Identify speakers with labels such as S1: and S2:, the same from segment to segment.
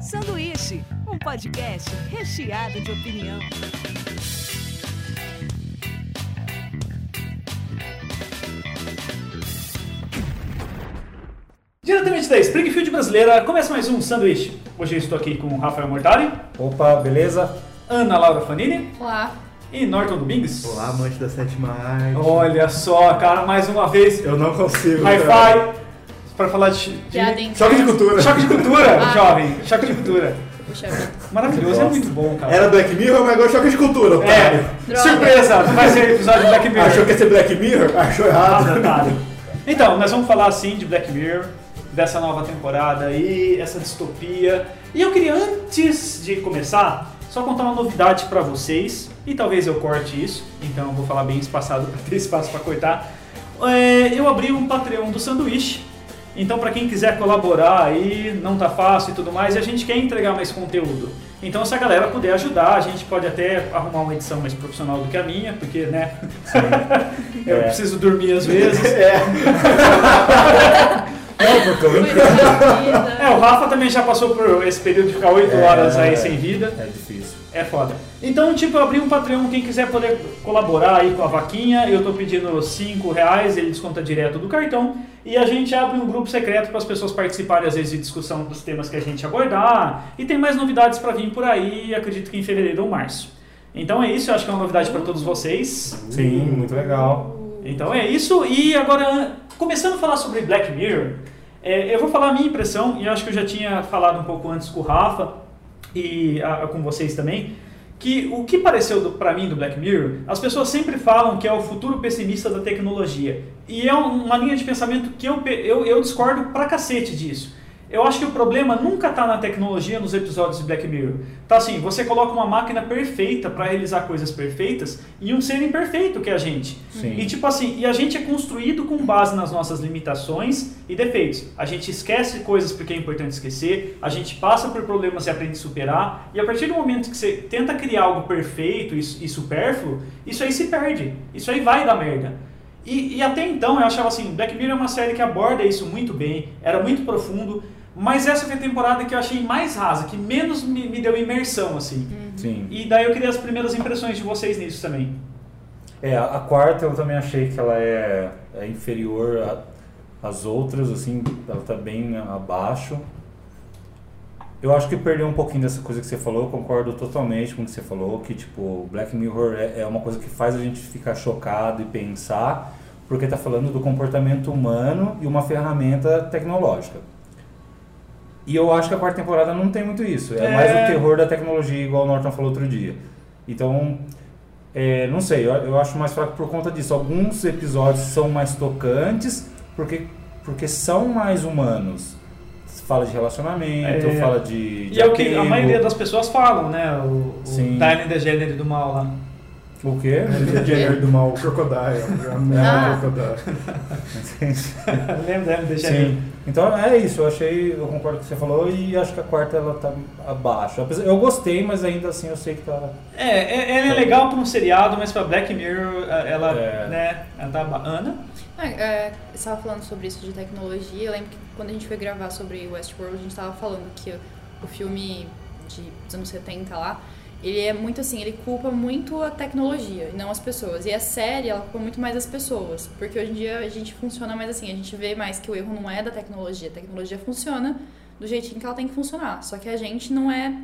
S1: Sanduíche, um podcast recheado de opinião.
S2: Diretamente da Springfield Brasileira, começa mais um Sanduíche. Hoje eu estou aqui com o Rafael Mortari,
S3: Opa, beleza?
S2: Ana Laura Fanini
S4: Olá.
S2: e Norton Domingues.
S3: Olá, amante da sétima arte.
S2: Olha só, cara, mais uma vez,
S3: Eu não consigo. cara.
S2: hi-fi para falar de,
S4: Piada
S2: de...
S4: em
S3: Choque de cultura.
S2: Choque de cultura,
S4: Ah.
S2: jovem, choque de cultura.
S4: Puxa vida.
S2: Maravilhoso, é
S3: Nossa.
S2: muito bom, cara.
S3: Era Black Mirror, mas agora choque de cultura,
S2: É,
S3: otário.
S4: Droga.
S2: surpresa, vai ser episódio de Black Mirror.
S3: Achou que ia ser Black Mirror? Achou
S5: Ah,
S3: errado.
S2: Nada, nada. Então, nós vamos falar assim de Black Mirror, dessa nova temporada aí, essa distopia. E eu queria, antes de começar, só contar uma novidade pra vocês, e talvez eu corte isso, então eu vou falar bem espaçado pra ter espaço pra cortar. É, eu abri um Patreon do Sanduíche, então pra quem quiser colaborar aí, não tá fácil e tudo mais, e a gente quer entregar mais conteúdo. Então se a galera puder ajudar, a gente pode até arrumar uma edição mais profissional do que a minha, porque, né, eu
S3: É.
S2: preciso dormir às vezes.
S3: Não, tô
S4: Coisa
S3: brincando.
S4: da vida.
S2: É, o Rafa também já passou por esse período de ficar 8
S3: É.
S2: horas aí sem vida.
S3: É difícil.
S2: É foda. Então, tipo, eu abri um Patreon, quem quiser poder colaborar aí com a vaquinha, eu tô pedindo 5 reais, ele desconta direto do cartão. E a gente abre um grupo secreto para as pessoas participarem, às vezes, de discussão dos temas que a gente abordar. E tem mais novidades pra vir por aí, acredito que em fevereiro ou março. Então é isso, eu acho que é uma novidade pra todos vocês.
S3: Sim, muito legal.
S2: Então é isso, e agora, começando a falar sobre Black Mirror, é, eu vou falar a minha impressão, e eu acho que eu já tinha falado um pouco antes com o Rafa e ah, com vocês também, que o que pareceu do, pra mim do Black Mirror, as pessoas sempre falam que é o futuro pessimista da tecnologia. E é um- uma linha de pensamento que eu, pe- eu, eu discordo pra cacete disso. Eu acho que o problema nunca tá na tecnologia nos episódios de Black Mirror. Tá assim, você coloca uma máquina perfeita pra realizar coisas perfeitas e um ser imperfeito que é a gente.
S3: Sim.
S2: E tipo assim, e a gente é construído com base nas nossas limitações e defeitos. A gente esquece coisas porque é importante esquecer, a gente passa por problemas e aprende a superar, e a partir do momento que você tenta criar algo perfeito e, e supérfluo, isso aí se perde. Isso aí vai dar merda. E, e até então eu achava assim, Black Mirror é uma série que aborda isso muito bem, era muito profundo, mas essa foi a temporada que eu achei mais rasa, que menos me, me deu imersão, assim.
S5: Sim.
S2: E daí eu queria as primeiras impressões de vocês nisso também.
S5: É, a a quarta eu também achei que ela é, é inferior a- às outras, assim, ela tá bem abaixo. Eu acho que perdeu um pouquinho dessa coisa que você falou, eu concordo totalmente com o que você falou, que tipo, Black Mirror é, é uma coisa que faz a gente ficar chocado e pensar, porque tá falando do comportamento humano e uma ferramenta tecnológica. E eu acho que a quarta temporada não tem muito isso. É,
S2: É.
S5: mais o terror da tecnologia, igual o Norton falou outro dia. Então, é, não sei, eu, eu acho mais fraco por conta disso. Alguns episódios são mais tocantes porque, porque são mais humanos. Fala de relacionamento,
S2: É.
S5: fala de, de
S2: E é o que a
S5: apego.
S2: maioria das pessoas falam, né? O, o
S5: Sim.
S2: Dylan DeGeneres do mal lá.
S5: O quê?
S2: É.
S5: É.
S3: Gênero do mal, Crocodile.
S4: Ah.
S3: Ah. Crocodile.
S2: Lembra Dylan DeGeneres?
S5: Sim. Então é isso, eu achei, eu concordo com o que você falou e acho que a quarta ela tá abaixo. Apesar- Eu gostei, mas ainda assim eu sei que tá.
S2: É, é, ela é legal pra um seriado, mas pra Black Mirror a- ela,
S5: É.
S2: né, ela tá... ba- Ana?
S4: Ah, é, você estava falando sobre isso de tecnologia. Eu lembro que quando a gente foi gravar sobre Westworld, a gente estava falando que o filme de dos anos 70 lá, ele é muito assim, ele culpa muito a tecnologia e não as pessoas. E a série, ela culpa muito mais as pessoas. Porque hoje em dia a gente funciona mais assim, a gente vê mais que o erro não é da tecnologia. A tecnologia funciona do jeitinho que ela tem que funcionar. Só que a gente não é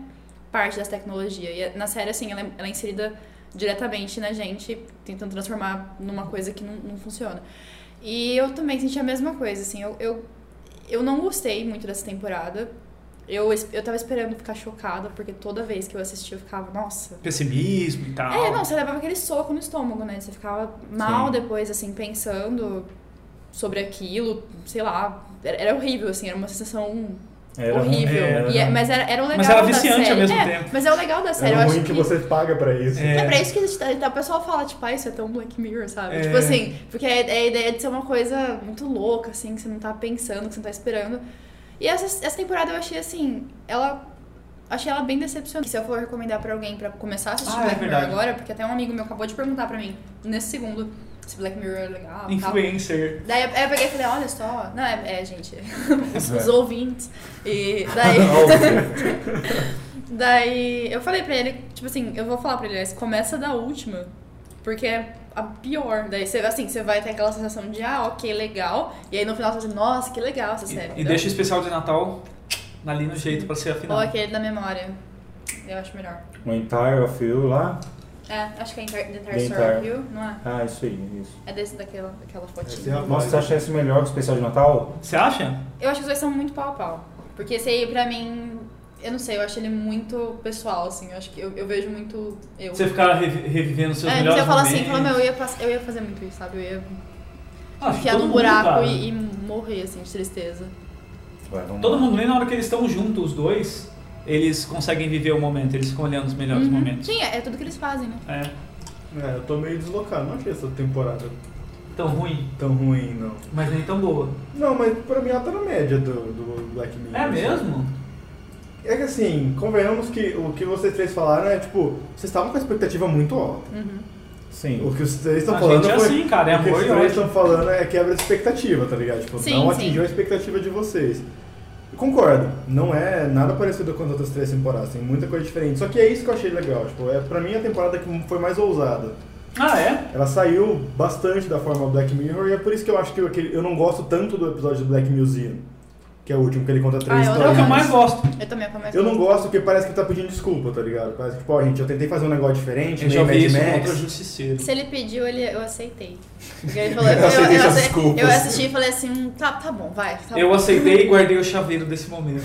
S4: parte dessa tecnologia. E é- na série, assim, ela é, ela é inserida diretamente na gente, tentando transformar numa coisa que não, não funciona. E eu também senti a mesma coisa, assim, eu, eu, eu não gostei muito dessa temporada. Eu, es- eu tava esperando ficar chocada, porque toda vez que eu assistia eu ficava, nossa.
S2: Pessimismo e tal.
S4: É, não, você levava aquele soco no estômago, né? Você ficava mal depois, assim, pensando sobre aquilo, sei lá. Era, era horrível, assim, era uma sensação
S5: Era um
S4: horrível.
S5: era-
S4: E é- mas era, era o legal
S2: Mas era
S4: da
S2: viciante
S4: série.
S2: ao mesmo
S4: É,
S2: tempo.
S4: Mas é o legal da série,
S3: É
S4: eu acho
S3: ruim que você paga pra isso.
S2: É.
S4: é pra isso que a gente tá- o pessoal fala, tipo, ah, isso é tão Black Mirror, sabe?
S2: É.
S4: Tipo assim, porque é, é a ideia de ser uma coisa muito louca, assim, que você não tá pensando, que você não tá esperando. E essa, essa temporada eu achei, assim, ela... Achei ela bem decepcionante. Se eu for recomendar pra alguém pra começar a
S2: Ah,
S4: assistir
S2: é
S4: Black Mirror
S2: verdade.
S4: agora, porque até um amigo meu acabou de perguntar pra mim, nesse segundo, Esse Black Mirror é legal. tal.
S2: Influencer.
S4: Daí eu, eu peguei e falei, olha só. Não, é, é, gente, os,
S5: É.
S4: os ouvintes. E daí. daí eu falei pra ele, tipo assim, eu vou falar pra ele, "Aliás, começa da última. Porque é a pior. Daí você, assim, você vai ter aquela sensação de, ah, ok, legal. E aí no final você vai dizer, nossa, que legal essa série.
S2: E, e deixa o especial de Natal ali no jeito pra ser
S4: Ou
S2: afinal.
S4: aquele da memória. Eu acho melhor.
S5: O um Entire of You lá.
S4: É, acho que é Inter- The
S5: The
S4: Entire
S5: Entire.
S4: Story, viu? Não é?
S5: Ah, isso aí, isso.
S4: É desse, daquela, daquela
S3: Essa
S4: fotinha.
S3: é a
S5: Nossa, você acha esse melhor que o especial de Natal?
S2: Você acha?
S4: Eu acho que os dois são muito pau a pau. Porque esse aí, pra mim, eu não sei, eu acho ele muito pessoal, assim. Eu acho que eu, eu vejo muito eu.
S2: Você ficar revi- revivendo seus
S4: é,
S2: melhores
S4: se eu falo
S2: momentos.
S4: assim, falo, meu, eu ia, pass- eu ia fazer muito isso, sabe? Eu ia
S2: Acho que
S4: enfiar
S2: todo
S4: num
S2: mundo,
S4: buraco
S2: cara.
S4: e, e morrer, assim, de tristeza.
S5: Vai, vamos
S2: Todo
S5: lá.
S2: mundo, nem na hora que eles estão juntos, os dois, eles conseguem viver o momento, eles ficam olhando os melhores
S4: Uhum.
S2: momentos.
S4: Sim, é, é tudo que eles fazem, né?
S2: É,
S3: É, eu tô meio deslocado. Não achei essa temporada
S2: tão ruim,
S3: tão ruim, não.
S2: mas nem tão boa.
S3: Não, mas pra mim ela tá na média do, do Black Mirror.
S2: É
S3: assim.
S2: mesmo?
S3: É que assim, convenhamos que o que vocês três falaram é tipo, vocês estavam com a expectativa muito alta.
S4: Uhum.
S5: Sim.
S3: O que os três estão
S2: A
S3: falando
S2: gente é
S3: foi-
S2: assim, cara, é
S3: o que
S2: amor
S3: os
S2: e
S3: três
S2: ódio.
S3: estão falando é quebra de expectativa, tá ligado? Tipo,
S4: Sim,
S3: não
S4: sim.
S3: atingiu a expectativa de vocês. Concordo, não é nada parecido com as outras três temporadas, tem muita coisa diferente. Só que é isso que eu achei legal, tipo, é pra mim a temporada que foi mais ousada.
S2: Ah, é?
S3: Ela saiu bastante da forma Black Mirror e é por isso que eu acho que eu, que eu não gosto tanto do episódio do Black Museum, que é o último que ele conta três
S4: Ah, eu
S2: É o
S3: histórias.
S2: que eu mais gosto.
S4: Eu também começo.
S3: Eu não gosto porque parece que ele tá pedindo desculpa, tá ligado? Parece que, pô, gente, eu tentei fazer um negócio diferente,
S2: Eu já
S3: meio
S2: vi isso
S3: Mad Max.
S2: contra o Justiceiro.
S4: Se ele pediu, ele, eu aceitei. Porque ele falou,
S3: Eu aceitei suas
S4: ace-
S3: desculpas.
S4: eu assisti e falei assim, "Hum, tá, tá bom, vai. Tá
S2: Eu
S4: bom.
S2: aceitei e guardei o chaveiro desse momento.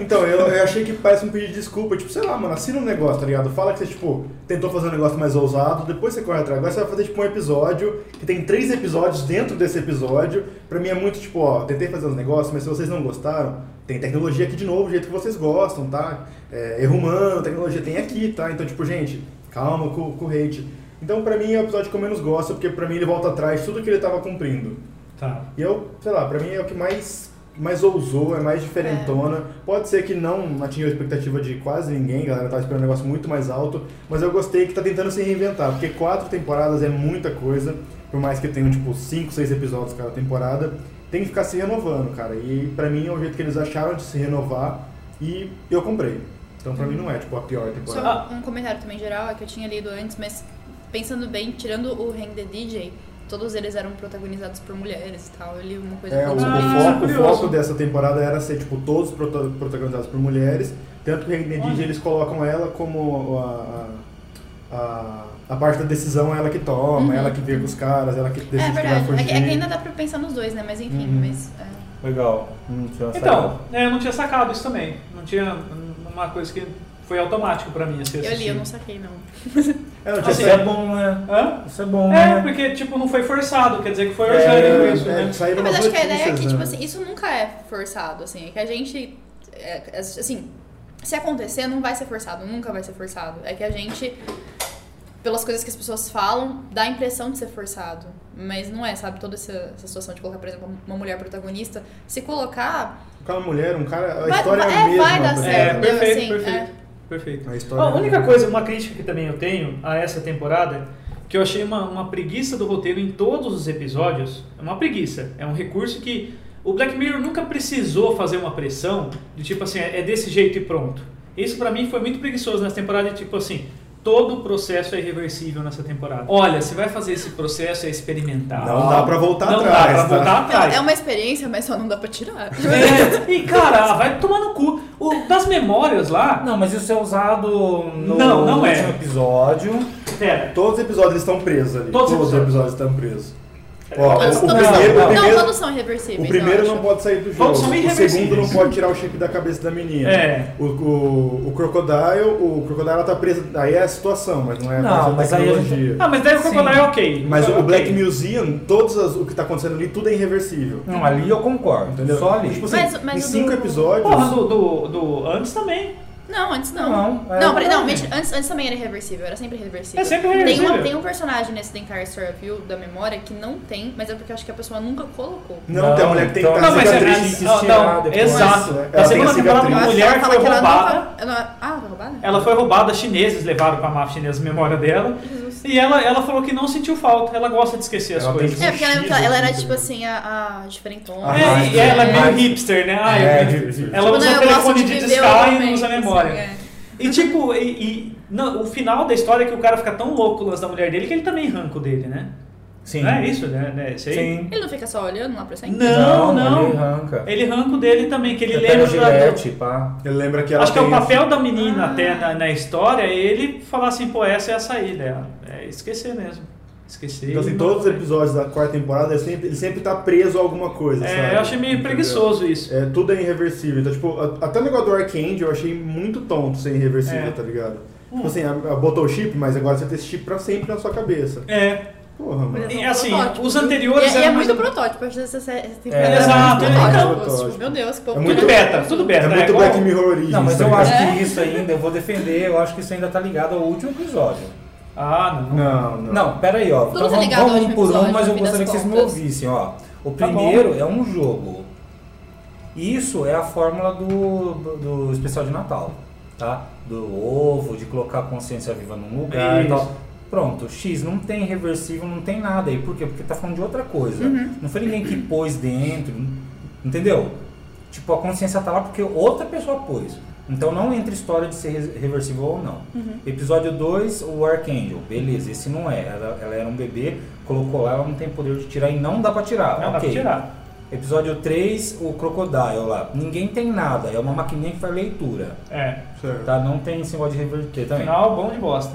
S3: Então, eu, eu achei que parece um pedido de desculpa, tipo, sei lá, mano, assina um negócio, tá ligado? Fala que você, tipo, tentou fazer um negócio mais ousado, depois você corre atrás. Agora você vai fazer, tipo, um episódio, que tem três episódios dentro desse episódio. Pra mim é muito, tipo, ó, tentei fazer uns negócios, mas se vocês não gostaram, tem tecnologia aqui de novo, do jeito que vocês gostam, tá? É, erro humano, tecnologia tem aqui, tá? Então, tipo, gente, calma com, com o hate. Então, pra mim, é o episódio que eu menos gosto, porque pra mim ele volta atrás de tudo que ele tava cumprindo.
S2: Tá.
S3: E eu, sei lá, pra mim é o que mais, mais ousou, é mais diferentona. Pode ser que não atingiu a expectativa de quase ninguém, a galera tava esperando um negócio muito mais alto, mas eu gostei que tá tentando se reinventar, porque quatro temporadas é muita coisa, por mais que tenham, tipo, cinco, seis episódios cada temporada, tem que ficar se renovando, cara. E pra mim é o jeito que eles acharam de se renovar e eu comprei. Então pra mim não é, tipo, a pior
S4: Só
S3: temporada.
S2: Ah.
S4: um comentário também geral, é que eu tinha lido antes, mas pensando bem, tirando o Hang the DJ, todos eles eram protagonizados por mulheres e tal. Eu li uma coisa
S3: É, o,
S4: falando
S2: Ah,
S3: o
S4: sobre isso.
S3: foco, o
S2: curioso.
S3: foco dessa temporada era ser, tipo, todos prota- protagonizados por mulheres. Tanto que René
S2: Olha.
S3: Digi, eles colocam ela como a, a, a, a parte da decisão, ela que toma, ela que vê com os caras, ela que
S4: Uhum. É
S3: decide que vai
S4: verdade. É
S3: fugir.
S4: que, é que ainda dá pra pensar nos dois, né? Mas enfim,
S3: Uhum.
S4: mas. é.
S5: Legal. Hum, tinha
S2: Então,
S5: saído.
S2: é, eu não tinha sacado isso também. Não tinha hum, uma coisa que foi automático pra mim assim,
S4: Eu li,
S2: assistir.
S4: eu não saquei, não.
S3: É, não tinha
S5: Isso
S2: assim,
S5: é bom, né?
S2: Hã?
S5: Isso é
S2: É,
S5: bom, né?
S2: porque tipo, não foi forçado, quer dizer que foi
S3: É,
S2: orgânico isso,
S3: é,
S2: né?
S3: saíram
S4: Não, mas
S3: umas
S4: acho que a
S3: notícias,
S4: ideia é que,
S3: né?
S4: tipo assim, isso nunca é forçado, assim. É que a gente. é, é, assim, se acontecer, não vai ser forçado, nunca vai ser forçado. É que a gente, pelas coisas que as pessoas falam, dá a impressão de ser forçado. Mas não é, sabe? Toda essa, essa situação de colocar, por exemplo, uma mulher protagonista, se colocar.
S3: Com a mulher, um cara, a
S4: Vai-
S3: história é a
S4: vai- é,
S3: mesma.
S4: vai dar
S3: tá
S4: certo.
S2: É,
S3: ligado?
S4: entendeu?
S2: perfeito,
S4: Assim,
S2: perfeito.
S4: é.
S2: Perfeito.
S3: A história
S2: A
S3: é
S2: única
S3: mesma.
S2: coisa, uma crítica que também eu tenho a essa temporada, que eu achei uma, uma preguiça do roteiro em todos os episódios, é uma preguiça. É um recurso que o Black Mirror nunca precisou fazer uma pressão de tipo assim, é é desse jeito e pronto. Isso pra mim foi muito preguiçoso nessa temporada, de, tipo assim, todo o processo é irreversível nessa temporada. Olha, você vai fazer esse processo é experimental.
S3: Não dá pra voltar
S2: Não
S3: atrás.
S2: dá pra
S3: tá?
S2: voltar atrás.
S4: É uma experiência, mas só não dá pra tirar.
S2: É, e cara, vai tomar no cu. O, das memórias lá.
S5: Não, mas isso é usado no
S2: Não, não é.
S5: último episódio.
S2: Pera.
S3: Todos os episódios eles estão presos ali.
S2: Todos os
S3: os
S2: episódios. É.
S3: episódios estão presos. Ó,
S4: Todos-
S3: o,
S4: todos-
S3: primeiro,
S4: não,
S3: o primeiro,
S4: todos são irreversíveis.
S3: O primeiro
S4: eu
S3: não
S4: acho.
S3: pode sair do jogo.
S2: Todos são
S3: O
S2: irreversíveis.
S3: segundo não pode tirar o chip da cabeça da menina.
S2: É.
S3: O, o, o Crocodile, o Crocodile ela tá presa. Aí é a situação, mas não é
S5: Não,
S3: mais
S5: mas
S3: a
S5: aí a gente-
S3: tecnologia.
S2: Ah, mas daí o Crocodile é ok.
S3: Mas
S2: é
S3: o
S2: ok.
S3: Black Museum, todas as- o que tá acontecendo ali, tudo é irreversível.
S5: Não, ali eu concordo.
S3: Entendeu?
S5: Só ali.
S3: Tipo assim,
S4: Mas- mas
S3: em
S4: o
S3: cinco
S4: do-
S3: episódios.
S2: Porra, do, do, do antes também.
S4: Não, antes não.
S5: Não, é
S4: não, peraí, não,
S5: verdade.
S4: mentira, antes, antes também era irreversível, era sempre irreversível.
S2: É sempre
S4: Tem,
S2: irreversível.
S4: uma- tem um personagem nesse The Entire Story of You da memória que não tem, mas é porque eu acho que a pessoa nunca colocou.
S3: Não,
S5: Não,
S3: tem a mulher que tem
S5: então-
S3: que
S5: Tá,
S3: estar
S2: não, mas é
S5: cicatriz
S2: mas-
S5: que
S2: não,
S5: se
S2: não,
S5: depois.
S2: exato.
S3: né? Ela
S2: Na
S3: tem
S2: segunda
S3: a
S2: temporada, uma
S3: cicatriz.
S4: Eu acho que
S2: mulher
S4: ela
S2: foi
S4: fala que ela
S2: roubada.
S4: nunca- ela- ah, foi roubada?
S2: Ela foi roubada, chineses levaram pra máfia chinesa a memória dela. E ela, ela falou que não sentiu falta, ela gosta de esquecer as
S3: Ela tem
S2: coisas.
S3: que-
S4: É, porque ela,
S3: Fugido,
S4: ela era
S3: muito
S4: tipo
S3: bem.
S4: assim, a, a diferentona.
S3: Ah,
S2: É, e ela é meio
S5: Mas-
S2: hipster, né? Ah, eu-
S5: É, hipster.
S2: ela
S4: Tipo,
S2: usa
S4: não,
S2: o
S4: eu gosto
S2: telefone de
S4: viver
S2: descarga e não
S4: outro
S2: usa a
S4: bem,
S2: memória.
S4: assim, é.
S2: E tipo, e, e- não, o final da história é que o cara fica tão louco com o lance da mulher dele que ele também arranca o dele, né?
S5: Sim.
S2: Não é isso, né? né? Isso aí?
S5: Sim.
S4: Ele não fica só olhando lá pra sempre?
S2: Não, não.
S5: Ele arranca.
S2: Ele arranca o dele também, que ele
S5: pega
S2: lembra da- da,
S5: gilete, pá.
S3: Ele lembra que ela
S2: Acho que é
S3: tem
S2: o papel da menina até na, na história é ele falar assim, pô, essa é a saída. É, é esquecer mesmo. Esquecer.
S3: Então, assim, todos os episódios da quarta temporada, ele sempre, ele sempre tá preso a alguma coisa, sabe?
S2: É, eu achei meio
S3: Entendeu?
S2: preguiçoso isso.
S3: É, tudo é irreversível. Então, tipo, a- até o negócio do Arcand eu achei muito tonto ser irreversível,
S2: É.
S3: tá ligado?
S2: Hum.
S3: Tipo assim, a, a botou o chip, mas agora você tem esse chip pra sempre na sua cabeça.
S2: É,
S3: Porra, mano.
S2: e
S4: É um
S2: assim,
S4: protótipo.
S2: os anteriores
S4: E, e é
S2: eram
S4: muito
S2: mais-
S4: protótipo, acho que essa série essa
S5: É,
S4: temporada
S2: exato,
S4: é
S2: é,
S4: muito protótipo.
S3: muito protótipo.
S4: Tipo, meu Deus, que povo
S3: É muito
S4: que-
S2: Tudo beta, tudo beta.
S3: É
S2: né?
S3: muito
S2: Igual-
S3: Black Mirror
S5: Não, mas
S3: tá
S5: eu
S3: ligado?
S5: acho
S4: É?
S5: que isso ainda, eu vou defender, eu acho que isso ainda tá ligado ao último episódio.
S2: Ah, não.
S3: Não, não.
S5: Não, pera aí, ó.
S4: Tudo
S5: então
S4: tá
S5: vamos,
S4: ligado ao
S5: vamos um
S4: último
S5: por um,
S4: episódio,
S5: mas eu
S4: no fim das
S5: gostaria que vocês me
S4: contas.
S5: ouvissem, ó. O
S2: Tá bom.
S5: primeiro é um jogo. Isso é a fórmula do, do, do especial de Natal, tá? Do ovo, de colocar a consciência viva num lugar e
S2: Isso.
S5: tal. Pronto, X não tem reversível, não tem nada aí. Por quê? Porque tá falando de outra coisa.
S4: Uhum.
S5: Não foi ninguém que pôs dentro, entendeu? Tipo, a consciência tá lá porque outra pessoa pôs. Então não entra história de ser re- reversível ou não. Episódio 2, o Archangel. Beleza, esse não é. Ela, ela era um bebê, colocou lá, ela não tem poder de tirar e não dá pra tirar.
S2: Não, dá pra
S5: Ok.
S2: tirar.
S5: Episódio 3, o Crocodile lá. Ninguém tem nada, é uma maquininha que faz leitura.
S2: É.
S3: Certo.
S5: Tá? Não tem esse negócio de reverter também.
S2: Final bom de bosta.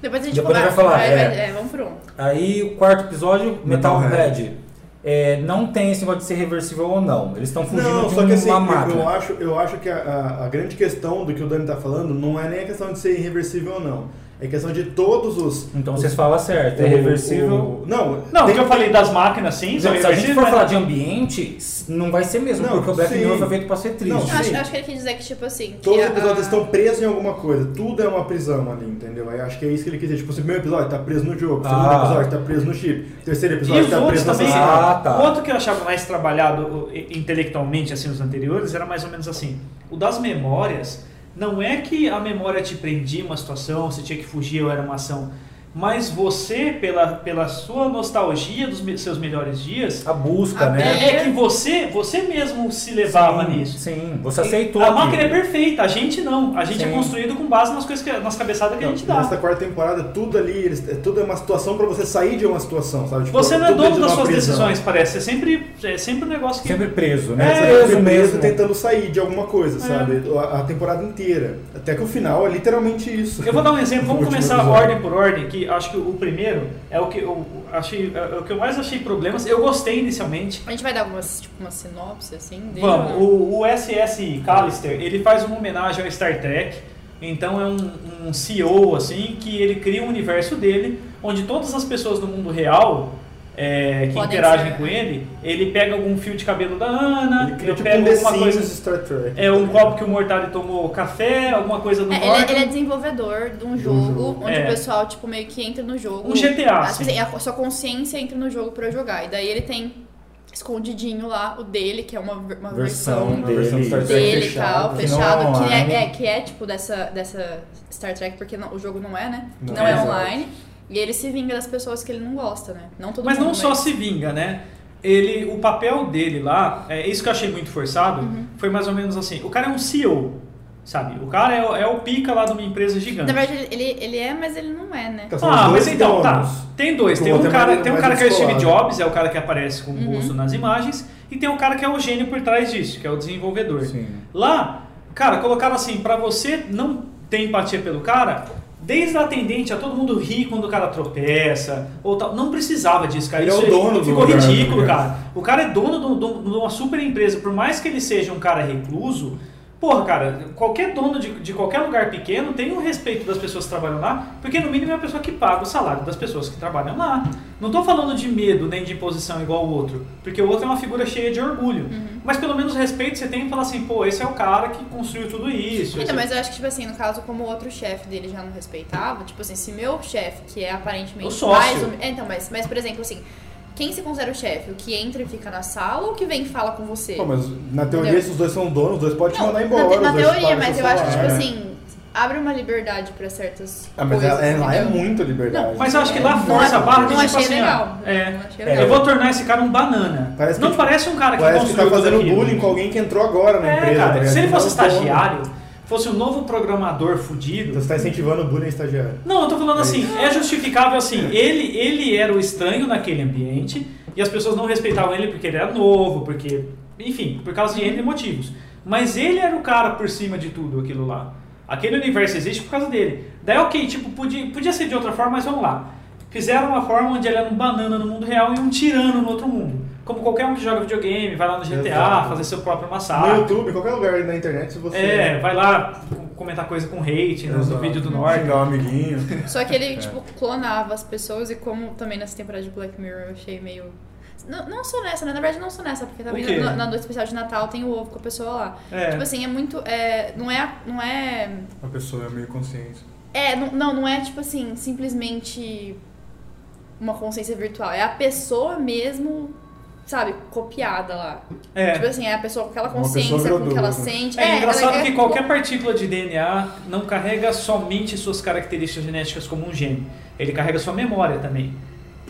S4: Depois a gente
S5: Depois a gente vai falar, é.
S4: vai- é, vamos pro um.
S5: Aí o quarto episódio,
S3: Metalhead.
S5: Metalhead. É, não tem esse negócio de ser reversível ou não. Eles estão fugindo
S3: Não,
S5: de
S3: só
S5: uma
S3: que assim, eu, eu
S5: máquina.
S3: acho, eu acho que a, a- a grande questão do que o Dani tá falando não é nem a questão de ser irreversível ou não. É questão de todos os.
S5: Então
S3: os-
S5: vocês falam certo, é
S3: o-
S5: reversível.
S3: o- não,
S2: Não, o
S3: tem-
S2: que eu falei das máquinas, sim,
S5: Então, Se
S2: são né?
S5: a gente for
S2: reversíveis,
S5: falar
S2: mas-
S5: de ambiente, s- não vai ser mesmo,
S3: Não,
S5: porque o Black
S3: sim.
S5: Mirror foi feito pra ser triste.
S3: Não,
S4: Eu Acho,
S3: sim.
S4: eu acho que ele quis dizer que, tipo assim. Que
S3: Todos os
S4: a-
S3: episódios estão presos em alguma coisa. Tudo é uma prisão ali, entendeu? Aí acho que é isso que ele quis dizer. Tipo, o primeiro episódio tá preso no jogo, o segundo
S5: Ah.
S3: episódio tá preso no chip, o terceiro
S2: E
S3: episódio
S2: os
S3: tá
S2: outros
S3: preso no
S2: também. né,
S3: assassinato.
S5: Ah, tá.
S2: O outro que eu achava mais trabalhado o, i- intelectualmente, assim, os anteriores, era mais ou menos assim. O das memórias, não é que a memória te prendia em uma situação, você tinha que fugir ou era uma ação. Mas você, pela, pela sua nostalgia dos me- seus melhores dias,
S5: A busca,
S4: A
S5: né?
S4: É.
S2: é, é que você, você mesmo se levava
S5: sim,
S2: nisso.
S5: Sim, você aceitou.
S2: A
S5: aquilo.
S2: máquina é perfeita, a gente não. A gente é
S5: Sim.
S2: construído com base nas coisas que, nas cabeçadas que a gente dá.
S3: Nessa quarta temporada, tudo ali, eles, é- tudo é uma situação pra você sair de uma situação, sabe? Tipo,
S2: Você não é
S3: tudo
S2: dono
S3: de
S2: das
S3: uma
S2: suas
S3: prisão. né?
S2: decisões, parece. É sempre, é sempre um negócio que.
S5: Sempre preso, né?
S2: É,
S3: Você
S5: preso
S3: tá
S5: mesmo.
S3: tentando sair de alguma coisa, sabe? A, a temporada inteira. Até que o final é literalmente isso.
S2: Eu vou dar um exemplo, vamos
S3: No último
S2: começar
S3: episódio.
S2: ordem por ordem, que acho que o primeiro é o que eu achei, é o que eu mais achei problemas. Eu gostei inicialmente.
S4: A gente vai dar umas, tipo, uma sinopse, assim, dele.
S2: Vamos,
S4: né?
S2: o, o SS Callister, ele faz uma homenagem ao Star Trek. Então é um, um CEO assim que ele cria um universo dele, onde todas as pessoas do mundo real é, que
S4: Podem
S2: interagem
S4: ser. né?
S2: com ele, ele pega algum fio de cabelo da Ana,
S3: Ele cria tipo
S2: pega
S3: um The
S2: né? alguma
S3: Sims
S2: coisa.
S3: Star Trek.
S2: É um copo que o Mortari tomou café, alguma coisa do
S4: É, ele,
S2: Norton.
S4: ele é desenvolvedor de um jogo,
S3: jogo.
S4: onde
S2: É.
S4: o pessoal, tipo, meio que entra no jogo.
S2: Um GTA,
S4: Ah,
S2: assim.
S4: tipo assim, a sua consciência entra no jogo pra jogar. E daí ele tem escondidinho lá o dele, que é uma, ver- uma versão,
S5: Versão
S3: dele. versão Star Trek
S4: dele e
S3: fechada,
S4: tal,
S5: que não
S4: fechado,
S5: é
S4: que é,
S5: online.
S4: é- que é, tipo dessa, dessa Star Trek, porque não- o jogo não é, né?
S3: Não
S4: Não,
S3: é,
S4: é,
S3: exato.
S4: online. E ele se vinga das pessoas que ele não gosta, né? Não todo
S2: Mas
S4: mundo.
S2: não só se vinga, né? Ele, o papel dele lá, é isso que eu achei muito forçado,
S4: Uhum.
S2: foi mais ou menos assim. O cara é um CEO, sabe? O cara é, o- é o pica lá de uma empresa
S4: Na
S2: gigante.
S4: verdade, ele, ele, ele é, mas ele não é, né?
S3: Então, são os
S2: Ah,
S3: dois
S2: mas então, tá.
S3: donos.
S2: Tem dois.
S3: O
S2: Tem um
S3: outro é
S2: cara,
S3: mais-
S2: tem um
S3: mais
S2: cara que é o Steve
S3: descolado.
S2: Jobs, é o cara que aparece com o
S4: Uhum.
S2: rosto nas imagens, e tem um cara que é o gênio por trás disso, que é o desenvolvedor.
S5: Sim.
S2: Lá, cara, colocaram assim, pra você não ter empatia pelo cara, desde a atendente a todo mundo ri quando o cara tropeça, ou tal. Não precisava disso, cara.
S3: Ele é
S2: Isso
S3: o
S2: aí
S3: dono do
S2: Ficou
S3: lugar,
S2: ridículo,
S3: né, cara?
S2: cara. O cara é dono do- do- de uma super empresa, por mais que ele seja um cara recluso. Porra, cara, qualquer dono de, de qualquer lugar pequeno tem o respeito das pessoas que trabalham lá, porque no mínimo é a pessoa que paga o salário das pessoas que trabalham lá. Não tô falando de medo nem de imposição igual o outro, porque o outro é uma figura cheia de orgulho.
S4: Uhum.
S2: Mas pelo menos respeito você tem e falar assim, pô, esse é o cara que construiu tudo isso.
S4: Então,
S3: é.
S2: esse- é
S4: mas eu acho que, tipo assim, no caso, como o outro chefe dele já não respeitava, tipo assim, se meu chefe, que é aparentemente
S2: O sócio.
S4: mais. ou- É, então, mas, mas, por exemplo, assim, quem se considera o chefe? O que entra e fica na sala ou o que vem e fala com você?
S3: Pô, mas na teoria,
S4: Entendeu?
S3: se os dois são donos, os dois podem te
S4: Não,
S3: mandar embora.
S4: na,
S3: os
S4: na
S3: dois
S4: teoria,
S3: pagam
S4: mas
S3: seu
S4: eu acho que, tipo
S3: salário.
S4: assim, abre uma liberdade pra certas
S3: Ah, mas
S4: coisas.
S3: ela- é, lá é
S4: entendeu?
S3: muita liberdade.
S4: Não,
S2: Mas eu acho que lá
S4: Não
S2: força a
S4: achei-
S2: barra
S4: não
S2: de tipo
S4: achei
S2: assim,
S4: legal.
S2: ó, é,
S4: Não achei
S5: legal.
S2: eu vou tornar esse cara um banana.
S3: Parece que,
S2: não
S3: tipo,
S2: parece um cara que
S3: Parece que tá
S2: construiu tudo
S3: fazendo
S2: aquilo.
S3: bullying com alguém que entrou agora na
S2: É,
S3: empresa.
S2: cara,
S3: tá ligado?
S2: se ele fosse
S3: Não, porra.
S2: estagiário, fosse um novo programador
S3: Então
S2: fudido.
S3: você tá incentivando o bullying estagiário.
S2: Não, eu tô falando assim, é justificável assim. Ele, ele era o estranho naquele ambiente e as pessoas não respeitavam ele porque ele era novo, porque. Enfim, por causa de N motivos. Mas ele era o cara por cima de tudo aquilo lá. Aquele universo existe por causa dele. Daí, ok, tipo, podia, podia ser de outra forma, mas vamos lá. Fizeram uma forma onde ele era um banana no mundo real e um tirano no outro mundo. Como qualquer um que joga videogame, vai lá no GTA,
S3: Exato.
S2: fazer seu próprio
S3: No
S2: massacre.
S3: YouTube, qualquer lugar na internet, se você.
S2: É, vai lá comentar coisa com hate no,
S3: Exato.
S2: no vídeo do Norte.
S3: Xingar um amiguinho.
S4: Só que
S3: É.
S4: ele, tipo, clonava as pessoas e como também nessa temporada de Black Mirror eu achei meio... Não, não só nessa, né? Na verdade não só nessa, porque também
S2: O quê?
S4: na, na- na noite especial de Natal tem o ovo com a pessoa lá.
S2: É.
S4: Tipo assim, é muito... É, não é... Não é...
S3: A pessoa é meio consciente.
S4: É, não, não, não é tipo assim, simplesmente uma consciência virtual. É a pessoa mesmo, sabe, copiada lá.
S2: É.
S4: Tipo assim, é a pessoa com aquela
S3: Uma
S4: consciência,
S3: pessoa
S4: com o que ela
S3: virou doida.
S4: sente.
S2: É, engraçado
S4: ela é-
S2: que qualquer partícula de DNA não carrega somente suas características genéticas como um gene. Ele carrega sua memória também.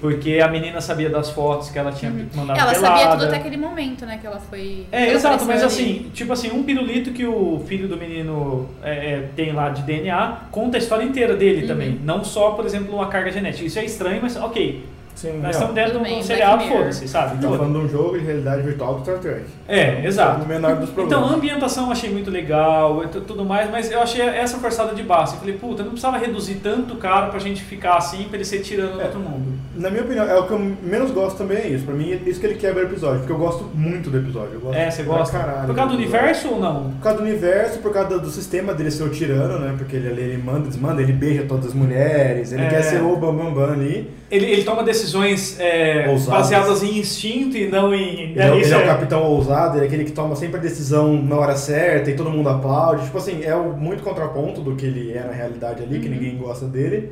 S2: Porque a menina sabia das fotos que ela tinha mandado
S4: Uhum. Ela
S2: pelada.
S4: sabia tudo até aquele momento, né? Que ela foi. que
S2: É,
S4: ela
S2: exato,
S4: apareceu
S2: mas
S4: ali.
S2: assim, tipo assim, um pirulito que o filho do menino é, é, tem lá de DNA conta a história inteira
S4: Uhum.
S2: dele também. Não só, por exemplo, uma carga genética. Isso é estranho, mas ok.
S5: Sim,
S2: Nós
S5: não.
S2: estamos dentro
S4: Tudo
S2: de um
S4: bem,
S2: seriado,
S4: Black Mirror.
S2: foda-se, sabe? Então,
S3: Tá
S2: Foda-se.
S3: falando de um jogo de realidade virtual do Star Trek. Então,
S2: É, exato.
S3: O menor dos problemas.
S2: Então, a ambientação eu achei muito legal e tu- tudo mais, mas eu achei essa forçada de base. Eu falei, puta, não precisava reduzir tanto o cara pra gente ficar assim, pra ele ser tirando
S3: É.
S2: todo mundo.
S3: Na minha opinião, é o que eu menos gosto também é isso. Pra mim, é isso que ele quebra o episódio. Porque eu gosto muito do episódio. Eu gosto
S2: É, você
S3: pra
S2: gosta?
S3: Caralho,
S2: Por causa do
S3: episódio.
S2: universo ou não?
S3: Por causa do universo, por causa do sistema dele ser o tirano, né? Porque ele, ele manda, desmanda, ele beija todas as mulheres, ele
S2: É.
S3: quer ser o Bambambam Bam Bam ali.
S2: Ele, ele toma decisões é,
S3: Ousadas.
S2: baseadas em instinto e não em.
S3: Ele, é, o-
S2: isso
S3: ele é o
S2: é-
S3: capitão ousado, ele é aquele que toma sempre a decisão na hora certa e todo mundo aplaude. Tipo assim, é o muito contraponto do que ele é na realidade ali, que ninguém gosta dele.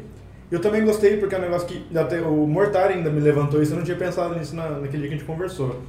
S3: Eu também gostei porque é um negócio que até o Mortar ainda me levantou isso, eu não tinha pensado nisso na, naquele dia que a gente conversou.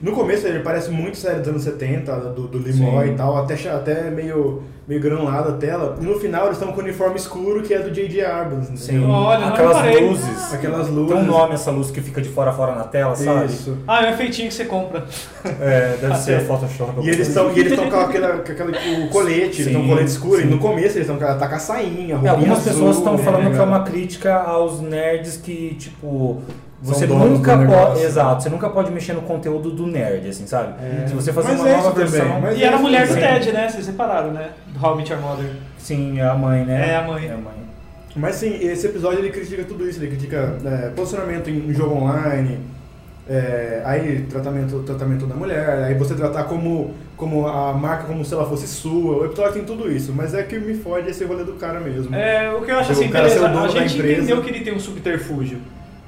S3: No começo ele parece muito série dos anos 70, do, do Limoy
S5: Sim.
S3: e tal, até, cha- até meio, meio granulada a tela. E no final eles estão com o uniforme escuro que é do J.J. Abrams, entendeu?
S5: Sim.
S2: Olha, não
S5: Aquelas
S2: reparei.
S5: luzes.
S3: Aquelas
S5: Tem um
S3: luzes.
S5: nome essa luz que fica de fora a fora na tela, sabe?
S3: Isso.
S2: Ah, é um efeitinho que você compra.
S5: É, deve
S2: Ah,
S5: ser
S2: sim.
S5: Photoshop.
S3: E eles estão com, aquela, com aquela, o colete, eles estão com
S5: Sim,
S3: colete escuro,
S5: sim.
S3: e no começo eles estão com a tá com a sainha,
S5: É,
S3: roupinha
S5: algumas
S3: azul,
S5: pessoas estão
S3: né,
S5: falando que é
S3: cara?
S5: uma crítica aos nerds que, tipo,
S3: São
S5: você
S3: donos
S5: nunca
S3: do
S5: pode.
S3: negócio.
S5: Exato, você nunca pode mexer no conteúdo do nerd, assim, sabe? Se você fazer
S3: Mas
S5: uma
S3: é assim,
S5: nova
S3: isso também,
S5: versão.
S3: mas-
S2: E era a mulher do
S5: Sim.
S2: Ted, né? Vocês repararam, né? Do How I Met Your Mother.
S5: Sim, é a mãe, né?
S2: É a mãe.
S5: É a mãe.
S3: Mas sim, esse episódio ele critica tudo isso, ele critica é, posicionamento em jogo online, é, aí tratamento, tratamento da mulher, aí você tratar como, como a marca como se ela fosse sua, o episódio tem tudo isso, mas é que me fode esse rolê do cara mesmo.
S2: É, o que eu acho
S3: O
S2: assim,
S3: cara ser o
S2: beleza,
S3: dono
S2: a
S3: da
S2: gente
S3: empresa.
S2: entendeu que ele tem um subterfúgio.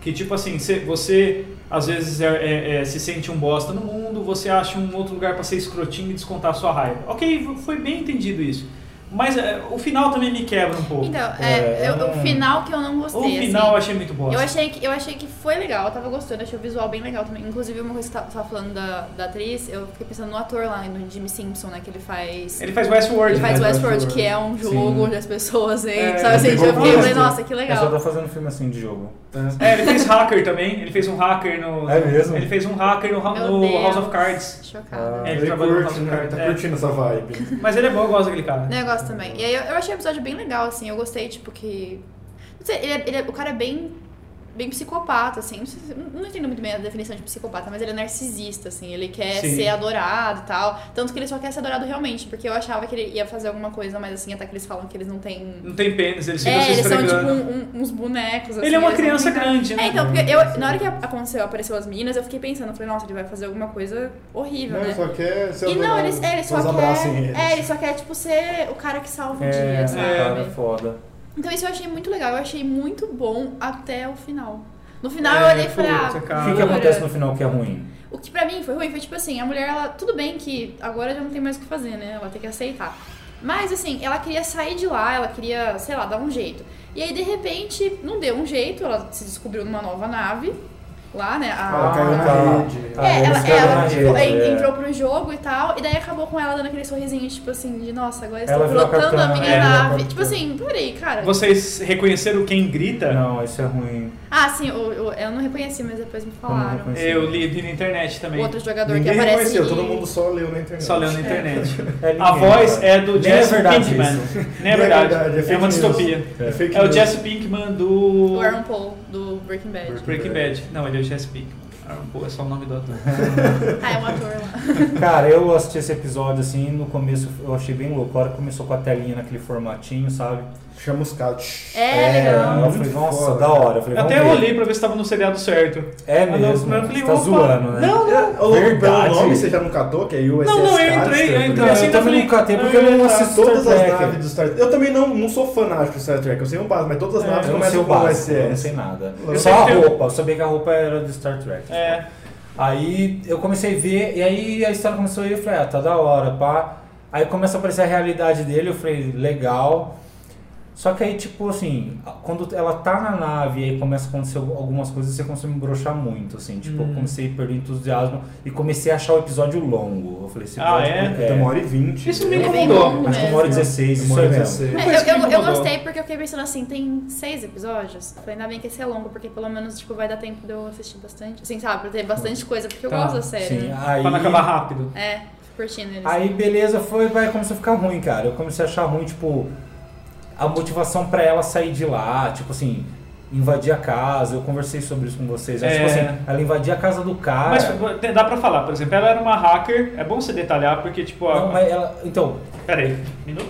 S2: Que tipo assim, cê- você às vezes é- é- é, se sente um bosta no mundo, você acha um outro lugar pra ser escrotinho e descontar a sua raiva. Ok, foi bem entendido isso. Mas é, o final também me quebra um pouco.
S4: Então, é,
S5: É,
S4: eu-
S5: hum.
S4: o final que eu não
S2: um o
S4: gostei.
S2: final eu
S4: assim,
S2: achei muito bosta.
S4: eu achei que Eu achei que foi legal, eu tava gostando, achei o visual bem legal também. Inclusive, uma coisa que você tava falando da, da atriz, eu fiquei pensando no ator lá, no Jimmy Simpson, né? Que ele faz.
S2: Ele faz Westworld.
S4: Ele faz
S2: né?
S4: Westworld, que é um jogo
S5: Sim.
S4: onde as pessoas entram,
S2: É,
S4: sabe assim? Eu
S3: pegou
S4: fiquei, eu falei,
S3: gosto.
S4: nossa, que
S5: Ele só
S4: legal.
S5: tá fazendo filme assim de jogo.
S2: É, ele fez hacker também. Ele fez um hacker no.
S5: É mesmo?
S2: Ele fez um hacker no,
S4: Meu
S2: no
S4: Deus.
S2: House of Cards.
S4: Chocada.
S5: Ah.
S2: É, ele
S3: Ele
S2: trabalhou no House
S3: curte,
S2: of
S3: né?
S2: Cards.
S3: Tá
S2: é.
S3: curtindo essa vibe.
S2: Mas ele é bom, eu gosto daquele cara.
S4: Negócio também. E aí Né, eu, eu achei o episódio bem legal, assim, eu gostei, tipo, que. Não sei, ele é, ele é- o cara é bem. Bem psicopata, assim. Não, sei se- não entendo muito bem a definição de psicopata, mas ele é narcisista, assim. Ele quer
S2: Sim.
S4: ser adorado e tal. Tanto que ele só quer ser adorado realmente, porque eu achava que ele ia fazer alguma coisa, mas assim, até que eles falam que eles não têm.
S2: Não tem pênis, ele fica
S4: É,
S2: se
S4: eles são
S2: esfregando.
S4: tipo um- um- uns bonecos, assim.
S2: Ele é uma
S4: eles não
S2: criança
S4: têm-
S2: grande, né?
S4: É, então, porque eu, na hora que aconteceu, apareceu as meninas, eu fiquei pensando, eu falei, nossa, ele vai fazer alguma coisa horrível,
S3: Não,
S4: né?
S3: só quer ser
S4: E não,
S3: adorado,
S4: ele, é, ele só
S3: pessoas abracem
S4: quer.
S3: Então, eles.
S4: É, ele só quer, tipo, ser o cara que salva o
S5: É,
S4: um dia,
S5: cara,
S4: sabe?
S5: foda.
S4: Então isso eu achei muito legal, eu achei muito bom até o final. No final
S2: É,
S4: eu olhei e falei, ah,
S2: puta,
S5: O
S2: cara.
S5: que, que
S4: jura?
S5: acontece no final que é ruim?
S4: O que pra mim foi ruim foi tipo assim, a mulher, ela, tudo bem que agora já não tem mais o que fazer, né? Ela tem que aceitar. Mas assim, ela queria sair de lá, ela queria, sei lá, dar um jeito. E aí, de repente, não deu um jeito, ela se descobriu numa nova nave. lá, né? A,
S3: Ela Ah, caiu na
S5: tá.
S3: rede.
S5: Ah,
S4: é,
S5: eles
S4: ela,
S5: caíram
S4: ela,
S5: na
S4: tipo,
S5: rede,
S4: en-
S5: é.
S4: entrou pro jogo e tal, e daí acabou com ela dando aquele sorrisinho, tipo assim, de nossa, agora
S5: Ela
S4: estou
S5: virou a
S4: pilotando a
S5: capitã,
S4: minha
S5: é, ela virou a
S4: nave.
S5: capitã.
S4: Tipo assim, peraí, cara.
S2: Vocês reconheceram quem grita?
S5: Não, isso é ruim.
S4: Ah, sim, eu, eu, eu não reconheci, mas depois me
S5: Eu não
S4: falaram.
S5: reconheci.
S2: Eu li, li na internet
S4: O
S2: também.
S4: outro jogador
S3: Ninguém
S4: que aparece.
S3: reconheceu, todo mundo só leu na internet.
S2: Só leu na internet.
S5: É ninguém,
S2: A voz
S5: cara.
S2: é do
S5: Nem é
S2: Jesse
S5: verdade
S2: Pinkman.
S5: isso.
S2: Não é
S3: Não é
S2: verdade.
S3: verdade, é
S2: É
S3: fake
S2: uma
S3: news.
S2: distopia.
S5: É.
S3: fake
S2: É o
S3: news.
S2: Jesse Pinkman do
S4: O Aaron Paul, do Breaking Bad.
S2: Breaking Bad. Não, ele é o Jesse Pinkman. Aaron Paul é só o nome do ator.
S4: Ah, é um ator lá.
S5: Cara, eu assisti esse episódio assim, no começo eu achei bem louco. A hora que começou com a telinha naquele formatinho, sabe?
S3: Chama os caras.
S4: É, legal.
S5: eu falei,
S3: Muito
S5: nossa,
S3: foda.
S5: da hora. Eu falei,
S2: Eu
S5: vamos
S2: até
S5: ver.
S2: olhei pra ver se tava no seriado certo.
S5: É
S2: Ah, não,
S5: mesmo,
S2: mas eu
S5: você
S2: falei,
S5: tá
S2: opa.
S5: zoando, né?
S2: Não, não.
S3: Ô, louco, É, pelo
S5: Verdade.
S3: nome você já não catou, que é
S2: Não,
S3: USS
S2: não, eu entrei,
S3: Callister,
S2: eu
S3: tá
S2: entrei,
S5: Eu
S3: ligado?
S2: assim,
S5: também
S2: falei,
S5: não catei porque
S2: eu
S5: eu não
S2: ia
S5: assisto
S3: Todas
S5: Star
S3: as
S5: Trek.
S3: naves do Star Trek. Eu também não, não sou fanático de Star Trek, eu sei um base, mas todas as
S2: É,
S3: naves
S5: Eu não sei
S3: começam
S5: o
S3: com o
S5: básico, eu não sei um
S3: SS.
S5: nada.
S3: Eu
S5: Só a
S2: sei que tem-
S5: roupa, eu sabia que a roupa era do Star Trek.
S2: É.
S5: Aí eu comecei a ver, e aí a história começou a ir, eu falei, ah, tá da hora, pá. Aí começa a aparecer a realidade dele, eu falei, legal. Só que aí, tipo assim, quando ela tá na nave e aí começa a acontecer algumas coisas, você começa a me broxar muito, assim. Tipo,
S2: Hum.
S5: eu comecei a perder o entusiasmo e comecei a achar o episódio longo. Eu falei, esse
S2: Ah,
S5: episódio
S2: é?
S3: Tem Então, uma hora e vinte.
S2: Isso me
S4: É bem
S2: incomodou.
S4: longo.
S5: Acho que uma hora e dezesseis, isso
S3: Uma hora
S5: é
S3: e
S5: mesmo.
S3: 16.
S4: É,
S2: Foi isso que
S4: eu,
S2: me
S4: eu, eu
S2: incomodou.
S4: gostei porque eu fiquei pensando assim, tem seis episódios? Falei, ainda bem que esse é longo, porque pelo menos tipo, vai dar tempo de eu assistir bastante. Assim, sabe, pra ter bastante coisa, porque eu
S2: Tá,
S4: gosto da série.
S5: Sim,
S4: né?
S5: aí...
S2: Pra não acabar rápido.
S4: É, fico curtindo eles.
S5: Aí beleza, foi, vai, começou a ficar ruim, cara. Eu comecei a achar ruim, tipo, a motivação pra ela sair de lá, tipo assim, invadir a casa. Eu conversei sobre isso com vocês. né?
S2: É.
S5: Tipo assim, ela invadir a casa do cara.
S2: Mas dá pra falar, por exemplo, ela era uma hacker, é bom você detalhar, porque tipo, a...
S5: Não, mas ela, então,
S2: peraí, minuto.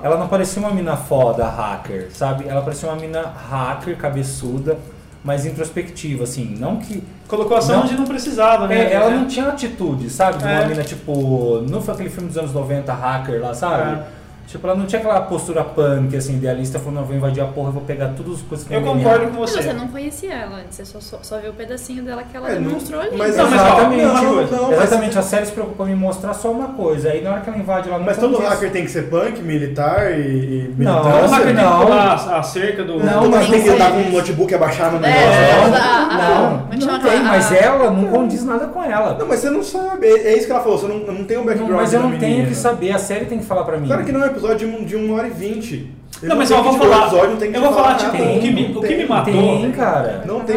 S5: ela não parecia uma mina foda, hacker, sabe? Ela parecia uma mina hacker, cabeçuda, mas introspectiva, assim. Não que.
S2: Colocou ação
S5: Não.
S2: onde não precisava, né?
S5: É, ela não tinha atitude, sabe? De uma
S2: É.
S5: mina, tipo, não foi aquele filme dos anos 90, hacker lá, sabe?
S2: É.
S5: Tipo, ela não tinha aquela postura punk, assim, idealista, falando, não, eu vou invadir a porra, eu vou pegar todas as coisas que
S2: Eu
S5: ninguém me
S2: concordo
S5: ama."
S2: com
S4: Mas
S2: você.
S4: você não conhecia ela antes, você só, só, só viu o pedacinho dela que ela
S3: É, não-
S4: demonstrou ali. Então,
S3: mas-
S2: Não, mas ó,
S5: Exatamente.
S2: não, não, não,
S3: não,
S5: Exatamente, a série se preocupou em me mostrar só uma coisa. Aí na hora que ela invade lá
S3: Mas todo hacker tem que ser punk, militar e, e
S5: Não,
S2: Então, o
S5: Nossa,
S2: hacker
S3: militância?
S2: tem que
S5: não.
S2: pular a- a cerca do...
S5: Não,
S3: Todo
S5: mas
S3: hacker tem que
S5: não
S3: andar com
S5: tem
S3: um notebook abaixado no
S4: É,
S3: negócio.
S4: é,
S3: não?
S4: mas a-
S5: Não,
S4: como é
S5: não,
S4: que chama
S5: tem,
S4: aquela-
S5: mas
S4: a-
S5: ela não condiz nada com ela.
S3: Não, mas você não sabe. É, é isso que ela falou, você não, não tem o background
S5: Não, mas eu
S3: da
S5: não tenho
S3: menina.
S5: que saber, a série tem que falar pra mim.
S3: Claro que não é um episódio de um- de 1 hora e 20. Ele
S2: Não, mas
S3: tem
S2: eu vou
S3: que, tipo,
S2: falar.
S3: episódio, não tem que
S2: eu vou falar,
S3: nada.
S2: tipo,
S5: Tem,
S2: o que me, o que me
S3: tem,
S2: matou.
S5: Tem, cara.
S3: Não tem.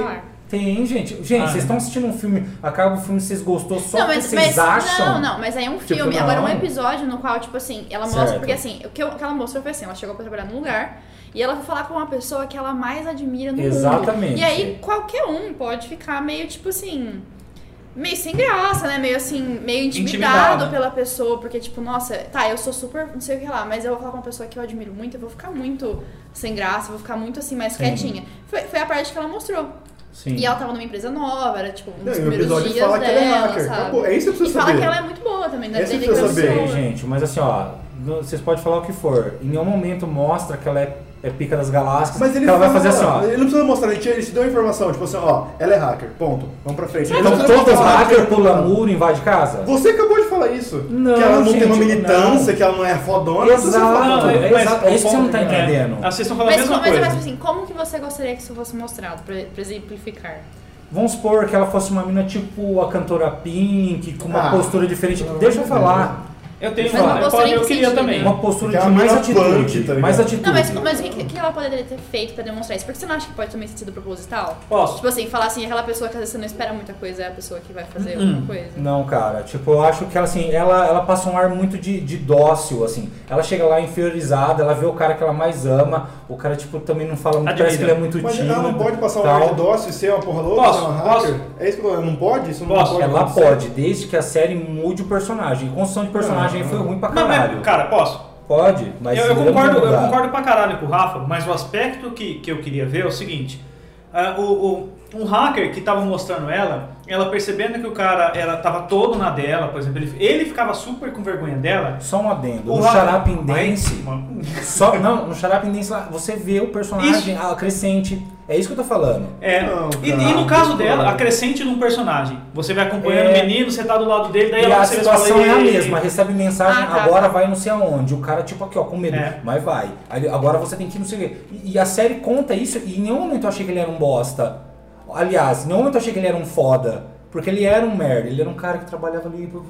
S5: Tem, gente. Gente,
S2: Ah.
S5: vocês estão assistindo um filme, acaba o filme, vocês gostou só
S4: não,
S5: porque
S4: mas,
S5: vocês
S4: mas-
S5: acham.
S4: não, não, mas aí é um
S5: Tipo,
S4: filme.
S5: não.
S4: Agora, um episódio no qual, tipo assim, ela mostra.
S5: Certo.
S4: Porque assim, o que eu- o que ela mostrou foi assim: ela chegou pra trabalhar num lugar e ela foi falar com uma pessoa que ela mais admira no mundo.
S5: Exatamente.
S4: E aí, qualquer um pode ficar meio, tipo assim. Meio sem graça, né? Meio assim, meio intimidado
S2: Intimidado.
S4: pela pessoa, porque, tipo, nossa, tá, eu sou super, não sei o que lá, mas eu vou falar com uma pessoa que eu admiro muito, eu vou ficar muito sem graça, eu vou ficar muito assim, mais
S5: Sim.
S4: quietinha. Foi, foi a parte que ela mostrou.
S5: Sim.
S4: E é ela tava numa empresa nova, era tipo um
S3: Não,
S4: dos
S3: e o
S4: primeiros
S3: episódio
S4: dias
S3: fala que
S4: dela,
S3: ela é hacker.
S4: sabe?
S3: Acabou. É isso que eu
S4: e
S3: preciso
S4: fala
S3: saber.
S4: que ela é muito boa também, né?
S3: É isso que
S4: Dele
S3: eu preciso
S5: Sei,
S3: saber.
S5: gente, mas assim, ó, no- vocês podem falar o que for. Em nenhum momento mostra que ela é, é pica das galáxias.
S3: Mas ele
S5: que ela vai
S3: fala,
S5: fazer assim, ó.
S3: Ele não precisa mostrar, ele te, ele te deu a informação, tipo assim, ó, ela é hacker, ponto. Vamos pra frente. Ele não
S5: Então
S3: precisa
S5: todas
S3: falar,
S5: hacker
S3: tipo,
S5: pula muro, invade casa?
S3: Você acabou de falar isso.
S5: Não,
S3: que ela não tem uma
S5: gente,
S3: militância,
S5: não.
S3: que ela não é fodona. não precisa
S5: Exato.
S3: falar
S2: Não,
S3: tudo.
S5: é exato, é isso que você não tá
S2: o ponto,
S5: entendendo.
S2: É, assistam falando a
S4: Mas,
S2: mesma
S4: mas,
S2: coisa.
S4: mas assim, como que você gostaria que isso fosse mostrado, pra, pra exemplificar?
S5: Vamos supor que ela fosse uma mina tipo a cantora Pink, com uma
S3: Ah,
S5: postura diferente.
S3: não,
S5: Deixa eu
S3: não.
S5: falar.
S2: eu tenho
S4: Mas
S2: uma,
S4: não
S2: eu,
S4: gostou
S2: pode-
S4: nem
S2: eu
S4: que
S2: queria
S4: sente,
S2: também.
S4: né?
S5: Uma postura
S3: Que é
S5: de
S3: uma
S5: mais
S3: mina
S5: atitude.
S3: punk, tá ligado?
S5: mais atitude.
S4: Não, mas, é mas o que, que ela poderia ter feito pra demonstrar isso? Porque você não acha que pode também ter sido proposital?
S2: Posso?
S4: Tipo assim, falar assim, aquela pessoa que às vezes você não espera muita coisa é a pessoa que vai fazer
S2: Hum.
S4: alguma coisa.
S5: Não, cara, tipo, eu acho que ela assim, ela, ela passa um ar muito de, de dócil, assim. Ela chega lá inferiorizada, ela vê o cara que ela mais ama, o cara, tipo, também não fala muito,
S2: Admira.
S5: parece que ele é muito
S3: Mas
S5: tímido.
S3: ela não pode passar um
S5: tal.
S3: ar de dócil e ser uma porra louca,
S2: né? Posso,
S3: ser uma hacker?
S2: posso.
S3: É isso que eu tô falando, não pode? Isso não
S2: Posso,
S3: pode
S5: Ela
S3: acontecer.
S5: pode, desde que a série mude o personagem. E construção de personagem aí foi ruim pra
S2: Não,
S5: caralho.
S2: mas, cara, posso?
S5: Pode, mas. é
S2: eu, eu
S5: não
S2: concordo,
S5: vai
S2: eu
S5: mudar.
S2: concordo pra caralho com o Rafa, mas o aspecto que, que eu queria ver é o seguinte: ah, o, o- um hacker que tava mostrando ela, ela percebendo que o cara ela tava todo na dela, por exemplo, ele, ele ficava super com vergonha dela.
S5: Só um adendo.
S2: O
S5: No
S2: Rafa-
S5: Xarapindense.
S2: Ai, mano.
S5: Só, não, no Xarapindense lá, você vê o personagem ah, crescente. É isso que eu tô falando.
S2: É,
S3: Não,
S2: e,
S3: cara,
S2: e no caso
S3: não.
S2: dela, acrescente num personagem. Você vai acompanhando o
S5: É.
S2: menino, você tá do lado dele, daí
S5: E
S2: ela
S5: a
S2: você
S5: situação
S2: fala,
S5: é a
S2: "Ei".
S5: mesma, recebe mensagem,
S4: Ah, tá.
S5: agora vai não sei aonde. O cara, tipo, aqui, ó, com medo,
S2: É.
S5: mas vai. Aí, agora você tem que ir não sei o quê. E, e a série conta isso, e em nenhum momento eu achei que ele era um bosta. Aliás, não eu achei que ele era um foda, porque ele era um merda, ele era um cara que trabalhava ali. pro-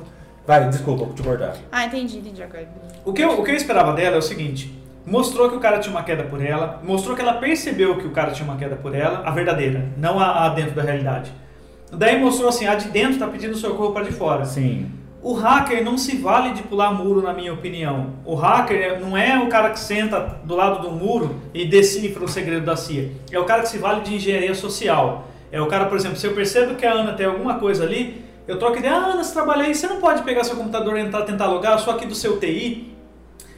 S5: Vai, desculpa, vou te
S2: Tá
S5: cortar.
S4: Ah, entendi, entendi agora.
S2: O que, eu, o que eu esperava dela é o seguinte: mostrou que o cara tinha uma queda por ela, mostrou que ela percebeu que o cara tinha uma queda por ela, a verdadeira, não a, a dentro da realidade. Daí mostrou assim: a de dentro tá pedindo socorro pra de fora.
S5: Assim,
S2: O hacker não se vale de pular muro, na minha opinião. O hacker é- não é o cara que senta do lado do muro e decifra o segredo da CIA. É o cara que se vale de engenharia social. É o cara, por exemplo, se eu percebo que a Ana tem alguma coisa ali, eu troco ideia, ah, Ana, você trabalha aí, você não pode pegar seu computador e entrar tentar logar, eu sou aqui do seu TI.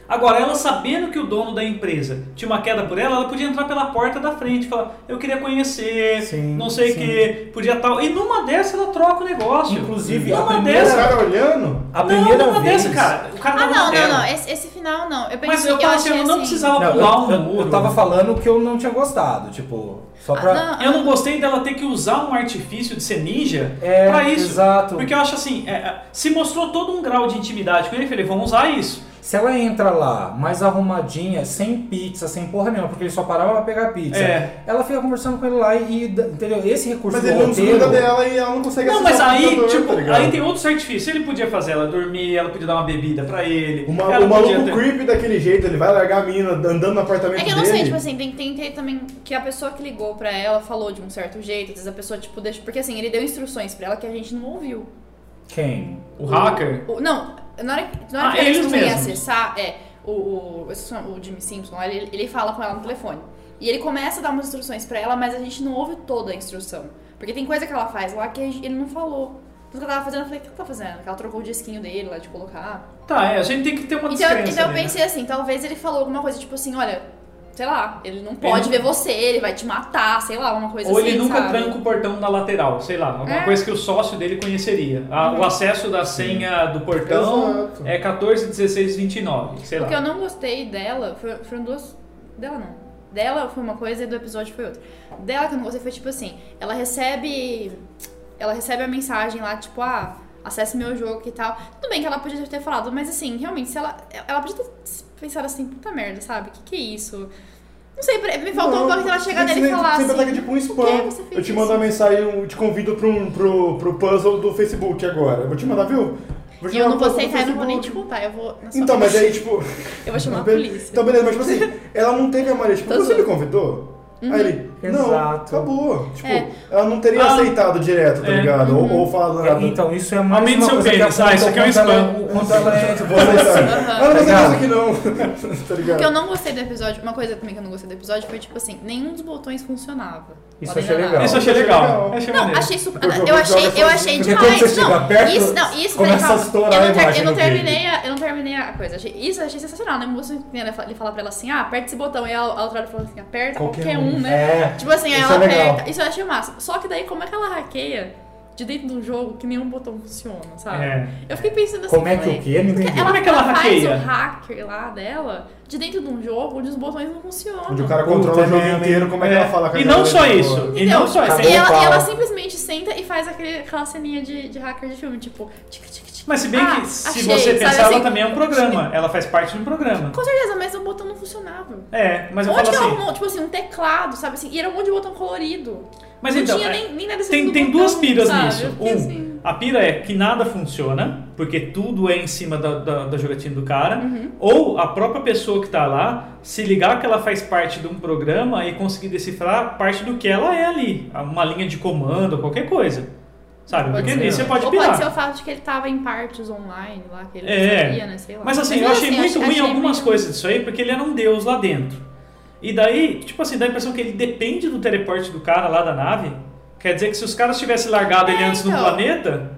S2: Agora, ela sabendo que o dono da empresa tinha uma queda por ela, ela podia entrar pela porta da frente e falar, eu queria conhecer,
S5: Sim,
S2: não sei o
S5: sim.
S2: que, podia tal. E numa dessa ela troca o negócio.
S5: Inclusive, a
S2: numa
S5: primeira-
S3: O
S2: dessa,
S3: cara olhando.
S5: a
S2: não,
S5: primeira
S2: não, não é.
S5: vez.
S2: desse, cara. O cara
S4: Ah,
S2: tava
S4: não,
S2: dela.
S4: não, não. Esse, esse final não. Eu pensei,
S2: Mas eu
S4: eu
S2: tava
S4: achei
S2: achando, não
S4: assim-
S2: precisava
S5: Não,
S2: pular um
S5: eu, eu,
S2: muro.
S5: eu tava falando que eu não tinha gostado, tipo, só
S4: Ah,
S5: pra.
S4: não,
S2: Eu não gostei dela ter que usar um artifício de ser ninja
S5: É,
S2: pra isso.
S5: exato.
S2: Porque eu acho assim, é, é, se mostrou todo um grau de intimidade com ele, eu falei, vamos usar isso.
S5: Se ela entra lá mais arrumadinha, sem pizza, sem porra nenhuma, porque ele só parava pra pegar pizza,
S2: É.
S5: ela fica conversando com ele lá e. e- Entendeu? Esse recurso
S3: Mas
S5: do
S3: ele não
S5: roteiro-
S3: desgruda dela e ela não consegue
S2: Não, mas
S3: acessar o
S2: aí,
S3: computador,
S2: tipo,
S3: tá ligado?
S2: aí tem outros artifícios. Ele podia fazer ela dormir, ela podia dar uma bebida pra ele.
S3: Uma,
S2: ela
S3: o
S2: podia
S3: maluco
S2: ter-
S3: creepy daquele jeito, ele vai largar a menina andando no apartamento
S4: É que eu
S3: dele.
S4: não sei, tipo assim, tem, tem que ter também que a pessoa que ligou pra ela falou de um certo jeito, às vezes a pessoa, tipo, deixa. Porque assim, ele deu instruções pra ela que a gente não ouviu.
S5: Quem?
S2: O hacker.
S4: O- não, na hora que, na hora
S2: Ah,
S4: que eles
S2: eles
S4: conseguem
S2: mesmos.
S4: acessar, é, o, o, esse chama- o Jimmy Simpson, lá, ele, ele fala com ela no telefone. E ele começa a dar umas instruções pra ela, mas a gente não ouve toda a instrução. Porque tem coisa que ela faz lá que a gente- ele não falou. Tudo que ela tava fazendo, eu falei, o que ela tá fazendo? Que ela trocou o disquinho dele lá de colocar.
S2: Tá, é, a gente tem que ter uma
S4: Então,
S2: descrença.
S4: então eu
S2: ali, né?
S4: pensei assim, talvez ele falou alguma coisa tipo assim, olha, sei lá, ele não pode
S2: não-
S4: ver você, ele vai te matar, sei lá, uma coisa
S2: Ou
S4: assim.
S2: ele nunca
S4: sabe?
S2: tranca o portão da lateral, sei lá, alguma
S4: É. Uhum.
S2: coisa que o sócio dele conheceria. A- O acesso da senha do portão
S3: Exato.
S2: é 14, 16, 29, sei
S4: O
S2: lá.
S4: que eu não gostei dela, foi- foram duas. Dela não. Dela foi uma coisa e do episódio foi outra. Dela que eu não gostei foi tipo assim, ela recebe. Ela recebe a mensagem lá, tipo, ah, acesse meu jogo e tal. Tudo bem que ela podia ter falado, mas assim, realmente, se ela. Ela podia ter pensado assim, puta merda, sabe? Que que é isso? Não sei, me faltou um pouco que ela chegar
S3: Sempre-
S4: nele e falar
S3: Sempre
S4: assim.
S3: ataca tipo um
S4: "Por que
S3: spam.
S4: você fez
S3: Eu te
S4: isso?"
S3: mando uma mensagem, eu te convido pro, um- pro, pro puzzle do Facebook agora. Eu vou te mandar, viu? Vou te
S4: E
S3: mandar um
S4: eu não vou
S3: puzzle do
S4: aceitar, eu não vou nem te
S3: Facebook.
S4: contar, eu vou. na sua
S3: Então, mas
S4: casa.
S3: aí, tipo.
S4: Eu vou chamar a
S3: Beleza.
S4: polícia.
S3: Então, beleza, mas tipo assim, ela não teve a Maria. Tipo,
S4: Tô
S3: você
S4: zoando. Uhum.
S3: me convidou? Aí ele, não,
S5: Exato.
S3: acabou. Tipo,
S4: É. Uhum.
S3: ela não teria
S2: Ah.
S3: aceitado direto, tá
S2: É.
S3: ligado? Ou, ou falado.
S5: Então, isso é mais
S2: Aumente
S5: uma
S2: seu
S5: coisa que
S2: pênis, ah,
S5: aponta
S2: isso aqui é um
S5: o quanto ela-
S2: spam.
S5: o quanto ela é-
S3: Vou aceitar. Mas não
S5: Obrigado.
S3: aceita isso aqui não. tá
S4: O que eu
S3: ligado?
S4: não gostei do episódio, uma coisa também que eu não gostei do episódio foi tipo assim, nenhum dos botões funcionava.
S5: Isso
S4: Lá
S5: achei
S4: dentro
S5: legal.
S4: da nave.
S2: Isso eu achei legal.
S3: Não,
S2: Achei
S4: Não,
S2: maneiro.
S4: achei super.
S3: Eu jogo
S4: Eu
S3: de
S4: achei,
S3: joga
S4: eu
S3: sozinho.
S4: achei
S5: Porque
S4: demais.
S5: quando você chega
S4: não,
S5: perto,
S4: isso, não,
S5: começa
S4: isso peraí, calma.
S5: a estourar
S4: eu não,
S5: a imagem
S4: eu não
S5: no
S4: terminei a, eu não terminei a coisa. Achei- isso eu achei sensacional, né? O moço, Ele fala- ele fala pra ela assim, ah, aperta esse botão. E ela- a outra hora falou assim, aperta qualquer, um, né?
S5: É.
S4: Tipo assim, aí
S5: Isso
S4: ela
S5: é legal.
S4: aperta. Isso eu achei massa. Só que daí, como é que ela hackeia de dentro de um jogo que nenhum botão funciona, sabe?
S2: É.
S4: Eu fiquei pensando assim.
S5: Como é que
S4: falei,
S5: o quê? Não
S4: porque
S5: entendi.
S4: Ela,
S2: Como é que ela
S4: faz um
S2: hackeia?
S4: o hacker lá dela de dentro de um jogo onde os botões não funcionam.
S3: Onde o cara
S5: Puta
S3: controla o jogo
S5: merda,
S3: inteiro, como é que
S2: É.
S3: ela fala com a
S2: E não
S3: galera
S2: só
S3: de
S2: isso.
S3: fora?
S2: E não só
S4: tipo,
S2: isso.
S4: e ela,
S5: Opa.
S4: ela simplesmente senta e faz aquele, aquela ceninha de, de hacker de filme, tipo, tic, tic, tic.
S2: Mas se bem
S4: Ah,
S2: que se
S4: achei,
S2: você
S4: sabe
S2: pensar,
S4: assim?
S2: ela também é um programa. Ela faz parte de um programa.
S4: Com certeza, mas o botão não funcionava.
S2: É, mas eu
S4: Onde
S2: falo
S4: que ela
S2: assim.
S4: arrumou? Tipo assim, um teclado, sabe assim? E era um monte de botão colorido.
S2: Mas
S4: não
S2: então,
S4: tinha
S2: é,
S4: nem, nem nada desse
S2: tem,
S4: do
S2: tem
S4: botão,
S2: duas piras
S4: sabe? Eu
S2: nisso.
S4: fiquei assim,
S2: Um, a pira é que nada funciona, porque tudo é em cima da, da, da jogatina do cara.
S4: Uhum.
S2: Ou a própria pessoa que tá lá se ligar que ela faz parte de um programa e conseguir decifrar parte do que ela é ali. Uma linha de comando, qualquer coisa. Sabe?
S4: Pode
S2: porque
S4: ser.
S2: nisso você pode
S4: Ou
S2: pirar.
S4: pode ser o fato de que ele tava em partes online lá, que ele
S2: É.
S4: não sabia, né? Sei lá.
S2: Mas assim, eu
S4: mesmo
S2: achei muito ruim
S4: achei
S2: algumas
S4: meio-
S2: coisas disso aí, porque ele era um deus lá dentro. E daí, tipo assim, dá a impressão que ele depende do teleporte do cara lá da nave. Quer dizer que se os caras tivessem largado ele
S4: É,
S2: antes no
S4: então.
S2: planeta.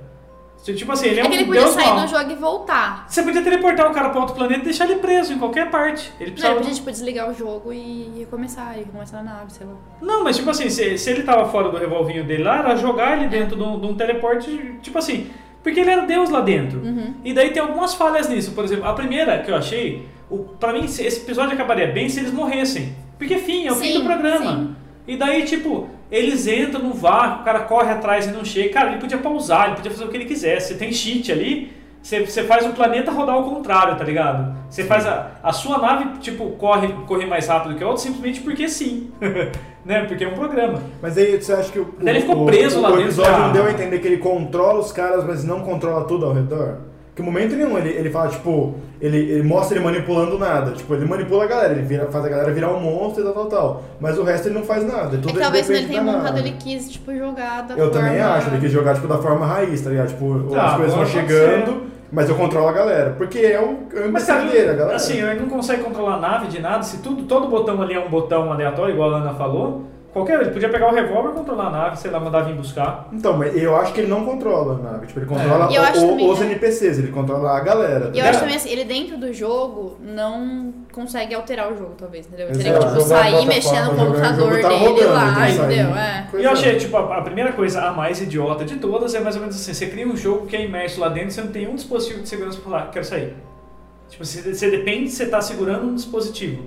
S2: se- Tipo assim, ele é,
S4: É
S2: um
S4: que ele podia
S2: deus
S4: sair
S2: mau.
S4: do jogo e voltar.
S2: Você podia teleportar o cara pra outro planeta e deixar ele preso em qualquer parte. Ele
S4: Não,
S2: precisava... um
S4: ele podia, tipo, desligar o jogo e recomeçar, e recomeçar na nave, sei lá.
S2: Não, mas tipo assim, se, se ele tava fora do revolvinho dele lá, era jogar ele dentro de um, de um teleporte, tipo assim, porque ele era Deus lá dentro.
S4: Uhum.
S2: E daí tem algumas falhas nisso. Por exemplo, a primeira que eu achei, o, pra mim, se- esse episódio acabaria bem se eles morressem. Porque fim, é o fim
S4: Sim,
S2: do programa.
S4: sim.
S2: E daí, tipo, eles entram no vácuo, o cara corre atrás e não chega. Cara, ele podia pausar, ele podia fazer o que ele quisesse. Você tem cheat ali. Você, você faz o planeta rodar ao contrário, tá ligado? Você faz a, a sua nave, tipo, corre, corre mais rápido que a outra simplesmente porque sim. né? Porque é um programa.
S3: Mas aí você acha que o,
S2: Daí ele ficou
S3: o-
S2: preso
S3: o,
S2: lá
S3: o
S2: dentro, ah.
S3: episódio
S2: cara.
S3: não deu a entender que ele controla os caras, mas não controla tudo ao redor? Que em momento nenhum ele, ele fala, tipo, ele, ele mostra ele manipulando nada. Tipo, ele manipula a galera, ele vira- faz a galera virar um monstro e tal, tal, tal. Mas o resto ele não faz nada.
S4: É
S3: Tudo
S4: que talvez
S3: ele
S4: ele
S3: depende
S4: tenha
S3: da
S4: montado,
S3: nave.
S4: ele quis, tipo, jogar da
S3: Eu
S4: forma...
S3: também acho, ele quis jogar, tipo, da forma raiz, tá ligado? Tipo,
S2: Tá,
S3: as coisas vão
S2: pode ser.
S3: chegando, mas eu controlo a galera. Porque é o é o
S2: Mas cara,
S3: brincadeira, a galera.
S2: assim, ele não consegue controlar a nave de nada. Se tudo, todo botão ali é um botão aleatório, igual a Ana falou, qualquer ele podia pegar o revólver e controlar a nave, sei lá, mandar vir buscar.
S3: Então, mas eu acho que ele não controla a nave. Tipo, ele controla
S4: E eu acho
S3: o-
S4: também,
S3: os
S4: né?
S3: NPCs, ele controla a galera. tá
S4: E eu
S2: É.
S4: acho também assim, ele dentro do jogo não consegue alterar o jogo, talvez, entendeu? Ele teria que,
S3: Exato.
S4: tipo,
S5: Jogar a
S4: sair
S5: plataforma,
S4: mexendo no
S5: jogar o
S4: computador
S3: jogo
S4: dele
S3: tá rodando,
S4: lá,
S3: tem que
S4: entendeu?
S3: sair.
S4: É.
S2: E eu achei, tipo, a, a primeira coisa, a mais idiota de todas, é mais ou menos assim: você cria um jogo que é imerso lá dentro, você não tem um dispositivo de segurança pra falar, quero sair. Tipo, você, você depende, você tá segurando um dispositivo.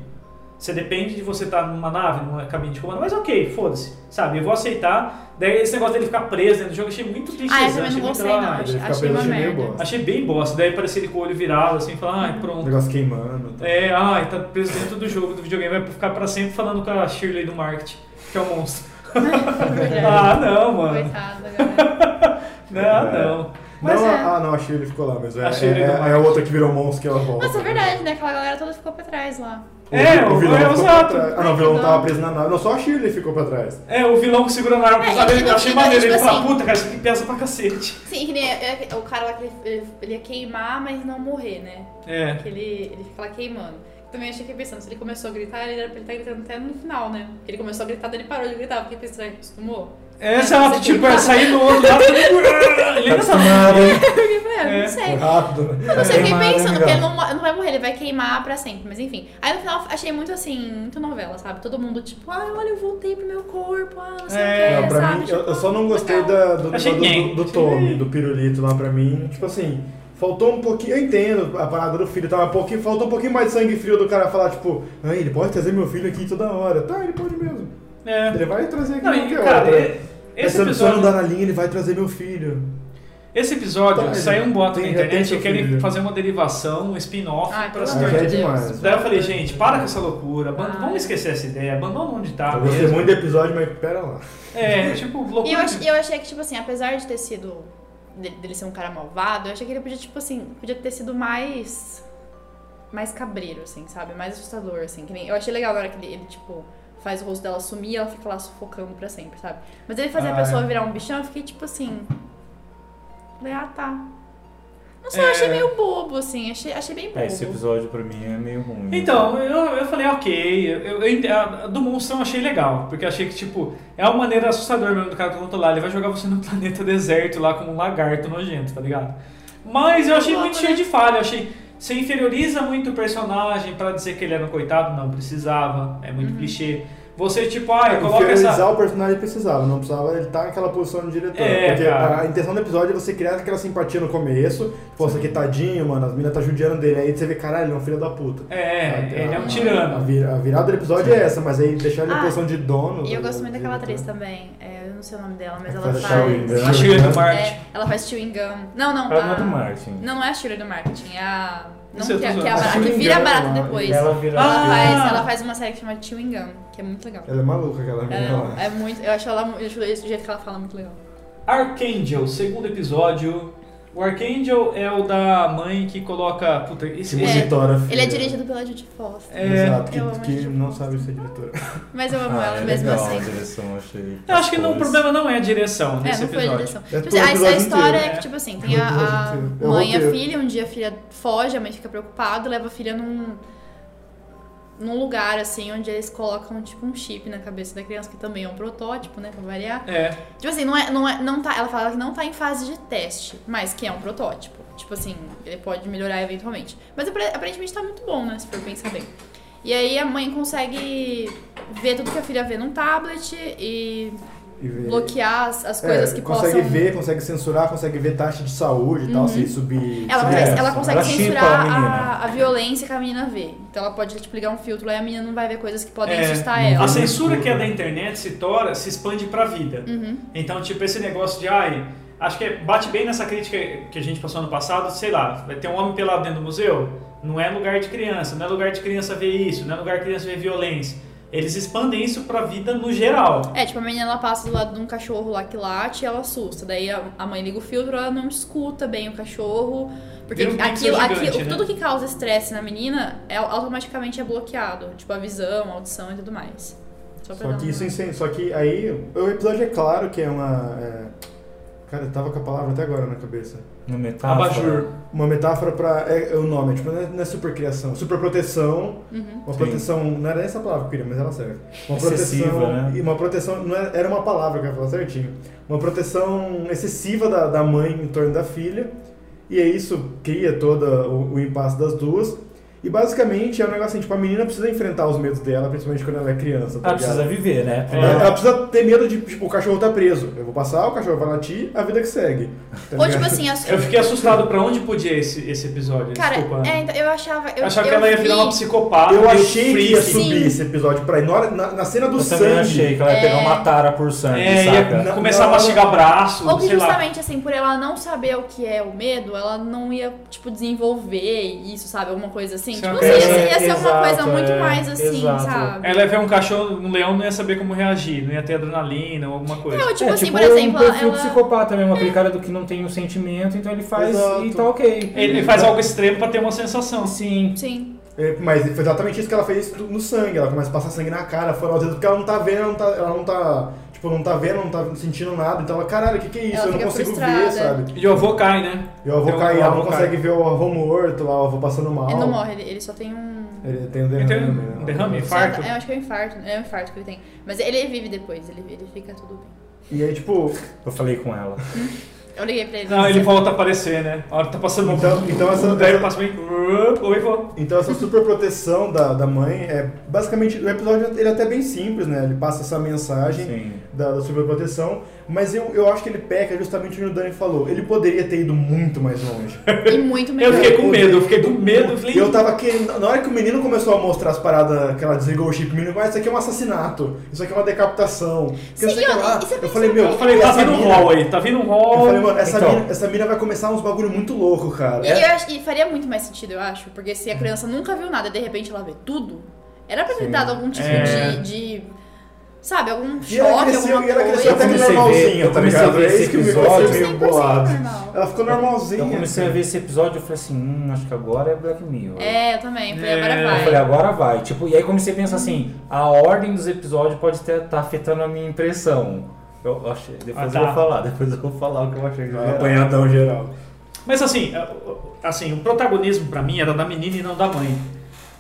S2: Você depende de você estar numa nave, numa cabine de comando, mas ok, foda-se, sabe? Eu vou aceitar. Daí esse negócio dele ficar preso dentro do jogo, eu achei muito triste.
S4: Ah, eu
S2: achei
S4: também não
S2: muito
S4: gostei, não.
S2: ah,
S3: ele
S4: Achei,
S3: fica
S4: achei uma
S3: preso, achei meio
S4: merda.
S3: bosta.
S2: Achei bem bosta, daí parecia ele com o olho virado, assim, falar, ai,
S3: O
S2: pronto.
S3: negócio queimando. Tá.
S2: É, ai, tá preso dentro do jogo, do videogame, vai ficar pra sempre falando com a Shirley do marketing, que é o monstro.
S4: É.
S2: ah, não, mano.
S4: Coitada, galera.
S2: Não, não. Mas
S3: não,
S4: é.
S3: Ah, não, a Shirley ficou lá, mas é,
S2: A Shirley
S3: é-
S2: do
S3: é
S2: marketing.
S3: a outra que virou monstro que ela volta. tá
S4: Mas é verdade, né? Aquela galera toda ficou pra trás lá.
S3: O,
S2: É,
S3: o
S2: o-
S3: vilão
S2: é,
S3: ficou pra
S2: exato.
S3: trás. Ah, não, o vilão
S4: Não.
S3: tava preso na nave. Não, só a Shirley ficou pra trás.
S2: É, o vilão que segura na arma,
S4: É,
S2: sabe?
S4: ele
S2: Eu
S4: não
S2: achei
S4: fica,
S2: maneiro, ele
S4: tipo
S2: fala,
S4: assim-
S2: puta, cara, isso aqui pesa pra cacete.
S4: Sim, que nem é- é- o cara lá que ele, ele ia queimar, mas não morrer, né?
S2: É.
S4: Que ele, ele fica lá queimando. Também achei que pensando, se ele começou a gritar, ele era pra ele estar gritando até no final, né? Porque ele começou a gritar, daí ele parou de gritar, porque pensou, "Ai, acostumou.
S2: É, exato, tipo, é sair do outro lado. tipo, "Ah, Ele
S5: Tá
S2: ainda sabe.
S5: acostumado, hein?
S4: Porque eu falei, ah,
S2: É.
S4: não sei.
S3: Rápido, né?
S4: Eu não sei, eu fiquei
S5: Queimar, né,
S4: pensando, é
S5: amigão?
S4: porque ele não, mo- não vai morrer, ele vai queimar pra sempre, mas enfim. Aí no final achei muito assim, muito novela, sabe? Todo mundo tipo, ai, olha, eu voltei pro meu corpo, ah, não sei
S2: É,
S4: o
S3: Não,
S4: que,
S3: pra
S4: sabe?
S3: mim, eu,
S4: Tipo,
S3: eu só não gostei
S4: legal.
S3: da, do,
S2: Achei
S3: do,
S2: quem?
S3: do, do Tommy, do pirulito lá pra mim. Tipo assim, faltou um pouquinho. Eu entendo a parada do filho, tava um pouquinho, faltou um pouquinho mais de sangue frio do cara falar, tipo, ai, ele pode trazer meu filho aqui toda hora. Tá, ele pode mesmo.
S2: É.
S3: Ele vai trazer aqui
S2: Não, e,
S3: qualquer
S2: cara,
S3: hora.
S2: e- esse
S3: Se eu- se eu não
S2: episódio,
S3: andar na linha, ele vai trazer meu filho.
S2: esse episódio
S3: Tá,
S2: saiu um boato na
S3: tem- já tem
S2: internet
S3: seu
S2: e querem
S3: filho.
S2: fazer uma derivação, um spin-off
S4: Ai,
S2: pra
S4: pelo
S3: Ah, já
S4: amor
S3: é
S4: de Deus.
S3: demais.
S2: Daí eu falei, gente, para com essa loucura, aban-
S4: então Ah.
S2: vamos esquecer essa ideia, abandona onde tá.
S3: Eu gostei
S2: mesmo.
S3: muito do episódio, mas pera lá.
S2: É, tipo, loucura.
S4: E eu, ach- eu achei que, tipo assim, apesar de ter sido. de- dele ser um cara malvado, eu achei que ele podia, tipo assim, podia ter sido mais. mais cabreiro, assim, sabe? Mais assustador, assim. Que nem, eu achei legal na hora que ele, ele, tipo, faz o rosto dela sumir e ela fica lá sufocando pra sempre, sabe? Mas ele fazer
S3: Ah,
S4: a pessoa virar um bichão, eu fiquei, tipo assim. Falei, ah, tá. Não sei, eu achei
S2: É.
S4: meio bobo, assim. Achei, achei bem bobo.
S5: É, esse episódio pra mim é meio ruim.
S2: Então, eu, eu falei, ok, eu, eu ent- a, a do monstro eu achei legal, porque eu achei que, tipo, é uma maneira assustadora mesmo do cara controlar, ele vai jogar você num planeta deserto lá como um lagarto nojento, tá ligado? Mas eu achei
S4: Louco,
S2: muito cheio
S4: né?
S2: de falha, eu achei... Você inferioriza muito o personagem pra dizer que ele era um coitado, não precisava, é muito clichê. Você, tipo, ah, coloca
S3: Inferiorizar
S2: essa...
S3: o personagem precisava, não precisava ele estar naquela posição de diretor.
S2: É,
S3: porque
S2: cara.
S3: a intenção do episódio é você criar aquela simpatia no começo, pô, isso aqui tadinho, mano, as meninas tá judiando dele, aí você vê, caralho, ele é um filho da puta.
S2: É,
S3: A-
S2: ele é um
S3: a-
S2: tirano.
S3: A, vira- a virada do episódio é essa, mas aí deixar ele na
S4: Ah,
S3: posição de dono.
S4: E eu
S3: do-
S4: gosto muito
S3: do
S4: daquela atriz
S3: diretor.
S4: também. É, eu não sei o nome dela, mas
S3: É que
S4: ela
S3: faz a Shaolin,
S4: faz.
S3: né?
S2: A Shirley do Martin.
S4: É, ela faz chewing gum. Não, não.
S5: Ela não é
S4: a-
S5: do marketing.
S4: Não, não é a Shirley do marketing. É a... Não
S2: Isso eu
S4: que,
S2: tô
S4: é- que é a
S5: Ah,
S3: zoando.
S4: barata,
S3: A
S4: que
S3: Chewing
S4: vira
S3: Gum,
S4: barata
S3: ela-
S4: depois. é,
S5: Ela vira.
S4: Ela,
S2: Ah!
S4: faz, ela faz uma série que chama Chewing Gum, que é muito legal.
S3: Ela é maluca, aquela
S4: Ela-
S3: menina lá.
S4: é muito, eu acho ela mu- eu acho esse jeito que ela fala muito legal.
S2: Archangel, segundo episódio. O Archangel é o da mãe que coloca... Puta, esse...
S3: Que
S4: É,
S2: esse-
S3: monitora, filha.
S4: Ele é dirigido pela Judy Foster.
S2: É.
S3: Exato,
S4: Eu amo
S3: que,
S4: a
S3: que
S4: Judy
S3: não
S4: Foster.
S3: sabe ser diretora.
S4: Mas eu amo
S5: Ah,
S4: ela
S5: é
S4: mesmo
S5: legal, A
S4: assim.
S5: direção, achei.
S2: Eu acho que não, o
S5: As cores.
S2: problema não é a direção
S4: É,
S2: nesse
S4: não foi a
S2: episódio.
S4: direção. Tipo
S3: todo
S4: assim, a, a
S3: episódio
S4: história
S2: inteiro.
S4: é
S2: É.
S4: que, tipo assim, tem a, a
S3: Todo episódio
S4: mãe e a
S3: inteiro.
S4: filha, um dia a filha foge, a mãe fica preocupada, leva a filha num, num lugar, assim, onde eles colocam, tipo, um chip na cabeça da criança, que também é um protótipo, né, pra variar.
S2: É,
S4: Tipo assim, não é, não é, não tá, ela fala que não tá em fase de teste, mas que é um protótipo. Tipo assim, ele pode melhorar eventualmente. Mas apre- aparentemente tá muito bom, né? Se for pensar bem. E aí a mãe consegue ver tudo que a filha vê num tablet e
S3: E vê-
S4: bloquear as, as
S3: É,
S4: coisas que
S3: consegue
S4: possam... Uhum.
S3: ver, consegue censurar, consegue ver taxa de saúde e tal, se subir.
S4: Ela,
S3: subir
S5: É,
S4: consegue, ela consegue
S5: ela chipa a
S4: censurar
S5: menina.
S4: a, a violência que a menina vê. Então ela pode, tipo, ligar um filtro lá e a menina não vai ver coisas que podem
S2: É,
S4: assustar
S2: a
S3: Uhum.
S4: ela.
S2: censura que é da internet se tora, se expande pra vida.
S4: Uhum.
S2: Então, tipo, esse negócio de, ai, acho que bate bem nessa crítica que a gente passou ano passado, sei lá, vai ter um homem pelado dentro do museu, não é lugar de criança, não é lugar de criança ver isso, não é lugar de criança ver violência. Eles expandem isso pra vida no geral.
S4: É, tipo, a menina ela passa do lado de um cachorro lá que late e ela assusta. Daí a, a mãe liga o filtro, ela não escuta bem o cachorro. Porque
S2: Vira um pixel
S4: aquilo,
S2: gigante,
S4: aquilo-
S2: né?
S4: tudo que causa estresse na menina é, automaticamente é bloqueado. Tipo, a visão, a audição e tudo mais. Só pra
S3: Só
S4: dar
S3: que
S4: um-
S3: isso é incen- Só que aí o episódio é claro que é uma. é, Cara, eu tava com a palavra até agora na cabeça.
S5: No metáfora.
S2: Abajur.
S3: Uma metáfora pra. É, é o nome, é, tipo, não é, não é supercriação, superproteção.
S4: Uhum.
S3: Uma
S5: Sim.
S3: proteção. Não era essa a palavra que eu queria, mas ela serve. Uma
S5: Excessiva,
S3: proteção.
S5: né?
S3: E uma proteção. Não é, era, era uma palavra que eu ia falar certinho. Uma proteção excessiva da, da mãe em torno da filha. E é isso cria todo o, o impasse das duas. E basicamente é um negócio assim, tipo, a menina precisa enfrentar os medos dela, principalmente quando ela é criança, tá
S5: Ela
S3: ligado?
S5: precisa viver, né?
S2: É.
S3: Ela, ela precisa ter medo de, tipo, o cachorro tá preso. Eu vou passar, o cachorro vai latir, a vida que segue. tá
S4: Ou
S3: ligado?
S4: tipo assim, as...
S2: Eu fiquei assustado pra onde podia esse, esse episódio,
S4: cara,
S2: desculpa.
S4: é, então, eu achava. Eu,
S2: Achava que
S4: eu
S2: ela ia virar
S4: vi-
S2: uma psicopata.
S3: Eu
S2: meio
S3: achei que ia
S2: freak. assim.
S3: subir
S4: Sim.
S3: esse episódio pra ir. Na, hora- na, na cena do
S5: Eu também
S3: sangue.
S5: achei que ela ia pegar
S4: É.
S5: uma tara por sangue,
S2: É,
S5: saca?
S2: ia começar a
S3: Não,
S2: mastigar braço,
S4: Ou que
S2: sei lá.
S4: justamente, assim, por ela não saber o que é o medo, ela não ia, tipo, desenvolver isso, sabe? Alguma coisa assim.
S2: Sim,
S4: Tipo,
S2: é uma
S4: assim, ia, ser-
S5: criança-
S4: ia ser uma
S5: exato,
S4: coisa muito
S5: é,
S4: mais assim,
S5: exato.
S4: sabe?
S2: Ela ia ver um cachorro, um leão, não ia saber como reagir, não ia ter adrenalina ou alguma coisa.
S4: Não, tipo
S5: é,
S4: assim,
S5: tipo
S4: por exemplo,
S5: um perfil
S4: ela. é.
S5: psicopata mesmo, aquele cara do que não tem o sentimento, então ele faz e
S3: Exato.
S5: tá ok.
S2: Ele faz algo extremo pra ter uma sensação.
S5: Sim.
S4: Sim.
S3: É, mas foi exatamente isso que ela fez no sangue. Ela começa a passar sangue na cara, fora os dedos, porque ela não tá vendo, ela não tá. Ela não tá tipo, não tá vendo, não tá sentindo nada. Então ela, caralho, o que, que é isso?
S4: Ela
S3: eu não
S4: fica
S3: consigo ver,
S4: frustrada.
S3: sabe?
S2: E o avô cai, né?
S3: E o avô
S2: Então,
S3: cair,
S2: o
S3: ela
S2: avô
S3: não
S2: cai.
S3: consegue ver o avô morto lá, o avô passando mal.
S4: Ele não morre, ele, ele só tem um.
S3: Ele tem um
S2: Ele
S3: derrame.
S2: tem um
S3: né?
S2: derrame? Infarto?
S4: É, eu acho que é um infarto. É um infarto que ele tem. Mas ele vive depois, ele, ele fica tudo bem.
S3: E aí, tipo,
S5: Eu falei com ela.
S4: Eu liguei pra ele.
S2: Não, ele volta a aparecer, né? A hora que tá passando
S3: Então- então essa-
S2: Daí ele passa bem. Oi, vô.
S3: Então essa super proteção da, da mãe é basicamente o episódio ele é até bem simples, né? Ele passa essa mensagem
S5: Sim.
S3: da, da super proteção, mas eu, eu acho que ele peca justamente onde o Dani falou. Ele poderia ter ido muito mais longe.
S4: E muito
S2: Eu
S4: melhor.
S2: fiquei com medo, eu fiquei com medo. Eu falei,
S3: E eu tava querendo. Na hora que o menino começou a mostrar as paradas que ela desligou o chip, o menino, ah, isso aqui é um assassinato, isso aqui é uma decapitação. que não sei o que
S4: Sim,
S3: lá.
S4: e você
S3: eu falei, meu,
S2: eu falei, tá vindo um rol aí, tá vindo um
S3: Eu
S2: rol.
S3: falei, mano, essa,
S5: Então.
S3: mina, essa mina vai começar uns bagulho muito louco, cara. É.
S4: E, eu acho- e faria muito mais sentido, eu acho, porque se a criança nunca viu nada e de repente ela vê tudo, era pra ter
S5: Sim.
S4: dado algum tipo
S2: É.
S4: de, de- Sabe, algum
S3: E ela
S4: choque,
S3: cresceu,
S4: alguma
S3: e ela cresceu
S5: Eu
S3: até
S4: coisa.
S3: que
S5: comecei a ver-
S3: normalzinha,
S5: eu
S3: tá
S5: comecei a
S3: ligado?
S5: ver
S3: É
S5: esse
S3: isso que me assim,
S5: episódio.
S3: pareceu meio
S4: 100%
S3: bolado.
S4: normal.
S3: Ela ficou normalzinha.
S5: Eu comecei a
S4: assim.
S3: cara.
S5: ver esse episódio e falei assim, hum, acho que agora é Black Mirror.
S4: É, eu também. Falei,
S2: É.
S4: agora
S5: Eu falei,
S4: vai.
S5: agora vai. Tipo, e aí comecei a pensar assim, a ordem dos episódios pode estar tá afetando a minha impressão. Eu achei, depois
S2: Ah,
S5: eu
S2: tá.
S5: vou falar, depois eu vou falar o que eu achei que
S3: Ah,
S5: era.
S3: Apanhadão geral.
S2: Mas assim, a- assim, o protagonismo pra mim era da menina e não da mãe.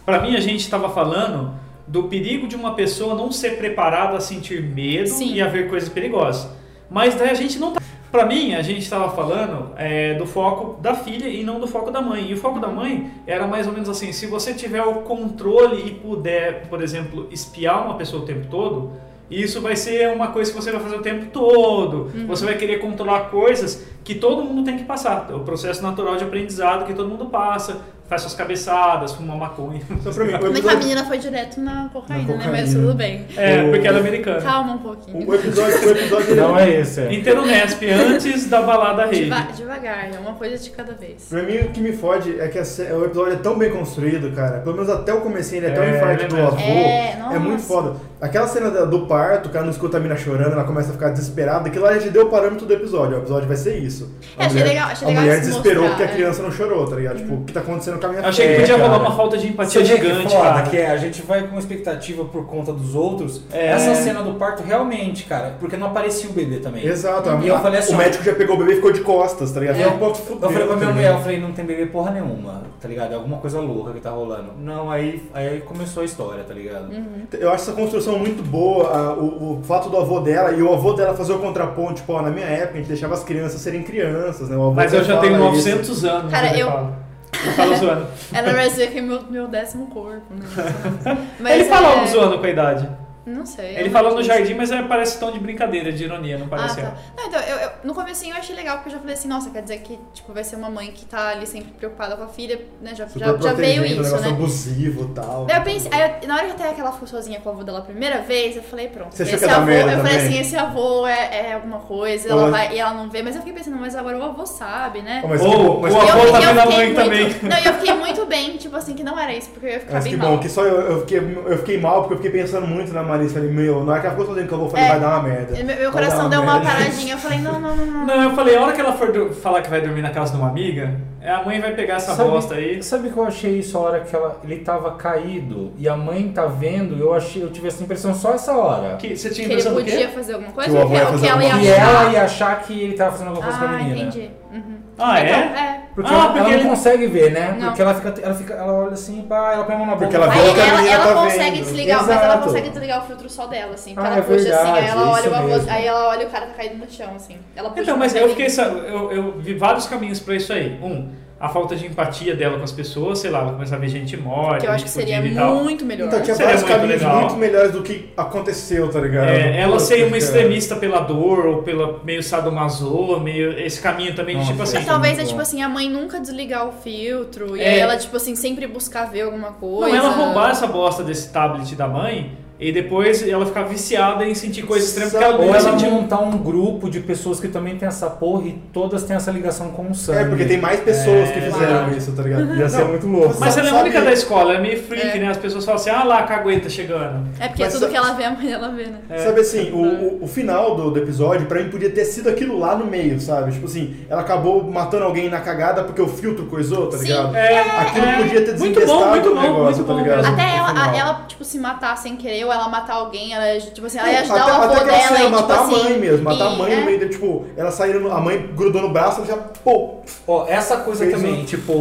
S2: Pra mim a gente tava falando do perigo de uma pessoa não ser preparada a sentir medo
S4: Sim.
S2: e a ver coisas perigosas. Mas daí a gente não tá. Pra mim, a gente tava falando é, do foco da filha e não do foco da mãe. E o foco da mãe era mais ou menos assim: se você tiver o controle e puder, por exemplo, espiar uma pessoa o tempo todo, isso vai ser uma coisa que você vai fazer o tempo todo. Você vai querer controlar coisas que todo mundo tem que passar. O processo natural de aprendizado que todo mundo passa. Faz suas cabeçadas, fuma maconha.
S3: Então, pra mim, o
S4: Como é que a
S3: episódio,
S4: menina foi direto na cocaína,
S3: Na
S4: né? Mas
S3: cocaína.
S4: tudo bem.
S2: É,
S3: O-
S2: porque ela é americana.
S4: Calma um
S3: o,
S4: pouquinho.
S3: o episódio, o episódio, ele-
S5: Não é esse. é.
S2: Inteiro Nesp antes da balada rave.
S4: Deva- devagar, é uma coisa de cada vez.
S3: Pra mim, o que me fode é que a sé- o episódio é tão bem construído, cara. Pelo menos até o comecinho, ele é, tão
S2: É,
S3: infarto
S5: né,
S2: ele
S3: do
S2: mesmo.
S3: avô.
S4: É, nossa.
S3: muito foda. Aquela cena da- do parto, o cara não escuta a mina chorando, ela começa a ficar desesperada. Aquilo lá já te deu o parâmetro do episódio. O episódio vai ser isso.
S4: É, achei legal- achei
S3: a
S4: legal
S3: mulher
S4: isso
S3: desesperou
S4: mostrar,
S3: porque a
S4: é.
S3: criança não chorou, tá ligado? Tipo, o que tá acontecendo com a minha
S2: Eu achei que
S5: É,
S2: podia
S5: cara.
S2: rolar uma falta de empatia
S5: Você vê que
S2: gigante,
S5: foda
S2: cara.
S5: que é, a gente vai com expectativa por conta dos outros.
S2: É.
S5: Essa cena do parto realmente, cara, porque não aparecia o bebê também.
S3: Exato. a-
S5: E eu falei assim,
S3: o
S5: ó,
S3: médico já pegou o bebê e ficou de costas, tá ligado?
S5: É.
S3: Foi um ponto fudeu,
S5: Eu falei pra
S3: tá
S5: minha mulher,
S3: ligado?
S5: eu falei, não tem bebê porra nenhuma, tá ligado? É alguma coisa louca que tá rolando. Não, aí, aí começou a história, tá ligado?
S4: Uhum.
S3: Eu acho essa construção muito boa, a- o, o fato do avô dela e o avô dela fazer o contraponto, tipo, ó, na minha época a gente deixava as crianças serem crianças, né? O avô
S2: Mas eu já
S3: fala
S2: tenho
S3: isso.
S2: 900 anos.
S4: Cara,
S2: ele
S4: eu-
S2: fala. Ele fala zoando.
S4: Ela parecia que é meu, meu décimo corpo, né? Mas
S2: ele fala
S4: é-
S2: algo zoando com a idade.
S4: Não sei.
S2: Ele falou no jardim, mas é, parece tom de brincadeira, de ironia, não
S4: Ah,
S2: pareceu.
S4: tá. Não, então, eu, eu- no comecinho eu achei legal, porque eu já falei assim, nossa, quer dizer que tipo, vai ser uma mãe que tá ali sempre preocupada com a filha, né? Já, já, já veio
S3: um
S4: isso,
S3: negócio
S4: né?
S3: abusivo e tal.
S4: Daí eu pensei, aí eu- na hora que até aquela ficou sozinha com a avó dela a primeira vez, eu falei, pronto,
S3: Você achou
S4: esse
S3: que ia dar
S4: avô, eu
S3: merda
S4: falei
S3: também?
S4: assim, esse avô é, é alguma coisa,
S3: Ou-
S4: ela vai, e ela não vê, mas eu fiquei pensando, mas agora o avô sabe, né?
S3: Oh, mas
S2: Ou-
S3: mas,
S2: ou
S4: E
S2: a-
S4: eu-
S2: avô
S4: e
S2: tá
S4: eu
S2: vendo a
S4: fiquei
S2: mãe
S4: muito-
S2: também.
S4: Não, e eu fiquei muito bem, tipo assim, que não era isso, porque eu ia ficar
S3: mas
S4: bem
S3: que
S4: mal.
S3: bom, que só eu, eu fiquei, eu fiquei mal porque eu fiquei pensando muito na Marisa. Falei, meu, na hora que ela ficou sozinha com a avó, eu falei,
S4: É.
S3: vai dar uma merda.
S4: E Meu,
S3: Vai
S4: meu coração
S3: dar
S4: deu uma
S3: merda.
S4: paradinha, eu falei, não, não, não, não.
S2: Não, eu falei, a hora que ela for do- falar que vai dormir na casa de uma amiga, é, a mãe vai pegar essa bosta aí.
S5: Sabe que eu achei isso a hora que ela, ele tava caído e a mãe tá vendo? Eu achei, eu tive essa impressão só essa hora.
S2: Que, você tinha
S4: Que
S2: a
S4: ele
S2: impressão do
S4: podia
S2: quê?
S4: fazer alguma coisa,
S3: Que o avô
S4: ou
S3: ia
S4: que- ou
S3: fazer
S4: que ela ia
S3: alguma
S5: E
S4: achar.
S5: ela ia achar que ele tava fazendo alguma coisa com a
S4: Ah,
S5: menina.
S4: entendi. Uhum.
S2: Ah,
S4: Então,
S2: é?
S4: é.
S5: Porque,
S2: Ah,
S5: ela,
S2: porque
S5: ela não
S2: ele-
S5: consegue ver, né?
S4: Não.
S5: Porque ela fica, ela fica, ela olha assim, pá, ela põe a mão na boca.
S3: Porque ela vê
S4: Aí
S3: o que a
S4: ela,
S3: menina
S4: ela
S3: tá
S4: consegue
S3: vendo.
S4: desligar, mas ela
S5: Exato.
S4: consegue desligar o filtro só dela, assim. Porque
S5: Ah,
S4: ela
S5: é
S4: puxa assim, aí
S5: verdade,
S4: ela olha
S5: isso
S4: o avô,
S5: mesmo.
S4: aí ela olha o cara tá caído no chão, assim. Ela puxa
S2: Então,
S4: o
S2: mas
S4: cabelo
S2: eu fiquei.
S4: e-
S2: sa- Eu, eu vi vários caminhos pra isso aí. Um, a falta de empatia dela com as pessoas, sei lá, ela começar a ver gente morta,
S4: Que eu acho
S2: gente
S4: que seria
S2: fodida e tal.
S4: muito melhor.
S3: Então tinha
S2: Seria
S3: vários
S2: é muito
S3: caminhos
S2: legal.
S3: muito melhores do que aconteceu, tá ligado?
S2: É, ela
S3: Puta,
S2: ser uma
S3: cara.
S2: extremista pela dor, ou pela meio sadomaso, meio esse caminho também, de
S5: Nossa,
S2: tipo
S5: é.
S2: assim.
S4: Mas talvez é
S5: muito
S4: tipo
S5: bom.
S4: assim, a mãe nunca desligar o filtro, e
S2: É.
S4: aí ela, tipo assim, sempre buscar ver alguma
S2: Não,
S4: coisa.
S2: ela roubar essa bosta desse tablet da mãe e depois ela ficar viciada em sentir coisa extrema porque ela
S5: Ou
S2: não
S5: ela
S2: sentiu.
S5: montar um grupo de pessoas que também tem essa porra e todas têm essa ligação com o sangue.
S3: É, porque tem mais pessoas
S2: É,
S3: que fizeram
S5: verdade.
S3: isso, tá
S2: Uhum.
S3: ligado?
S5: Ia ser
S3: Não,
S5: muito louco.
S2: Mas ela é a
S3: Sabe-
S2: única da escola, é meio freak,
S4: É.
S2: né? As pessoas falam assim, ah lá, a cagueta chegando.
S4: É porque
S3: Mas
S4: tudo
S3: sa-
S4: que ela vê, a mãe dela vê, né?
S2: É.
S3: Sabe assim, o, o, o final do, do episódio, pra mim, podia ter sido aquilo lá no meio, sabe? Tipo assim, ela acabou matando alguém na cagada porque o filtro coisou, tá
S4: Sim.
S3: ligado?
S2: É,
S3: Aquilo
S2: é.
S3: podia ter
S2: Muito bom,
S3: desinvestado
S2: muito
S3: o
S2: bom,
S3: negócio,
S2: muito
S3: tá
S2: bom
S3: ligado?
S2: mesmo.
S3: No
S4: Até ela,
S3: final.
S4: a- ela, tipo, se matar sem querer, ou ela matar alguém, ela, ia, tipo assim, ela
S3: Não,
S4: ia ajudar
S3: até,
S4: o avô
S3: até aquela
S4: dela.
S3: cena,
S4: e, tipo
S3: matar a mãe
S4: assim,
S3: mesmo, matar
S4: e-
S3: a mãe
S4: é.
S3: no meio dele, tipo, ela saindo, no- a mãe grudou no braço, ela já, pô,
S5: Ó, essa coisa
S3: Fez
S5: também,
S3: um-
S5: tipo.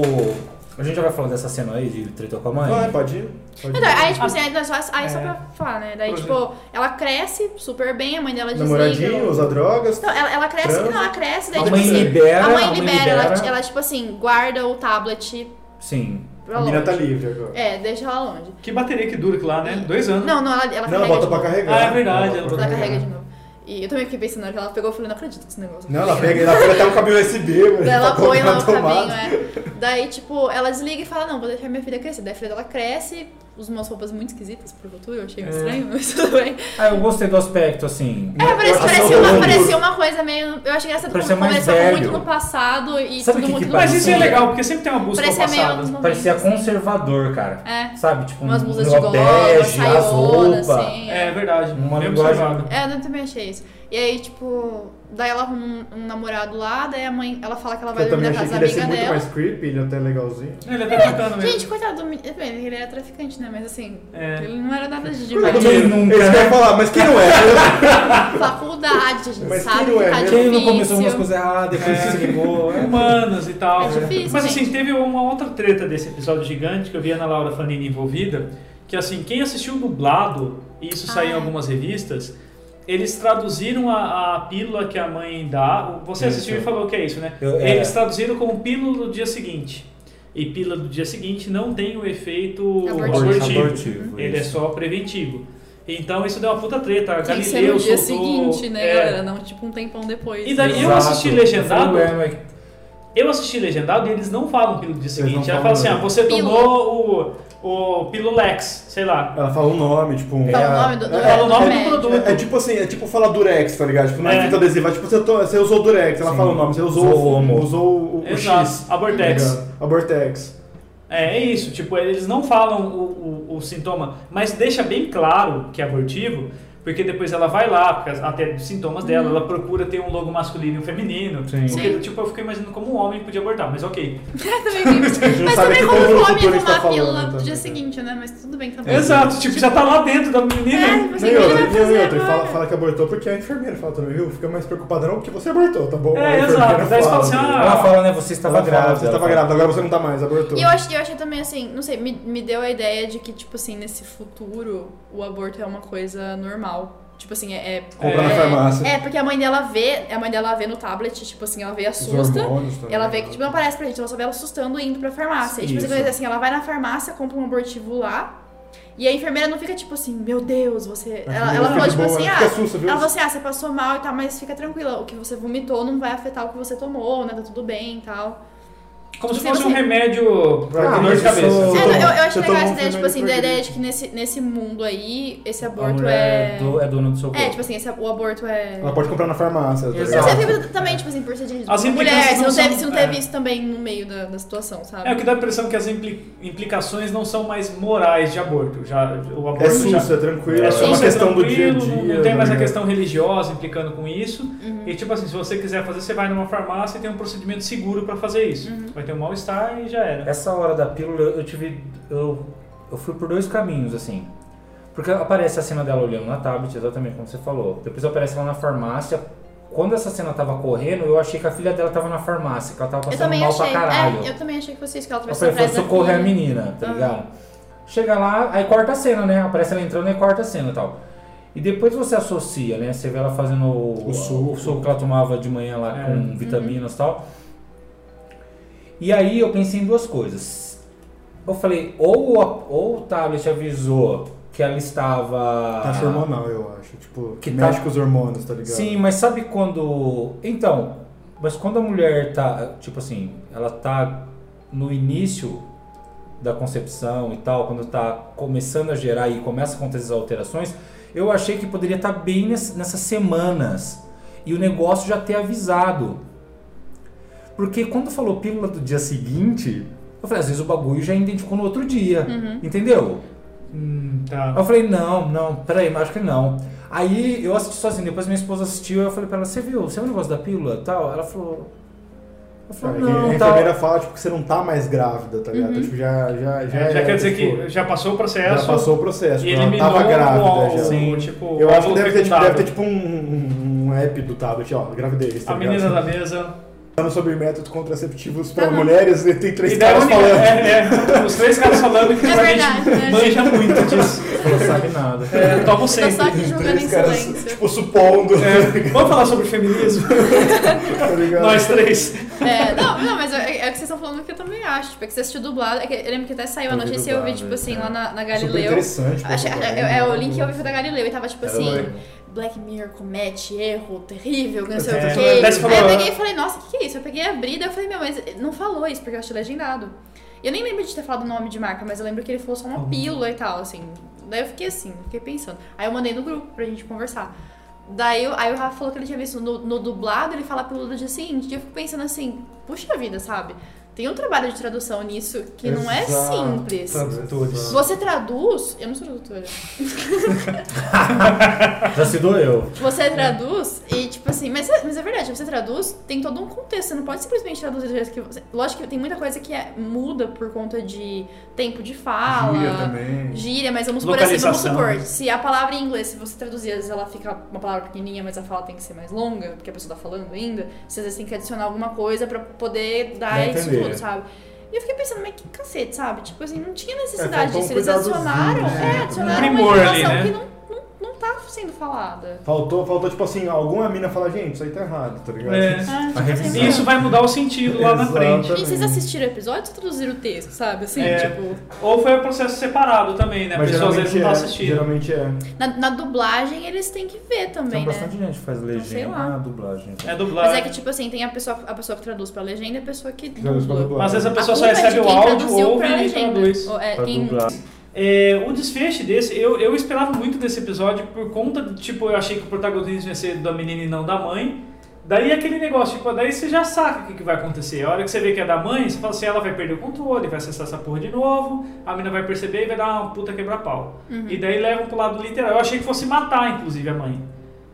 S5: A gente já vai falar dessa cena aí de treta com a mãe.
S3: vai, pode ir. Pode ir.
S4: Então, aí, tipo assim, aí, nós- aí só
S2: É.
S4: pra falar, né? Daí,
S2: Por
S4: tipo, ela cresce super bem, a mãe dela
S3: Namoradinho,
S4: desliga.
S3: usa drogas.
S4: Não, ela, ela cresce,
S3: Transa.
S4: não, ela cresce, daí,
S5: A
S4: tipo
S5: mãe
S4: assim,
S5: libera,
S4: a
S5: a
S4: mãe
S5: mãe
S4: libera,
S5: libera.
S4: ela, ela, tipo assim, guarda o tablet
S5: Sim.
S3: A
S4: pra
S3: menina
S4: longe.
S3: tá livre agora.
S4: É, deixa ela longe.
S2: Que bateria que dura que lá, né? Dois anos.
S4: Não, não, ela, ela
S3: Não,
S4: carrega
S3: bota
S4: de
S3: pra
S4: novo.
S3: carregar.
S2: Ah, é verdade,
S3: Ela
S2: ela
S3: bota pra
S4: Ela
S3: carregar.
S4: carrega de novo. E eu também fiquei pensando, na hora que ela pegou, eu falei, não acredito nesse negócio.
S3: Não, ela pega, ela pega até um cabelo USB, mano.
S4: Daí ela
S3: pra
S4: põe lá
S3: colocar
S4: o
S3: na tomada.
S4: caminho, é. Daí, tipo, ela desliga e fala, não, vou deixar minha filha crescer. Daí a filha dela cresce, usa umas roupas muito esquisitas pro futuro, eu
S5: É.
S4: achei meio estranho, mas tudo bem.
S5: Ah, eu gostei do aspecto, assim.
S4: É, parece-
S3: acho
S4: parecia,
S3: que é
S4: uma,
S3: horror.
S4: parecia uma coisa meio. Eu achei engraçado
S5: Parecia
S4: como
S5: mais
S4: começou
S5: velho.
S4: muito no passado e
S5: Sabe
S4: tudo
S5: o que
S4: muito
S5: que
S4: no
S2: Mas
S5: parece?
S2: isso é
S5: Sim.
S2: legal, porque sempre tem uma busca ao
S4: Parecia é meio anos
S2: passado.
S4: 90.
S5: Parecia conservador, cara.
S4: É.
S5: Sabe, tipo,
S4: Umas
S5: um-
S4: blusas
S5: um
S4: de gola,
S5: bege,
S4: uma
S5: as
S4: saiona,
S5: roupas.
S4: assim.
S2: É verdade,
S5: Uma
S2: bem
S5: linguagem-
S2: observado.
S4: É, eu também achei isso. E aí, tipo, daí ela arruma um, um namorado lá, daí a mãe, ela fala que ela vai
S3: Eu
S4: dormir
S3: também
S4: na
S3: achei que
S4: casa
S3: ele
S4: da
S3: ia ser
S4: amiga
S3: muito
S4: dela.
S3: mais creepy, ele é até legalzinho.
S2: Ele tá tentando mesmo.
S4: Gente, coitado do menino. Bem, Ele era traficante, né? Mas assim,
S2: É.
S4: ele não era nada de
S3: é
S5: Mas
S4: demais.
S5: quem nunca,
S3: Eles
S5: né?
S3: querem falar, mas quem não é?
S4: Faculdade, a gente
S3: Mas
S4: sabe
S3: quem não
S4: que
S3: é
S4: tá
S3: mesmo?
S5: Quem
S4: difícil.
S5: não começou umas coisas erradas, depois se ligou. É,
S2: humanos e tal.
S4: É difícil,
S2: Mas assim,
S4: gente.
S2: teve uma outra treta desse episódio gigante que eu vi a Ana Laura Fanini envolvida, que assim, quem assistiu dublado, e isso
S4: Ah,
S2: saiu em
S4: é.
S2: algumas revistas, eles traduziram a, a pílula que a mãe dá. Você
S5: Isso.
S2: assistiu e falou que é isso, né?
S5: Eu- é.
S2: Eles traduziram como pílula do dia seguinte. E pílula do dia seguinte não tem o efeito
S4: Abortivo.
S2: abortivo.
S5: Abortivo,
S2: Ele é
S5: isso.
S2: só preventivo. Então isso deu uma puta treta. A
S4: Tem que ser
S2: Galileu
S4: no dia
S2: soltou-
S4: seguinte, né,
S2: é.
S4: galera? Não, tipo, um tempão depois.
S2: E daí- eu
S5: Exato.
S2: assisti legendado.
S5: Eu falei, ué, mas
S2: Eu assisti Legendado e eles não falam pílula do dia
S3: não
S2: seguinte. Ela
S3: falam
S2: fala assim, ah,
S3: mesmo.
S2: você
S4: Pílula.
S2: tomou o, o Pilulex, sei lá.
S3: Ela fala o nome, tipo um.
S4: Fala o nome do- do-
S3: é,
S2: Fala o nome do
S4: médico.
S2: produto.
S3: É, é tipo assim, é tipo falar Durex, tá ligado? Tipo, não
S2: É.
S3: é fita adesiva, é tipo você, to- você usou o Durex, ela
S5: Sim.
S3: fala o nome, você usou
S5: Usou o
S3: o
S5: homo.
S3: usou o, o X. Tá
S2: Exato, Abortex.
S3: A Bortex.
S2: É, é isso, tipo, eles não falam o, o, o sintoma, mas deixa bem claro que é abortivo, porque depois ela vai lá, porque as- até dos sintomas dela, ela procura ter um logo masculino e um feminino.
S5: Sim.
S2: Porque,
S4: Uhum. Sim.
S2: tipo, eu fico imaginando como um homem podia abortar, mas ok.
S3: gente sabe
S4: Mas também
S3: que
S4: como
S3: todo
S4: come
S3: futuro
S4: tomar
S3: está
S4: a pílula
S3: falando,
S4: do
S3: então.
S4: dia seguinte, né? Mas tudo bem também.
S2: Exato, tipo, já tá lá dentro da
S4: É,
S2: menina.
S4: mas
S3: Nem
S4: ele
S3: outra,
S4: vai
S3: nem
S4: fazer
S3: outra. E fala,
S4: agora?
S3: fala que abortou porque é a enfermeira fala também, viu? Fica mais preocupada não porque você abortou, tá bom?
S2: É,
S3: A enfermeira
S2: exato. Daí você fala assim, ah,
S5: Ela fala, né? Você
S3: Ela
S5: estava
S3: fala,
S5: grávida.
S3: Você estava
S5: Ela fala.
S3: grávida, agora você não tá mais, abortou.
S4: E eu achei, eu achei também assim, não sei, me, me deu a ideia de que, tipo assim, nesse futuro, o aborto é uma coisa normal. Tipo assim, é. é
S3: Comprar
S4: é,
S3: na farmácia.
S4: É, porque a mãe dela vê, a mãe dela vê no tablet, tipo assim, ela vê
S3: Os
S4: assusta.
S3: hormônios também.
S4: Ela vê que, tipo, não aparece pra gente, ela só vê ela assustando e indo pra farmácia. E, tipo,
S5: Isso.
S4: assim, assim, ela vai na farmácia, compra um abortivo lá, E a enfermeira não fica tipo assim, meu Deus, você.
S3: A
S4: Ela,
S3: enfermeira
S4: ela
S3: fica
S4: falou tipo
S3: boa,
S4: assim,
S3: ela
S4: ah.
S3: fica sussa, viu?
S4: Ela falou assim, ah, você passou mal e tal, mas fica tranquila, o que você vomitou não vai afetar o que você tomou, né? Tá tudo bem e tal.
S2: Como se
S4: É. Você-
S2: fosse um
S4: você-
S2: remédio pra
S3: Ah,
S2: dor
S3: mas
S2: de cabeça.
S3: isso-
S4: É,
S3: Você
S4: não,
S3: tomou-
S4: eu, eu acho
S3: você
S4: legal
S3: tomou
S4: essa
S3: um
S4: ideia, tipo
S3: remédio
S4: assim, da
S3: proibido.
S4: ideia de que nesse, nesse mundo aí, esse
S5: a
S4: aborto
S5: mulher
S4: é.
S5: do- é dona do seu corpo.
S4: É, tipo assim, esse- o aborto é.
S3: Ela pode comprar na farmácia, tá
S4: Eu
S5: Exato.
S3: ligado?
S4: sempre fico também, tipo assim, por ser de
S2: As
S4: mulher,
S2: implicações
S4: se não,
S2: não
S4: teve,
S2: são-
S4: se não teve
S2: é.
S4: isso também no meio da, da situação, sabe?
S2: É, o que dá a impressão que as impli- implicações não são mais morais de aborto. Já, o aborto
S3: É
S2: já,
S3: susto, é tranquilo.
S2: É,
S3: É,
S2: só
S3: uma
S2: ser
S3: questão do dia a
S2: tranquilo,
S3: dia.
S2: Não tem
S3: tá
S2: mais a
S3: ligado?
S2: questão religiosa implicando com isso.
S4: Uhum.
S2: E tipo assim, se você quiser fazer, você vai numa farmácia e tem um procedimento seguro pra fazer isso.
S4: Uhum.
S2: Vai ter um mal-estar e já era.
S5: Essa hora da pílula eu tive. Eu, eu fui por dois caminhos, assim. Porque aparece a cena dela olhando na tablet, exatamente como você falou. Depois aparece ela na farmácia. Quando essa cena tava correndo, eu achei que a filha dela tava na farmácia, que ela tava
S4: Eu
S5: passando
S4: também
S5: mal
S4: achei.
S5: pra caralho.
S4: É, eu também achei que fosse isso que ela
S5: Eu
S4: atravessou
S5: falei, foi
S4: atrás da
S5: socorrer a
S4: filha.
S5: menina, tá ligado? Chega lá, aí corta a cena, né? Aparece ela entrando e corta a cena e tal. E depois você associa, né? Você vê ela fazendo o,
S3: O suco.
S5: o suco que ela tomava de manhã lá
S2: É.
S5: com vitaminas e tal. E aí eu pensei em duas coisas. Eu falei, ou, a- ou o tablet avisou que ela estava.
S2: Ah.
S3: Taxa Tá hormonal, eu acho. Tipo,
S5: Que
S3: que
S5: tá-
S3: mexe com os hormônios, tá ligado?
S5: Sim, mas sabe quando. Então, mas quando a mulher tá, tipo assim, ela tá no início da concepção e tal, quando tá começando a gerar e começa a acontecer as alterações, eu achei que poderia estar bem ness- nessas semanas e o negócio já ter avisado. Porque quando falou pílula do dia seguinte, eu falei, às vezes o bagulho já identificou no outro dia, entendeu?
S2: Hum, tá.
S5: Aí Eu falei, não, não, peraí, mas acho que não. Aí eu assisti sozinho, depois minha esposa assistiu, eu falei pra ela, você viu, você viu o negócio da pílula e tal? Ela falou. Eu
S3: Sabe,
S5: falei,
S3: que a
S2: tá.
S5: não, tal.
S3: enfermeira fala tipo, que você não tá mais grávida, tá ligado? Então, Tipo, já, já, já,
S2: Uhum. já
S3: é,
S2: quer dizer
S3: tipo,
S2: que já passou o processo.
S3: já passou o processo.
S2: E
S3: Tipo, ela
S2: eliminou
S3: tava grávida
S2: o,
S3: já.
S2: Sim. tipo,
S3: Eu
S2: o
S3: acho que
S2: óvulo
S3: deve ter, tipo,
S2: fecundado.
S3: deve ter tipo um, um- um app do tablet, ó, gravidez, tá
S2: A
S3: ligado?
S2: menina da mesa.
S3: Falando sobre métodos contraceptivos para mulheres, e tem três
S2: E um
S3: caras
S2: deram-
S3: falando.
S2: é, é, os três caras falando que
S4: É
S2: a
S4: verdade, né?
S2: gente manja muito disso.
S5: Ela não sabe nada.
S2: É, tomo
S4: Tô só
S2: sempre.
S4: aqui jogando em
S3: Três caras,
S4: silêncio.
S3: tipo, supondo,
S2: É, vamos falar sobre feminismo?
S3: tá ligado?
S2: Nós três.
S4: É, não, não, mas é, é o que vocês estão falando que eu também acho. Tipo, é que você assistiu dublado. É que eu lembro que até saiu a
S5: Eu vi
S4: notícia e eu vi,
S5: dublado,
S4: tipo assim,
S5: é.
S4: lá na, na
S3: Super
S4: Galileu.
S3: interessante. né? pra
S4: Achei-
S3: propaganda.
S4: é, é o link que eu vi foi da Galileu e tava tipo
S5: Era
S3: é
S4: assim,
S5: doido.
S4: Black Mirror comete erro terrível, não sei
S2: É.
S4: o que.
S2: Daí você
S4: Aí eu
S2: falou-
S4: peguei e falei, nossa, o que, que é isso? Eu peguei a brida eu falei, meu, mas não falou isso, porque eu achei legendado. E Eu nem lembro de ter falado o nome de marca, mas eu lembro que ele falou só uma
S2: Uhum.
S4: pílula e tal, assim. Daí eu fiquei assim, fiquei pensando. Aí eu mandei no grupo pra gente conversar. Daí eu- aí o Rafa falou que ele tinha visto no, no dublado, ele fala a pílula do dia seguinte. E eu fico pensando assim, puxa vida, sabe? Tem um trabalho de tradução nisso que não é
S3: Exato.
S4: simples.
S2: Tradutores.
S4: Você traduz. Eu não sou tradutora.
S5: Já se doeu.
S4: Você traduz e, tipo assim, mas, é- mas é verdade, você traduz, tem todo um contexto, você não pode simplesmente traduzir do jeito que você. Lógico que tem muita coisa que é, muda por conta de tempo de fala.
S3: Gíria também. né?
S4: gíria, mas vamos supor assim, vamos
S2: Localização.
S4: supor, se a palavra em inglês, se você traduzir, às vezes ela fica uma palavra pequenininha, mas a fala tem que ser mais longa, porque a pessoa tá falando ainda, você às vezes tem que adicionar alguma coisa pra poder dar
S5: Dá a
S4: isso
S5: entender.
S4: tudo, sabe? E eu fiquei pensando, mas que cacete, sabe? Tipo assim, não tinha
S3: É,
S4: necessidade
S3: faltou um
S4: disso, eles
S3: cuidadozinho,
S4: adicionaram,
S3: né?
S4: é, adicionaram uma
S2: Primor ali,
S4: informação
S2: né?
S4: que não, não, não tá sendo falada.
S3: Faltou, faltou, tipo assim, alguma mina falar, gente, isso aí tá errado, tá ligado?
S2: É.
S5: A revisão.
S2: E isso vai mudar o sentido lá na
S3: Exatamente.
S2: frente.
S4: E Ah, vocês assistiram o episódio ou traduziram o texto, sabe? Assim,
S2: É.
S4: tipo.
S2: Ou foi um processo separado também, né? A
S3: Mas
S2: pessoa às vezes
S3: geralmente
S2: não
S3: é,
S2: tá assistindo.
S3: geralmente é.
S4: Na, na dublagem eles têm que ver
S5: Tem
S4: também, né?
S5: bastante gente que faz
S4: sei
S5: legenda
S4: lá.
S5: na dublagem.
S2: É
S4: Mas é
S2: dublagem.
S4: que, tipo assim, tem a pessoa, a pessoa que traduz pra legenda e a pessoa que.
S3: Traduz pra
S4: dubla.
S3: dublagem.
S2: Às vezes a
S4: A
S2: pessoa só
S4: culpa é de
S2: recebe o
S4: quem
S2: áudio,
S4: traduziu
S2: ouve
S4: pra
S2: e
S4: legenda.
S2: traduz.
S4: Ou, é,
S5: Pra
S4: quem-
S5: dublar.
S2: É, o desfecho desse, eu, eu esperava muito desse episódio por conta, de, tipo, eu achei que o protagonismo ia ser da menina e não da mãe. Daí aquele negócio, tipo, daí você já saca o que, que vai acontecer. A hora que você vê que é da mãe, você fala assim, ela vai perder o controle, vai acessar essa porra de novo, a menina vai perceber e vai dar uma puta quebra-pau.
S4: Uhum.
S2: E daí levam pro lado literal. Eu achei que fosse matar, inclusive, a mãe.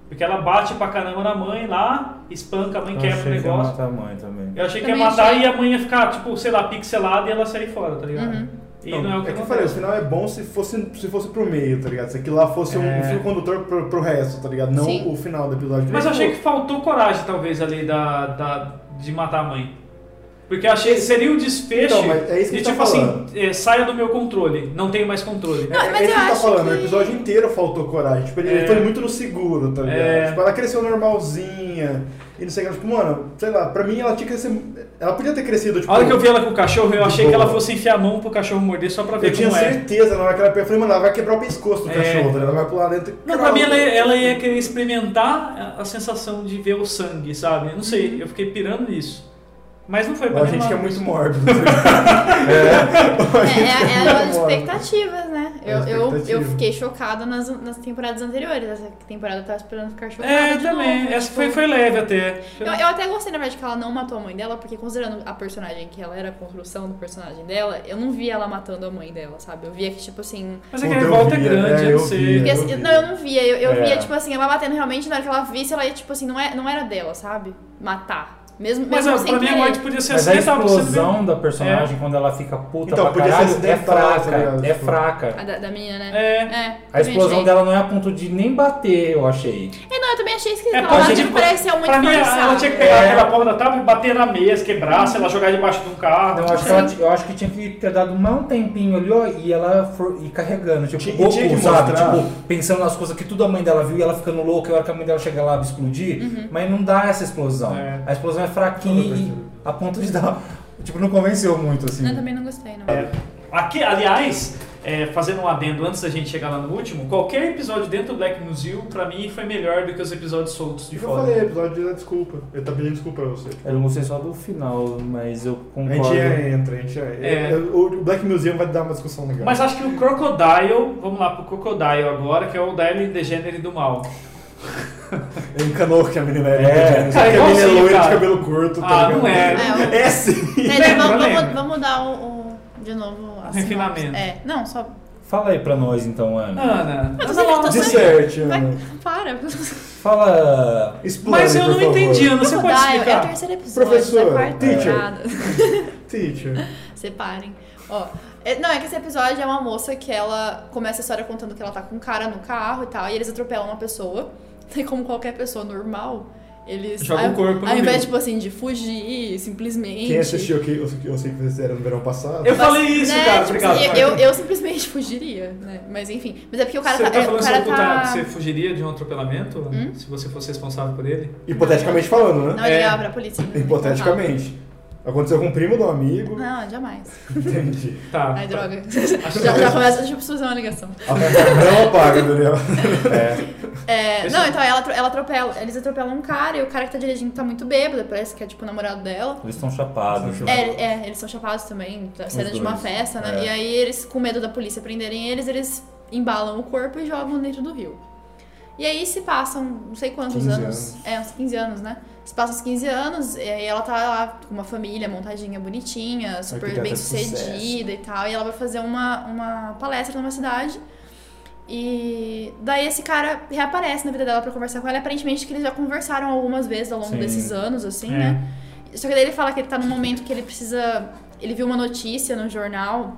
S2: Porque ela bate pra caramba na mãe lá, espanca a mãe,
S5: Eu
S2: quebra o
S5: achei que ia
S2: negócio.
S5: matar a mãe também.
S2: Eu achei que ia
S4: Também
S2: matar
S4: achei.
S2: e a mãe ia ficar, tipo, sei lá, pixelada e ela sair fora, tá ligado?
S4: Uhum.
S2: E não, é o que,
S3: é que eu falei, o
S2: acontece.
S3: final é bom se fosse, se fosse pro meio, tá ligado? Se aquilo lá fosse um
S2: É.
S3: fio condutor pro, pro resto, tá ligado? Não
S4: Sim.
S3: o final do episódio.
S2: Mas eu achei
S3: Pô,
S2: que faltou coragem, talvez, ali da, da, de matar a mãe. Porque eu achei seria o desfecho
S3: Então, mas é isso que
S2: de
S3: a
S2: tipo
S3: gente tá falando.
S2: assim, é, saia do meu controle, não tenho mais controle.
S4: Não, mas
S3: é isso
S4: eu
S3: que tá
S4: acho
S3: falando, o
S4: que-
S3: episódio inteiro faltou coragem. Tipo, ele, ele
S2: É.
S3: foi muito no seguro, tá ligado?
S2: É.
S3: Tipo, ela cresceu normalzinha e não sei o que. Tipo, mano, sei lá, pra mim ela tinha que ser. Ela podia ter crescido, tipo.
S2: A hora que eu vi ela com o cachorro, eu
S3: de
S2: achei que ela
S3: boa.
S2: fosse enfiar a mão pro cachorro morder só pra ver
S3: Eu tinha
S2: como é.
S3: certeza na hora que ela pegou, eu falei, mano, ela vai quebrar o pescoço do
S2: É.
S3: cachorro, tá ligado? Ela vai pular dentro e.
S2: Não, pra mim ela, ela ia querer experimentar a- a sensação de ver o sangue, sabe? Não sei, eu fiquei pirando nisso. Mas não foi pra
S3: Uhum. A
S2: nenhum
S3: gente que é
S2: lado.
S3: muito mórbido.
S4: É, é, é
S3: Demora.
S4: as expectativas, né?
S3: É
S4: Eu, eu, eu
S3: expectativa.
S4: fiquei chocada nas, nas temporadas anteriores. Essa temporada eu tava esperando ficar chocada.
S2: É,
S4: de
S2: também.
S4: novo,
S2: Essa
S4: tipo,
S2: foi, foi leve até.
S4: Eu, eu até gostei, na verdade, que ela não matou a mãe dela, porque considerando a personagem que ela era, a construção do personagem dela, eu não via ela matando a mãe dela, sabe? Eu via que, tipo assim.
S2: Mas é que a
S3: Puta, eu
S2: revolta é
S3: via,
S2: grande,
S3: é,
S2: eu não
S3: eu
S2: sei.
S4: porque
S3: via.
S4: assim- não, eu não via. Eu, eu
S5: É.
S4: via, tipo assim, ela batendo realmente, na hora que ela visse, ela ia, tipo assim, não, é, não era dela, sabe? Matar. Mesmo,
S2: Mas
S4: mesmo
S2: ah,
S4: sem
S2: pra mim a
S4: querer.
S2: morte podia ser assim, né?
S5: Mas a
S2: acidental, você É.
S5: explosão
S2: não-
S5: da personagem, quando ela fica puta
S3: Então,
S5: pra
S3: podia ser
S5: caralho, é
S3: acidental, tá
S5: fraca.
S3: ligado?
S5: é
S3: Tipo,
S5: fraca.
S4: A da, da menina, né?
S2: É.
S5: A explosão
S4: achei.
S5: dela não é a ponto de nem bater, eu achei.
S4: É, não, eu também achei esquisito.
S2: É,
S4: ela
S2: pode
S4: ela,
S2: ser
S4: tipo,
S2: que-
S4: pareceu muito
S2: Pra mim, ela- ela
S4: forçada.
S2: tinha que pegar
S5: É.
S2: aquela porra da tábua e bater na mesa, quebrar, sei lá, jogar debaixo de um carro.
S5: Eu acho, que ela- eu acho que tinha que ter dado mais um tempinho ali, ó, e ela for, ir carregando, tipo,
S3: Tinha- e
S5: Goku,
S3: tinha que
S5: sabe?
S3: mostrar.
S5: Tipo, pensando nas coisas que tudo a mãe dela viu e ela ficando louca, e a hora que a mãe dela chega lá ela explodir,
S4: Uhum.
S5: mas não dá essa explosão.
S2: É.
S5: A explosão é fraquinha e a ponto de dar. Tipo, não convenceu muito, assim.
S4: Não, eu também não gostei, não.
S2: É. Aqui, aliás, é, fazendo um adendo antes da gente chegar lá no último, qualquer episódio dentro do Black Museum, pra mim, foi melhor do que os episódios soltos de
S3: Eu
S2: fora.
S3: falei, é. episódio da desculpa. Ele tá pedindo desculpa pra você.
S5: Eu não gostei só do final, mas eu
S3: A
S5: concordo.
S3: gente ia entra, a gente ia.
S2: É.
S3: eu- O Black Museum vai dar uma discussão legal.
S2: Mas acho que o Crocodile, vamos lá pro Crocodile agora, que é o Daily Degênere do Mal.
S3: Ele É encanou que a menina era
S5: É.
S2: Cara,
S3: é. que a menina é
S2: igualzinho,
S3: loira de
S2: cara.
S3: cabelo curto, tá
S2: Ah,
S3: ligado?
S2: não é.
S4: É,
S3: É sim.
S4: Peraí,
S2: Lembra,
S4: vamos,
S2: lembra.
S4: vamos, vamos dar o, o- de novo a sinopse.
S2: refinamento.
S4: É, não, só.
S5: Fala aí pra nós então, Ana.
S4: Ah.
S2: Ana.
S4: Mas
S2: Ana
S4: você
S2: Laura,
S4: tá
S2: você-
S3: Disserte,
S4: Vai,
S3: Ana.
S4: para.
S5: Fala.
S3: Explode,
S2: Mas eu
S3: por
S2: não
S3: favor.
S2: entendi, Ana, Então você pode
S4: Crocodile é o
S2: explicar?
S4: terceiro episódio
S3: Professor,
S4: da quarta
S3: teacher.
S4: temporada.
S3: Teacher.
S4: Separem. Ó, é- não, é que esse episódio é uma moça que ela começa a história contando que ela tá com um cara no carro e tal, e eles atropelam uma pessoa. E como qualquer pessoa normal, eles.
S2: Joga o
S4: ao-
S2: corpo no
S4: Ao invés,
S2: rio.
S4: tipo assim, de fugir, simplesmente. Tipo
S3: Quem assistiu aqui, eu sei que- eu sei que vocês fizeram no verão passado.
S2: Eu falei isso,
S4: né,
S2: cara,
S4: tipo,
S2: obrigado.
S4: assim, eu, eu simplesmente fugiria, né? Mas enfim. Mas é porque o cara
S2: você
S4: tá.
S2: tá,
S4: é,
S2: falando
S4: o cara
S2: sobre o Tutato,
S4: tá... Hum?
S2: você fugiria de um atropelamento se você fosse responsável por ele?
S3: Hipoteticamente falando, né?
S4: Não, Ah. ele
S2: É.
S4: ligava pra polícia. né?
S3: Hipoteticamente. Aconteceu com um primo de um amigo.
S4: Não, jamais.
S3: Entendi.
S2: Tá.
S4: Ai, droga.
S2: Acho
S4: já,
S2: que-
S4: já começa, tipo, fazer uma ligação.
S3: Não apaga, Daniel.
S4: É,
S2: Esse-
S4: não, então ela, atro- ela atropela, eles atropelam um cara e o cara que tá dirigindo tá muito bêbado, parece que é tipo o namorado dela.
S5: Eles estão chapados.
S4: É, ele- é, eles são chapados também, tá saindo de uma
S5: dois.
S4: festa, né?
S5: É.
S4: E aí eles, com medo da polícia prenderem eles, eles embalam o corpo e jogam dentro do rio. E aí se passam não sei quantos
S3: 15
S4: anos, É, uns 15 anos, né? Se passam uns 15 anos, e aí ela tá lá com uma família montadinha, bonitinha, super
S3: Arquiteta
S4: bem
S3: de sucesso.
S4: sucedida e tal. E ela vai fazer uma, uma palestra numa cidade. E daí esse cara reaparece na vida dela pra conversar com ela. Aparentemente que eles já conversaram algumas vezes ao longo
S5: Sim.
S4: desses anos, assim,
S2: É.
S4: né? Só que daí ele fala que ele tá num momento que ele precisa. Ele viu uma notícia no jornal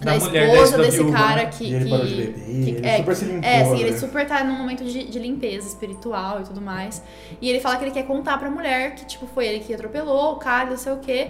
S2: Da
S4: da,
S2: mulher
S4: esposa
S2: dessa
S4: desse
S2: viúva,
S4: cara
S2: né?
S4: que.
S3: E ele
S4: que-
S3: parou de beber,
S4: que-
S3: ele
S4: é,
S3: super se limpou.
S4: é, assim, ele
S3: né?
S4: super tá num momento de, de limpeza espiritual e tudo mais. E ele fala que ele quer contar pra mulher que, tipo, foi ele que atropelou o cara, não sei o quê.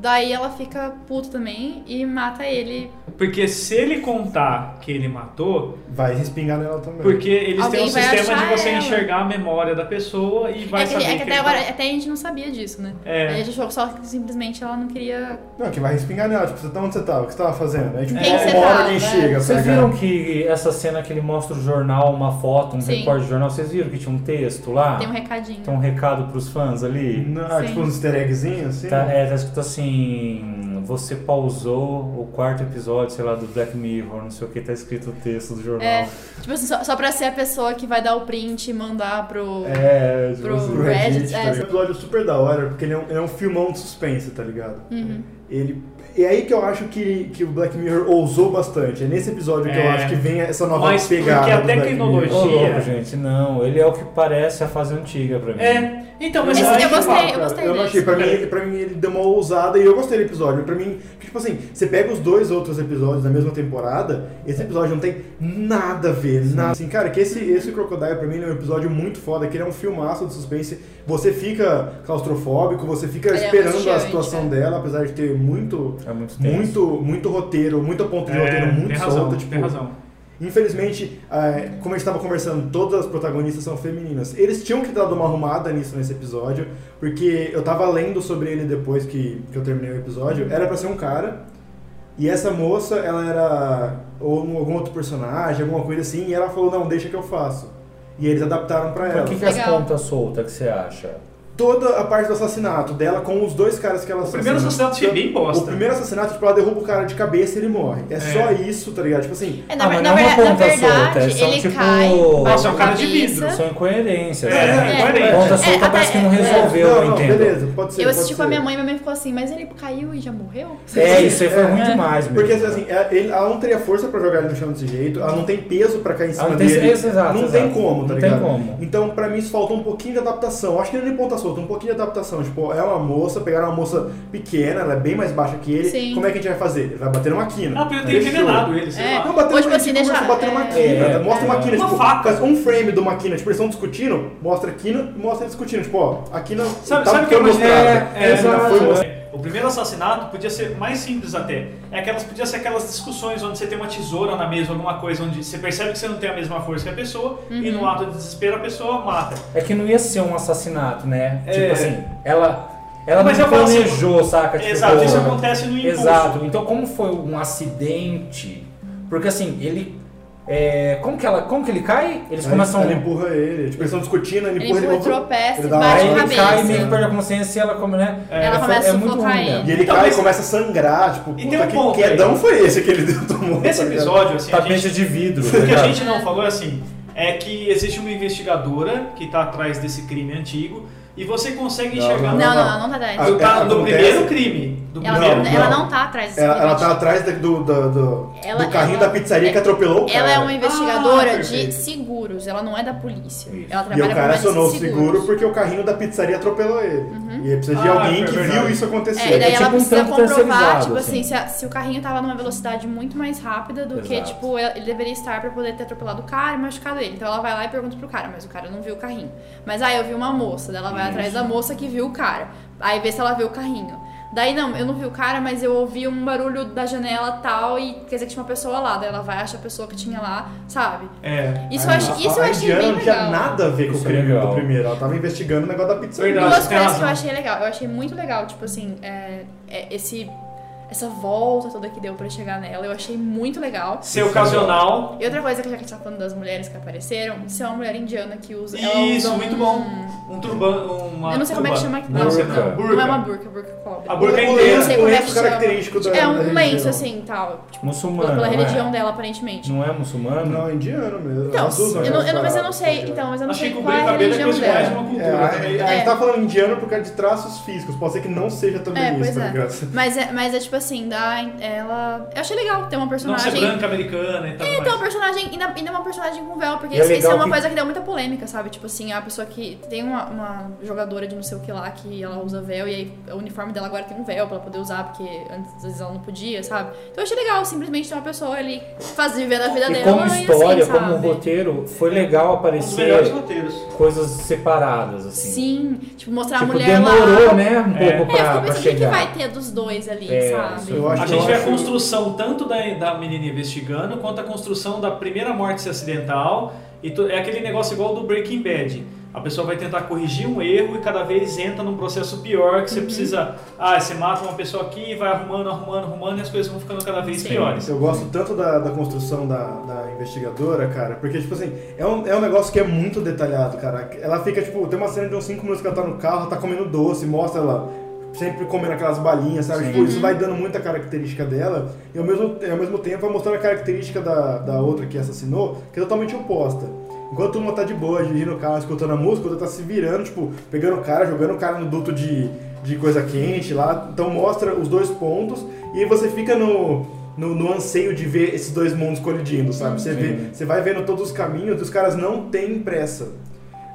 S4: Daí ela fica puta também e mata ele.
S2: Porque se ele contar que ele matou,
S3: Vai respingar nela também.
S2: porque eles têm
S4: Alguém
S2: um
S4: vai
S2: sistema de
S4: achar
S2: você
S4: ela.
S2: enxergar a memória da pessoa e vai
S4: é que,
S2: saber
S4: é que
S2: que
S4: até
S2: ele
S4: agora,
S2: matou.
S4: até a gente não sabia disso, né?
S2: É.
S4: A gente achou só que simplesmente ela não queria.
S3: Não, que vai respingar nela. Tipo, você tá onde você tava? O que você tava fazendo? Aí, tipo,
S4: Quem
S3: uma
S4: você
S3: hora
S4: tava,
S3: alguém
S4: é.
S3: chega, tá
S5: Vocês
S3: ligado?
S5: viram que essa cena que ele mostra o jornal, uma foto, um
S4: Sim.
S5: recorte de jornal, vocês viram que tinha um texto
S2: Ah.
S5: lá?
S4: Tem um recadinho.
S5: Tem um recado pros fãs ali?
S3: Não,
S4: Sim.
S3: tipo, uns easter eggzinho, assim.
S5: Tá, é, tá escrito assim, você pausou o quarto episódio, sei lá, do Black Mirror, não sei o que, tá escrito o texto do jornal.
S4: É, tipo assim, só, só pra ser a pessoa que vai dar o print e mandar pro.
S5: É, tipo
S4: Pro-
S5: assim.
S3: Pro Reddit,
S4: Reddit,
S3: tá
S4: é.
S3: ligado? É um episódio super da hora, porque ele é um, ele é um filmão de suspense, tá ligado?
S4: Uhum.
S3: Ele E aí que eu acho que, que o Black Mirror ousou bastante. É nesse episódio que eu
S2: É.
S3: acho que vem essa nova
S2: Mas porque
S3: pegada.
S2: a
S3: do Black
S2: tecnologia-
S3: Mirror.
S5: Ô, louco, gente, não. Ele é o que parece a fase antiga pra mim.
S2: É, então, mas
S4: Esse
S2: aí
S4: eu
S2: que
S4: gostei,
S2: fala.
S4: eu gostei
S3: Eu não achei,
S4: desse.
S3: pra mim, pra mim ele deu uma ousada e eu gostei do episódio. Pra mim, tipo assim, você pega os dois outros episódios da mesma temporada, esse episódio não tem nada a ver, nada. Assim, cara, que esse, esse Crocodile pra mim ele é um episódio muito foda, que ele é um filmaço de suspense. Você fica claustrofóbico, você fica
S4: Ele é
S3: esperando a
S4: angustiante,
S3: situação
S4: né?
S3: dela, apesar de ter muito.
S5: É muito tempo.
S3: Muito, muito roteiro, muito ponto de roteiro muito
S2: É, tem
S3: solto.
S2: razão,
S3: tipo,
S2: tem razão.
S3: Infelizmente, é, como a gente estava conversando, todas as protagonistas são femininas. Eles tinham que ter dado uma arrumada nisso nesse episódio, porque eu tava lendo sobre ele depois que, que eu terminei o episódio. Era pra ser um cara, e essa moça, ela era ou um- algum outro personagem, alguma coisa assim, e ela falou: Não, deixa que eu faço. E eles adaptaram pra
S5: Por
S3: ela.
S5: que, que as
S4: Legal.
S5: pontas soltas que você acha?
S3: Toda a parte do assassinato dela com os dois caras que ela
S2: O primeiro
S3: assassina.
S2: assassinato achei bem bosta.
S3: O primeiro assassinato, tipo, ela derruba o cara de cabeça e ele morre. É, só isso, tá ligado? Tipo assim.
S4: É, na,
S5: Ah,
S4: ver-
S5: mas
S4: na
S5: não é uma
S4: verdade, na
S5: ponta solta, é
S4: verdade
S5: só
S4: ele
S5: tipo-
S4: cai,
S5: Ah,
S4: bate
S2: são
S4: na
S2: é um cara de vidro,
S4: cabeça.
S5: São incoerências.
S2: É,
S5: né?
S2: incoerente.
S5: Ponta
S2: É,
S5: solta
S4: até-
S5: parece que não
S4: é,
S5: resolveu,
S3: não,
S5: eu
S3: não,
S5: entendo.
S3: beleza, pode ser.
S4: Eu assisti
S3: pode
S4: com a
S3: ser.
S4: minha mãe, minha mãe ficou assim, mas ele caiu e já morreu?
S5: É, isso aí foi
S3: É.
S5: ruim demais mesmo.
S3: Porque assim, é- ele- ela não teria força pra jogar ele no chão desse jeito, ela não tem peso pra
S2: Ah,
S3: cair em cima
S5: Ah, não tem-
S3: dele.
S5: isso, exato,
S3: não
S5: exato.
S3: tem como, tá
S5: Não tem
S3: ligado?
S5: como.
S3: Então, pra mim, isso faltou um pouquinho de adaptação. Acho que ele nem ponta solta, um pouquinho de adaptação. Tipo, é uma moça, pegaram uma moça pequena, ela é bem mais baixa que ele.
S4: Sim.
S3: Como é que a gente vai fazer? Ele vai bater numa quina.
S2: Ah, podia ter
S3: Fechou.
S2: envenenado ele, sei
S4: É.
S2: lá.
S3: Não, bateu
S4: Ou,
S3: numa
S4: tipo assim,
S3: quina, tipo,
S4: deixa-
S3: bater numa
S4: é.
S3: quina.
S5: É.
S3: mostra uma quina,
S2: Uma
S3: tipo,
S2: faca.
S3: faz um frame de uma quina. Tipo, eles estão discutindo, mostra a quina e mostra eles discutindo. Tipo, ó, a quina
S2: Sabe,
S3: tá
S2: sabe o que eu
S3: foi
S2: imaginei?
S3: mostrada.
S2: É,
S3: Essa
S2: exato.
S3: foi mostrada.
S2: O primeiro assassinato podia ser mais simples até. É aquelas, podia ser aquelas discussões onde você tem uma tesoura na mesa, alguma coisa, onde você percebe que você não tem a mesma força que a pessoa, e
S4: Uhum.
S2: no ato de desespero a pessoa mata.
S5: É que não ia ser um assassinato, né?
S2: É.
S5: Tipo assim, ela, ela
S2: Mas
S5: não
S2: eu falo assim,
S5: planejou, saca? Tipo,
S2: Exato, isso
S5: porra.
S2: acontece no impulso.
S5: Exato. Então como foi um acidente? Porque assim, ele. é, como, que ela, como que ele cai? Eles
S3: Aí
S5: começam.
S2: um-
S3: Ela empurra ele. Tipo, eles estão discutindo, ele
S4: Ele
S3: empurra ele.
S4: empurra, tropeça
S3: ele
S4: e
S3: dá uma
S5: Aí
S4: bate
S5: ele
S4: na
S3: cabeça.
S5: cai e meio
S4: né?
S5: que perde a consciência e ela come, né?
S4: Ela
S5: É, foi-
S4: começa
S5: é
S4: a
S5: muito
S4: sufocar
S5: ruim, né?
S4: ele.
S3: E ele
S2: Então,
S3: cai
S2: mas-
S3: e começa a sangrar, tipo,
S2: E tem
S3: puta,
S2: um
S3: que
S2: ponto aí.
S3: quedão foi esse que ele deu tomou.
S2: Nesse
S3: tá ligado?
S2: episódio, assim, a
S5: Tapete
S2: gente,
S5: de vidro.
S3: tá
S2: o que a
S5: né?
S2: gente não falou é assim, é que existe uma investigadora que está atrás desse crime antigo, e você consegue
S5: Não,
S2: enxergar
S3: Não,
S4: Não, não,
S3: não.
S4: ela não tá atrás.
S3: Ah,
S2: do, ca-
S3: ela
S2: do
S3: acontece.
S2: primeiro crime. Do
S4: Ela,
S2: primeiro,
S4: não, ela não tá atrás.
S3: Ela, ela tá
S4: simplesmente.
S3: atrás da- do, do, do,
S4: Ela-
S3: do carrinho
S4: ela-
S3: da pizzaria que
S4: é-
S3: atropelou o cara.
S4: Ela é uma investigadora
S2: Ah,
S4: de
S2: perfeito.
S4: seguros, ela não é da polícia.
S5: Isso.
S4: Ela
S3: E
S4: trabalha
S3: o
S4: com
S3: cara
S4: agência
S3: acionou o
S4: de
S3: seguro
S4: seguros. Uhum.
S3: porque o carrinho da pizzaria atropelou ele. E aí precisa de
S2: Ah,
S3: alguém
S2: é
S3: que viu
S2: verdade.
S3: isso acontecer.
S4: É, e daí
S5: tipo
S4: ela
S5: um
S4: precisa
S5: trampo
S4: comprovar,
S5: terceirizado,
S4: tipo assim,
S5: assim.
S4: se, a- se o carrinho tava numa velocidade muito mais rápida do que,
S5: Exato.
S4: tipo, ele deveria estar pra poder ter atropelado o cara e machucado ele. Então ela vai lá e pergunta pro cara, mas o cara não viu o carrinho. Mas aí eu vi uma moça, daí ela vai atrás da moça que viu o cara. Aí vê se ela viu o carrinho. Daí não, eu não vi o cara, mas eu ouvi um barulho da janela tal e quer dizer que tinha uma pessoa lá. Daí ela vai acha a pessoa que tinha lá, sabe?
S2: É.
S4: Isso
S3: Aí,
S4: eu acho,
S3: a-
S4: isso eu
S3: a
S4: achei
S3: Diana
S4: bem
S3: não tinha
S4: legal.
S3: nada a ver com
S5: Isso
S3: o
S5: é
S3: crime do
S5: legal.
S3: primeiro. Ela tava investigando o negócio da pizzaria.
S2: Verdade.
S4: Duas
S2: tem
S4: coisas que eu
S2: razão.
S4: achei legal. Eu achei muito legal, tipo assim, é, é, esse, essa volta toda que deu pra chegar nela, eu achei muito legal.
S2: Ser ocasional.
S4: E outra coisa que já que a gente tá falando das mulheres que apareceram, isso é uma mulher indiana que usa. ela
S2: Isso,
S4: usa
S2: muito
S4: um-
S2: bom. Um turban, uma
S4: eu não sei como é
S2: turba.
S4: que chama aqui.
S2: Não,
S4: Não,
S2: sei,
S5: burca.
S4: não, não é uma burca, burca cobre.
S2: A burca
S3: O- o
S2: inteira.
S3: lenço-
S4: Não sei
S3: o
S4: como é que
S3: lenço
S4: chama.
S3: característico da
S4: É
S3: da
S4: um
S3: religião.
S4: lenço assim tal. Tipo,
S5: Muçulmano.
S4: pela
S5: não é?
S4: religião dela, aparentemente.
S5: Não é muçulmano?
S3: Não, é indiano mesmo. né?
S4: Então,
S3: Elas usam
S4: eu não, eu não-
S3: aquelas
S4: mas eu não
S3: paradas,
S4: sei.
S3: tá ligado?
S4: Então, mas eu não
S2: né? Achei que
S4: sei
S2: o
S4: qual é
S2: brilho
S4: a
S2: cabelo é
S4: religião
S2: coisa de mais de
S4: dela.
S2: uma
S3: É,
S2: cultura né?
S3: a,
S2: também.
S3: a gente
S4: É.
S3: tá falando indiano por causa de traços físicos. Pode ser que não seja também
S4: É,
S3: isso,
S4: pois
S3: tá
S4: é.
S3: ligado?
S4: Mas é, mas é tipo assim, da, ela. Eu achei legal ter uma
S2: Não é ser
S4: personagem.
S2: branca, americana e tal.
S4: É, então, um personagem, ainda, ainda uma personagem com véu, porque
S5: E é
S4: isso, isso é
S5: legal
S4: uma
S5: que-
S4: coisa que deu muita polêmica, sabe? Tipo assim, a pessoa que. Tem uma, uma jogadora de não sei o que lá que ela usa véu, e aí o uniforme dela agora tem um véu pra ela poder usar, porque antes às vezes ela não podia, sabe? Então eu achei legal simplesmente ter uma pessoa ali fazer viver a vida
S5: E
S4: dela.
S5: como
S4: e assim,
S5: história,
S4: sabe?
S5: como roteiro, foi legal
S2: Um dos melhores
S5: aparecer
S2: roteiros.
S5: coisas separadas, assim.
S4: Sim, tipo, mostrar
S5: Tipo,
S4: a mulher
S5: demorou,
S4: lá.
S5: né, um
S2: É.
S5: pouco
S4: É,
S5: pra, pra
S4: eu fico pensando o que, que
S5: chegar.
S4: vai ter dos dois ali,
S5: É,
S4: sabe?
S5: isso eu
S3: acho
S2: A
S3: que é
S2: gente
S3: eu
S2: vê a
S3: acho-
S2: construção tanto da, da menina investigando, quanto a construção da primeira morte acidental. E tu- é aquele negócio igual do Breaking Bad. A pessoa vai tentar corrigir um erro e cada vez entra num processo pior que você precisa. Ah, você mata uma pessoa aqui e vai arrumando, arrumando, arrumando e as coisas vão ficando cada vez
S4: Sim.
S2: piores.
S3: Eu gosto tanto da, da construção da, da investigadora, cara, porque, tipo assim, é um, é um negócio que é muito detalhado, cara. Ela fica, tipo, tem uma cena de uns 5 minutos que ela tá no carro, ela tá comendo doce, mostra ela sempre comendo aquelas balinhas, sabe?
S5: Sim.
S3: Tipo, isso vai dando muita característica dela e ao mesmo, e ao mesmo tempo vai mostrando a característica da, da outra que assassinou, que é totalmente oposta. Enquanto uma tá de boa, dirigindo o carro, escutando a música, outra tá se virando, tipo, pegando o cara, jogando o cara no duto de, de coisa quente lá. Então mostra os dois pontos e você fica no, no, no anseio de ver esses dois mundos colidindo, sabe? Você, vê, você vai vendo todos os caminhos e os caras não têm pressa.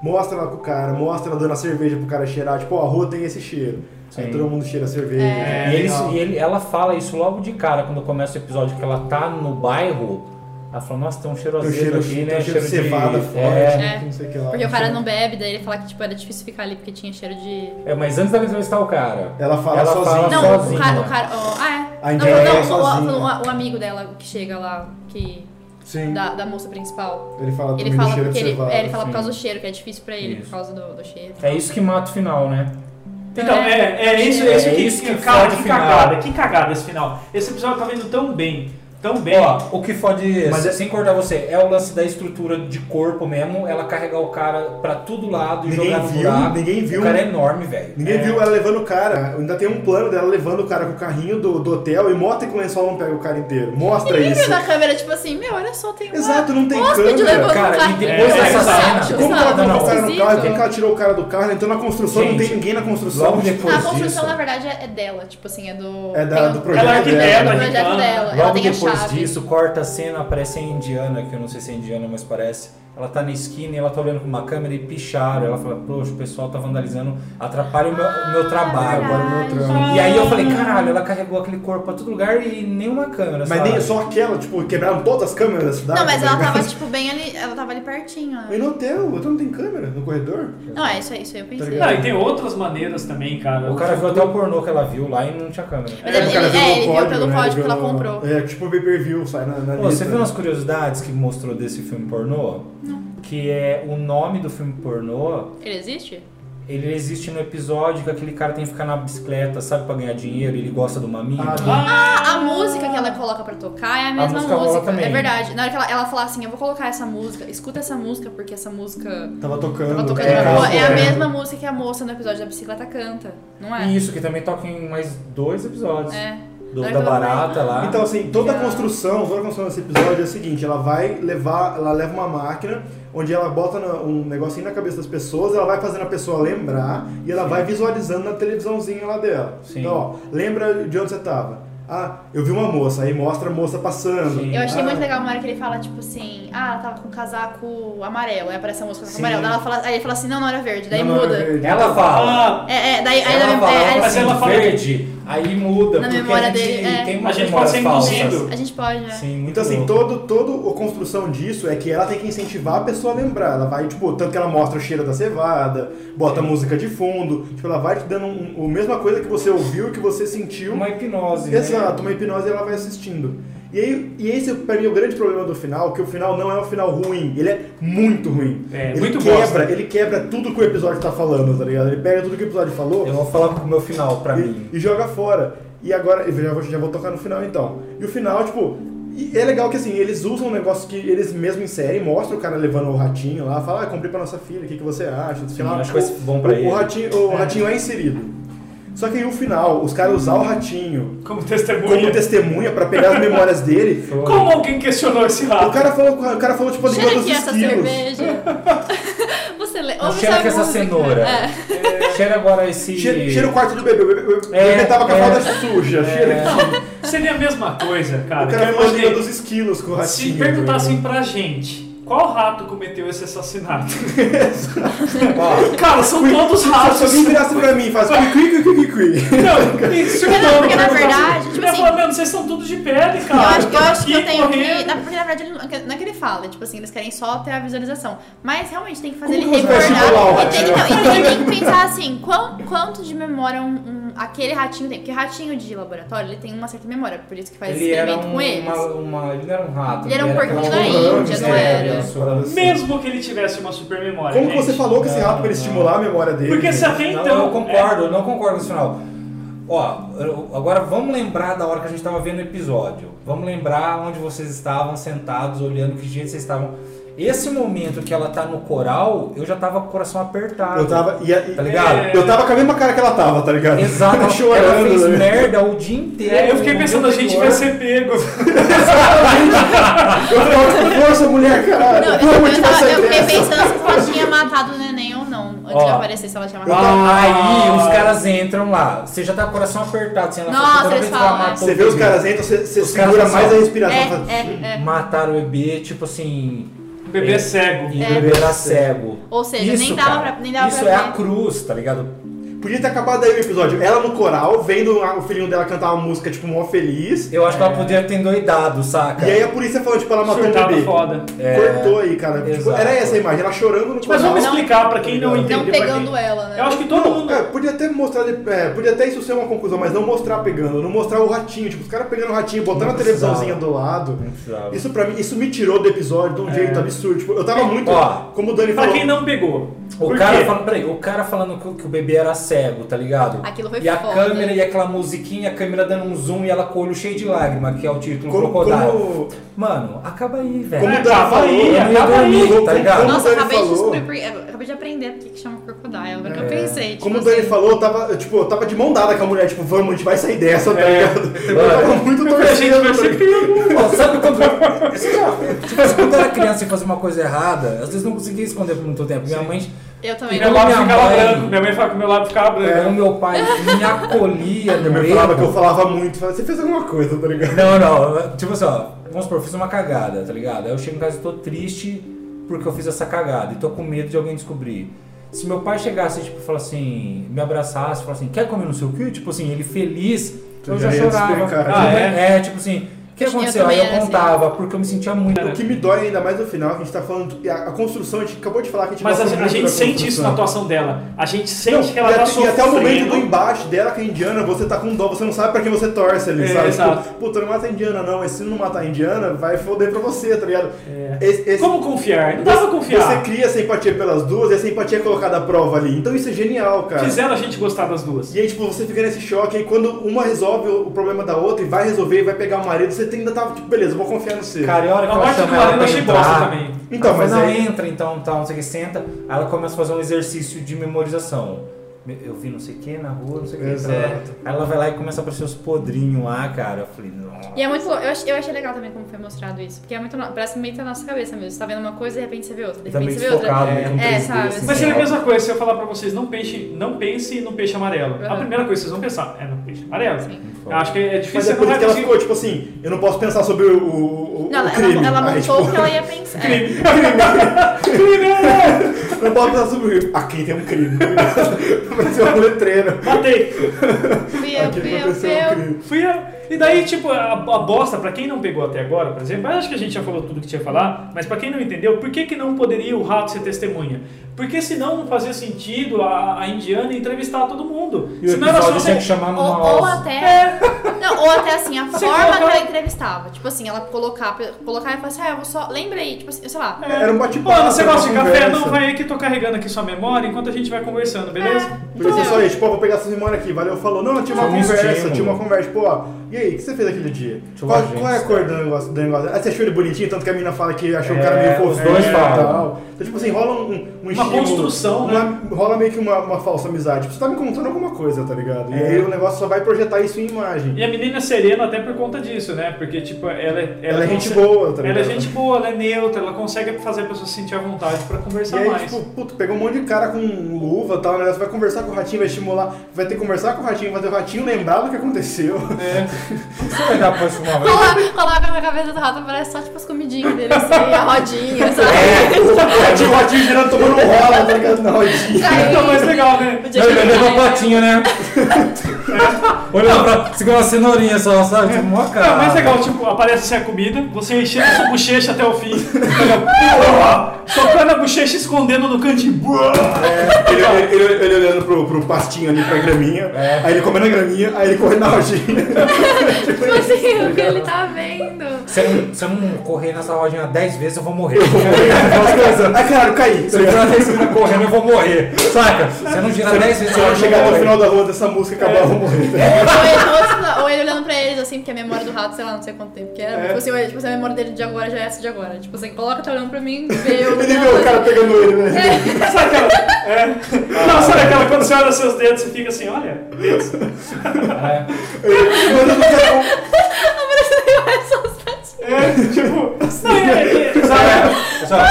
S3: Mostra lá pro cara, mostra ela dando a cerveja pro cara cheirar, tipo, ó, a rua tem esse cheiro.
S5: Sim.
S3: Aí
S5: É,
S3: todo mundo cheira a cerveja.
S4: É.
S5: e eles- e ele- ela fala isso logo de cara, quando começa o episódio, que ela tá no bairro. Ela fala, nossa, tem um cheiro
S3: Tem um
S5: azedo
S3: cheiro,
S5: aqui, né?
S3: tem um cheiro de cevada forte,
S5: É,
S4: É.
S3: não sei o que lá.
S4: Porque o cara não bebe, daí ele fala que tipo, era difícil ficar ali porque tinha cheiro de.
S5: é, mas antes dela entrevistar o cara.
S3: Ela fala
S5: Ela
S3: sozinha.
S5: fala
S4: Não,
S5: sozinha.
S4: o cara. O cara oh, ah, é.
S3: Tá A
S4: não,
S3: Indiana
S4: não,
S3: é
S4: o-
S3: sozinha.
S4: o, o amigo dela que chega lá, que.
S3: Sim.
S4: Da, da moça principal.
S3: Ele fala
S4: Ele
S3: também do
S4: fala,
S3: Tá cheiro de
S4: porque ele,
S3: cevada.
S4: é, ele fala
S5: sim.
S4: por causa do cheiro, que é difícil pra ele,
S5: Isso.
S4: por causa do, do cheiro.
S5: É isso que mata o final, né?
S2: Então, é, é isso, é
S5: É
S2: isso que,
S5: isso que
S2: cara,
S5: fode
S2: que
S5: o final.
S2: cagada, que cagada esse final. Esse episódio tá vendo tão bem, tão bem.
S5: Ó, o que fode,
S3: Mas é-
S5: sem cortar você, é o lance da estrutura de corpo mesmo, ela carregar o cara pra todo lado e
S3: Ninguém
S5: jogar no
S3: viu,
S5: buraco.
S3: ninguém viu.
S5: O cara é enorme, velho.
S3: Ninguém viu ela levando o cara. Ainda tem um plano dela levando o cara com o carrinho do, do hotel e mostra que o lençol não pega o cara inteiro. Mostra
S4: Ninguém
S3: isso.
S4: viu na câmera, tipo assim, meu, olha só, tem um.
S3: Exato, não tem câmera.
S4: hóspede levando
S5: Cara,
S4: um carro.
S5: e depois
S4: É,
S2: dessa
S4: sabe,
S5: cena-
S4: tipo,
S3: Como que ela
S4: sabe,
S5: Não, não.
S3: colocou o cara no carro? Como que
S4: esquisito.
S3: ela tirou o cara do carro? Então na construção não
S5: Gente,
S3: tem ninguém na construção.
S5: logo depois-
S4: Ah, a construção,
S5: disso-
S4: na verdade, é é dela, tipo assim, é do.
S3: É da-
S4: tem o-
S3: do
S2: Ela é
S3: projeto dela.
S2: arquiteta,
S4: do
S2: né?
S4: projeto dela. Ela
S5: Logo
S4: tem a
S5: depois
S4: chave.
S5: disso, corta a cena, aparece a indiana, que eu não sei se é indiana, mas parece. Ela tá na esquina e ela tá olhando pra uma câmera e picharam. Ela fala, poxa, o pessoal tá vandalizando, atrapalha o meu, o meu trabalho.
S4: Ah, é verdade.
S5: agora
S3: meu trampo.
S5: E aí eu falei, caralho, ela carregou aquele corpo pra todo lugar e nenhuma câmera,
S3: Mas
S5: sabe?
S3: nem só aquela, tipo, quebraram todas as câmeras da cidade.
S4: Não, mas
S3: tá
S4: ela
S3: ligado?
S4: tava, tipo, bem ali. Ela tava ali pertinho,
S3: E
S4: né?
S3: no hotel, o hotel não tem câmera no corredor.
S4: Não, é isso aí, isso aí eu pensei.
S3: Tá ligado?
S2: Não, e tem outras maneiras também, cara.
S5: O cara viu até o pornô que ela viu lá e não tinha câmera.
S4: Mas ele-
S3: o cara
S4: ele-
S3: viu
S4: é,
S3: no
S4: ele viu pelo
S3: né?
S4: código
S3: Ele
S4: que ela
S3: viu no-
S4: comprou.
S3: É, tipo o pay-per-view, sai na, na
S5: Pô, você
S3: lista.
S5: viu umas curiosidades que mostrou desse filme pornô? Que é o nome do filme pornô,
S4: Ele existe?
S5: ele existe no episódio que aquele cara tem que ficar na bicicleta, sabe, pra ganhar dinheiro, ele gosta de uma mina.
S3: Ah,
S4: Ah, a música que ela coloca pra tocar é a mesma
S5: música rola também.
S4: É verdade. Na hora que ela, ela fala assim, eu vou colocar essa música, escuta essa música, porque essa música
S3: Tava tocando.
S4: tava tocando
S5: é,
S4: na rua.
S5: calma,
S4: É a
S5: é.
S4: mesma música que a moça no episódio da bicicleta canta, não é?
S5: E isso, que também toca em mais dois episódios.
S4: É.
S5: Do,
S4: Aí
S5: da
S4: eu falei,
S5: barata lá.
S3: Então, assim, toda a
S4: Legal.
S3: construção, toda a construção desse episódio é o seguinte, ela vai levar, ela leva uma máquina onde ela bota na- um negocinho na cabeça das pessoas, ela vai fazendo a pessoa lembrar e ela vai visualizando na televisãozinha lá dela.
S5: Sim.
S3: Então, ó, lembra de onde você tava? Ah, eu vi uma moça, aí mostra a moça passando.
S5: Sim.
S4: Eu achei
S3: Ah,
S4: muito legal uma hora que ele fala, tipo assim, ah, ela tava com um casaco amarelo, aí aparece a moça com o
S3: Sim.
S4: casaco amarelo. Daí ela fala, aí ele fala assim, não, não era verde, daí
S3: não, não,
S4: muda.
S3: é verde.
S5: Ela fala.
S2: Ah,
S4: É, é, daí, aí
S5: ela
S4: na mem-
S5: fala,
S4: é, aí-
S5: mas
S2: assim,
S5: ela fala
S2: verde.
S5: verde, aí muda,
S4: Na
S5: porque
S4: memória
S5: a gente
S4: dele, é.
S5: tem uma
S2: A gente
S5: memória
S2: pode ser
S5: falsa.
S2: induzido.
S4: a gente pode, né?
S5: assim, Sim, muito
S3: Então, assim,
S5: louco.
S3: toda todo a construção disso é que ela tem que incentivar a pessoa a lembrar. Ela vai, tipo, tanto que ela mostra o cheiro da cevada, bota música de fundo. Tipo, ela vai te dando um, a mesma coisa que você ouviu, que você sentiu.
S5: Uma hipnose, né?
S3: Exato, uma hipnose e ela vai assistindo. E, aí, e esse, pra mim, é o grande problema do final, que o final não é um final ruim. Ele é muito ruim.
S2: É,
S3: ele
S2: muito
S3: quebra,
S2: bosta.
S3: Ele quebra tudo que o episódio tá falando, tá ligado? Ele pega tudo que o episódio falou
S5: Eu vou falar pro meu final, pra mim.
S3: e, e joga fora. E agora, eu já vou, já vou tocar no final então. E o final, tipo, e é legal que assim, eles usam um negócio que eles mesmos inserem, mostra o cara levando o ratinho lá, fala, ah, comprei pra nossa filha, o que, que você acha? Sei lá.
S5: Sim, acho que vai ser bom pra
S3: o,
S5: ele.
S3: O ratinho, o ratinho é inserido. Só que aí o final, os caras usar o ratinho
S2: como
S3: como
S2: testemunha.
S3: testemunha pra pegar as memórias dele.
S5: Foi.
S2: Como alguém questionou esse
S3: O
S2: rato?
S3: cara falou, o cara falou tipo, a língua
S4: Cheira
S3: dos
S4: aqui essa
S3: esquilos.
S4: cerveja. Você le...
S5: Não
S4: ouve
S5: cheira
S4: essa
S5: que essa
S4: música.
S5: cenoura.
S4: É.
S5: Chega agora esse.
S3: Cheira, cheira o quarto do bebê, o bebê, o bebê
S5: É,
S3: tava com a
S5: é.
S3: falda suja. Cheira aqui.
S2: Seria a mesma coisa, cara.
S3: O cara
S2: Eu
S3: falou a língua
S2: imaginei-
S3: dos esquilos com o ratinho.
S2: Se
S5: assim,
S3: tá
S2: perguntassem pra gente qual rato cometeu esse assassinato,
S5: Ó,
S2: cara, são todos
S3: Se
S2: ratos.
S3: alguém virasse pra mim e faz cui, cui, cui, cui, cui.
S2: Não, e se o
S4: Não,
S2: dono
S4: porque na
S2: perguntasse-
S4: verdade, tipo
S2: Eu ia
S4: assim-
S2: falar, "Mano, vocês são todos de pele,
S4: Eu
S2: cara.
S4: acho, eu acho que eu
S2: E
S4: tenho que.
S2: correndo.
S4: na- Porque na verdade ele não não é que ele fala, tipo assim, eles querem só ter a visualização. Mas realmente tem que fazer
S3: Como
S4: ele
S3: que você vai estimular o
S4: recordar. E tem,
S3: ratinho?
S4: não, e tem- tem que pensar assim, quão- quanto de memória um- um- aquele ratinho tem. Porque ratinho de laboratório, ele tem uma certa memória, por isso que faz
S5: ele era
S4: experimento
S5: um,
S4: com eles.
S5: uma, uma- ele não era um rato.
S4: Ele era um
S5: aquela
S4: porquinho da
S5: cobrança,
S4: Índia, não
S5: né?
S4: era?
S3: um
S5: Ele só-
S2: Mesmo que ele tivesse uma super memória.
S3: Como que
S2: gente.
S3: você falou que esse rato pra ele estimular a memória dele?
S2: Porque se até
S5: Não,
S2: então.
S5: eu concordo, eu não concordo com esse final. Ó, eu- agora vamos lembrar da hora que a gente tava vendo o episódio. Vamos lembrar onde vocês estavam sentados, olhando que jeito vocês estavam. Esse momento que ela tá no coral, eu já tava com o coração apertado.
S3: Eu tava. E, e-
S5: Tá ligado?
S2: É.
S3: Eu tava com a mesma cara que ela tava, tá ligado?
S5: Exato, ela-
S3: Chorando.
S5: ela fez
S3: né?
S5: merda o dia inteiro.
S2: É, eu fiquei
S5: o
S2: pensando, a
S5: dia
S2: gente vai
S5: anterior.
S2: ser pego.
S3: Eu tava com força, mulher,
S4: Não,
S3: caralho. é
S4: eu,
S3: Vamos
S4: eu
S3: te
S4: tava-
S3: passar
S4: eu fiquei
S3: dessa.
S4: pensando se ela tinha matado o neném ou não. antes de
S5: Ó.
S4: aparecer se ela tinha matado.
S5: Então, Aí
S2: Ah.
S5: os caras entram lá. Você já tá com o coração apertado. Assim, ela
S4: Nossa,
S5: fala, toda
S4: eles
S5: vez que ela
S4: falam, né?
S5: matou
S3: Você
S5: o
S3: vê os
S5: bebê,
S3: caras entram, você, você
S5: Os caras
S3: segura
S5: são
S3: mais a
S5: só-
S3: respiração. fala-
S4: É, é, é.
S5: Mataram o bebê, tipo assim.
S2: O bebê
S5: É.
S2: cego.
S5: E
S4: É.
S5: o bebê era cego.
S4: Ou seja,
S5: isso,
S4: nem dava
S5: cara,
S4: pra. Nem dava
S5: Isso
S4: pra
S5: é
S4: ver.
S5: a cruz, tá ligado?
S3: Podia ter acabado aí o episódio. Ela no coral, vendo a- o filhinho dela cantar uma música, tipo, mó feliz.
S5: Eu acho
S4: É.
S5: que ela poderia ter endoidado, saca?
S3: E aí a polícia falou, tipo, ela matou o
S2: Surtado
S3: bebê.
S2: foda.
S3: Cortou aí, cara. Tipo,
S5: Exato.
S3: era essa a imagem, ela chorando no
S2: Tipo, Mas
S3: coral.
S2: vamos explicar pra quem não
S5: Não
S2: entendeu.
S4: Não
S2: pra
S4: pegando
S2: quem-
S4: ela, né?
S2: Eu acho que todo mundo.
S3: É, podia até mostrar, é, podia até isso ser uma conclusão, mas não mostrar pegando, não mostrar o ratinho, tipo, os caras pegando o ratinho, botando
S5: Não
S3: a televisãozinha
S5: precisava.
S3: do lado.
S5: Não precisava.
S3: Isso pra mim, isso me tirou do episódio de um jeito absurdo. Tipo, eu tava muito.
S5: Ó,
S3: como o Dani
S2: Pra
S3: falou.
S2: quem não pegou.
S5: O
S2: Por
S5: cara,
S2: quê?
S5: fala, peraí, o cara falando que, o- que o bebê era cego, tá ligado?
S4: Aquilo foi
S5: E a
S4: foda.
S5: câmera e aquela musiquinha, a câmera dando um zoom e ela com o olho cheio de lágrima, que é o título
S3: Como,
S5: Crocodile.
S3: como,
S5: Acaba aí, velho.
S3: como tá
S2: É,
S3: o Dani
S2: acaba
S3: falou.
S2: aí,
S3: eu não ia
S5: acaba aí,
S3: dormir,
S5: tá
S3: como-
S5: ligado?
S3: como o
S4: Nossa,
S3: Dani
S4: acabei de,
S3: falou.
S4: descobrir, acabei de aprender porque que chama crocodile. Eu
S5: É.
S4: nunca pensei. Tipo,
S3: Como o Dani
S4: assim,
S3: falou, eu tava, eu, tipo, eu tava de mão dada com a mulher, tipo, vamos, a gente vai sair dessa, tá
S2: É.
S3: ligado? Eu tava muito
S2: A gente vai
S3: torcendo.
S2: ser
S3: tá
S2: criando.
S5: Ó, sabe quando. tipo assim, quando eu era criança e fazia uma coisa errada, às vezes não conseguia esconder por muito tempo. Minha mãe.
S4: Eu também
S2: Meu
S5: Como
S4: não.
S2: lábio
S5: minha
S2: ficava
S5: mãe-
S2: branco. Minha mãe fala que meu lábio
S3: É,
S2: ficava
S5: O
S2: branco.
S5: meu pai me acolhia no
S3: Minha mãe
S5: meio.
S3: falava que eu falava muito, falava, você fez alguma coisa, tá ligado?
S5: Não, não. Tipo assim, ó, vamos supor, eu fiz uma cagada, tá ligado? Aí eu chego em casa e tô triste porque eu fiz essa cagada e tô com medo de alguém descobrir. Se meu pai chegasse, tipo, falar assim, me abraçasse, falar assim, quer comer não sei o quê? Tipo assim, ele feliz,
S3: Tu
S5: eu
S3: já
S5: já,
S3: ia
S5: chorava.
S3: despencar.
S2: Ah,
S5: é? tipo assim, o que
S4: Eu
S5: aconteceu? Aí
S4: também era
S5: eu
S4: assim.
S5: contava, porque eu me sentia muito.
S3: O que me dói ainda mais no final, que a gente tá falando. A, a construção, a gente acabou de falar que a gente
S2: Mas a,
S3: gosta
S2: a
S3: muito
S2: gente
S3: da
S2: sente isso na
S3: construção.
S2: atuação dela. A gente
S3: Não,
S2: sente que ela
S3: e
S2: tá
S3: até, e
S2: sofrendo.
S3: até o momento do embaixo dela com a indiana, você tá com dó, você não sabe pra quem você torce ali,
S2: É,
S3: sabe?
S2: exato.
S3: Tipo, puta, não mata a indiana não, mas se não matar a indiana, vai foder pra você, tá ligado? Esse- esse-
S2: É. Como confiar? Não dá pra
S3: Você
S2: confiar.
S3: cria essa empatia pelas duas e essa empatia é colocada à prova ali. Então isso é genial, cara.
S2: Fizeram a gente gostar das duas.
S3: E aí, tipo, você fica nesse choque, aí quando uma resolve o o problema da outra e vai resolver e vai pegar o marido, você tem- ainda tá, tipo, beleza, vou confiar no você.
S5: Cara, e a hora
S2: A
S5: que ela
S2: morte do
S5: chama ela
S2: marido eu
S5: pra
S2: achei bosta
S5: entrar,
S2: também.
S3: Então, mas
S5: ela
S3: aí-
S5: entra, então, tal, não sei o que, senta, aí ela começa a fazer um exercício de memorização. Eu vi não sei o que na rua, não sei o que. é.
S3: Exato.
S5: Aí ela vai lá e começa a aparecer os podrinhos lá, cara. Eu falei, nossa.
S4: E é muito louco. Eu achei, eu achei legal também como foi mostrado isso. Porque é muito. no- Parece meio que tá na nossa cabeça mesmo. Você tá vendo uma coisa e de repente você vê outra. De
S5: E tá meio
S4: repente você vê outra.
S5: desfocado, meio com
S4: É,
S5: 3D,
S4: sabe,
S5: assim,
S2: Mas seria a
S5: sabe?
S2: mesma coisa se eu falar pra vocês, não pense, não pense no peixe amarelo. A
S4: Uhum.
S2: primeira coisa que vocês vão pensar é no peixe amarelo.
S4: Sim.
S2: Eu acho que é
S3: Mas
S2: difícil
S3: é por isso
S2: você
S3: que ela
S2: não vai
S3: ficou, tipo assim, eu não posso pensar sobre o, o, o
S4: Não, ela,
S3: crime.
S4: ela, ela
S3: Aí,
S4: montou o
S3: tipo,
S4: que ela ia pensar. É.
S2: conseguir.
S3: Não posso pensar sobre o crime. Aqui tem um crime. Vai ser uma letreira.
S2: Matei.
S4: É, Fui eu,
S3: né? Aqui
S4: fui eu, fui
S3: aconteceu um
S4: eu.
S3: crime.
S2: Fui eu. E daí, tipo, a, a bosta, pra quem não pegou até agora, por exemplo, acho que a gente já falou tudo que tinha que falar, mas pra quem não entendeu, por que, que não poderia o rato ser testemunha? Porque senão não fazia sentido a, a indiana entrevistar todo mundo.
S5: E o
S4: assim,
S2: senão era só
S5: episódio tinha que
S2: você.
S5: chamar
S4: Ou,
S5: numa
S4: ou
S5: hora.
S4: até. Não, ou até assim, a
S2: Você
S4: forma que
S2: coloca-
S4: ela entrevistava. Tipo assim, ela colocar, colocar e falar assim, ah, eu vou só. Lembra aí, tipo assim, sei lá.
S3: Era um bate-papo.
S2: Mano, você
S3: era uma
S2: gosta de café?
S3: conversa.
S2: Não, vai aí que eu tô carregando aqui sua memória enquanto a gente vai conversando, beleza?
S3: Podia
S2: Então
S3: ser
S2: é.
S3: só isso, tipo, ó, vou pegar essa semana aqui, valeu, falou. Não, tinha uma
S5: Foi um
S3: conversa,
S5: estímulo.
S3: tinha uma conversa, pô, ó, e aí, o que você fez aquele dia?
S5: eu
S3: Qual,
S5: ver,
S3: qual é a
S5: gente.
S3: cor do negócio, do negócio? Ah, você achou ele bonitinho, tanto que a mina fala que achou o cara
S5: É,
S3: meio
S5: os
S3: fofinho
S5: dois
S3: e
S5: falam.
S3: tal. Então, tipo assim, rola um, um Uma
S2: construção, né?
S3: Rola meio que uma, uma falsa amizade. Tipo, você tá me contando alguma coisa, tá ligado? E
S5: É.
S3: aí o negócio só vai projetar isso em imagem.
S2: E a menina é serena até por conta disso, né? Porque, tipo, ela, é-
S3: Ela é gente
S2: consegue-
S3: boa, tá ligado?
S2: Ela é gente boa, ela é neutra, ela consegue fazer a pessoa se sentir à vontade pra
S3: E
S2: conversar
S3: aí,
S2: mais.
S3: tipo, puto, pegou um monte de cara com luva e tal, né? Você vai conversar com o ratinho, vai estimular, vai ter que conversar com o ratinho, vai ter o ratinho lembrar do que aconteceu.
S5: Você vai dar pra fumar velho?
S4: Colar, colar na cabeça do rato parece só tipo as comidinhas dele, assim, a rodinha, sabe?
S3: o ratinho girando, tomando rola, tá ligado? Na rodinha.
S4: Caiu.
S2: Então, mais legal, né?
S4: Podia
S5: Não, ele
S4: ter
S5: levou
S4: caído.
S5: a patinha, né? Olha pra. Segura uma cenourinha só, sabe? Tipo,
S4: é
S5: mó cara.
S2: Não, mas legal, tipo, aparece assim a comida, você enchendo a sua bochecha até o fim, pega, tocando a bochecha e escondendo no cantinho. É.
S3: Ele, ele- ele- ele olhando pro, pro pastinho ali, pra graminha,
S2: É.
S3: aí ele comendo a graminha, aí ele correndo na rodinha.
S4: Tipo assim, o que ele tá vendo.
S5: Se eu, não- se eu não correr nessa rodinha 10 vezes, eu vou morrer.
S3: Aquelas coisas. Ah, claro, caí.
S5: Se eu girar 10 vezes correndo, eu vou morrer. Saca? Se eu não girar 10 vezes,
S3: Se eu
S5: eu
S3: chegar
S5: vou
S3: no
S5: morrer.
S3: final da rua dessa música e
S2: É.
S3: acabar, eu vou morrer. tá ligado?
S4: Ou ele, ou, sei lá, ou ele olhando pra eles, assim, porque a memória do rato, sei lá, não sei quanto tempo que
S3: É.
S4: era. Tipo assim, ou ele- tipo assim, a memória dele de agora já é essa de agora. Tipo assim, coloca, tá olhando pra mim, vê eu.
S3: Ele vê o cara pegando ele, né?
S2: Sabe aquela? É. Não, sabe aquela quando você olha seus dedos e fica assim, olha, dedos.
S5: Ah, é.
S3: Ele manda no cara.
S4: assim,
S3: Tá,
S2: É, tipo, não, é, é, é, sabe?
S5: Pessoal,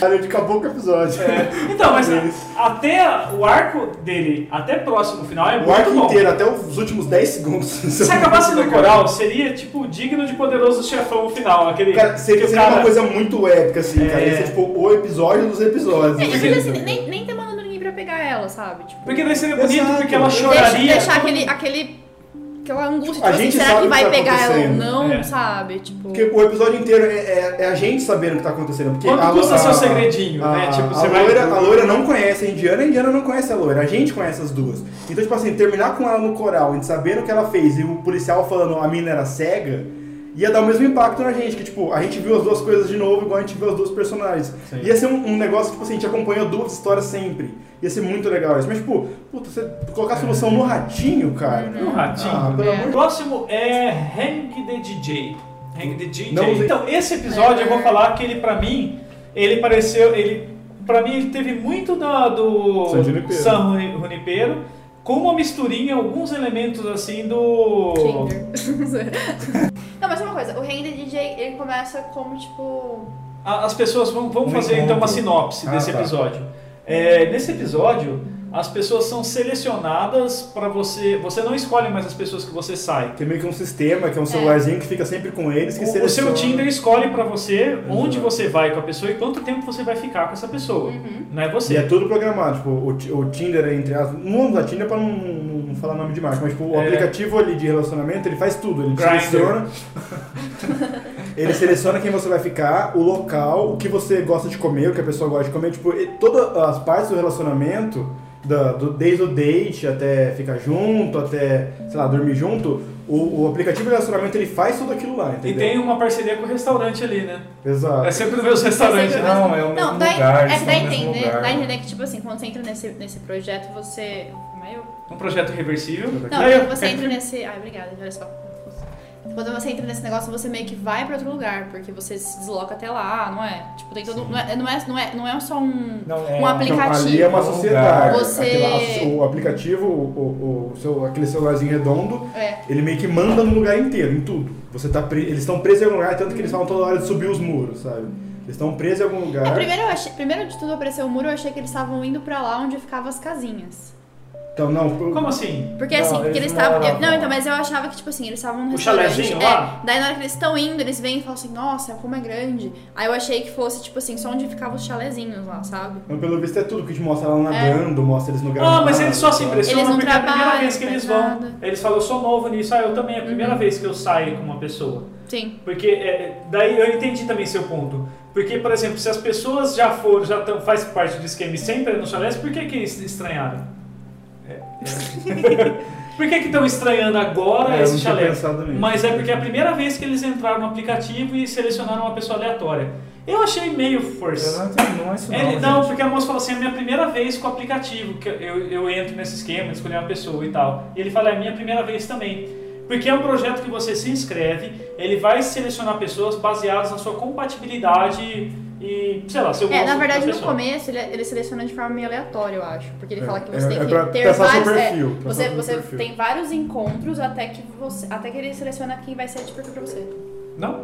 S3: Cara, acabou com o episódio.
S2: Então, mas até o arco dele, até próximo final, é
S3: O
S2: muito
S3: arco
S2: bom.
S3: inteiro, até os últimos 10 segundos.
S2: Se acabasse no coral, seria tipo digno de poderoso chefão final. Aquele,
S3: Cara, seria,
S2: que o
S3: seria
S2: cara-
S3: uma coisa muito épica, assim, cara.
S2: É.
S3: Ia ser tipo o episódio dos episódios.
S4: É, inclusive, assim, nem, nem ter mandado ninguém pra pegar ela, sabe? Tipo,
S2: Porque daí seria bonito,
S3: Exato.
S2: porque ela
S3: Deixa-
S4: deixa,
S2: choraria. tipo,
S4: deixar aquele, aquele, aquela angústia, tipo
S3: A
S4: assim,
S3: gente
S4: será
S3: sabe
S4: que
S3: o que
S4: vai
S3: tá
S4: pegar ela ou
S3: acontecendo.
S4: não,
S2: É.
S4: sabe? Tipo,
S3: Porque o episódio inteiro é, é- é a gente sabendo o que Ah, tá acontecendo. Porque
S2: Quanto
S3: a,
S2: custa
S3: a-
S2: seu segredinho,
S3: a,
S2: né? Tipo,
S3: a
S2: você vai-
S3: loira, a loira não conhece a indiana, a indiana não conhece a loira. A gente conhece as duas. Então, tipo assim, terminar com ela no coral, a gente sabendo o que ela fez e o policial falando a mina era cega, ia dar o mesmo impacto na gente. Que, tipo, a gente viu as duas coisas de novo, igual a gente viu as duas personagens.
S2: Sim.
S3: Ia ser um, um negócio, tipo assim, a gente acompanhou duas histórias sempre. Ia ser muito legal isso. Mas, tipo, puta, você colocar a solução no ratinho, cara.
S2: No É. Uhum. Um ratinho. né?
S3: Ah, pelo
S4: É.
S3: amor
S2: O próximo é Hang the DJ. Hang the DJ.
S3: Não usei.
S2: então, esse episódio eu vou falar que ele, pra mim, ele pareceu. Ele, pra mim, ele teve muito da, do
S3: San Junipero.
S2: San Runi- Junipero, com uma misturinha, alguns elementos assim do.
S4: Tinder. não, mas uma coisa, o Hang the DJ, ele começa como, tipo...
S2: A- As pessoas vão, vão
S5: Um
S2: fazer
S5: encontro.
S2: então uma sinopse
S5: Ah,
S2: desse
S5: tá.
S2: episódio. É, nesse episódio, as pessoas são selecionadas pra você. Você não escolhe mais as pessoas que você sai.
S3: Tem meio que um sistema, que é um celularzinho que fica sempre com eles, que
S2: O, o seu
S3: seleciona.
S2: Tinder escolhe pra você onde você vai com a pessoa e quanto tempo você vai ficar com essa pessoa.
S4: Uhum.
S2: Não é
S3: E é
S2: você.
S3: tudo programado, tipo, o, Ti- o Tinder, entre as. Não vamos usar Tinder pra não, não- não falar nome de marca, mas tipo, o
S2: É.
S3: aplicativo ali de relacionamento, ele faz tudo. Ele
S2: Grindr.
S3: seleciona. ele seleciona quem você vai ficar, o local, o que você gosta de comer, o que a pessoa gosta de comer, tipo, e todas as partes do relacionamento, da- do, desde o date até ficar junto, até, sei lá, dormir junto, o, o aplicativo de relacionamento ele faz tudo aquilo lá,
S2: E
S3: entendeu?
S2: tem uma parceria com o restaurante ali, né?
S3: Exato.
S2: É sempre no mesmo restaurante.
S4: Sempre
S2: né?
S5: Não, é o mesmo
S4: tá Não, dá,
S5: lugar,
S4: é que
S5: eles
S4: dá
S5: estão no
S4: a
S5: mesmo
S4: entender,
S5: lugar.
S4: dá a entender que, tipo assim, quando você entra nesse, nesse projeto, você... Como é eu?
S2: Um projeto reversível.
S4: Não,
S2: Aí eu-
S4: quando você entra nesse. Ai, obrigada, olha só. Quando você entra nesse negócio, você meio que vai pra outro lugar, porque você se desloca até lá, não é? Tipo, tem todo. Não é, não, é, não, é, não é só um.
S5: Não, é-
S4: um aplicativo.
S3: Então, ali é uma sociedade.
S4: Você-
S3: Aquela- o aplicativo, o, o- o seu, aquele celularzinho redondo,
S4: É.
S3: ele meio que manda no lugar inteiro, em tudo. Você tá pre- Eles estão presos em algum lugar, tanto que eles falam toda hora de subir os muros, sabe? Eles estão presos em algum lugar.
S4: É, primeiro, eu achei- primeiro de tudo apareceu o muro, eu achei que eles estavam indo pra lá onde ficavam as casinhas.
S3: Então, não. por-
S2: Como assim?
S4: Porque
S5: Não,
S4: assim,
S5: eles
S4: porque eles
S5: não
S4: estavam.
S5: moravam
S4: eu- Não,
S5: lá.
S4: então, mas eu achava que, tipo assim, eles estavam
S2: O
S4: no restaurante.
S2: chalezinho
S4: é.
S2: lá?
S4: Daí na hora que eles estão indo, eles vêm e falam assim, nossa, como é grande. Aí eu achei que fosse, tipo assim, só onde ficavam os chalezinhos lá, sabe?
S3: Mas pelo visto é tudo que te mostra lá nadando, mostra eles no gramado.
S2: Ah, mas eles só se
S3: sabe?
S4: Eles
S2: impressionam
S4: não
S2: porque é a primeira
S4: trabalham, Uhum.
S2: vez que eles
S4: faz
S2: vão.
S4: nada.
S2: Eles falam, eu sou novo nisso. Ah, eu também. É a primeira vez que eu saio com uma pessoa.
S4: Sim.
S2: Porque é, daí eu entendi também seu ponto. Porque, por exemplo, se as pessoas já foram, já tão, faz parte do esquema e sempre é no chalés, por que que eles estranharam? É, é. por que que estão estranhando agora
S3: É, eu
S2: esse
S3: não tinha
S2: chalé?
S3: pensado nisso.
S2: Mas é porque é a primeira vez que eles entraram no aplicativo e selecionaram uma pessoa aleatória. Eu achei meio
S5: Eu
S2: forçado.
S5: não entendi, não é isso não,
S2: Ele,
S5: gente.
S2: não, porque a moça falou assim, é a minha primeira vez com o aplicativo, que eu, eu entro nesse esquema, de escolher uma pessoa e tal. E ele fala, é a minha primeira vez também. Porque é um projeto que você se inscreve, ele vai selecionar pessoas baseadas na sua compatibilidade e, sei lá, seu gosto
S4: É, na verdade,
S2: da
S4: no
S2: pessoa.
S4: começo ele, é, ele seleciona de forma meio aleatória, eu acho. Porque ele
S3: É,
S4: fala que
S3: é-
S4: você
S3: é
S4: tem que
S3: pra
S4: ter
S3: traçar seu
S4: vários. é,
S3: perfil, traçar
S4: você
S3: seu
S4: você
S3: perfil.
S4: tem vários encontros até que você. Até que ele seleciona quem vai ser de perfil pra você.
S2: Não?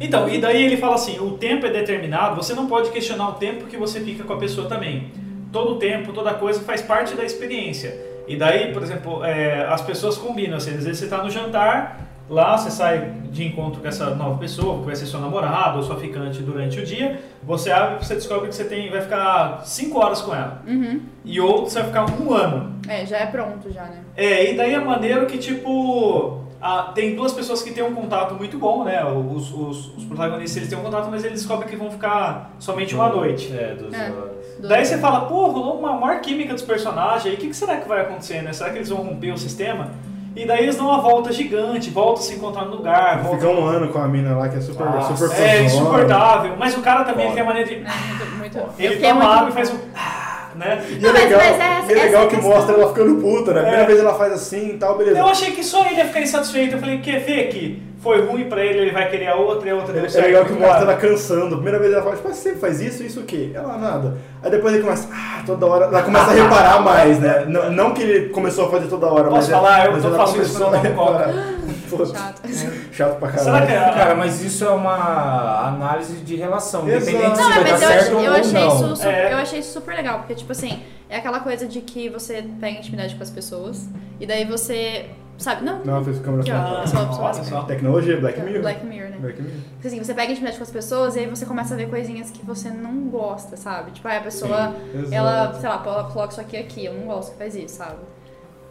S2: Então, e daí ele fala assim, o tempo é determinado, você não pode questionar o tempo que você fica com a pessoa também. Todo tempo, toda coisa faz parte da experiência. E daí, por exemplo, é, as pessoas combinam, assim, às vezes você está no jantar, lá você sai de encontro com essa nova pessoa, que vai ser seu namorado ou sua ficante durante o dia, você abre e você descobre que você tem, vai ficar 5 horas com ela.
S4: Uhum.
S2: E outro você vai ficar um ano.
S4: É, já é pronto, já, né?
S2: É, e daí é maneiro que, tipo, a- tem duas pessoas que têm um contato muito bom, né? Os, os- os protagonistas eles têm um contato, mas eles descobrem que vão ficar somente uma noite.
S5: É, 12
S4: É.
S5: horas.
S4: Do-
S2: Daí você fala, pô, rolou uma maior química dos personagens aí, o que, que será que vai acontecer, né? Será que eles vão romper o sistema? E daí eles dão uma volta gigante, voltam a se encontrar no lugar,
S3: Fica
S2: voltam...
S3: um ano com a mina lá que é super,
S5: Nossa,
S3: super
S2: É,
S3: fodona.
S2: insuportável. Mas o cara também ele tem a maneira de...
S4: Muito, muito. eu
S2: Ele
S4: fiquei
S2: toma
S4: É. muito-
S2: água e faz um... ah, Né?
S3: E
S4: Não,
S3: é
S4: mas-
S3: legal,
S4: mas essa-
S3: e é legal
S4: essa
S3: que
S4: questão-
S3: mostra ela ficando puta, né? A primeira
S2: É.
S3: vez ela faz assim e tal, beleza.
S2: Eu achei que só ele ia ficar insatisfeito. Eu falei, quer ver que foi ruim pra ele, ele vai querer a outra e a outra deu
S3: É,
S2: certo.
S3: legal que mostra
S2: cara.
S3: ela cansando. A primeira vez ela fala, tipo, mas você sempre faz isso, isso o quê? Ela "Ah, nada. Aí depois ele começa, ah, toda hora. Ela começa a reparar mais, né? Não, não que ele começou a fazer toda hora,
S2: Posso
S3: mas. ela-
S2: falar? Eu
S3: mas
S2: tô
S3: ela
S2: faço isso
S3: começou
S2: quando eu
S3: a
S2: tomo coca.
S3: reparar. Foda-se.
S4: Chato.
S3: Chato pra caralho.
S2: Será que é-
S5: Cara, mas isso é uma análise de relação,
S3: Exato.
S5: independente
S4: Não, é,
S5: se vai
S4: mas
S5: dar
S4: eu,
S5: certo
S4: ach- eu
S5: ou
S4: achei
S5: não.
S4: isso, su-
S2: É.
S4: eu achei isso super legal, porque, tipo assim, é aquela coisa de que você pega intimidade com as pessoas, e daí você, sabe, não,
S3: Não, fez câmera
S4: Aqui,
S3: frontal.
S4: ó. Só- só-
S2: olha só.
S3: Tecnologia, Black Mirror.
S4: Black Mirror, né?
S3: Black Mirror.
S4: Porque, assim, você pega intimidade com as pessoas e aí você começa a ver coisinhas que você não gosta, sabe? Tipo, ah, a pessoa,
S3: Exato.
S4: ela, sei lá, ela coloca isso aqui e aqui, eu não gosto que faz isso, sabe?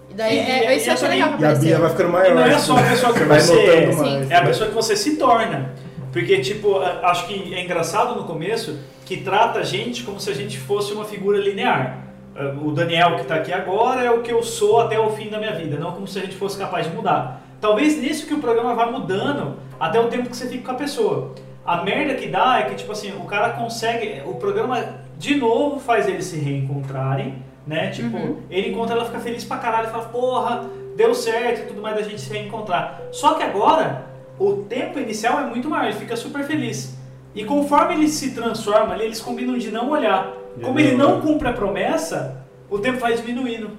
S4: E daí,
S2: E-
S4: é,
S2: e-
S4: isso
S2: e
S4: eu achei
S2: essa-
S4: legal que
S3: E a Bia vai
S4: apareceu.
S3: ficando maior.
S2: E
S3: assim,
S2: não é só a pessoa que
S3: vai
S2: você-
S3: notando
S4: Sim.
S3: mais. né?
S2: É a pessoa que você se torna. Porque, tipo, a- acho que é engraçado no começo que trata a gente como se a gente fosse uma figura linear. Ah, O Daniel que está aqui agora é o que eu sou até o fim da minha vida, não como se a gente fosse capaz de mudar. Talvez nisso que o programa vai mudando até o tempo que você fica com a pessoa. A merda que dá é que, tipo assim, o cara consegue. O programa de novo faz eles se reencontrarem, né? Tipo, ele encontra ela, fica feliz pra caralho, fala, porra, deu certo e tudo mais da gente se reencontrar. Só que agora, o tempo inicial é muito maior, ele fica super feliz. E conforme ele se transforma ali, eles combinam de não olhar.
S3: De
S2: Como ele
S3: não
S2: não cumpre a promessa, o tempo vai diminuindo.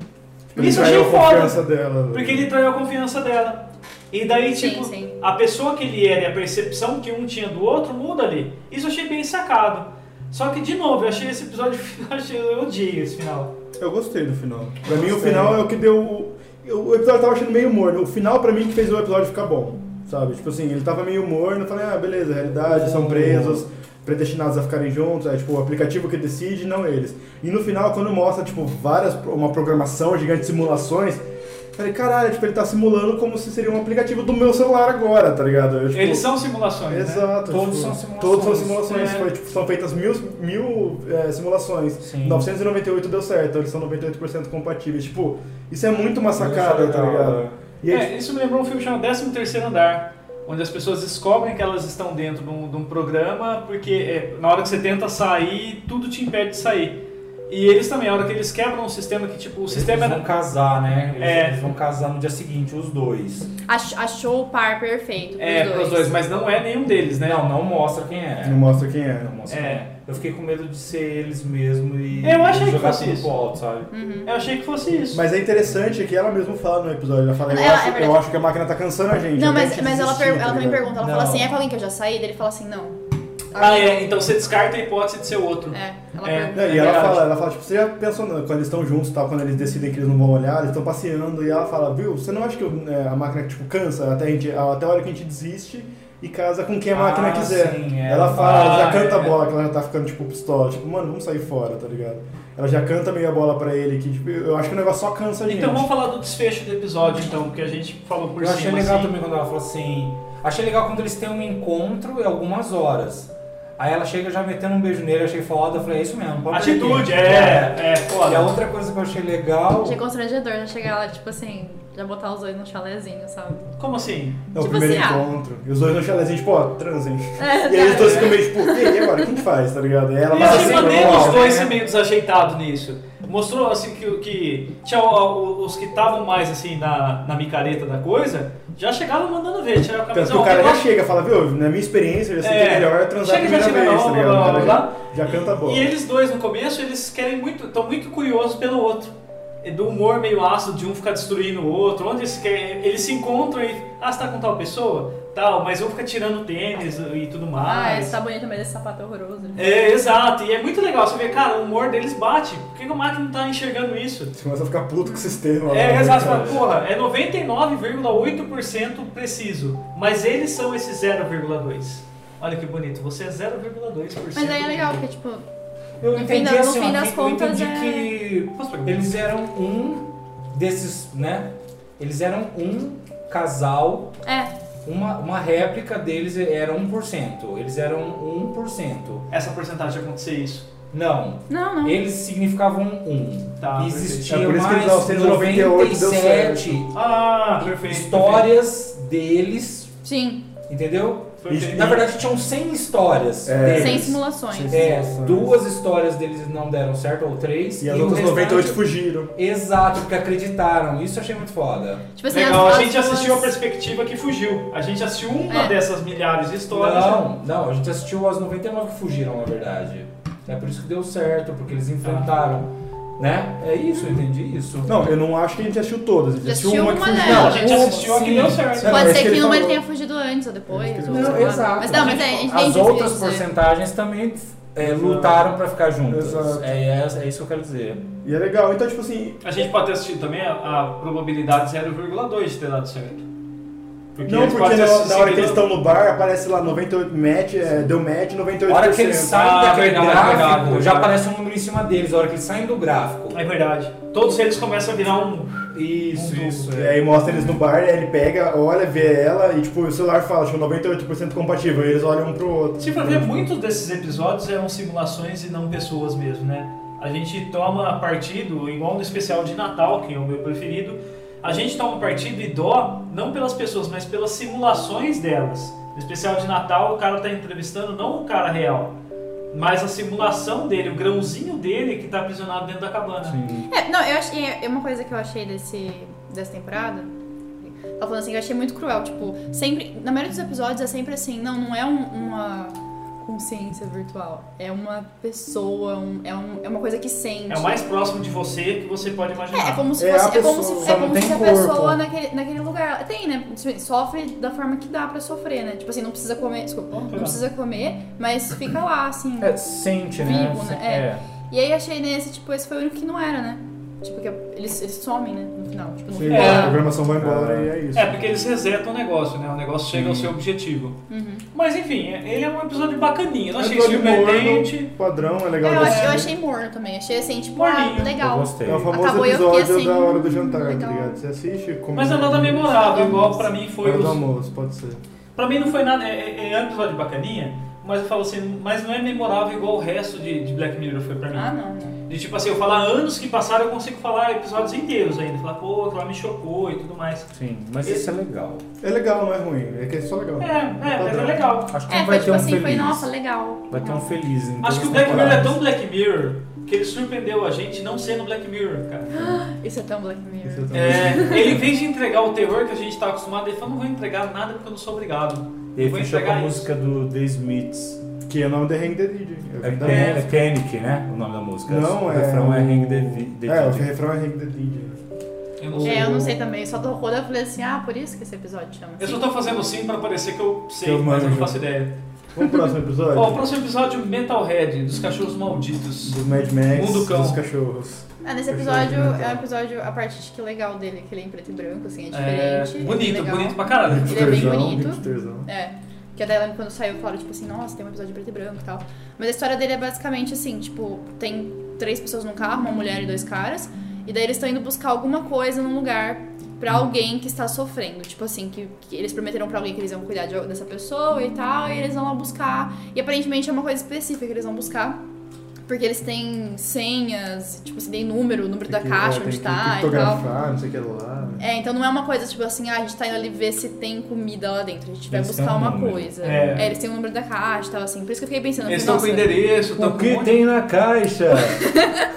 S3: Ele
S2: Isso eu
S3: traiu
S2: achei
S3: a
S2: foda.
S3: confiança dela. né?
S2: Porque ele traiu a confiança dela. E daí,
S4: Sim,
S2: tipo,
S4: sim.
S2: a pessoa que ele era e a percepção que um tinha do outro muda ali. Isso eu achei bem sacado. Só que, de novo, eu achei esse episódio final, achei- eu odiei esse final.
S3: Eu gostei do final. Pra mim, o final é o que deu. o- eu- O episódio tava achando meio morno. O final, pra mim, que fez o episódio ficar bom. Sabe? Tipo assim, ele tava meio morno. Eu falei, ah, beleza, realidade, são presos, predestinados a ficarem juntos. É tipo o aplicativo que decide, não eles. E no final, quando mostra, tipo, várias. Uma programação gigante de simulações. eu Falei, caralho, tipo, ele tá simulando como se seria um aplicativo do meu celular agora, tá ligado? Eu, tipo,
S2: Eles são simulações, né?
S3: Exato. tipo,
S5: Todos são simulações.
S3: Todos são simulações.
S2: É.
S3: Foi, tipo, são feitas mil, mil é, simulações.
S5: Sim.
S3: 998 deu certo, então eles são 98% compatíveis. Tipo, isso é muito uma sacada, tá ligado? E aí,
S2: É, isso me lembrou um filme chamado 13 Terceiro Andar, onde as pessoas descobrem que elas estão dentro de um, de um programa, porque é, na hora que você tenta sair, tudo te impede de sair. E eles também, a hora que eles quebram um sistema que, tipo, o sistema...
S5: Eles vão casar, né? Eles,
S2: É.
S5: eles vão casar no dia seguinte, os dois.
S4: Ach- achou o par perfeito pros
S2: É,
S4: dois.
S2: para os dois, mas não é nenhum deles, né?
S5: Não, não mostra quem é.
S3: não mostra quem é.
S5: Não mostra
S2: É.
S5: quem é. Eu fiquei com medo de ser eles mesmo e
S2: Eu achei que
S5: jogar
S2: fosse
S5: tudo
S2: isso.
S5: pro alto, sabe?
S2: Eu achei que fosse isso.
S3: Mas é interessante que ela mesma fala no episódio. Ela fala, eu,
S4: Ela- é
S3: acho,
S4: verdade.
S3: eu acho que a máquina tá cansando a gente.
S4: Não,
S3: eu
S4: mas,
S3: tenho que
S4: mas ela,
S3: desistir,
S4: per-
S3: tá
S4: ela também
S3: ligado?
S4: pergunta, ela fala
S5: Não.
S4: assim, é com alguém que eu já saí? Daí ele fala assim, não.
S2: Ah, é, então você descarta a hipótese de ser outro.
S4: É, ela
S2: É.
S4: pergunta.
S3: Não, e
S2: É
S3: ela
S2: verdade.
S3: fala, ela fala, tipo, você já pensou, né, quando eles estão juntos, tal, quando eles decidem que eles não vão olhar, eles estão passeando, e ela fala, viu, você não acha que é, a máquina, tipo, cansa? Até a, gente, até a hora que a gente desiste e casa com quem a máquina
S5: Ah,
S3: quiser.
S5: sim, é.
S3: Ela fala, ela já
S2: Ah,
S3: canta
S2: é.
S3: a bola, que ela já tá ficando, tipo, pistola, tipo, mano, vamos sair fora, tá ligado? Ela já canta meio a bola pra ele, que, tipo, eu acho que o negócio só cansa a gente.
S2: Então vamos falar do desfecho do episódio, então, que a gente falou por
S5: eu
S2: cima.
S5: achei legal
S2: assim.
S5: também quando ela falou assim. Achei legal quando eles têm um encontro e algumas horas. Aí ela chega já metendo um beijo nele, eu achei foda, eu falei, é isso mesmo, pode
S2: Atitude,
S5: perder.
S2: é, é,
S5: E a
S2: foda.
S5: outra coisa que eu achei legal.
S4: Achei constrangedor já chegar lá, tipo assim, já botar os dois num chalezinho, sabe?
S2: Como assim?
S3: É o
S4: Tipo
S3: primeiro
S4: assim, ah.
S3: encontro. E os dois no chalezinho, tipo, ó, transem.
S4: É,
S3: e aí os dois ficam
S4: sabe?
S3: meio, tipo, e aí, agora, o que a gente faz, tá ligado? E ela
S2: Eu
S5: mas
S3: passa
S2: achei
S5: assim,
S3: assim,
S2: maneiro
S5: vamos lá,
S2: tipo, os dois
S5: né?
S2: ser meio desajeitados nisso. Mostrou assim que, que tinha o- o- os que estavam mais assim na, na micareta da coisa, já chegavam mandando ver, tiraram a
S3: Tanto
S2: camisa.
S3: que o
S2: ó,
S3: cara já
S2: negócio-
S3: chega e fala, viu, na minha experiência, eu já sei que
S2: É.
S3: é melhor transar
S2: Chega
S3: a
S2: já
S3: primeira
S2: tira
S3: vez,
S2: na
S3: tá
S2: mão,
S3: ligado?
S2: blá, blá, blá,
S3: Já- Já canta a bola.
S2: E eles dois no começo, eles querem muito, estão muito curiosos pelo outro. É Do humor meio ácido de um ficar destruindo o outro, onde eles querem, eles se encontram e, ah, você tá com tal pessoa? Tal, mas um fica tirando tênis e tudo
S4: Ah,
S2: mais.
S4: esse tá bonito, mas esse sapato é horroroso.
S2: É, exato, e é muito legal você ver, cara, o humor deles bate. Por que que o Mark não tá enxergando isso?
S3: Você começa a ficar puto com o sistema. lá,
S2: É,
S3: né,
S2: exato,
S3: cara?
S2: mas, porra, é 99,8% preciso, mas eles são esse 0,2. Olha que bonito, você é 0,2%.
S4: Mas aí é legal, porque tipo,
S5: Eu
S4: No fim
S5: entendi
S4: da- no
S5: assim,
S4: fim
S5: ó,
S4: das
S5: que-
S4: contas,
S5: eu
S4: é-
S5: entendi que
S2: Posso pegar?
S5: eles eram um desses, né? Eles eram um casal,
S4: é,
S5: uma, uma réplica deles era 1%. Eles eram 1%.
S2: Essa porcentagem acontecer isso.
S5: Não,
S4: não, não.
S5: eles significavam um.
S2: Tá,
S5: E
S3: É
S5: existiam
S3: por isso que eles
S5: mais
S3: dão 198, deu certo.
S5: 97
S2: Ah, perfeito.
S5: histórias deles,
S4: Sim,
S5: entendeu?
S2: Perfeito.
S5: Na verdade, tinham 100 histórias
S3: É.
S5: deles.
S4: sem simulações.
S5: É,
S3: Nossa.
S5: duas histórias deles não deram certo, ou três.
S3: E as
S5: o
S3: outras
S5: restante-
S3: 98 fugiram.
S5: Exato, porque acreditaram. Isso eu achei muito foda.
S4: Tipo assim,
S2: Legal,
S4: as,
S2: a
S4: as
S2: gente assistiu a
S4: duas-
S2: perspectiva que fugiu. A gente assistiu uma
S4: É.
S2: dessas milhares de histórias.
S5: Não, não, a gente assistiu as 99 que fugiram, na verdade. É por isso que deu certo, porque eles enfrentaram Né? É isso, eu entendi isso.
S3: Não, eu não acho que a gente assistiu todas. A gente
S4: Já
S3: assistiu
S4: assistiu
S3: uma que
S4: uma
S3: foi
S4: delas.
S2: Não, a gente assistiu a que
S5: Sim.
S2: deu certo.
S3: Não,
S4: Pode
S3: mas
S4: ser
S3: ele
S4: que uma ele
S3: falou-
S4: tenha fugido antes ou depois.
S3: Não,
S4: ou sei lá.
S5: exato.
S4: Mas não, mas é, a gente tem
S5: As
S4: que
S5: outras
S4: dizer.
S5: porcentagens também é,
S3: Exato.
S5: lutaram pra ficar juntas.
S3: Exato.
S5: É, é- é isso que eu quero dizer.
S4: né?
S3: E é legal. Então, tipo assim,
S2: A gente pode ter assistido também a, a probabilidade 0,2 de ter dado certo. Porque
S3: não
S2: eles assim,
S3: porque
S2: podem ter
S3: na, na hora que
S2: seguido-
S3: eles estão no bar, aparece lá 98 match, é, deu match, 98%.
S5: A hora que eles saem
S3: tá
S2: Ah,
S5: daquele
S2: verdade,
S5: gráfico,
S2: verdade, verdade.
S5: já aparece um número em cima deles. A hora que eles saem do gráfico.
S2: É verdade. Todos eles começam a virar um.
S5: Isso,
S2: Um
S5: isso.
S3: E
S5: É.
S3: aí mostra eles no bar, aí ele pega, olha, vê ela e tipo, o celular fala, tipo, 98% compatível. E eles olham um pro outro.
S2: Se for ver, é muitos desses episódios eram simulações e não pessoas mesmo, né? A gente toma partido, igual no especial de Natal, que é o meu preferido, a gente toma partido e dó não pelas pessoas, mas pelas simulações delas. No especial de Natal, o cara tá entrevistando não o cara real, mas a simulação dele, o grãozinho dele que tá aprisionado dentro da cabana.
S5: Sim.
S4: É, não, eu achei. É uma coisa que eu achei desse, dessa temporada. Ela falando assim, eu achei muito cruel. Tipo, sempre. Na maioria dos episódios é sempre assim, não, não é um- uma consciência virtual. É uma pessoa, um- é, um- é uma coisa que sente.
S2: É o mais próximo de você que você pode imaginar.
S4: É, é como se
S3: É
S4: fosse.
S3: a
S4: É, como
S3: pessoa,
S4: se, é
S3: só não
S4: como
S3: tem
S4: se a
S3: corpo.
S4: pessoa naquele, naquele lugar. Tem, né? Sofre da forma que dá pra sofrer, né? Tipo assim, não precisa comer. Desculpa,
S2: Uhum.
S4: não precisa comer, mas fica lá, assim.
S5: É, sente, né?
S4: Vivo, né? É. E aí achei nesse, tipo, esse foi o único que não era, né? Tipo, que eles, eles somem, né? No final. Tipo, não
S3: Sim,
S4: fica
S2: É.
S3: A
S4: lá.
S3: programação vai embora e é isso.
S2: É, porque eles resetam o negócio, né? O negócio chega ao seu objetivo. Mas enfim, é- ele é um episódio bacaninha. Não achei
S3: É Episódio morno,
S2: surpreendente.
S3: Padrão, é
S4: É,
S3: legal.
S4: eu,
S3: de
S4: achei, eu
S3: assistir.
S4: achei morno também. Achei assim, tipo,
S2: Morninho.
S4: ah, legal.
S5: Eu gostei.
S3: É o famoso
S4: Acabou, eu
S3: episódio
S4: fiquei assim,
S3: da hora do jantar, tá
S4: legal.
S3: ligado? Você assiste como.
S2: Mas é nada memorável, igual pra mim foi
S3: Hora do
S2: os,
S3: almoço, pode ser.
S2: Pra mim não foi nada, é, é, é um episódio bacaninha, mas eu falo assim, mas não é memorável igual o resto de, de Black Mirror foi pra mim.
S4: Ah, não. não.
S2: De tipo assim, eu falar anos que passaram, eu consigo falar episódios inteiros ainda. Falar, pô, aquilo lá me chocou e tudo mais.
S5: Sim, mas isso é legal.
S3: É legal, não é ruim. É que é só legal.
S2: É, é, mas é
S3: Padrão.
S2: legal.
S5: Acho que
S4: É,
S5: não vai
S4: foi
S5: ter
S4: tipo
S5: um
S4: assim,
S5: feliz.
S4: foi nossa, legal.
S5: Vai ter um feliz em
S3: Tá
S2: Acho que o
S5: todas as
S2: Black Mirror é
S5: temporadas.
S2: tão Black Mirror que ele surpreendeu a gente não sendo Black Mirror, cara.
S4: Isso é tão Black Mirror.
S3: Isso é tão-
S2: É, ele, em vez de entregar o terror que a gente tá acostumado, ele falou, não vou entregar nada porque eu não sou obrigado.
S5: Ele
S2: vou
S5: fecha com a
S2: entregar isso.
S5: música do The Smiths.
S3: Que é o nome da Hang the Did.
S5: É,
S3: o
S5: é, é Panic, né? O nome da música.
S3: Não,
S5: o
S3: é.
S5: refrão é Hang the Vi- the
S3: É, o
S5: Did.
S3: refrão é Hang the Did.
S2: Eu não sei.
S4: É, eu não sei também. Só tocou daí eu falei assim, ah, por isso que esse episódio chama.
S2: Eu
S4: assim.
S2: só tô fazendo sim pra parecer que eu sei,
S3: Que eu
S2: mas eu não
S3: manjo.
S2: faço ideia.
S3: Vamos pro próximo episódio?
S2: Ó, o próximo episódio, Metalhead, dos cachorros malditos.
S3: Do Mad Max,
S2: Mundo Cão.
S3: dos cachorros.
S4: Ah, nesse episódio é um episódio, a parte acho que legal dele, que ele é em preto e branco, assim, é diferente.
S2: bonito,
S4: legal.
S2: bonito pra caralho.
S4: Ele é bem
S3: Hipsterzão,
S4: bonito.
S3: hipsterzão.
S4: É. Que a Dylan, quando saiu, falaram, tipo assim, nossa, tem um episódio preto e branco e tal. Mas a história dele é basicamente assim, tipo, tem três pessoas num carro, uma mulher e dois caras. E daí eles estão indo buscar alguma coisa num lugar pra
S3: Uhum.
S4: alguém que está sofrendo. Tipo assim, que, que eles prometeram pra alguém que eles iam cuidar de- dessa pessoa e tal. E eles vão lá buscar. E aparentemente é uma coisa específica que eles vão buscar. Porque eles têm senhas, tipo assim, tem número, o número da
S3: Tem que-
S4: caixa,
S3: é, tem que
S4: onde tá e tal.
S3: criptografar, não sei o que lá.
S4: É, então não é uma coisa tipo assim, ah, a gente tá indo ali ver se tem comida lá dentro. A gente vai
S5: Eles têm
S4: buscar
S5: um
S4: uma
S5: número.
S4: coisa.
S2: É.
S4: É. eles têm o número da caixa e tal, assim. Por isso que eu fiquei pensando,
S2: Eles estão
S4: eu
S2: com
S4: falei, nossa,
S2: endereço, estão
S5: O
S2: com um
S5: que
S2: monte-
S5: tem na caixa?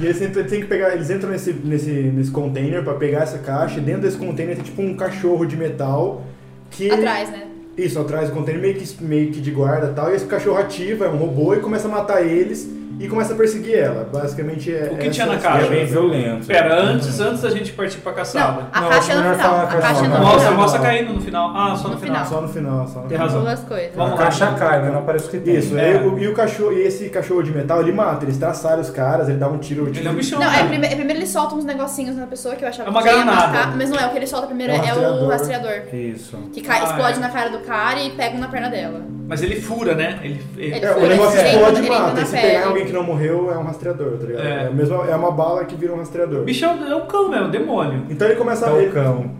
S3: E eles entram- tem que pegar, eles entram nesse, nesse, nesse container pra pegar essa caixa, e dentro desse container tem tipo um cachorro de metal que. ele-
S4: atrás, né?
S3: Isso, atrás do container meio que, meio que de guarda e tal, e esse cachorro ativa, é um robô, e começa a matar eles e começa a perseguir ela. Basicamente é.
S2: O que
S3: essa
S2: tinha na
S3: é a
S2: caixa?
S5: é
S3: história.
S5: bem violento.
S2: Pera, antes, antes da gente partir pra
S4: Não,
S2: caçada.
S4: a
S5: Não, acho
S4: caixa é no
S5: melhor
S4: final.
S5: falar
S4: A
S5: que é
S4: caixa é
S5: só
S4: no
S5: na
S4: final.
S2: Nossa, a
S3: não.
S2: moça caindo no final. Ah, só no,
S4: No final.
S3: Só no final, só no
S2: Tem
S3: final.
S2: razão.
S4: Duas coisas.
S2: Vamos
S5: A
S2: lá.
S5: caixa cai, mas não parece o que tem.
S3: Isso,
S2: É.
S3: aí o- e, o cachorro, e esse cachorro de metal, ele mata, ele estraçalha os caras, ele dá um tiro.
S2: Ele
S3: tipo,
S2: é um bichão.
S4: Não, é,
S2: cara.
S4: prime- é primeiro ele solta uns negocinhos na pessoa que eu
S2: É
S4: achava
S2: uma
S4: que ia
S2: granada.
S4: matar, mas não é, o que ele solta primeiro
S3: É um
S4: é, o
S3: rastreador.
S4: rastreador.
S5: Isso.
S4: Que cai,
S2: Ah,
S4: explode
S2: é.
S4: na cara do cara e pega um na perna dela.
S2: Mas ele fura, né? Ele, ele-
S4: Ele
S3: É, o
S4: fura,
S3: negócio
S4: ele entra-
S3: explode
S4: ele
S3: e
S4: entra
S3: mata.
S4: na
S3: E se
S4: pele.
S3: pegar alguém que não morreu, é um rastreador, tá ligado?
S2: É.
S3: É, mesmo, é uma bala que vira um
S2: O
S3: rastreador.
S2: bicho é o é o cão mesmo, o demônio.
S3: Então ele começa
S5: Tá
S3: a.
S5: o
S3: Ele,
S5: cão.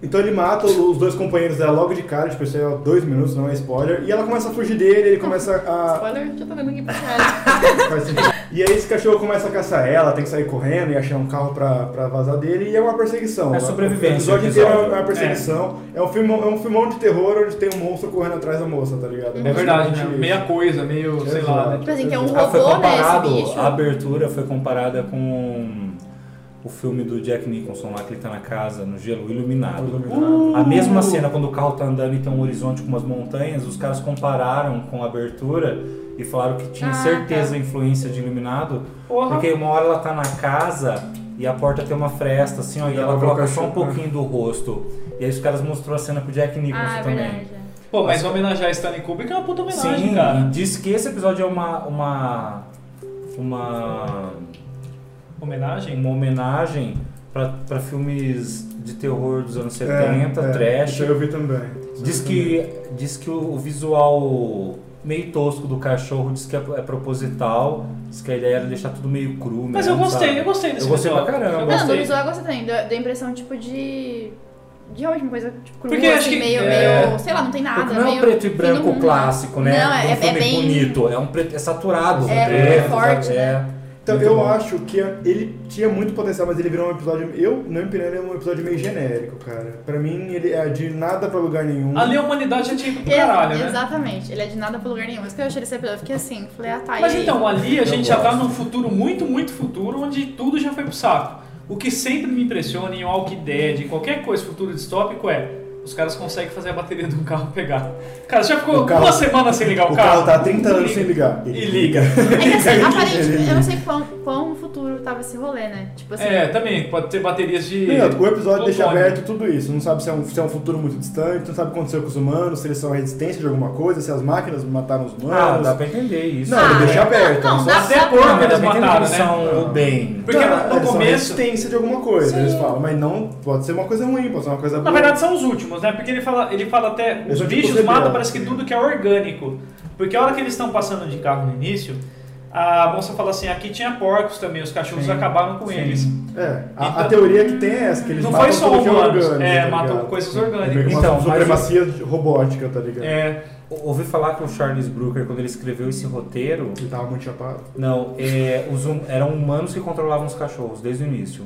S3: então ele mata os dois companheiros dela logo de cara, tipo, isso aí é dois minutos, não é spoiler. E ela começa a fugir dele, ele começa a.
S4: Spoiler, já tô vendo aqui pra trás.
S3: faz sentido. e aí esse cachorro começa a caçar ela, tem que sair correndo e achar um carro pra, pra vazar dele, e é uma perseguição.
S5: É sobrevivência,
S3: O episódio
S5: episódio.
S3: inteiro é uma perseguição. É, um filmão, é um filmão de terror onde tem um monstro correndo atrás da moça, tá ligado?
S2: É verdade, né?
S3: Basicamente
S2: Meia coisa, meio, sei lá. né?
S4: Tipo assim, que é um
S5: Ah, foi
S4: robô, né? Esse
S5: comparado,
S4: bicho.
S5: a abertura foi comparada com o filme do Jack Nicholson lá, que ele tá na casa, no gelo, iluminado.
S2: Iluminado.
S5: A mesma cena, quando o carro tá andando e tem um horizonte com umas montanhas, os caras compararam com a abertura e falaram que tinha
S4: Ah,
S5: certeza
S4: tá.
S5: a influência de iluminado,
S2: Porra.
S5: porque uma hora ela tá na casa e a porta tem uma fresta, assim, ó, e ela coloca só um pouquinho do rosto. E aí os caras mostrou a cena pro Jack Nicholson
S4: Ah, é
S5: também.
S4: verdade. é.
S2: Pô, mas homenagear Stanley Kubrick é uma puta homenagem,
S5: Sim,
S2: cara.
S5: e diz que esse episódio é uma. uma. uma,
S2: Homenagem?
S5: uma homenagem pra, pra filmes de terror dos anos 70,
S3: é,
S5: trash.
S3: Isso aí eu vi também. Isso
S5: Diz
S3: eu
S5: que, diz que o o visual meio tosco do cachorro diz que é, é proposital, diz que a ideia era deixar tudo meio cru.
S2: Mas
S5: mesmo,
S2: eu gostei,
S5: sabe?
S2: eu gostei desse
S5: Eu gostei
S2: visual.
S5: pra caramba.
S2: Eu
S5: Não,
S4: Não, do
S2: gostei.
S4: visual eu gosto também, da, da impressão tipo de. De realmente uma coisa tipo, crua,
S2: Porque eu acho
S4: assim,
S2: que-
S4: meio,
S2: é.
S4: meio. Sei lá, não tem nada.
S5: Porque não é um
S4: Ah, meio
S5: preto e
S4: fim
S5: branco
S4: do mundo.
S5: clássico, né?
S4: Não, é,
S5: de um
S4: é,
S5: filme
S4: bem.
S5: bonito. É um preto, é saturado.
S4: É,
S5: preto,
S4: forte,
S5: sabe?
S4: né?
S5: É.
S3: Então,
S5: Muito
S3: eu
S5: bom.
S3: acho que ele tinha muito potencial, mas ele virou um episódio. Eu, na minha opinião, ele é um episódio meio genérico, cara. Pra mim, ele é de nada pra lugar nenhum.
S2: Ali é a humanidade já tinha ido pro
S4: Ex-
S2: caralho, né?
S4: Exatamente, ele é de nada pra lugar nenhum. Isso que eu achei desse episódio, eu fiquei assim, falei, ah tá,
S2: Mas
S4: e aí?
S2: então, ali a
S5: Eu
S2: gente já tá
S5: gosto.
S2: num futuro muito, muito futuro, onde tudo já foi pro saco. O que sempre me impressiona em Walking Dead, em qualquer coisa futuro distópico, é os caras conseguem fazer a bateria do carro pegar. Cara, já ficou
S3: O carro-
S2: uma semana sem ligar o,
S3: o carro tá há 30 anos
S2: Liga.
S3: sem ligar.
S2: E liga.
S4: É que assim, aparentemente,
S3: Ele-
S4: eu não sei quão, quão futuro tava esse rolê, né? Tipo assim,
S2: É, também, pode ter baterias de. um
S3: Não, o episódio deixa
S2: Plutônio.
S3: aberto tudo isso. Não sabe se é, um, se é um futuro muito distante, não sabe o que aconteceu com os humanos, se eles são a resistência de alguma coisa, se as máquinas mataram os
S5: Ah,
S3: humanos.
S5: dá pra entender isso.
S3: Não, ele
S4: Ah,
S3: deixa
S4: não,
S3: aberto. é
S4: não,
S3: só-
S4: dá-
S2: Até
S5: é. Não,
S2: porco
S5: mas é dá
S2: eles
S5: pra entender que
S2: mataram,
S5: eles
S2: né?
S5: são o bem.
S2: Porque
S3: Não,
S2: no
S3: eles são a
S2: começo.
S3: É resistência de alguma coisa, eles falam. Mas não, pode ser uma coisa ruim, pode ser uma coisa
S2: Na
S3: boa.
S2: verdade são os últimos, né? Porque ele fala, ele fala até.
S5: é
S3: Eles
S2: Os
S3: são tipo
S2: bichos
S3: rebeldes.
S5: né?
S2: matam parece que tudo que é orgânico. Porque a hora que eles estão passando de carro no início, a moça fala assim, aqui tinha porcos também, os cachorros
S5: Sim.
S2: acabaram com
S5: Sim.
S2: eles.
S3: É, a, a
S2: Então-
S3: teoria que tem é essa, que eles
S2: Não
S3: matam
S2: foi só
S3: tudo que é
S2: humanos,
S3: orgânico,
S2: é,
S3: tá
S2: matam
S3: ligado?
S2: coisas
S3: É meio
S2: orgânicas.
S3: que uma
S5: Então, mas-
S3: supremacia robótica, tá ligado?
S2: É,
S5: Ou- Ouvi falar que o Charles Brooker, quando ele escreveu esse roteiro,
S3: Ele tava muito chapado.
S5: não, é, os hum- eram humanos que controlavam os cachorros desde o início.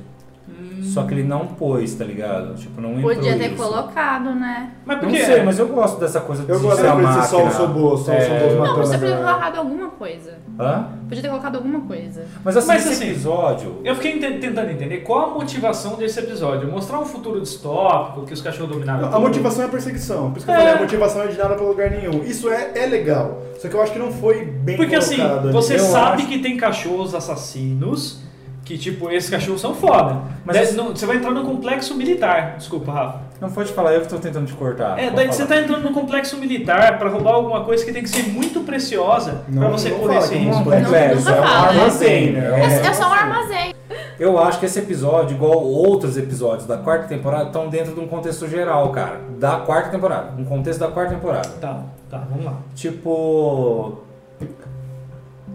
S2: Hum.
S5: Só que ele não pôs, tá ligado? Tipo, não entrou
S4: podia ter
S5: isso.
S4: colocado, né?
S2: mas por
S5: Não
S2: quê?
S5: sei, mas eu gosto dessa coisa de
S3: Eu gosto
S5: ser a
S3: de ser só
S5: máquina.
S3: os robôs, só os
S5: É.
S3: robôs
S4: Não,
S3: matando.
S4: você
S3: a
S4: podia ter
S3: galera.
S4: colocado alguma coisa.
S5: Hã?
S4: Podia ter colocado alguma coisa.
S5: Mas assim,
S2: Mas,
S5: esse
S2: assim,
S5: episódio...
S2: Eu fiquei ente- tentando entender qual a motivação desse episódio. Mostrar um futuro distópico, que os cachorros dominaram
S3: A
S2: tudo.
S3: motivação é a perseguição. Por isso que eu
S2: É.
S3: falei, a motivação é de nada pra lugar nenhum. Isso é, é legal. Só que eu acho que não foi
S5: é
S3: bem
S2: Porque assim,
S3: colocado ali.
S2: você
S5: Eu
S2: sabe
S5: acho-
S2: que tem cachorros assassinos, que tipo, esses cachorros são foda.
S5: Mas
S2: Daí,
S5: esse-
S2: não- você vai entrar no complexo militar. Desculpa, Rafa.
S5: Não pode falar, eu que tô tentando te
S3: Ah,
S5: cortar.
S2: É,
S5: Pode
S2: daí você
S5: falar.
S2: tá entrando no complexo militar pra roubar alguma coisa que tem que ser muito preciosa pra
S3: Não,
S2: você
S3: não
S2: poder
S3: fala
S2: ser
S3: que é não
S2: isso.
S5: Não, complexo,
S4: nunca
S5: é um
S4: fala, né?
S5: armazém, né?
S4: É,
S3: É,
S4: é só um
S3: assim.
S4: armazém.
S2: tá-
S5: Eu acho que esse episódio, igual outros episódios da quarta temporada, estão dentro de um contexto geral, cara. Da quarta temporada. Um contexto da quarta temporada.
S2: Tá, tá, vamos lá.
S5: Tipo.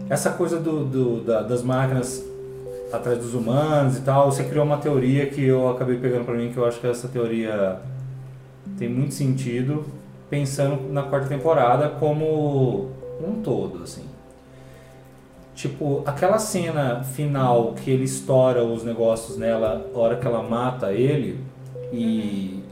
S5: Essa coisa do, do- da- das máquinas atrás dos humanos e tal, você criou uma teoria que eu acabei pegando pra mim, que eu acho que essa teoria tem muito sentido, pensando na quarta temporada como um todo, assim. Tipo, aquela cena final que ele estoura os negócios nela, a hora que ela mata ele e.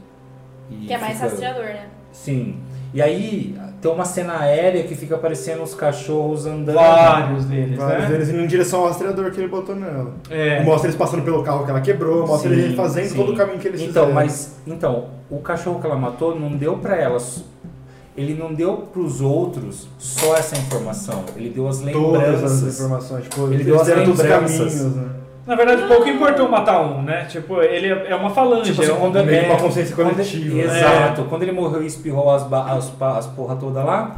S5: e
S4: Que é mais
S5: fica-
S4: rastreador, né?
S5: Sim. E aí tem uma cena aérea que fica aparecendo os cachorros andando.
S2: Vários deles,
S3: Vários
S2: né?
S3: deles indo em direção ao rastreador que ele botou nela.
S2: É.
S3: Mostra eles passando pelo carro que ela quebrou, mostra
S5: Sim,
S3: ele fazendo
S5: sim.
S3: todo o caminho que eles
S5: Então,
S3: fizeram.
S5: mas então, o cachorro que ela matou não deu pra ela, s- ele não deu pros outros só essa informação, ele deu as
S3: Todas as
S5: lembranças.
S3: informações. Tipo,
S5: Ele
S3: eles
S5: deu as
S3: fizeram todos os
S5: lembranças.
S3: caminhos, né?
S2: Na verdade, pouco importou matar um, né? Tipo, ele é é uma falange.
S5: Tipo assim,
S2: é um-
S5: quando
S3: meio
S5: é,
S3: que uma consciência
S5: quando-
S3: coletiva, né?
S5: Exato. Quando ele morreu e espirrou as, ba- as, pa- as porra toda lá,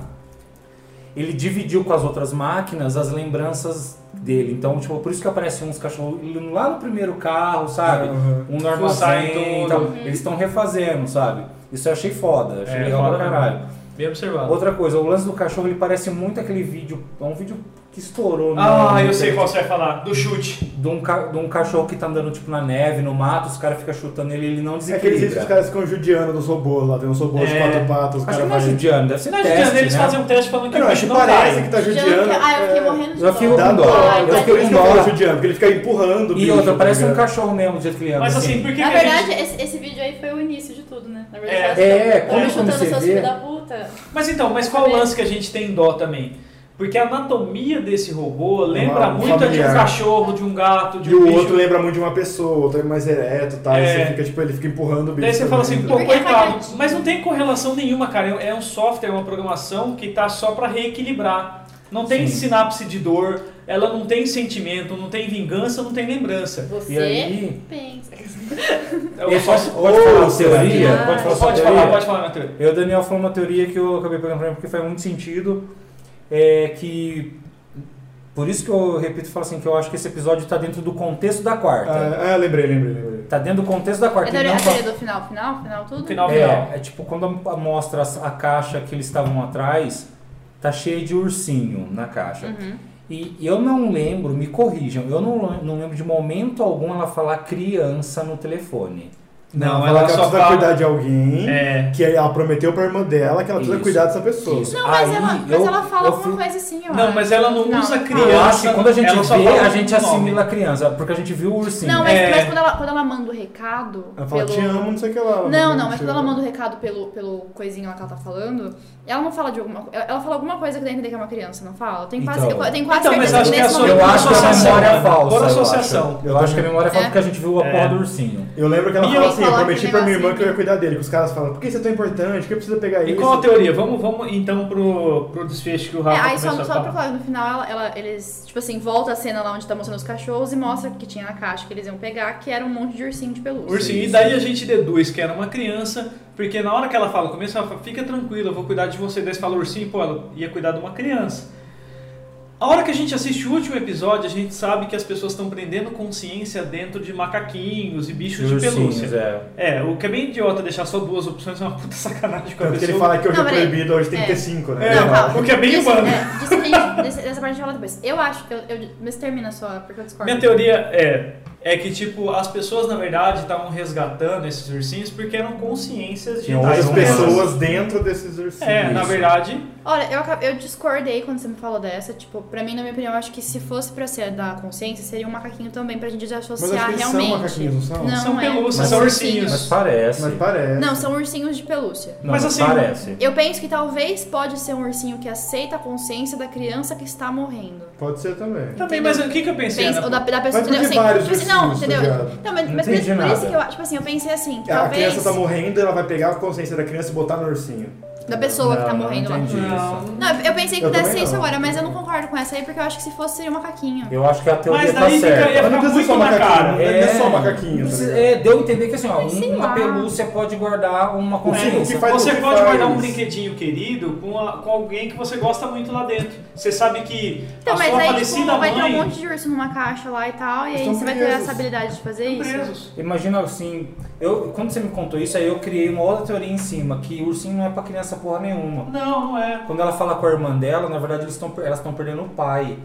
S5: ele dividiu com as outras máquinas as lembranças dele. Então, tipo, por isso que aparecem uns cachorros lá no primeiro carro, sabe?
S3: Uhum.
S5: um normal
S2: Fuçar em
S5: armazém e
S2: tudo.
S5: tal. Eles estão refazendo, sabe? Isso eu achei foda, achei
S2: É,
S5: legal
S2: foda
S5: pra
S2: mesmo.
S5: caralho.
S2: Bem observado.
S5: Outra coisa, o lance do cachorro, ele parece muito aquele vídeo, é um vídeo que estourou. no-
S2: Ah, eu
S5: no-
S2: sei qual você vai falar. Do chute.
S5: De um, ca- de um cachorro que tá andando, tipo, na neve, no mato, os caras ficam chutando ele, ele não
S3: É aqueles vídeos que os
S5: desequilibra.
S3: caras ficam judiando dos robôs lá, tem uns robôs de
S2: É.
S3: quatro patas, os
S5: Acho que
S3: caras
S5: não é
S3: vai-
S5: judiando, deve ser
S2: Na
S5: teste,
S2: Juliana, eles
S5: né?
S2: fazem um teste falando que
S3: Eu
S2: o
S3: não, acho
S2: bicho
S3: que
S2: não
S3: parece
S2: cai.
S3: que tá judiando.
S4: Ah, eu fiquei
S3: é.
S4: morrendo de
S5: Eu fico
S4: dó.
S5: com dó,
S4: Ai,
S5: eu
S4: tá
S5: fico
S3: Por
S5: com
S3: isso que eu
S5: dó.
S3: falo judiando, porque ele fica empurrando o
S5: E
S3: bicho,
S5: outra,
S3: tá
S5: parece um
S3: ligado?
S5: cachorro mesmo, do jeito que ele anda.
S2: Mas assim, por que
S4: Na
S2: que a gente-
S4: verdade, esse, esse vídeo aí foi o início de tudo, né? Na verdade,
S2: É.
S4: ela-
S5: É,
S4: ela
S5: quando- quando
S4: chutando
S5: você
S4: seus
S5: vê-
S4: filhos da puta.
S2: Mas então, mas qual o lance que a gente tem dó também? Porque a anatomia desse robô lembra
S3: Uma-
S2: muito a de um
S3: familiar.
S2: cachorro, de um gato, de
S3: E
S2: um
S3: o
S2: bicho.
S3: outro lembra muito de uma pessoa, o outro é mais ereto e tal.
S2: É.
S3: E você fica, tipo, ele fica empurrando o bicho.
S2: Daí você
S3: pra
S2: fala assim,
S3: dentro.
S2: pô,
S4: Porque é
S2: coitado.
S4: cagadinho.
S2: Mas não tem correlação nenhuma, cara. É é um software, uma programação que tá só pra reequilibrar. Não tem
S5: Sim.
S2: sinapse de dor, ela não tem sentimento, não tem vingança, não tem lembrança.
S4: Você
S5: E aí-
S4: pensa.
S2: É o
S5: E
S2: só-
S5: pode,
S3: tá
S5: pode falar a
S3: Ô,
S5: teoria?
S4: Fernando.
S5: é Pode falar a sua
S2: Pode
S5: teoria?
S2: falar, pode falar, Matheus.
S5: Eu, o Daniel falou uma teoria que eu acabei pegando pra mim porque faz muito sentido. É que. Por isso que eu repito e falo assim, que eu acho que esse episódio tá dentro do contexto da quarta.
S3: Ah, ah, lembrei, lembrei, lembrei.
S5: Tá dentro do contexto da
S4: É a
S5: quarta. e
S4: teoria,
S5: não
S4: a
S5: fa-
S4: teoria do final, final, final, tudo?
S2: Final.
S5: é, é tipo quando a- mostra a caixa que eles estavam atrás, tá cheia de ursinho na caixa.
S4: Uhum.
S5: E eu não lembro, me corrijam, eu não, não lembro de momento algum ela falar criança no telefone.
S2: Não,
S3: fala
S2: ela
S3: que ela
S2: só
S3: precisa
S2: fala-
S3: cuidar de alguém,
S2: É.
S3: que ela prometeu pra irmã dela que ela precisa
S5: Isso.
S3: cuidar dessa pessoa.
S5: Isso.
S4: Não, mas,
S5: Aí
S4: ela, mas
S5: eu-
S4: ela fala
S5: eu
S4: alguma
S5: fui-
S4: coisa assim, ó. Ah,
S2: Não, mas ela não usa criança.
S5: Eu acho que quando a gente
S2: Ela só
S5: vê,
S2: fala
S5: a
S2: o
S5: gente
S2: nome.
S5: assimila a criança, porque a gente viu o ursinho.
S4: Não, mas,
S2: É.
S4: mas quando, ela, quando ela manda o recado.
S3: Ela fala,
S4: pelo-
S3: te amo, não sei o que lá.
S4: Não, não, mas
S3: sei
S4: quando ela
S3: lá.
S4: manda o recado pelo, pelo coisinho lá que ela tá falando, ela não fala de alguma Ela ela fala alguma coisa que dá a entender que é uma criança, não fala? Eu tenho quase,
S5: Então.
S4: eu tenho quase
S2: Então, mas
S4: certeza
S2: acho
S4: que
S2: que é
S4: nesse
S2: só-
S4: momento- tá
S5: eu acho que a
S2: associação,
S5: memória é
S2: né? Por
S5: falsa. eu acho.
S2: associação.
S5: Eu acho que a memória é falsa
S4: É.
S5: porque a gente viu a
S2: É.
S5: porra do ursinho.
S3: Eu lembro que ela
S2: E
S3: fala
S2: eu-
S3: assim, eu
S4: Coloca
S3: prometi
S4: um
S3: pra minha irmã
S4: negocinho.
S3: que eu ia cuidar dele. Que os caras falam, por que você é tão importante? Que eu preciso
S5: É
S3: pegar
S2: E
S3: isso?
S2: qual é a teoria? Vamos, vamos então pro, pro desfecho que o
S4: É,
S2: Rafa
S4: aí
S2: começou
S4: só,
S2: a
S4: só pra
S2: falar.
S4: falar, no final ela, ela- eles, tipo assim, volta a cena lá onde tá mostrando os cachorros e mostra que tinha na caixa que eles iam pegar, que era um monte de ursinho de pelúcia.
S2: Ursinho, e daí a gente deduz que era uma criança, porque na hora que ela fala, no começo ela fala, fica tranquila, eu vou cuidar de você. Daí você fala, ursinho, pô, ela ia cuidar de uma criança. A hora que a gente assiste o último episódio, a gente sabe que as pessoas estão prendendo consciência dentro de macaquinhos e bichos de, pelúcia.
S5: ursinhos, é.
S2: É, o que é bem idiota deixar só duas opções é uma puta sacanagem com a
S3: É porque
S2: pessoa.
S3: ele fala que hoje
S4: Não,
S3: é
S4: mas ele-
S3: proibido, hoje tem
S4: é.
S3: que ter cinco, né?
S2: É,
S3: Ele
S4: Não,
S3: fala.
S4: calma.
S2: o que é bem
S4: Disso-
S2: humano.
S4: é, disso que a gente- desse- dessa parte a gente fala depois. Eu acho que. Eu, eu, mas termina só, porque eu discordo.
S2: Minha teoria é, é que, tipo, as pessoas, na verdade, estavam resgatando esses ursinhos porque eram consciências de
S5: Tinha outras
S3: As
S2: humanas.
S3: pessoas dentro desses ursinhos.
S2: Tá, então É, na
S5: Isso.
S2: verdade,
S4: Olha, eu, acab- eu discordei quando você me falou dessa. Tipo, pra mim, na minha opinião, eu acho que se fosse pra ser da consciência, seria um macaquinho também, pra gente
S3: Mas acho
S4: associar
S3: que eles são
S4: realmente.
S3: macaquinhos, não são?
S4: Não,
S2: São
S4: é.
S2: pelúcias,
S4: Mas
S2: são
S5: Mas
S2: ursinhos.
S5: parece.
S3: Mas parece.
S4: Não, são ursinhos de pelúcia.
S5: Não,
S2: Mas
S5: mas
S2: assim,
S5: parece.
S4: Eu penso que talvez pode ser um ursinho que aceita a consciência da criança que está morrendo.
S3: Pode ser também.
S2: também,
S4: Entendeu?
S2: mas o que, que eu pensei? né?
S4: Pensa,
S3: é
S2: Ana?
S4: ou da, da
S3: Mas
S4: pessoa,
S3: por que
S4: entendeu? Assim,
S3: vários
S4: tipo assim, não,
S3: ursinhos,
S4: entendeu?
S3: tá
S4: Não, mas,
S5: Não
S4: mas por, isso,
S5: entendi
S4: por isso
S5: nada.
S4: que eu acho, tipo assim, eu pensei assim, que
S3: A
S4: talvez
S3: criança tá morrendo, ela vai pegar a consciência da criança e botar no ursinho.
S4: da pessoa que tá
S5: Não,
S4: morrendo
S5: não
S4: lá.
S5: entendi
S2: Não.
S5: isso.
S4: Não, eu- eu pensei que
S3: Eu
S4: pudesse
S3: também
S4: ser isso
S3: não.
S4: agora, mas eu não concordo com essa aí, porque eu acho que se fosse seria um macaquinho.
S5: Eu acho que a teoria
S2: Mas
S5: tá
S2: daí fica-
S5: certa.
S2: ia
S3: Mas
S2: ficar
S3: não precisa
S2: muito
S3: só
S2: na
S3: macaquinho,
S2: cara.
S3: não é só macaquinho. tá ligado?
S5: É, deu a entender que assim, ó,
S4: Mas sei
S5: um- uma
S4: lá.
S5: pelúcia pode guardar
S2: É,
S5: uma
S3: O que
S5: consciência.
S3: faz-
S2: você
S3: o que
S2: pode
S3: faz.
S2: guardar um brinquedinho querido com, a- com alguém que você gosta muito lá dentro. Você sabe que
S4: Então,
S2: a
S4: mas
S2: sua
S4: aí,
S2: falecida
S4: tipo, vai
S2: mãe...
S4: ter um monte de urso numa caixa lá e tal, e aí
S3: Estão
S4: você vai ter
S3: presos.
S4: essa habilidade de fazer
S2: Estão
S4: isso.
S2: presos.
S5: Imagina assim, eu, quando você me contou isso, aí eu criei uma outra teoria em cima, que ursinho não é pra criança porra nenhuma.
S2: Não, não é.
S5: Quando ela fala com a irmã dela, na verdade eles tão, per- elas estão perdendo o pai.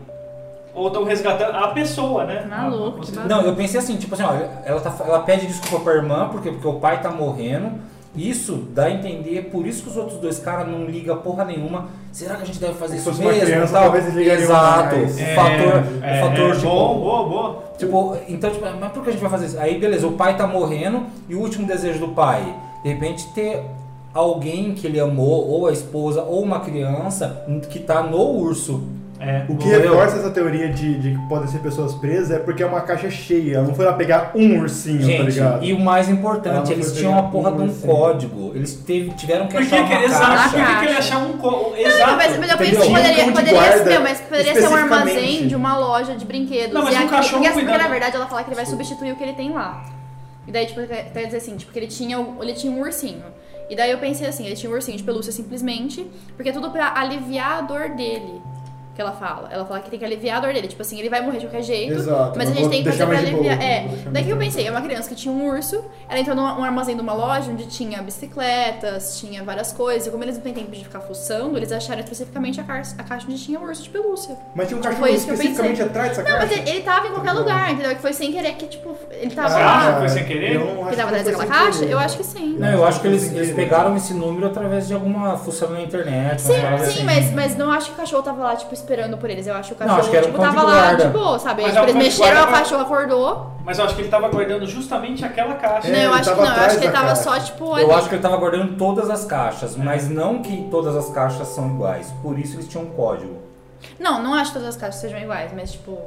S2: Ou estão resgatando a pessoa, né?
S4: Maluco,
S2: Ah,
S4: que
S2: você-
S4: bagulho.
S5: Não, eu pensei assim, tipo assim, ó, ela, tá, ela pede desculpa pra irmã, porque, porque o pai tá morrendo. Isso dá a entender, por isso que os outros dois caras não ligam porra nenhuma. Será que a gente deve fazer
S3: Se
S5: isso
S3: fosse uma
S5: mesmo?
S3: criança,
S5: tal?
S3: talvez eles ligariam
S5: Exato.
S3: mais.
S5: O
S2: É,
S5: fator,
S2: é,
S5: o fator
S2: é,
S5: tipo,
S2: Boa, boa, boa.
S5: Tipo, então, tipo, mas por que a gente vai fazer isso? Aí, beleza, o pai tá morrendo e o último desejo do pai, de repente, ter alguém que ele amou, ou a esposa, ou uma criança, que tá no urso.
S2: É.
S3: O que
S5: Morreu.
S3: reforça essa teoria de, de que podem ser pessoas presas é porque é uma caixa cheia. Ela não foi lá pegar um ursinho, tá
S5: Gente,
S3: ligado?
S5: e o mais
S3: Ela
S5: importante,
S3: foi
S5: eles
S3: pegar
S5: tinham a porra de um
S3: urso.
S5: código. Eles teve- tiveram que
S2: Por que,
S5: achar uma
S2: que, exato,
S5: caixa.
S2: por que, que ele achar um... Co...
S4: Não,
S2: Exato.
S4: mas, mas eu
S5: Entendeu?
S4: penso que
S5: Tinha um
S4: poderia,
S3: cão de
S4: poderia ser,
S3: guarda
S4: meu, mas poderia ser um armazém
S3: especificamente.
S4: de uma loja de brinquedos.
S2: Não, mas
S4: E
S2: um
S4: aqui-
S2: cachorro
S4: porque, assim,
S2: cuidando-
S4: porque, na verdade ela fala que ele vai substituir o que ele tem lá. E daí, tipo, quer quer dizer assim, tipo, que ele tinha, o- ele tinha um ursinho. E daí eu pensei assim, ele tinha um ursinho de pelúcia simplesmente, porque é tudo pra aliviar a dor dele. Que ela fala. Ela fala que tem que aliviar a dor dele. Tipo assim, ele vai morrer de qualquer jeito.
S3: Exato,
S4: Mas a
S3: não
S4: gente
S3: vou
S4: tem que
S3: deixar
S4: fazer pra
S3: mais de
S4: aliviar.
S3: boa,
S4: é.
S3: não vou deixar
S4: Daí que eu
S3: mais de
S4: pensei, é uma criança que tinha um urso, ela entrou num num armazém de uma loja onde tinha bicicletas, tinha várias coisas. E como eles não têm tempo de ficar fuçando, eles acharam especificamente a, car- a caixa onde tinha o urso de pelúcia.
S3: Mas tinha um
S4: Tipo,
S3: cachorro
S4: foi isso que eu
S3: especificamente
S4: pensei.
S3: atrás dessa
S4: Não,
S3: caixa.
S4: mas ele, ele tava em qualquer lugar, entendeu? Que foi sem querer que, tipo, ele tava
S2: Você
S4: lá.
S2: acha que Ah, foi sem querer?
S3: Ah, Eu acho
S4: Que tava
S3: que foi
S4: atrás daquela
S3: sem
S4: caixa?
S3: querer.
S4: Eu acho que sim.
S5: Não, eu acho que eles,
S3: Sem
S5: eles
S3: querer.
S5: pegaram esse número através de alguma fuçada na internet. uma
S4: Sim,
S5: parada
S4: sim,
S5: assim.
S4: mas, mas não acho que o cachorro tava lá, tipo, esperando por eles. Eu acho que o
S5: Não,
S4: cachorro,
S5: acho que era um
S4: tipo,
S5: cão de
S4: tava lá
S5: guarda.
S4: de boa, sabe?
S2: Mas
S4: Tipo,
S2: é um
S4: eles
S2: cão de
S4: mexeram,
S2: guarda,
S4: o
S2: mas-
S4: cachorro acordou.
S2: Mas eu acho que ele tava guardando justamente aquela caixa.
S3: É,
S4: não, eu
S3: ele
S4: acho que
S3: tava
S4: não, eu acho que ele
S3: atrás
S4: tava
S3: da
S4: só,
S3: caixa.
S4: tipo,
S5: Eu
S4: ali.
S5: acho que ele tava guardando todas as caixas, mas não que todas as caixas são iguais. Por isso eles tinham um código.
S4: Não, não acho que todas as casas sejam iguais, mas tipo.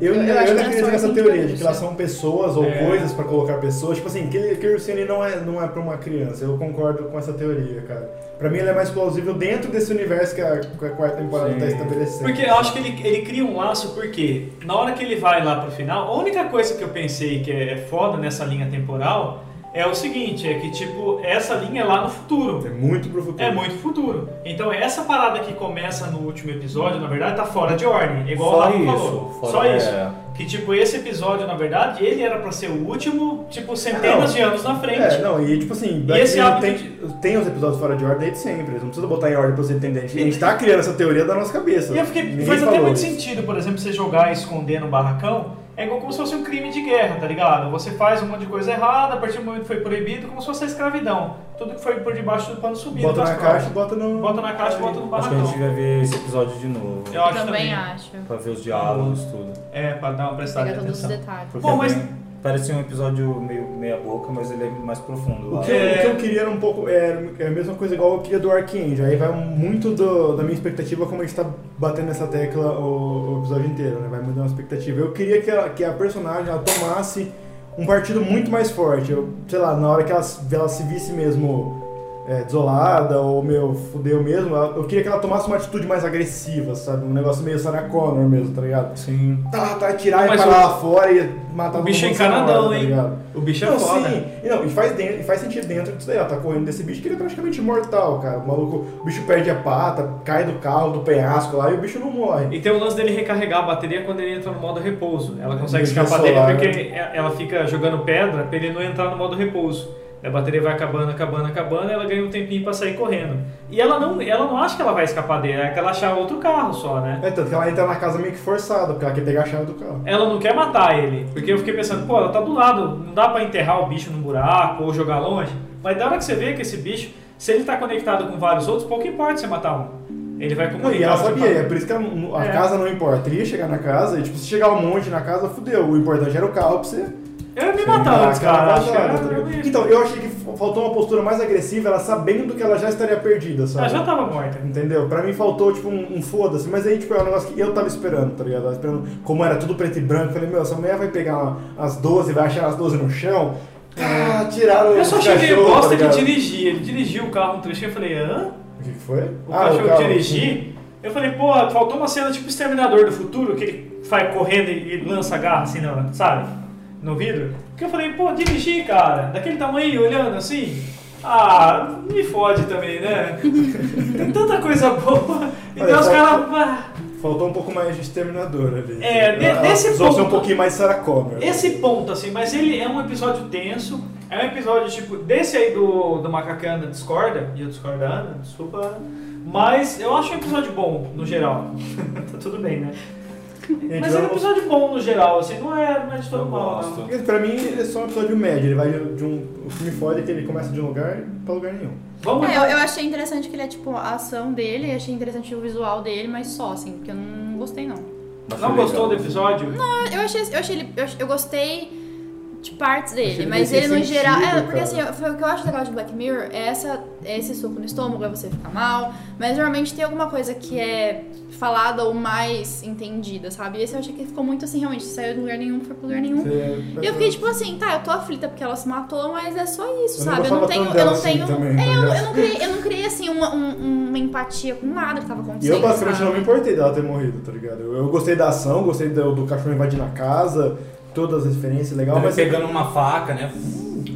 S3: Eu,
S4: Eu
S3: eu,
S4: acho
S3: ainda
S4: que
S3: acredito
S4: transtorno
S3: nessa
S4: tem
S3: teoria
S4: tudo
S3: de que elas
S4: isso.
S3: são pessoas ou
S2: É.
S3: coisas pra colocar pessoas. Tipo assim, que que o Cine não é, não é pra uma criança. Eu concordo com essa teoria, cara. Pra mim ele é mais plausível dentro desse universo que a, que a quarta temporada
S5: Sim.
S3: tá estabelecendo.
S2: Porque é eu acho que ele, ele cria um laço, porque na hora que ele vai lá pro final, a única coisa que eu pensei que é foda nessa linha temporal é o seguinte, é que tipo, essa linha é lá no
S3: É
S2: futuro.
S3: muito pro futuro.
S2: É muito futuro. Então essa parada que começa no último episódio, na verdade, tá fora de ordem. Igual o
S5: Só
S2: Rafa
S5: isso,
S2: falou.
S5: fora-
S2: Só
S5: é.
S2: isso. Que tipo, esse episódio, na verdade, ele era pra ser o último, tipo, centenas
S3: Não.
S2: de anos na frente.
S3: É, não, e tipo assim, Black
S2: esse
S3: Mirror tem,
S2: hábito
S3: tem os episódios fora de ordem desde sempre. Eles não precisam botar em ordem pra você entender. A gente tá criando essa teoria da nossa cabeça.
S2: E eu fiquei,
S3: Ninguém
S2: faz até
S3: falou
S2: muito
S3: isso.
S2: sentido, por exemplo, você jogar e esconder no barracão. É igual como se fosse um crime de guerra, tá ligado? Você faz um monte de coisa errada, a partir do momento que foi proibido, como se fosse a escravidão. Tudo que foi por debaixo do pano subido.
S3: Bota
S2: das
S3: na
S2: provas.
S3: caixa e bota no.
S2: né? Bota na caixa e bota no
S5: Acho que a gente
S2: barracão.
S5: vai ver esse episódio de novo.
S2: Eu acho
S4: também
S2: também.
S4: acho.
S5: Pra ver os diálogos, tudo.
S2: É, pra dar uma prestada
S4: Pegar
S2: de
S4: todos os
S2: atenção.
S4: detalhes.
S5: Porque
S2: Bom, mas-
S5: é bem- parece um episódio meio meia boca, mas ele é mais profundo.
S3: O
S5: lá.
S3: que, eu,
S2: É.
S3: o que eu queria era um pouco. É, é a mesma coisa igual eu queria do Arcanjo. Aí vai muito do- da minha expectativa, como a gente tá batendo nessa tecla o, o episódio inteiro, né? Vai mudando a expectativa. Eu queria que a, que a personagem ela tomasse um partido muito mais forte. Eu, sei lá, na hora que ela, se- ela se visse mesmo é, desolada ou meu, fudeu mesmo, ela- eu queria que ela tomasse uma atitude mais agressiva, sabe? Um negócio meio Sarah Connor mesmo, tá ligado?
S5: Sim.
S3: Tá, tá, tirar e
S2: Mas
S3: parar
S2: o-
S3: lá fora e matar
S2: O
S3: todo
S2: bicho é
S3: mundo sem hora,
S2: encanadão,
S3: tá
S2: hein?
S3: ligado?
S2: O bicho é
S3: Não,
S2: foda.
S3: sim. E não, e faz, dentro, e faz sentido dentro disso daí. Ela tá correndo desse bicho que ele é praticamente imortal, cara. O maluco, o bicho perde a pata, cai do carro, do penhasco lá e o bicho não morre.
S2: E tem o lance dele recarregar a bateria quando ele entra no modo repouso. Ela consegue
S3: Energia
S2: escapar
S3: solar, né?
S2: dele porque é, ela fica jogando pedra pra ele não entrar no modo repouso. A bateria vai acabando, acabando, acabando, ela ganha um tempinho pra sair correndo. E ela não, ela não acha que ela vai escapar dele, é que ela achar outro carro só, né?
S3: É tanto que ela entra na casa meio que forçada, porque ela quer pegar a chave do carro.
S2: Ela não quer matar ele, porque eu fiquei pensando, pô, ela tá do lado, não dá pra enterrar o bicho num buraco ou jogar longe. Mas da hora que você vê que esse bicho, se ele tá conectado com vários outros, pouco importa você matar um. Ele vai comunicar.
S3: Não, e ela
S2: você
S3: sabia,
S2: matar um.
S3: é por isso que ela não- a
S2: É.
S3: casa não importa. Ele ia chegar na casa e, tipo, se chegar um monte na casa, fudeu. O importante era o carro pra você.
S2: Eu ia me
S3: dar
S2: matar antes,
S3: aquela
S2: cara. Acho que
S3: vazada,
S2: era
S3: tá ligado?
S2: realmente-
S3: Então, eu achei que f- faltou uma postura mais agressiva, ela sabendo que ela já estaria perdida, sabe?
S2: Ela já tava morta.
S3: Entendeu? Pra mim faltou, tipo, um, um foda-se. Mas aí, tipo, é um negócio que eu tava esperando, tá ligado? Eu tava esperando, como era tudo preto e branco, eu falei, meu, essa mulher vai pegar uma- as 12, vai achar as 12 no chão. Ah, tiraram
S2: Eu
S3: os
S2: só achei meio
S3: cachorros, tá
S2: bosta que
S3: ligado?
S2: dirigia. Ele dirigiu o carro um trechinho. Eu falei, hã?
S3: Ah, O que que foi?
S2: O cachorro dirigir? Eu falei, pô, faltou uma cena tipo Exterminador do Futuro, que ele vai correndo e, e lança a garra assim, na, sabe? No vidro. Porque eu falei, pô, dirigir, cara, daquele tamanho, olhando assim. Ah, me fode também, né? Tem tanta coisa boa. E
S3: Olha,
S2: daí os
S3: só-
S2: caras. ah,
S3: Faltou um pouco mais de exterminador ali.
S2: É, de-
S3: Ela
S2: desse
S3: precisou ser um
S2: ponto-
S3: pouquinho mais né? Sarah Connor.
S2: Esse ponto, assim, mas ele é um episódio tenso. É um episódio, tipo, desse aí do, do Macacana discorda, e eu discordando, desculpa. Mas eu acho um episódio bom, no geral. tá tudo bem, né?
S3: Gente,
S2: Mas é um
S3: vamos-
S2: episódio bom no geral, assim, não é, não é de todo
S5: Eu
S2: mal.
S5: gosto.
S2: não.
S3: Porque Pra mim, ele é só um episódio médio. Ele vai de um... O filme foda é que ele começa de um lugar pra lugar nenhum.
S2: Vamos
S4: É, eu, eu achei interessante que ele é tipo a ação dele, achei interessante o visual dele, mas só, assim, porque eu não gostei não.
S5: Mas
S2: Não
S5: foi
S2: gostou do
S5: legal.
S2: episódio? Não.
S4: Eu achei, eu achei ele, eu, ach- eu gostei de partes
S3: Achei
S4: dele,
S3: ele
S4: mas
S3: bem
S4: ele no
S3: sem
S4: geral, é,
S3: sentido,
S4: porque
S3: cara.
S4: assim, eu- foi o que eu acho legal de Black Mirror é essa é esse suco no estômago, é você ficar mal, mas normalmente tem alguma coisa que é falada ou mais entendida, sabe? E esse eu achei que ficou muito assim, realmente, saiu de lugar nenhum, foi pra lugar
S2: Uhum.
S4: nenhum.
S3: Você-
S4: E eu fiquei tipo assim, tá, eu tô aflita porque ela se matou, mas é só isso,
S3: Eu não
S4: sabe? eu não
S3: gostava
S4: tenho,
S3: tanto
S4: eu
S3: dela
S4: não
S3: assim
S4: tenho,
S3: também, tá
S4: é, eu, não- eu
S3: ligado?
S4: não criei, eu não criei assim uma, um- uma empatia com nada que tava
S3: E
S4: acontecendo.
S3: eu basicamente não
S4: sabe?
S3: me importei dela ter morrido, tá ligado? Eu, eu gostei da ação, gostei do, do cachorro invadindo a casa, todas as referências legal,
S5: Ele
S3: mas
S5: pegando uma faca, né?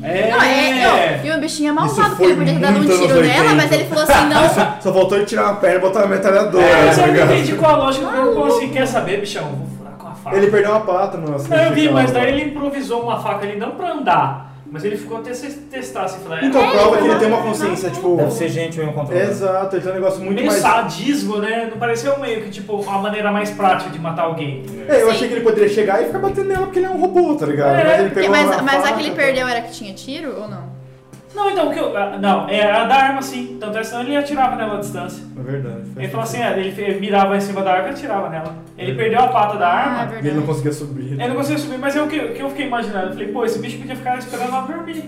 S2: É,
S4: Não, é, não. E o bichinho é malvado,
S3: Isso
S4: porque ele
S3: foi
S4: podia ter dado um
S3: muito anos
S4: tiro
S3: 80.
S4: nela, mas ele falou assim, não.
S3: só, só faltou ele tirar uma perna e botar uma metralhadora,
S2: É, mas
S3: tá
S2: eu não
S3: ligado?
S2: entendi qual a lógica,
S4: Tá
S2: porque eu falei assim, quer saber, bichão? Vou furar com a faca.
S3: Ele perdeu uma pata assim, no acidente.
S2: Eu vi,
S3: de
S2: mas
S3: carro.
S2: daí ele improvisou uma faca ali, não pra andar, mas ele ficou até se testar, assim, falar...
S3: Então
S2: "É,
S3: prova
S2: eu
S3: que
S2: vou
S3: ele tem
S2: lá".
S3: uma consciência, tipo...
S5: Deve ser um gente mesmo controlando.
S3: Exato, ele tem um negócio muito
S2: Meio
S3: mais...
S2: sadismo, né? Não pareceu meio que, tipo, a maneira mais prática de matar alguém.
S3: É, eu achei que ele poderia chegar e ficar batendo nela porque ele é um robô, tá ligado?
S2: É,
S3: mas ele
S4: Porque,
S3: pegou
S4: mas
S3: uma
S4: mas a
S3: faca,
S4: que ele
S3: tá-
S4: perdeu era que tinha tiro ou não?
S2: Não, então, o que eu... ah, Não, é a da arma, sim. Tanto é, senão ele atirava nela à distância.
S3: É verdade. foi-
S2: Ele falou assim, é, ele, ele mirava em cima da arma e atirava nela. Ele perdeu a pata da
S4: Ah, é
S2: arma,
S3: E ele não
S4: verdade.
S3: conseguia subir.
S2: assim, ele não conseguiu subir, mas é o que, o que eu fiquei imaginando. Eu falei, pô, esse bicho podia ficar esperando ela dormir,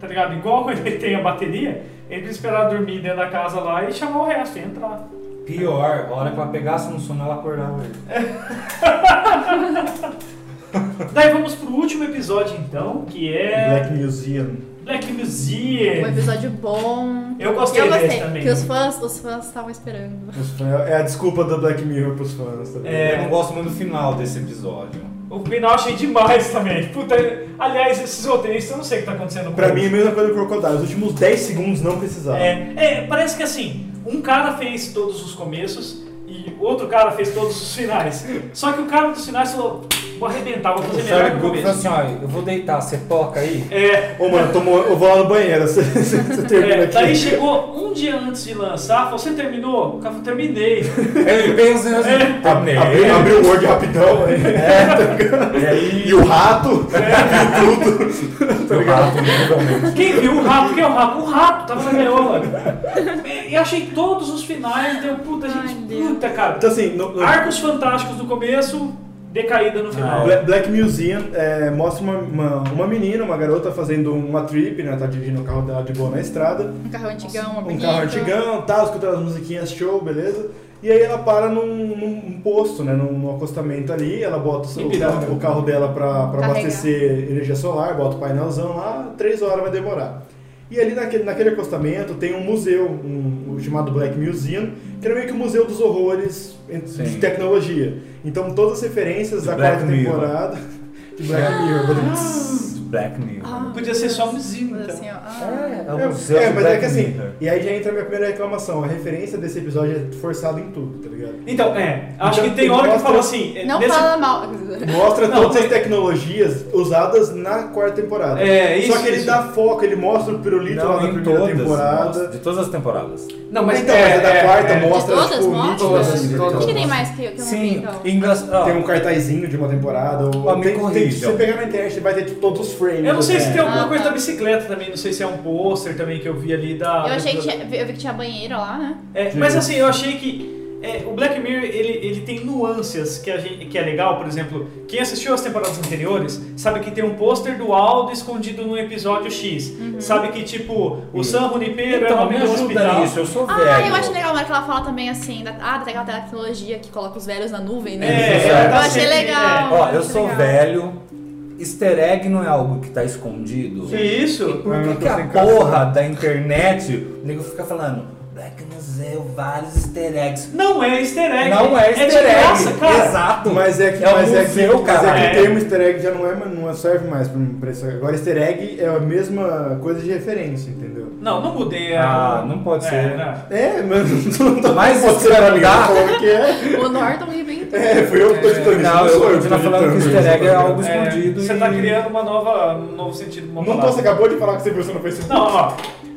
S2: tá ligado? Igual quando ele tem a bateria, ele podia esperar dormir dentro da casa lá e chamar o resto e entrar.
S5: Pior, a hora que ela pegasse no sono, ela acordava ele.
S2: Daí vamos pro último episódio então, que é
S3: Black Museum.
S2: Black
S4: Um
S2: Museum.
S4: episódio bom.
S2: Eu gostei
S4: eu
S2: desse
S4: gostei
S2: também.
S4: que os fãs os fãs estavam esperando.
S3: Os fãs- É a desculpa da Black Mirror pros fãs. Tá
S2: É.
S5: Eu não gosto muito do final desse episódio.
S2: O final achei demais também. Puta, aliás, esses roteiristas, eu não sei o que tá acontecendo com
S3: Pra
S2: eles.
S3: mim, é a mesma coisa do Crocodile. Os últimos 10 segundos não precisavam.
S2: É, é, parece que assim, um cara fez todos os começos e outro cara fez todos os finais. Só que o cara dos finais falou, vou arrebentar, vou fazer
S5: O
S2: melhor que
S5: Charlie
S2: o
S5: Brooker falou
S2: começo.
S5: assim, ó, eu vou deitar, você toca aí?
S2: É,
S3: Ô, mano, eu, tomo- eu vou lá no banheiro. Você, você- você termina
S2: é,
S3: aqui.
S2: daí chegou um dia antes de lançar, falou, você terminou? O cara falou, terminei.
S5: Ele pensa assim,
S2: É.
S5: terminei.
S3: Abriu abri o Word rapidão. aí.
S5: E aí,
S3: E o rato.
S5: o rato, literalmente.
S2: Quem viu o rato? Quem é o rato? O rato tava na gaiola. E e achei todos os finais, deu puta,
S4: Ai,
S2: gente,
S4: Deus.
S2: puta, cara.
S3: Então, assim, no- no-
S2: Arcos fantásticos no começo, decaída no final.
S3: Bla- Black Museum é, mostra uma, uma, uma menina, uma garota fazendo uma trip, né? Tá dirigindo o carro dela de boa na estrada.
S4: Um carro antigão,
S3: Um
S4: uma
S5: Então,
S4: bonita.
S3: carro antigão, tá, escutando as musiquinhas, show, beleza. E aí ela para num, num- num posto, né, num, num acostamento ali, ela bota o, o,
S2: Ipiranga.
S3: carro, o carro dela pra, pra
S4: Carregar.
S3: abastecer energia solar, bota o painelzão lá, três horas vai demorar. E ali naquele, naquele acostamento tem um museu, um, o chamado Black Museum, que era meio que o museu dos horrores em- de
S5: Sim.
S3: tecnologia. Então todas as referências
S5: De
S3: da
S5: Black
S3: quarta
S5: Mirror.
S3: temporada de Black Mirror.
S5: Black Mirror.
S4: Ah,
S2: Podia ser só um vizinho,
S4: mas
S2: então.
S4: assim, ó, ah,
S5: É, é o museu
S3: É,
S5: do
S3: mas
S5: Black
S3: é que assim,
S5: Mirror.
S3: e aí já entra a minha primeira reclamação, a referência desse episódio é forçada em tudo, tá ligado?
S2: Então, é, acho
S3: Então,
S2: que tem
S3: tem
S2: hora que
S3: mostra-
S2: falou assim. é,
S4: não
S2: nesse-
S4: fala mal.
S3: Mostra
S2: Não,
S3: todas
S2: mas-
S3: as tecnologias usadas na quarta temporada.
S2: É, isso,
S3: Só que ele
S2: isso.
S3: dá foco, ele mostra o pirulito
S5: Não,
S3: lá da
S5: em
S3: primeira
S5: todas, nossa,
S3: temporada.
S5: de todas as temporadas.
S2: Não, mas
S3: então, mas é da quarta, mostra
S4: De todas,
S3: tipo,
S4: mostra?
S3: nítido,
S2: Todas,
S3: assim,
S2: todas.
S3: tá
S4: Acho que
S3: ligado?
S4: tem mais que eu, que eu não vi,
S5: Sim,
S4: então.
S5: engraçado.
S3: Tem um cartazinho de uma temporada. Ou
S5: Ah, me
S3: tem, tem-
S5: corrija.
S3: se você pegar na internet, vai ter tipo, todos os frames.
S2: Eu não sei
S5: né?
S2: se tem
S3: assim.
S2: alguma
S4: Ah,
S2: coisa
S4: tá.
S2: da bicicleta também, não sei se é um pôster também que eu vi ali da.
S4: Eu achei
S2: da-
S4: que tinha, eu vi que tinha banheiro lá, né?
S2: É, mas assim, eu achei que é, o Black Mirror ele, ele tem nuances que, a gente- que é legal, por exemplo, quem assistiu as temporadas anteriores sabe que tem um pôster do Aldo escondido no episódio X.
S4: Uhum.
S2: Sabe que, tipo, o
S5: Isso.
S2: San Junipero é o
S5: Então,
S2: nome
S5: me
S2: do
S5: ajuda
S2: hospital.
S5: nisso, eu sou velho.
S4: Ah, eu acho legal, mas que ela fala também assim, da, ah, daquela tecnologia que coloca os velhos na nuvem, né?
S5: É, é,
S4: eu
S5: tá
S4: achei
S2: sempre-
S4: legal.
S5: Ó,
S4: achei
S5: eu sou
S4: legal.
S5: velho. Easter egg não é algo que tá escondido.
S2: Que isso?
S5: Por
S3: Eu
S5: que,
S3: não tô
S5: que a
S3: sem calça.
S5: porra da internet, o nego fica falando, Black Museu, vários easter eggs.
S2: Não é easter egg.
S5: Não é easter
S2: de
S5: egg.
S2: graça, cara.
S5: Exato.
S3: Mas é que,
S5: É um
S3: mas é que,
S5: museu,
S3: mas
S5: cara.
S3: é que
S2: É.
S3: o termo easter egg já não, é, não serve mais pra, pra isso. Agora, easter egg é a mesma coisa de referência, entendeu?
S2: Não, não mudei a.
S5: Ah, não pode
S2: É,
S5: ser.
S2: né?
S3: É, mas não tô
S5: Mas
S3: não pode ser pra mim, eu tô tá falando que é.
S4: O Norton tá arrebentou.
S3: É, fui eu que tô editando isso.
S5: Não,
S3: sou
S5: eu
S3: que tô
S5: continuo falando que
S3: editando
S5: easter egg é
S3: isso.
S5: algo
S2: É,
S5: escondido.
S2: Você
S5: e-
S2: tá criando uma nova, um novo sentido. Uma
S3: Não tô,
S2: palavra.
S3: você acabou de falar que você viu isso no Facebook.
S2: Não, ó.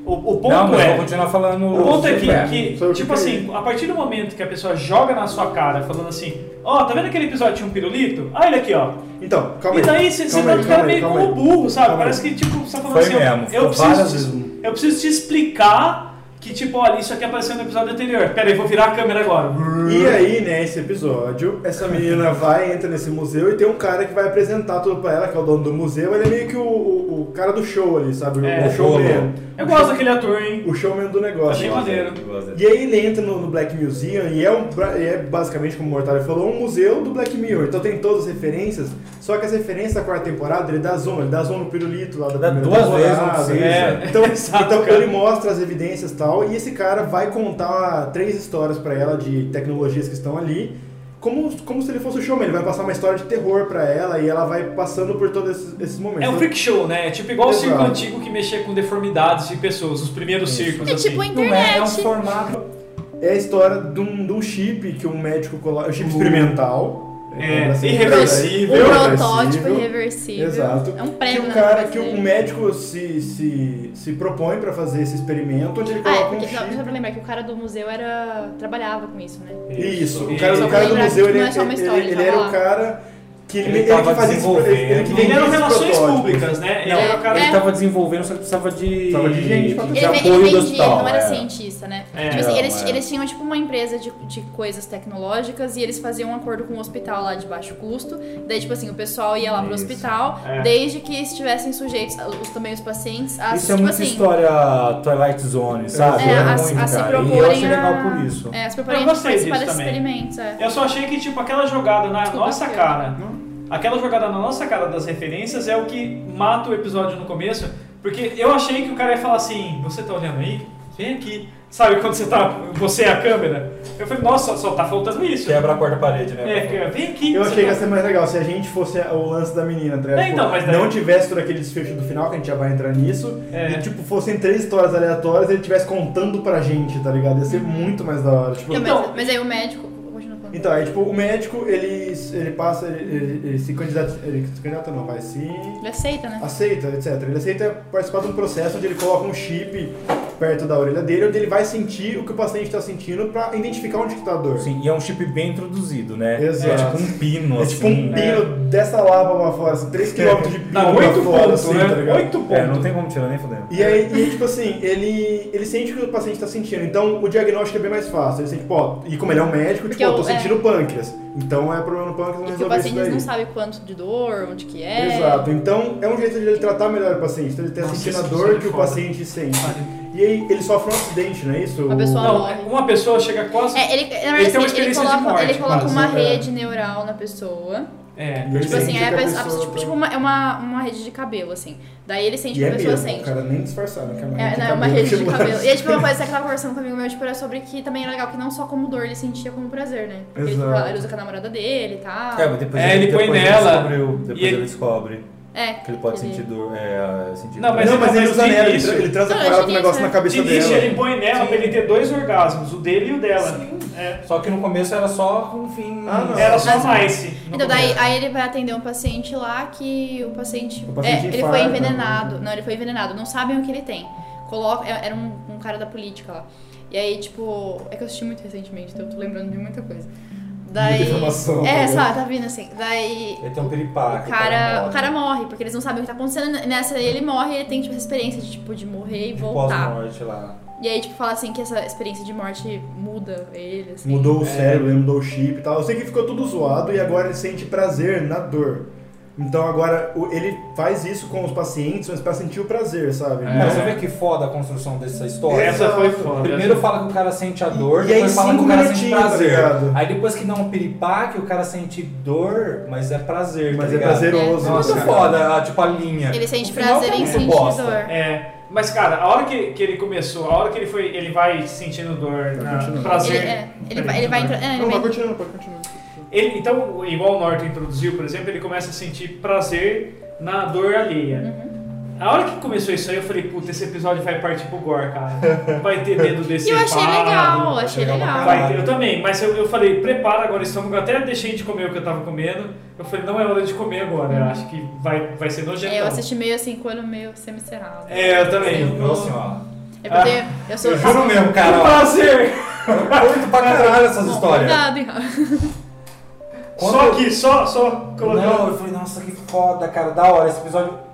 S2: O, o ponto
S5: Não, mas eu
S2: é.
S5: vou continuar falando.
S2: O ponto é
S5: sobre-
S2: que,
S3: Sobre
S2: que
S3: o que
S2: tipo
S3: que
S2: assim, a partir do momento que a pessoa joga na sua cara, falando assim, ó, tá vendo aquele episódio de um pirulito? Olha ele aqui, ó.
S3: Então, calma
S2: e
S3: aí.
S2: daí você você
S3: calma
S2: tá
S3: aí,
S2: ficando
S3: calma aí,
S2: meio
S3: calma
S2: como
S3: aí.
S2: burro, sabe?
S3: Calma aí.
S2: Parece que, tipo, você tá falando
S5: Foi
S2: assim, ó,
S5: mesmo,
S2: eu,
S5: ficou várias
S2: preciso
S5: vezes.
S2: te, eu preciso te explicar que, tipo, olha, isso aqui apareceu no episódio anterior. Pera aí, vou virar a câmera agora.
S3: E aí, nesse episódio, essa menina vai, entra nesse museu e tem um cara que vai apresentar tudo pra ela, que é o dono do museu. Ele é meio que o, o- o cara do show ali, sabe? O-
S2: É,
S3: o showman.
S2: Eu gosto daquele ator, hein?
S3: O showman do negócio.
S2: Achei maneiro.
S3: E aí ele entra no, no Black Museum e é, um, pra- e é basicamente, como o Mortário falou, um museu do Black Mirror. Então tem todas as referências, só que as referências da quarta temporada ele dá zoom, ele dá zoom no pirulito lá da
S5: Dá
S3: primeira
S5: duas
S3: temporada.
S5: vezes, não precisa.
S2: É.
S3: Então,
S2: Exato,
S3: então
S2: cara.
S3: ele mostra as evidências e tal, e esse cara vai contar três histórias pra ela de tecnologias que estão ali. Como, como se ele fosse o showman, ele vai passar uma história de terror pra ela e ela vai passando por todos esses, esses momentos. Então,
S2: É um freak show, né? É tipo igual o circo
S3: Exato.
S2: antigo que mexia com deformidades de pessoas, os primeiros
S5: Isso.
S2: circos.
S4: É
S2: assim.
S4: tipo a
S5: Não é, é um
S4: internet.
S5: formato.
S3: É a história de um, de um chip que um médico coloca. Um chip experimental.
S2: É,
S3: Assim,
S2: irreversível.
S4: Um protótipo
S3: irreversível.
S4: irreversível.
S3: Exato.
S4: É um
S3: Que
S4: prego
S3: o
S4: na
S3: cara,
S4: cabeça
S3: que o
S4: dele.
S3: médico se, se, se propõe pra fazer esse experimento, onde ele
S4: Ah,
S3: coloca
S4: é,
S3: um
S4: porque
S3: chip.
S4: só, só pra lembrar que o cara do museu era. trabalhava com isso, né?
S3: Isso, o
S2: Isso.
S3: cara, o cara do
S4: Lembrar que
S3: museu, ele,
S4: não é só uma história,
S3: ele,
S4: ele
S3: ele era
S4: tava
S3: o
S4: lá.
S3: cara que
S5: Ele
S3: ele, ele
S5: tava
S3: que fazia esse- ele,
S5: desenvolvendo.
S3: que
S2: Ele
S3: vendia
S2: eram
S3: esses
S2: relações
S3: protótipos.
S2: públicas, né? Ele era o cara.
S5: Ele
S4: É.
S5: tava desenvolvendo, só que precisava de,
S3: Precisava de gente pra
S5: de
S4: Ele,
S5: apoio
S4: ve- ele
S5: do
S4: vendia,
S5: hospital.
S4: ele não era
S5: é.
S4: cientista, né?
S2: É,
S4: tipo assim,
S5: não,
S4: eles,
S5: é.
S4: eles tinham tipo uma empresa de, de coisas tecnológicas e eles faziam um acordo com o hospital lá de baixo custo. Daí, tipo assim, o pessoal ia lá pro
S5: Isso.
S4: hospital,
S2: É.
S4: desde que estivessem sujeitos, os, também os pacientes, a
S5: Isso é
S4: tipo
S5: muita
S4: assim.
S5: história Twilight Zone, sabe?
S4: É,
S5: Era
S4: a,
S5: muito,
S4: a se
S5: cara.
S4: proporem
S5: E eu achei legal
S4: a-
S5: por isso.
S4: É, a se
S2: Eu
S4: proporem a
S2: gostei
S4: participar
S2: disso
S4: desses
S2: também.
S4: experimentos, é.
S2: Eu só achei que, tipo, aquela jogada na
S4: Desculpa,
S2: nossa
S4: eu-
S2: cara. Aquela jogada na nossa cara das referências é o que mata o episódio no começo. Porque eu achei que o cara ia falar assim: Você tá olhando aí? Vem aqui. Sabe quando você tá. Você é a câmera? Eu falei: Nossa, só tá faltando isso.
S5: Quebra a quarta parede,
S2: É,
S5: né?
S2: que- vem aqui.
S3: Eu
S2: você
S3: achei que
S2: tá-
S3: ia ser mais legal se a gente fosse o lance da menina, tá ligado?
S2: É, então,
S3: Tipo,
S2: mas daí-
S3: Não tivesse todo aquele desfecho do final, que a gente já vai entrar nisso.
S2: É.
S3: E, tipo, fossem três histórias aleatórias e ele estivesse contando pra gente, tá ligado? Ia ser muito mais da hora. Tipo,
S4: Não, mas-
S2: Então-
S4: mas, aí o médico. continua falando.
S3: Então, é tipo, o médico, ele, ele passa, ele, ele- ele se candidata, ele se candidata não, vai se
S4: Ele aceita, né?
S3: aceita, etc. Ele aceita participar de um processo onde ele coloca um chip perto da orelha dele, onde ele vai sentir o que o paciente tá sentindo pra identificar onde que tá a dor.
S5: Sim, e é um chip bem introduzido, né?
S3: Exato.
S5: É tipo um pino,
S3: É
S5: assim.
S3: tipo um pino dessa lava pra fora, assim, 3km de pino
S2: Dá
S3: pra
S2: né? É. Tá, oito
S3: fora,
S2: pontos,
S3: assim,
S2: né?
S3: tá ligado?
S2: Oito pontos.
S5: É, não tem como tirar nem fodendo.
S3: E aí, e aí, tipo assim, ele, ele sente o que o paciente está sentindo. Então, o diagnóstico é bem mais fácil. Ele sente, pô, e como ele é um médico, tipo,
S4: Porque
S3: eu tô
S4: o- é.
S3: sentindo pâncreas. Então, é problema no pâncreas, vamos
S4: E que o
S3: resolver isso
S4: paciente
S3: daí.
S4: não sabe quanto de dor, onde que é.
S3: Exato. Então, é um jeito de ele tratar melhor o paciente. Então, ele tá
S2: Nossa,
S3: sentindo a
S2: isso
S3: dor
S2: é
S3: que o
S2: foda.
S3: paciente sente. E aí, ele sofre um acidente, não é isso?
S4: A pessoa-
S2: Não, é- uma pessoa chega quase.
S4: É, ele, na
S2: Ele
S4: verdade,
S2: tem uma
S4: assim, ele
S2: experiência de
S4: coloca,
S2: morte,
S4: ele coloca
S2: quase,
S4: uma
S3: é.
S4: rede neural na pessoa.
S2: É,
S3: Ele
S4: Tipo assim,
S3: sente
S4: é
S3: que
S4: a
S3: a
S4: pessoa,
S3: pessoa
S4: a pessoa- tipo,
S3: tá-
S4: tipo uma, é uma, uma rede de cabelo, assim. Daí ele sente
S3: E
S4: que
S3: é
S4: a pessoa
S3: mesmo, o
S4: sente.
S3: cara nem disfarçado, que é uma
S4: É,
S3: de
S4: não, é uma
S3: cabelo,
S4: rede de
S3: tipo-
S4: cabelo. E é tipo uma coisa que você tava conversando comigo meu, tipo, era sobre que também era legal que não só como dor ele sentia como prazer, né? Porque ele,
S3: Exato.
S4: fala- ele usa com a namorada dele e tal.
S5: É, mas depois
S2: É, ele põe
S5: depois
S2: nela,
S5: descobriu, depois
S2: e ele-
S5: ele descobre
S4: É,
S5: que ele pode sentir dor. É, sentir
S2: Não,
S5: dor.
S2: mas
S3: não, mas
S2: então,
S3: ele
S2: mas
S3: usa
S2: de
S3: nela, ele,
S2: início-
S3: tra- ele transa
S4: Não,
S3: com
S4: eu
S3: ela com
S4: achei
S3: um
S4: que
S3: negócio
S4: isso é-
S3: na cabeça
S2: De início
S3: dela.
S2: ele põe nela pra ele ter dois orgasmos, o dele e o dela. É.
S5: Só que no começo era só, um enfim.
S3: Ah, não.
S2: Era só
S4: Mas-
S2: mais.
S4: Então, daí
S2: é.
S4: aí ele vai atender um paciente lá que o paciente.
S3: O paciente
S4: é, ele
S3: infarta,
S4: foi envenenado. Não, ele foi envenenado. Não sabem o que ele tem. Coloca, é- era um, um cara da política lá. E aí, tipo. É que eu assisti muito recentemente, então eu tô lembrando de muita coisa. Daí.
S3: Muita informação,
S4: é,
S3: né?
S4: sabe, tá vindo assim. Daí.
S5: Ele tem um piripaque. um
S4: O cara,
S5: morre.
S4: o cara morre, porque eles não sabem o que tá acontecendo. Nessa aí ele morre e ele tem, tipo, essa experiência de, tipo, de morrer e
S5: De
S4: voltar.
S5: um Pós-morte lá.
S4: E aí, tipo, fala assim que essa experiência de morte muda ele, assim.
S3: Mudou o cérebro, ele mudou o chip e tal. Eu sei que ficou tudo zoado e agora ele sente prazer na dor. Então agora o- ele faz isso com os pacientes, mas pra sentir o prazer, sabe?
S2: É.
S5: Cara,
S3: Então,
S5: você vê que foda a construção dessa história?
S2: Essa foi foda.
S5: Primeiro fala que o cara sente a dor,
S3: E- e
S5: depois
S3: aí
S5: fala que
S3: cinco
S5: o cara sente
S3: minutinhos, tá
S5: prazer.
S3: ligado?
S5: aí depois que dá um piripaque, o cara sente dor, mas é prazer.
S3: Mas
S5: tá
S3: é
S5: ligado?
S3: prazeroso.
S5: É muito
S3: cara.
S5: foda, a- tipo a linha.
S4: Ele sente
S5: No final
S4: prazer
S5: tá
S4: em
S5: muito
S4: sentir
S5: bosta.
S4: dor.
S2: É, mas cara, a hora que, que ele começou, a hora que ele foi, ele vai sentindo dor,
S3: Vai
S2: na,
S3: continuando.
S4: Ele,
S2: prazer.
S4: é, ele vai, ele vai entrar. É, ele
S3: Não,
S4: vai
S3: vai continuando, pode continuar.
S2: Ele- então, igual o Norton introduziu, por exemplo, ele começa a sentir prazer na dor alheia.
S4: Uhum.
S2: A hora que começou isso aí, eu falei, puta, esse episódio vai partir pro gore, cara. Vai ter medo desse
S4: E eu achei
S5: né?
S4: legal, achei
S5: legal pra caralho.
S4: legal.
S2: Vai ter, eu também, mas eu, eu falei, prepara agora o estômago, eu até deixei de comer o que eu tava comendo. Eu falei, não é hora de comer agora, eu acho que vai, vai ser nojento.
S4: É, eu assisti meio assim com o olho meio semicerrado.
S2: É, eu também.
S5: Eu, assim, ó.
S4: É porque eu sou. tá-
S5: Eu juro mesmo, cara. ó.
S2: prazer!
S5: Eu curto pra caralho essas
S4: Bom,
S5: histórias.
S4: cuidado, hein?
S5: Quando
S2: Só
S5: eu-
S2: aqui, só, só
S5: Não,
S2: colocando.
S5: eu falei, nossa, que foda, cara, da hora esse episódio.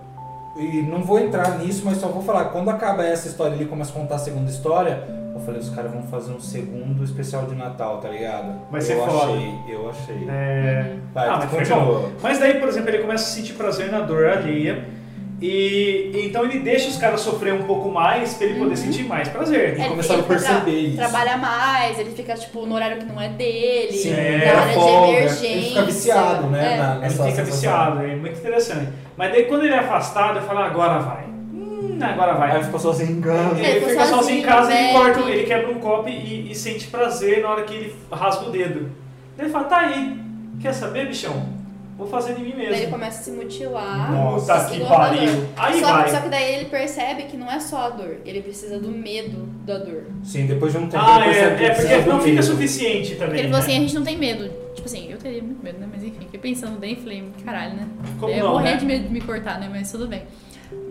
S5: E não vou entrar nisso, mas só vou falar, quando acaba essa história ali, começa a contar a segunda história, eu falei, os caras vão fazer um segundo especial de Natal, tá ligado?
S2: Vai
S5: eu
S2: ser foda.
S5: achei, eu achei.
S2: É...
S5: Vai,
S2: Ah, mas foi
S5: continua.
S2: Mas daí, por exemplo, ele começa a sentir prazer na dor alheia. E e então ele deixa os caras sofrer um pouco mais pra ele poder
S4: Uhum.
S2: sentir mais prazer.
S5: É.
S4: Ele-
S5: começaram
S4: ele
S5: a perceber isso.
S4: Trabalha mais, ele fica, tipo, no horário que não é dele.
S5: Sim,
S4: na
S2: é,
S4: área
S5: folga,
S4: de
S5: ele
S4: emergência.
S5: fica viciado, né,
S4: É.
S5: na-
S2: Ele
S5: Essa
S2: fica
S5: sensação.
S2: viciado, é muito interessante. Mas daí quando ele é afastado, eu falo, agora vai. Hum, agora
S5: Aí
S2: vai.
S5: ficou sozinho, engano.
S4: É,
S2: Ele
S4: ficou
S2: fica sozinho em casa, ele,
S4: sozinho, né,
S2: corta,
S4: bebe.
S2: ele quebra um copo e, e sente prazer na hora que ele rasga o dedo. Daí ele fala, tá aí, quer saber, bichão? Vou fazer de mim
S4: Daí ele
S2: mesmo.
S4: começa a se mutilar.
S2: Nossa,
S4: se
S2: que
S4: igual a
S2: pariu.
S4: dor.
S2: Aí
S4: só,
S2: vai.
S4: só que daí ele percebe que não é só a dor, ele precisa do medo da dor.
S5: Sim, depois de um tempo
S2: Ah,
S5: ele
S2: é,
S5: percebe que
S2: é, porque
S3: tá
S5: precisa do
S2: não fica
S5: medo.
S2: suficiente
S4: Porque
S2: também.
S4: ele falou
S2: né?
S4: assim, a gente não tem medo. Tipo assim, eu teria muito medo, né? Mas enfim, fiquei pensando bem, falei, caralho, né?
S2: Como
S4: eu
S2: não,
S4: morrer
S2: né?
S4: de medo de me cortar, né? Mas tudo bem.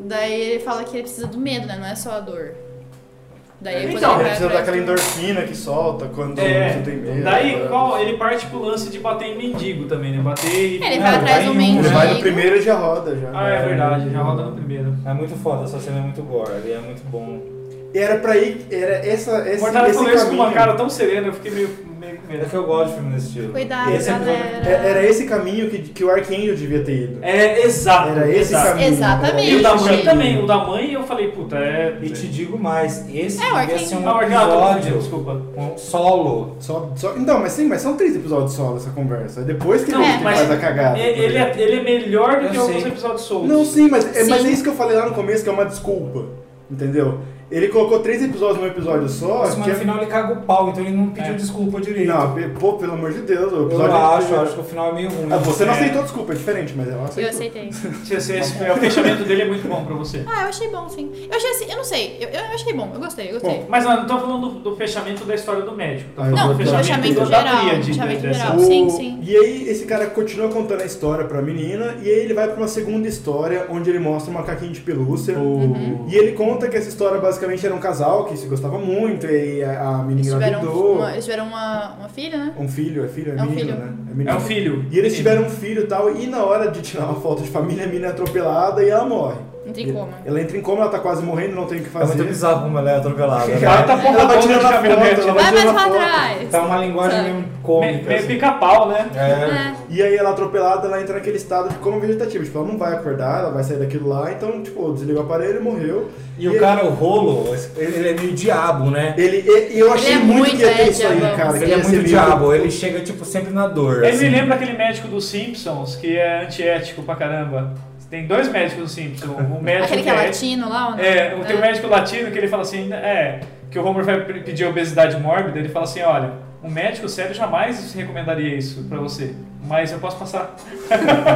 S4: Daí ele fala que ele precisa do medo, né? Não é só a é dor. Daí quando
S2: Então,
S4: ele vai
S3: precisa
S4: atrás
S3: daquela
S4: do-
S3: endorfina que solta quando
S2: É,
S3: você tem medo.
S2: daí
S3: né?
S2: qual, ele parte pro lance de bater em mendigo também, né? Bater e.
S4: É, Ele vai
S2: Ah,
S4: atrás
S2: em
S4: do
S3: Ele vai no
S4: Mendigo.
S3: primeiro e já roda. Já.
S2: Ah, é verdade, já roda no primeiro.
S5: É muito foda, essa cena é muito gore, e é muito bom.
S3: E Era pra ir. Era essa, esse,
S2: Mortadelo
S3: esse
S2: falou isso com uma
S3: caminho.
S2: cara tão serena, eu fiquei meio, meio com
S5: É
S2: medo.
S5: que eu gosto de filme desse estilo.
S4: Cuidado,
S3: Esse
S2: episódio-
S4: galera.
S3: É- Era esse caminho que, que o Archangel devia ter ido.
S2: É, exato.
S3: Era esse
S2: exato.
S3: caminho.
S4: Exatamente.
S2: E o da mãe
S4: Gente.
S2: também, o da mãe eu falei, puta, é.
S5: E te digo mais, esse
S4: É, o
S5: devia
S4: Arcane-
S5: ser um
S2: Ah, Organa, tô confundindo,
S5: episódio
S2: desculpa.
S5: um solo.
S3: Só, só, então, mas sim, mas são três episódios solo essa conversa. É depois que
S2: Não,
S3: ele que
S2: mas
S3: faz a cagada.
S2: É, Ele
S3: tá ligado?
S2: é, ele é melhor do
S5: Eu
S2: que alguns
S5: sei.
S2: episódios soltos.
S3: Não, sim mas, é,
S4: Sim.
S3: mas é isso que eu falei lá no começo, que é uma desculpa. Entendeu? Ele colocou três episódios num episódio só.
S5: Mas
S3: que
S5: no
S3: é-
S5: final ele caga o pau, então ele não pediu
S2: É.
S5: desculpa direito.
S3: Não, pe- pô, pelo amor de Deus. O
S5: eu
S3: episódio é
S5: acho, acho que o final é meio ruim.
S3: Ah, você não
S2: É.
S3: aceitou desculpa, é diferente, mas ela aceitou.
S4: Eu aceitei.
S2: Se- se- se- é, o fechamento dele é muito bom pra você.
S4: Ah, eu achei bom, sim. Eu achei assim, eu não sei, eu, eu achei bom, eu gostei, eu gostei.
S3: Bom,
S2: Mas nós não estamos falando do, do fechamento da história do médico. Tá
S3: Ah, eu
S2: falando
S4: não,
S2: do
S3: vou- fechamento
S4: fechamento
S3: da
S4: geral,
S2: tríade,
S4: fechamento
S2: dessa-
S4: geral,
S3: O-
S4: sim, sim.
S3: E aí esse cara continua contando a história pra menina e aí ele vai pra uma segunda história onde ele mostra um macaquinho de pelúcia. E ele conta que essa história basicamente era um casal que se gostava muito e a, a
S4: Eles
S3: menina
S4: tiveram, um
S3: engravidou.
S4: uma, eles tiveram uma, uma filha, né?
S3: Um filho, é filho, é,
S4: É um
S3: menino,
S4: filho.
S3: né? menino.
S2: É um filho.
S3: E eles tiveram um filho e tal, e na hora de tirar uma foto de família, a menina é atropelada e ela morre.
S4: Entra em coma.
S3: Ela entra em coma, ela tá quase morrendo, não tem o que
S5: É
S3: fazer.
S5: muito bizarro como ela é atropelada. né?
S2: Ela tá pondo
S3: Ela vai
S2: a bola
S3: tirando
S2: de
S3: a
S2: caminhonete.
S3: foto, ela
S4: Vai mais
S3: tirando a
S4: pra
S3: foto.
S4: trás!
S5: Tá uma linguagem
S4: Sabe?
S5: meio
S2: Me-
S5: cômica.
S2: Meio
S5: assim.
S2: pica-pau, né?
S5: É.
S4: É.
S3: E aí ela atropelada, ela entra naquele estado de coma vegetativo. Tipo, ela não vai acordar, ela vai sair daquilo lá, então, tipo, desliga o aparelho e morreu.
S5: E o cara, o rolo, esse- ele ele é meio diabo, né?
S3: Ele, e- e eu achei
S4: é
S3: muito,
S4: muito,
S3: que ia ter
S4: é,
S3: isso aí,
S4: diabão.
S3: cara. que
S5: Ele é
S3: ia ser
S5: muito
S3: meio-
S5: diabo, ele chega, tipo, sempre na dor.
S2: Ele
S5: assim.
S2: me lembra aquele médico dos Simpsons que é antiético pra caramba. Tem dois médicos dos Simpsons. Um
S3: Tá,
S2: médico
S4: Aquele que é latino lá, ou não?
S2: É, o- tem um
S4: É.
S2: médico latino que ele fala assim, é, que o Homer vai pe- pedir obesidade mórbida, ele fala assim, olha, um médico sério jamais recomendaria isso pra você, mas eu posso passar.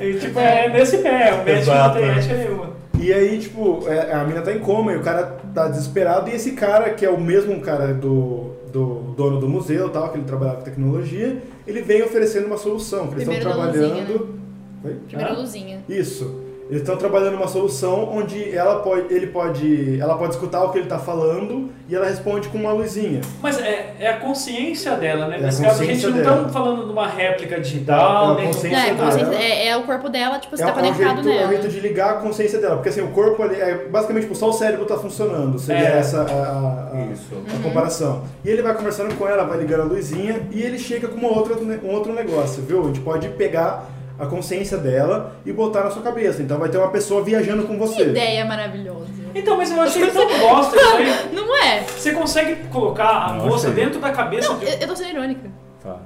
S2: e, tipo, é nesse pé, o médico não
S5: Exato,
S2: tem
S5: é.
S2: ética nenhuma.
S3: E aí, tipo, é, a mina tá em coma e o cara tá desesperado. E esse cara, que é o mesmo cara do, do dono do museu e tal, que ele trabalhava com tecnologia, ele vem oferecendo uma solução. Que eles estão
S4: Primeiro
S3: trabalhando. Oi?
S4: Primeira
S2: Hã?
S4: luzinha.
S3: Isso. Eles estão trabalhando uma solução onde ela pode, ele pode, ela pode escutar o que ele tá falando e ela responde com uma luzinha.
S2: Mas é, é a consciência dela, né?
S3: É a
S2: Nesse caso, a gente
S3: consciência
S2: não
S3: dela.
S2: tá falando de uma réplica digital,
S3: É a
S2: nem
S3: consciência
S4: É,
S3: Tem
S4: como
S3: cenário.
S4: se- é, é o corpo dela, tipo, você
S3: é,
S4: tá
S3: é um
S4: conectado
S3: jeito, é um
S4: nela.
S3: jeito de ligar a consciência dela. Porque assim, o corpo ali é basicamente tipo, só o cérebro tá funcionando. Seria
S2: É.
S3: essa a, a- a-
S5: Isso.
S4: Uhum.
S3: a comparação. E ele vai conversando com ela, vai ligando a luzinha e ele chega com uma outra, um outro negócio, viu? A gente pode pegar a consciência dela e botar na sua cabeça. Então vai ter uma pessoa viajando com
S4: Que
S3: você.
S4: ideia maravilhosa.
S2: Então, mas eu achei tão bosta isso aí.
S4: Não é?
S2: Você consegue colocar a
S5: Não
S2: moça
S3: é
S5: achei.
S2: dentro da cabeça
S4: Não,
S2: de
S4: eu, eu tô sendo irônica.
S5: Tá.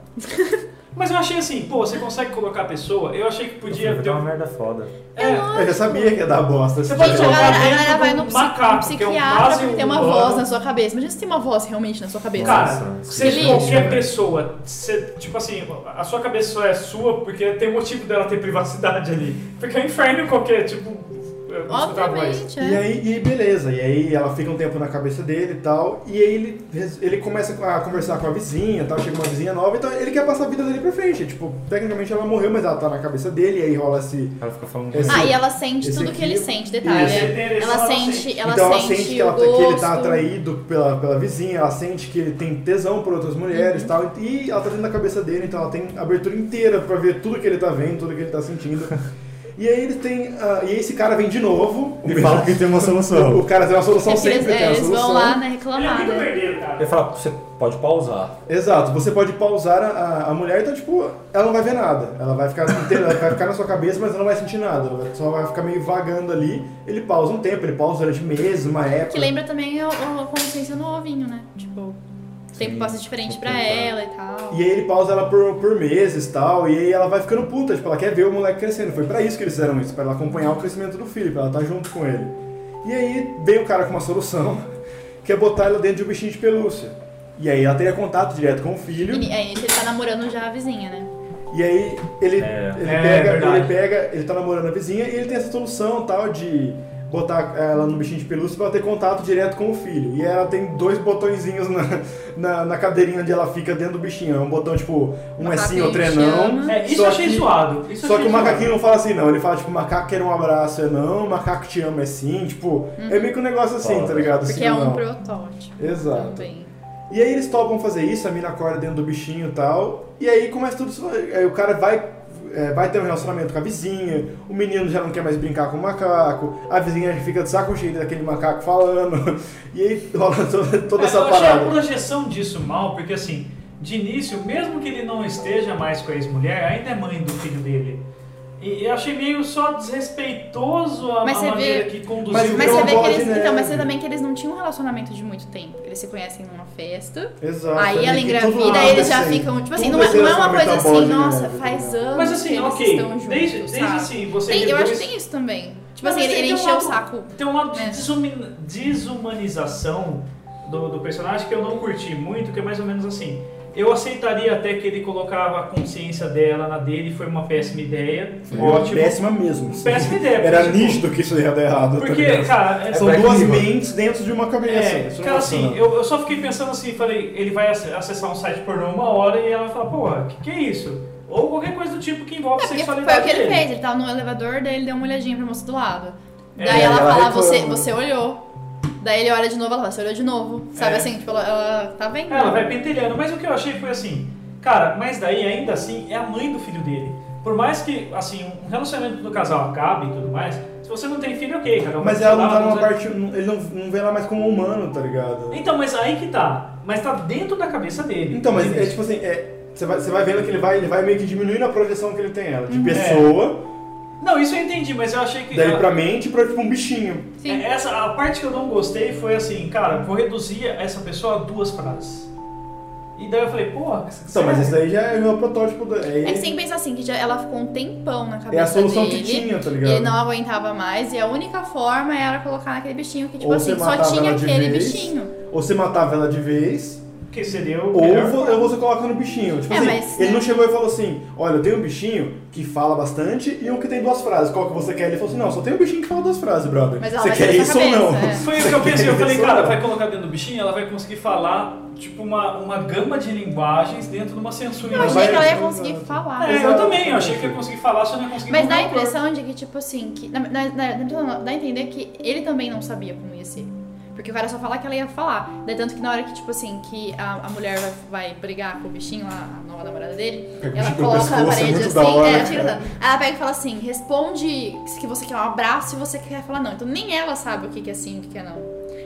S2: Mas eu achei assim, pô, você consegue colocar a pessoa? Eu achei que podia. um
S5: Vai dar uma merda foda.
S2: É,
S3: Eu já sabia que ia dar bosta.
S2: Você
S3: esse
S2: pode
S4: Gente, a
S3: negócio.
S2: jogar-
S4: galera, a
S2: dentro
S4: galera vai
S2: de um
S4: no psiqui-
S2: macaco, que é um
S4: psiquiatra
S2: quase
S4: porque
S2: um
S4: tem uma
S2: humano.
S4: voz na sua cabeça. Imagina se tem uma voz realmente na sua cabeça.
S2: Cara,
S5: Nossa,
S2: seja
S4: sim.
S2: qualquer
S5: Sim.
S2: pessoa, você- tipo assim, a sua cabeça só é sua porque tem motivo dela ter privacidade ali. Porque é um inferno qualquer, tipo, é, escutar a voz.
S4: Obviamente,
S3: E
S4: é.
S3: aí, e beleza, e aí ela fica um tempo na cabeça dele e tal, e aí ele, res- ele começa a conversar com a vizinha, e tal, chega uma vizinha nova, então ele quer passar a vida dele pra frente. Tipo, tecnicamente ela morreu, mas ela tá na cabeça dele, e aí rola esse.
S5: Ela fica falando
S3: Esse-
S4: Ah, e ela sente
S3: esse
S4: tudo que
S3: aqui-
S4: ele sente, detalhe.
S2: Isso.
S4: é. Ela
S2: Ela
S4: sente,
S2: sente.
S4: ela
S3: então
S4: sente,
S3: ela sente que,
S4: o
S3: ela, tá-
S4: gosto.
S3: que ele tá atraído pela, pela vizinha, ela sente que ele tem tesão por outras
S4: Uhum.
S3: mulheres e tal, e ela tá dentro da cabeça dele, então ela tem abertura inteira pra ver tudo que ele tá vendo, tudo que ele tá sentindo. E aí ele tem. ah, e aí esse cara vem de novo.
S5: E fala que tem uma
S3: O
S5: solução.
S3: cara tem uma solução
S4: É que
S3: sempre,
S4: eles,
S3: tem uma
S4: é, eles
S3: solução.
S4: vão lá, né,
S2: Ele é
S4: reclamar.
S2: muito
S4: né?
S2: perdido, cara.
S5: Ele fala, você pode pausar.
S3: Exato, você pode pausar a, a- a mulher, então, tipo, ela não vai ver nada. Ela vai ficar inteira, ela vai ficar na sua cabeça, mas ela não vai sentir nada. Ela só vai ficar meio vagando ali. Ele pausa um tempo, ele pausa durante meses, uma época.
S4: Que lembra também a, a consciência no ovinho, né? Tipo, o tempo
S5: Sim.
S4: passa diferente pra
S5: Sim.
S4: ela e tal.
S3: E aí ele pausa ela por, por meses e tal, e aí ela vai ficando puta, tipo, ela quer ver o moleque crescendo. Foi pra isso que eles fizeram isso, pra ela acompanhar o crescimento do filho, pra ela estar junto com ele. E aí vem o cara com uma solução, que é botar ela dentro de um bichinho de pelúcia. E aí ela teria contato direto com o filho.
S4: E, é, ele tá namorando já a vizinha, né?
S3: E aí ele,
S5: É.
S3: ele,
S2: É,
S3: pega,
S2: verdade.
S3: ele pega, ele tá namorando a vizinha e ele tem essa solução tal de botar ela no bichinho de pelúcia pra ela ter contato direto com o filho. E ela tem dois botõezinhos na, na, na cadeirinha onde ela fica dentro do bichinho. É um botão tipo um
S4: Um
S3: S ou
S4: papinho
S3: trenão.
S4: chama.
S2: É, isso
S3: Só
S2: eu achei
S3: que-
S2: zoado. Isso eu
S3: Só que
S2: achei zoado.
S3: o macaquinho não fala assim, não. Ele fala, tipo, macaco quer um abraço, é não, macaco te ama, é sim. Tipo, é meio que um negócio assim,
S5: Fala.
S3: tá ligado?
S4: Uhum. Porque
S3: Sim
S4: é
S3: ou
S4: um
S3: não.
S4: protótipo.
S3: Exato.
S4: Também.
S3: E aí eles topam fazer isso, a mina acorda dentro do bichinho e tal. E aí começa tudo. isso- Aí o cara vai, é, vai ter um relacionamento com a vizinha, o menino já não quer mais brincar com o macaco, a vizinha já fica de saco cheio daquele macaco falando. E aí rola toda, toda
S2: Mas
S3: essa
S2: É, eu achei a
S3: parada.
S2: projeção disso mal, porque assim, de início, mesmo que ele não esteja mais com a ex-mulher, ainda é mãe do filho dele. E eu achei meio só desrespeitoso a,
S4: Mas
S2: a
S4: você
S2: maneira
S4: vê-
S2: que conduziu.
S3: Mas-
S4: Mas
S3: Virou
S4: você
S3: uma
S4: vê
S3: bola
S4: que
S3: de
S4: eles.
S3: neve.
S4: Então, mas você também que eles não tinham um relacionamento de muito tempo. Eles se conhecem numa festa.
S3: Exato.
S4: aí
S3: meio é
S4: ela
S3: que tudo
S4: engravida, aí
S3: abre,
S4: eles já
S3: assim.
S4: ficam. Tipo assim,
S3: Tudo
S4: não é,
S3: esse
S4: não é uma coisa
S3: relacionamento à
S4: assim,
S3: bola de
S4: nossa,
S3: neve,
S4: faz
S3: tá ligado?
S4: anos
S2: Mas assim,
S4: que eles
S2: ok,
S4: estão juntos.
S2: desde, desde
S4: sabe?
S2: assim, você
S4: Tem- eu acho que
S2: reduz-
S4: tem isso também. Tipo
S2: Não, mas
S4: assim, ele,
S2: tem-
S4: ele
S2: tem um
S4: encheu o
S2: lado-
S4: saco.
S2: Tem um lado de
S4: É.
S2: desumi- desumanização do, do personagem que eu não curti muito, que é mais ou menos assim. Eu aceitaria até que ele colocava a consciência dela na dele, foi uma péssima ideia. Ótimo.
S3: Péssima mesmo.
S2: Péssima ideia,
S3: Era
S2: porque, tipo,
S3: nítido que isso ia dar errado. tá
S2: Porque,
S3: ligado?
S2: cara, é-
S3: São
S5: Black
S3: duas
S5: Mirror.
S3: mentes dentro de uma cabeça.
S2: É,
S3: isso não
S2: cara, assim,
S3: funciona.
S2: eu, eu só fiquei pensando assim, falei, ele vai ac- acessar um site pornô uma hora e ela vai falar, porra, que que é isso? Ou qualquer coisa do tipo que envolve
S4: É, Porque foi
S2: sexualidade
S4: o que ele
S2: dele.
S4: fez, ele tava no elevador, daí ele deu uma olhadinha pra moça do lado.
S2: É,
S4: Daí
S2: e
S4: ela,
S3: ela
S4: fala,
S3: reclama.
S4: você, você olhou. Daí ele olha de novo, ela fala, você olhou de novo. Sabe
S2: É.
S4: assim, tipo, ela, ela tá vendo.
S2: Ela vai pentelhando, mas o que eu achei foi assim, cara, mas daí ainda assim é a mãe do filho dele. Por mais que, assim, um relacionamento do casal acabe e tudo mais, se você não tem filho, ok, um cara.
S3: Mas ela não tá numa parte. Ele não, não vê ela mais como humano, tá ligado?
S2: Então, mas aí que tá. Mas tá dentro da cabeça dele.
S3: Então, mas é
S2: Entendeu?
S3: tipo assim, é, você, vai, você vai vendo que ele vai, ele vai meio que diminuindo a projeção que ele tem ela. De pessoa,
S2: Não, isso eu entendi, mas eu achei que.
S3: tipo- daí pra mente, pra tipo um bichinho.
S4: Sim.
S2: É, Essa, a parte que eu não gostei foi assim, cara, vou reduzir essa pessoa a duas frases. E daí eu falei, porra,
S3: Então,
S2: sério?
S3: mas isso daí já é o protótipo do. É,
S4: É que você tem que pensar assim, que já- ela ficou um tempão na cabeça
S3: é a solução
S4: dele.
S3: que tinha, tá
S4: e
S3: ligado?
S4: ele não aguentava mais, e a única forma era colocar naquele bichinho, que tipo
S3: Ou você
S4: assim, só
S3: matava
S4: tinha
S3: ela de
S4: aquele
S3: vez,
S4: bichinho.
S3: Ou você matava ela de vez,
S2: que seria o.
S3: ou
S2: melhor.
S3: vo- ou você coloca no bichinho. Tipo
S4: É,
S3: assim,
S4: mas,
S3: ele
S4: né?
S3: não chegou e falou assim: olha, eu tenho um bichinho que fala bastante e um que tem duas frases. Qual que você quer? Ele falou assim: não, só tem um bichinho que fala duas frases, brother.
S4: Mas ela
S3: você
S4: vai
S3: quer
S4: ter
S3: isso
S4: essa
S3: ou não?
S4: cabeça, é.
S2: Foi o que eu pensei, eu falei,
S3: Isso
S2: cara,
S3: não.
S2: vai colocar dentro do bichinho, ela vai conseguir falar, tipo, uma, uma gama de linguagens dentro de uma censura.
S4: Eu achei
S3: vai-
S4: que ela ia
S3: não
S4: conseguir
S3: vai-
S4: falar.
S2: É, eu também, eu achei que eu ia conseguir falar, só não ia conseguir um
S4: Mas dá a
S3: Uhum.
S2: controlar.
S4: impressão de que, tipo assim, que. Na, na, na- na- dá a entender que ele também não sabia como ia ser. Porque o cara só falar que ela ia falar. Daí tanto que na hora que, tipo assim, que a, a mulher vai, vai brigar com o bichinho, lá, a nova namorada dele,
S3: Pega o
S4: ela
S3: bichinho pelo
S4: coloca na
S3: pescoço, é
S4: parede
S3: muito
S4: assim,
S3: da hora,
S4: é, tira-
S3: cara.
S4: ela pega e fala assim, responde que você quer um abraço e você quer falar não. Então nem ela sabe o que que é sim e o que que é não.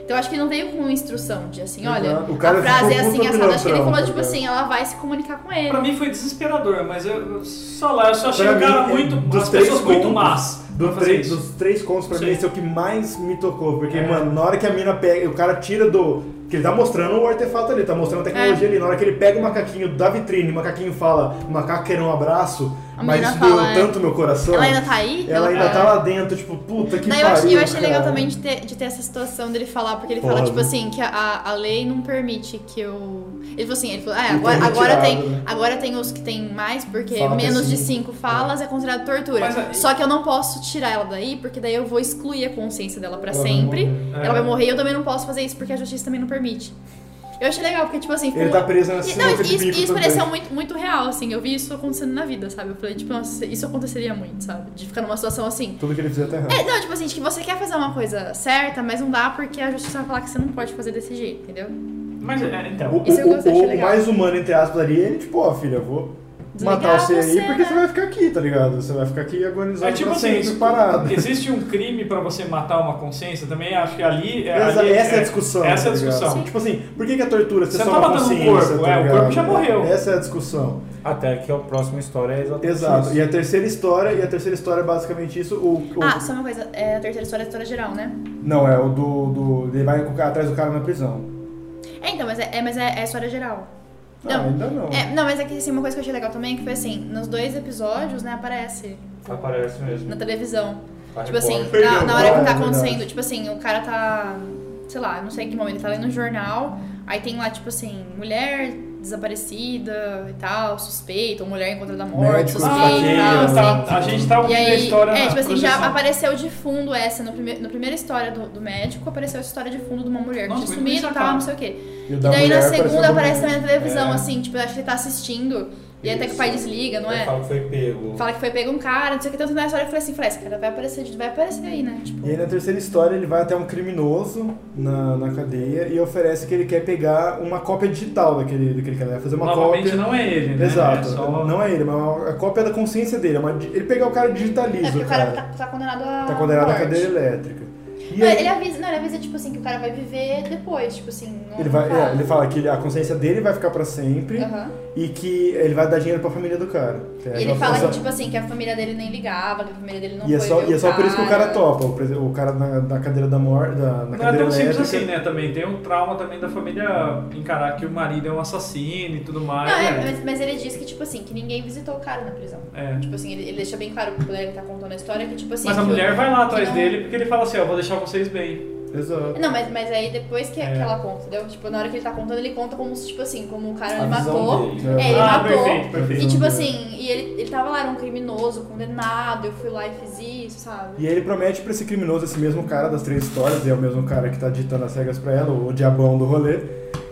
S4: Então acho que não veio com instrução de assim, olha,
S3: Exato. O cara
S4: a frase é
S3: ficou
S4: assim,
S3: puta
S4: assada. Acho que ele
S3: pilantrão,
S4: falou,
S3: tá
S4: tipo
S3: ligado?
S4: assim, ela vai se comunicar com ele.
S2: Pra mim foi desesperador, mas eu eu- só lá, eu só achei
S3: Pra
S2: o
S3: mim,
S2: cara
S3: é-
S2: muito.
S3: dos
S2: as
S3: três
S2: pessoas muito
S3: pontos,
S2: más.
S3: Do
S2: pra fazer
S3: três-
S2: isso.
S3: dos três contos pra
S2: Sim.
S3: mim, esse é o que mais me tocou. Porque,
S2: É.
S3: mano, na hora que a mina pega, o cara tira do. Que ele tá mostrando o artefato ali, tá mostrando a
S4: É.
S3: tecnologia ali. Na hora que ele pega o macaquinho da vitrine, o macaquinho fala, o macaco quer um abraço,
S4: A
S3: mas
S4: menina
S3: isso doeu
S4: fala, é.
S3: tanto meu coração.
S4: Ela ainda tá aí?
S3: Ela ainda
S4: fala-
S3: tá lá dentro, tipo, puta que
S4: Daí
S3: pariu.
S4: eu achei, eu achei
S3: cara.
S4: legal também de ter, de ter essa situação dele falar, porque ele
S3: Porra,
S4: fala, tipo
S3: né?
S4: assim, que a, a lei não permite que eu. Ele falou assim, ele falou, ah,
S3: Ele
S4: agora,
S3: foi
S4: agora,
S3: retirado,
S4: tem,
S3: né?
S4: agora tem os que tem mais, porque
S3: Fala até
S4: menos de
S3: cinco.
S4: cinco falas é considerado tortura.
S2: Mas a-
S4: Só que eu não posso tirar ela daí, porque daí eu vou excluir a consciência dela pra
S3: Ela vai
S4: sempre.
S3: morrer.
S2: É.
S4: Ela vai morrer e eu também não posso fazer isso, porque a justiça também não permite. Eu achei legal, porque, tipo assim,
S3: Ele
S4: ficou-
S3: tá preso na
S4: e, não,
S3: sinuca de
S4: isso,
S3: bico
S4: isso
S3: também.
S4: pareceu um muito, muito real, assim. Eu vi isso acontecendo na vida, sabe? Eu falei, tipo, nossa, isso aconteceria muito, sabe? De ficar numa situação assim.
S3: Tudo que ele fizer tá errado.
S4: É, não, tipo assim, de que você quer fazer uma coisa certa, mas não dá porque a justiça vai falar que você não pode fazer desse jeito, entendeu?
S2: Mas é, então.
S3: O,
S4: Isso é o que eu
S3: o-
S4: achei
S3: o
S4: legal.
S3: mais humano, entre aspas, ali, ele, tipo, ó, filha, eu vou
S4: Desligar
S3: matar você,
S4: você,
S3: aí, porque
S4: né?
S3: você vai ficar aqui, tá ligado? Você vai ficar aqui agonizando
S2: É tipo
S3: pra
S2: assim,
S3: sempre, parado.
S2: existe um crime pra você matar uma consciência também? Acho que ali... é-
S3: Essa,
S2: ali
S3: essa é a discussão.
S2: Essa é a
S3: tá ligado?
S2: discussão.
S3: Tipo assim, por que, que a tortura
S2: Você
S3: você
S2: não
S3: só
S2: tá
S3: uma
S2: matando um
S3: consciência?
S2: corpo,
S3: tá
S2: é, o
S3: ligado?
S2: corpo já morreu.
S3: Essa é a discussão.
S5: Até que a próxima história é exatamente
S3: Exato.
S5: isso.
S3: E a terceira história, e a terceira história é basicamente isso. O, o-
S4: Ah, só uma coisa, é, a terceira história é a história geral, né?
S3: Não, é o do. do ele vai com o cara, atrás do cara na prisão.
S4: É, então, mas é, é- mas é, é a história geral.
S3: Ah,
S4: Não.
S3: ainda não.
S4: É, não, mas é que assim, uma coisa que eu achei legal também é que foi assim, nos dois episódios, né, aparece
S5: é- Aparece mesmo.
S4: na televisão.
S5: A
S4: Tipo assim,
S5: repórter.
S4: na, na hora que tá
S3: Ah, é
S4: acontecendo,
S3: verdade.
S4: tipo assim, o cara tá, sei lá, não sei em que momento, ele tá lendo um jornal, aí tem lá, tipo assim, mulher desaparecida e tal, suspeita, ou mulher encontrada morta,
S3: Médico, né?
S4: suspeita e
S3: faqueiro,
S4: tal, assim.
S2: tá, a gente tá
S4: E
S2: ouvindo a
S4: aí,
S2: história
S4: é,
S2: na
S4: tipo assim, já
S2: projeção.
S4: apareceu de fundo essa, no prime na primeira história do, do médico, apareceu essa história de fundo de uma mulher que
S2: Nossa,
S4: tinha
S2: muito bem
S4: sumido e
S2: sacado.
S4: tal, não sei o quê.
S3: E, o
S4: E
S3: da
S4: daí na
S3: mulher apareceu
S4: segunda
S3: no
S4: aparece
S3: meio.
S4: também na televisão,
S5: É.
S4: assim, tipo, eu acho que ele tá assistindo, e até que o pai desliga, não é?
S5: Fala que foi pego.
S4: Fala que foi pego um cara, não sei o que, tanto na história eu falei assim, falei, esse cara vai aparecer, vai aparecer aí, né? Tipo,
S3: E é
S6: É,
S3: aí na terceira história ele vai até um criminoso na, na cadeia e oferece que ele quer pegar uma cópia digital daquele, daquele cara. Vai fazer uma
S2: Novamente
S3: cópia.
S2: não é ele, né?
S3: Exato.
S2: É só-
S3: Não é ele, mas uma- a cópia é da consciência dele. é uma di- ele pegar o cara e digitaliza
S4: é porque
S3: o
S4: o
S3: cara.
S4: cara tá, tá condenado a.
S3: Tá condenado à
S4: morte.
S3: cadeira elétrica. E
S6: Não,
S3: aí-
S6: ele avisa, não, ele avisa, tipo assim, que o cara vai viver depois, tipo assim. Não,
S3: ele, vai,
S6: não
S3: é, ele fala que ele- a consciência dele vai ficar pra sempre
S4: Aham.
S3: e que ele vai dar dinheiro pra família do cara. Que é
S4: E ele
S3: uma-
S4: fala
S3: essa-
S4: que, tipo assim, que a família dele nem ligava, que a família dele não
S3: e é
S4: foi
S3: só,
S4: ver
S3: e é só por isso que o cara topa. O, presen- o cara na, na cadeira da morte. Da, na
S2: Não é
S3: cadeira
S2: tão simples
S3: elétrica.
S2: assim, né? Também tem um trauma também da família encarar que o marido é um assassino e tudo mais.
S6: Não, é,
S2: né?
S6: mas, mas ele diz que, tipo assim, que ninguém visitou o cara na prisão.
S2: É.
S6: Tipo assim, ele, ele deixa bem claro pro colega que tá contando a história que, tipo assim.
S2: Mas a
S6: que o-
S2: mulher vai lá
S6: que
S2: atrás
S6: não-
S2: dele porque ele fala assim, ó, vou deixar vocês bem.
S3: Exato.
S6: Não, mas, mas aí depois que,
S2: É.
S6: que ela conta, entendeu? Tipo, na hora que ele tá contando, ele conta como se, tipo assim, como o cara
S5: A
S6: ele
S5: visão
S6: matou.
S5: dele.
S6: É, ele
S2: ah,
S6: matou.
S2: perfeito, perfeito.
S6: E tipo assim, e ele, ele tava lá, era um criminoso, condenado, eu fui lá e fiz isso, sabe?
S3: E aí ele promete pra esse criminoso, esse mesmo cara das três histórias, e é o mesmo cara que tá ditando as regras pra ela, o diabão do rolê.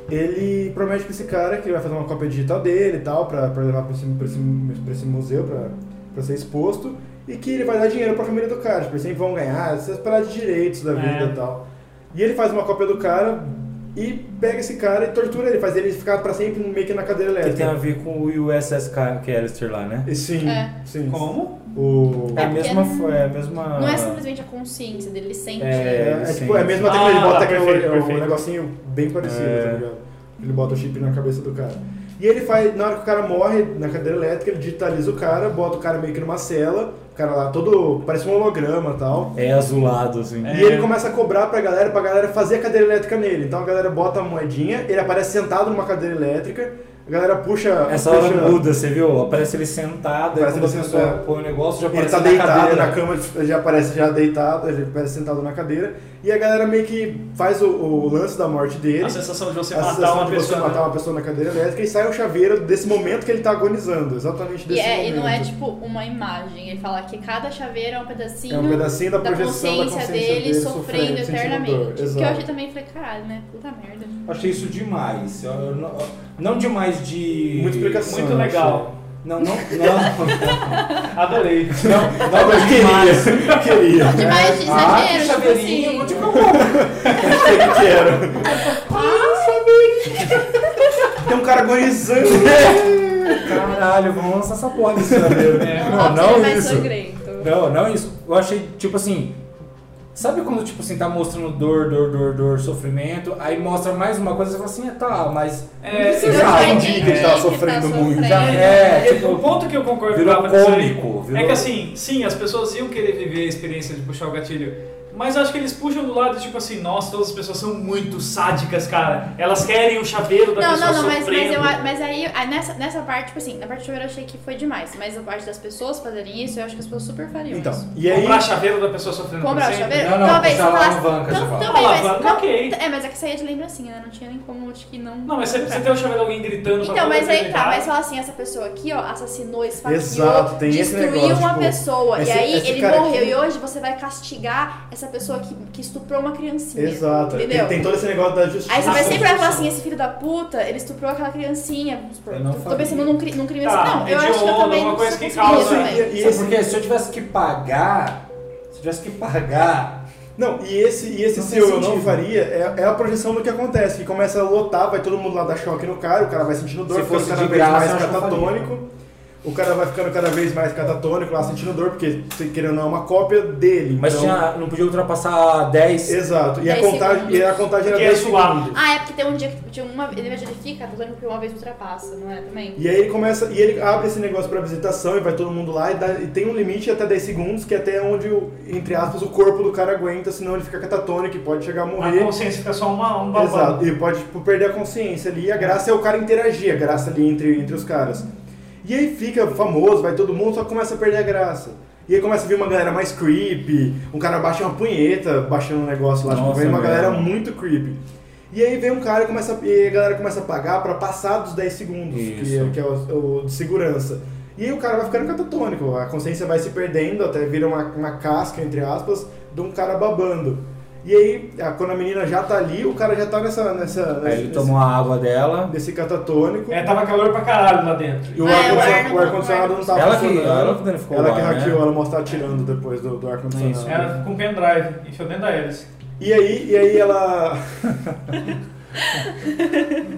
S3: Ele promete pra esse cara que ele vai fazer uma cópia digital dele e tal, pra, pra levar pra esse, pra esse, pra esse museu, pra, pra ser exposto, e que ele vai dar dinheiro pra família do cara, tipo, eles sempre vão ganhar, essas paradas de direitos da vida
S2: É.
S3: e tal. E ele faz uma cópia do cara e pega esse cara e tortura ele, faz ele ficar pra sempre meio que na cadeira
S5: Que tem a
S3: elétrica.
S5: ver com o USS Callister lá, né?
S3: E Sim,
S6: É.
S3: sim.
S2: Como?
S3: O...
S5: É a
S6: porque
S5: mesma. foi- É a mesma.
S6: Não é
S4: assim
S6: simplesmente a consciência dele, ele sente.
S5: É.
S3: É,
S5: sim.
S3: tipo, é a mesma
S2: Ah,
S3: tecnologia, ele bota
S2: tá,
S3: a tecnologia,
S2: perfeito,
S3: é um
S2: perfeito.
S3: negocinho bem parecido,
S5: É.
S3: tá ligado? Ele bota o chip na cabeça do cara. E ele faz, na hora que o cara morre na cadeira elétrica, ele digitaliza o cara, bota o cara meio que numa cela, o cara lá todo, parece um holograma e tal.
S5: É azulado, assim.
S2: É.
S3: E ele começa a cobrar pra galera, pra galera fazer a cadeira elétrica nele. Então a galera bota a moedinha, ele aparece sentado numa cadeira elétrica, a galera puxa...
S5: Essa
S3: puxa,
S5: hora muda, você viu? Aparece ele sentado, aí
S3: Aparece
S5: quando a
S3: ele
S5: pessoa
S3: sentado.
S5: põe o negócio, já
S3: Ele
S5: aparece
S3: tá
S5: ele
S3: deitado
S5: cadeira.
S3: na cama, ele já aparece já deitado, ele aparece sentado na cadeira. E a galera meio que faz o, o lance da morte dele.
S2: A sensação de você
S3: a
S2: matar
S3: sensação
S2: uma
S3: de você
S2: pessoa. né?
S3: matar uma pessoa na cadeira elétrica e sai o chaveiro desse momento que ele tá agonizando, exatamente
S4: E,
S3: desse
S4: é, e
S3: momento.
S4: não é tipo uma imagem, ele fala que cada chaveira é um pedacinho.
S3: É um pedacinho da
S4: da
S3: projeção
S4: consciência,
S3: da consciência
S4: dele, sofrendo
S3: sofrendo, sentindo dor,
S4: eternamente. Que eu
S3: exato.
S4: achei também, falei, caralho, né? Puta merda.
S5: Achei isso demais. Eu- eu não, não demais de.
S3: Muita explicação.
S2: Muito legal.
S5: Não, não, não.
S2: Adorei.
S5: não, não demais.
S3: Eu queria,
S4: Demais de
S5: Ah, que
S4: exagero, tipo
S5: chaveirinho,
S4: assim.
S5: onde que eu
S3: eu quero.
S4: Ah,
S3: Tem um cara agonizando.
S5: Caralho, vamos lançar essa porra desse chaveiro.
S2: É.
S5: Não, não
S4: mais
S5: isso.
S4: sangrento.
S5: Não, não isso. Eu achei, tipo assim. Sabe quando, tipo assim, tá mostrando dor, dor, dor, dor, sofrimento, aí mostra mais uma coisa e você fala assim, ah, tá, mas.
S2: É,
S5: não precisa,
S2: eu
S4: já
S5: sabe?
S4: entendi. tá
S3: Diga que um ele tava sofrendo muito.
S5: Já é,
S2: É, o
S5: tipo,
S2: ponto que eu concordo
S5: virou
S2: com a Vanessa aí
S5: cômico,
S2: é
S5: virou-
S2: que assim, sim, as pessoas iam querer viver a experiência de puxar o gatilho. Mas eu acho que eles puxam do lado, tipo assim, nossa, todas as pessoas são muito sádicas, cara. Elas querem o chaveiro da
S4: Não,
S2: pessoa
S4: não, não, mas, mas,
S2: sofrendo.
S4: eu, a- mas aí, aí nessa, nessa parte, tipo assim, na parte do chuveiro eu achei que foi demais. Mas a parte das pessoas fazerem isso, eu acho que as pessoas super fariam
S3: Então,
S4: isso.
S3: e aí...
S2: Comprar chaveiro da pessoa sofrendo
S4: Comprar o
S2: por sempre.
S4: chaveiro?
S5: Não, não,
S4: Talvez
S5: puxar
S4: falasse-
S5: alavanca,
S4: Tam-
S5: você fala.
S4: Também, mas.
S2: Alavanca,
S4: não,
S2: ok.
S4: É, mas é que isso aí é de lembrancinha, né? Não tinha nem como, acho que não.
S2: Não, mas você, você tem o chaveiro de alguém gritando pra
S4: Então,
S2: todo
S4: mas
S2: mundo
S4: aí tá,
S2: ligar.
S4: mas fala assim, essa pessoa aqui, ó, assassinou, esfaqueou,
S3: Exato, tem esse
S4: destruiu
S3: negócio,
S4: uma
S3: tipo,
S4: pessoa,
S3: esse-
S4: e aí
S3: esse
S4: ele
S3: cara
S4: morreu,
S3: aqui-
S4: e hoje você vai castigar essa pessoa que, que estuprou uma criancinha.
S3: Exato,
S4: Entendeu?
S3: tem, tem todo esse negócio da justiça.
S4: Aí você vai
S2: Nossa,
S4: sempre vai falar
S2: justiça.
S4: assim, esse filho da puta, ele estuprou aquela criancinha. vamos supor.
S5: Eu não
S4: Tô
S5: faria.
S4: pensando num, cri- num crime
S2: Tá,
S4: assim. Não, eu acho que eu
S2: hediondo,
S4: também
S2: alguma
S4: não
S2: coisa
S4: sou
S2: que
S4: conseguiria
S2: causa,
S6: né?
S4: também.
S3: E
S5: Sabe
S3: esse-
S5: por quê? Se eu tivesse que pagar, se eu tivesse que pagar,
S3: Não, e esse, e esse
S5: Não
S3: seu
S5: faz
S3: eu não
S5: sentido.
S3: faria é, é a projeção do que acontece, que começa a lotar, vai todo mundo lá dar choque no cara, o cara vai sentindo dor,
S5: Se
S3: ficando
S5: fosse
S3: cada
S5: de
S3: vez
S5: graça,
S3: mais
S5: eu acho que eu
S3: catatônico. O cara vai ficando cada vez mais catatônico, lá sentindo dor, porque se- querendo ou não é uma cópia dele.
S5: mas
S3: então-
S5: tinha, não podia ultrapassar 10.
S3: Exato. E a,
S4: Dez
S3: contagem,
S4: segundos.
S3: e a contagem era
S2: Porque é
S3: 10
S2: suado.
S3: segundos.
S4: Ah, é porque tem um dia que tinha uma. Ele ele fica, tô dando que uma vez ultrapassa, não é? Também.
S3: E aí ele começa, e ele abre esse negócio pra visitação e vai todo mundo lá e, dá- e tem um limite até 10 segundos, que é até onde, o- entre aspas, o corpo do cara aguenta, senão ele fica catatônico e pode chegar a morrer.
S5: Ah,
S2: A consciência fica só uma, um babado.
S3: Exato, e pode tipo, perder a consciência ali. E a graça é o cara interagir, a graça ali entre, entre os caras. E aí fica famoso, vai todo mundo, só que começa a perder a graça. E aí começa a vir uma galera mais creepy, um cara baixa uma punheta, baixando um negócio lá, tipo,
S5: Nossa,
S3: vem uma
S5: velho.
S3: galera muito creepy. E aí vem um cara e, começa, e a galera começa a pagar pra passar dos 10 segundos, que, é-
S5: Isso.
S3: que é o, o de segurança. E aí o cara vai ficando catatônico, a consciência vai se perdendo, até vira uma, uma casca, entre aspas, de um cara babando. E aí, a- quando a menina já tá ali, o cara já tá nessa. nessa
S5: Aí É, ele
S3: nesse,
S5: tomou a água dela.
S3: Desse catatônico.
S2: É, tava calor pra caralho lá dentro.
S3: E o
S6: Ah, é, o ar
S3: ar-condicionado
S6: não-
S3: ar condicionado não tava
S5: Ela que-
S3: funcionando.
S5: ela que danificou
S3: Ela
S5: o
S3: que
S5: ar, né?
S3: hackeou, ela mostra atirando depois do, do ar-condicionado.
S5: Isso.
S2: Era com pendrive, enfiou dentro da hélice.
S3: E aí, e aí ela.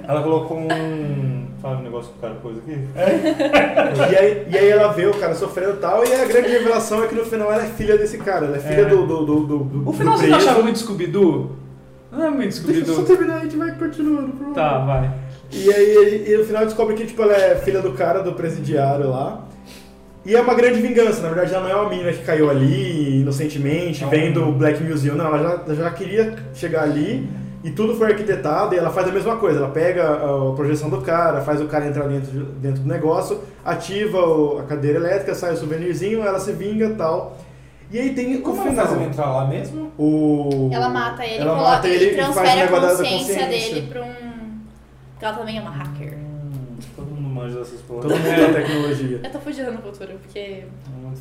S5: Ela colocou um. Sabe um negócio que o cara pôs aqui?
S3: É. E aí, e aí ela vê o cara sofrendo e tal, e a grande revelação é que no final ela é filha desse cara, ela é filha
S2: É.
S3: do, do, do, do, do-
S2: O final
S3: do
S2: você não
S3: preso.
S2: achava muito Scooby-Doo? Não é muito
S3: Deixa eu só
S2: Scooby-Doo.
S3: terminar, a gente vai continuando. por favor.
S2: Tá, vai.
S3: E aí ele- e no final descobre que tipo, ela é filha do cara, do presidiário lá. E é uma grande vingança, na verdade ela não é uma menina que caiu ali inocentemente,
S2: É um-
S3: vem do Black Museum, não, ela já, já queria chegar ali e tudo foi arquitetado e ela faz a mesma coisa, ela pega a, a projeção do cara, faz o cara entrar dentro, de- dentro do negócio, ativa o- a cadeira elétrica, sai o souvenirzinho, ela se vinga e tal. E aí tem
S5: Como
S3: o
S5: ela
S3: final.
S5: faz um- ele entrar lá mesmo?
S3: O...
S6: Ela mata ele,
S3: ela
S6: coloca,
S3: mata ele
S6: e transfere
S3: faz o
S6: a
S3: negócio da
S6: consciência,
S3: consciência.
S6: dele pra um. Porque ela também é uma hacker.
S5: Hum, todo mundo manja dessas porras.
S3: Todo mundo tem tecnologia.
S6: Eu tô fugindo no futuro, porque.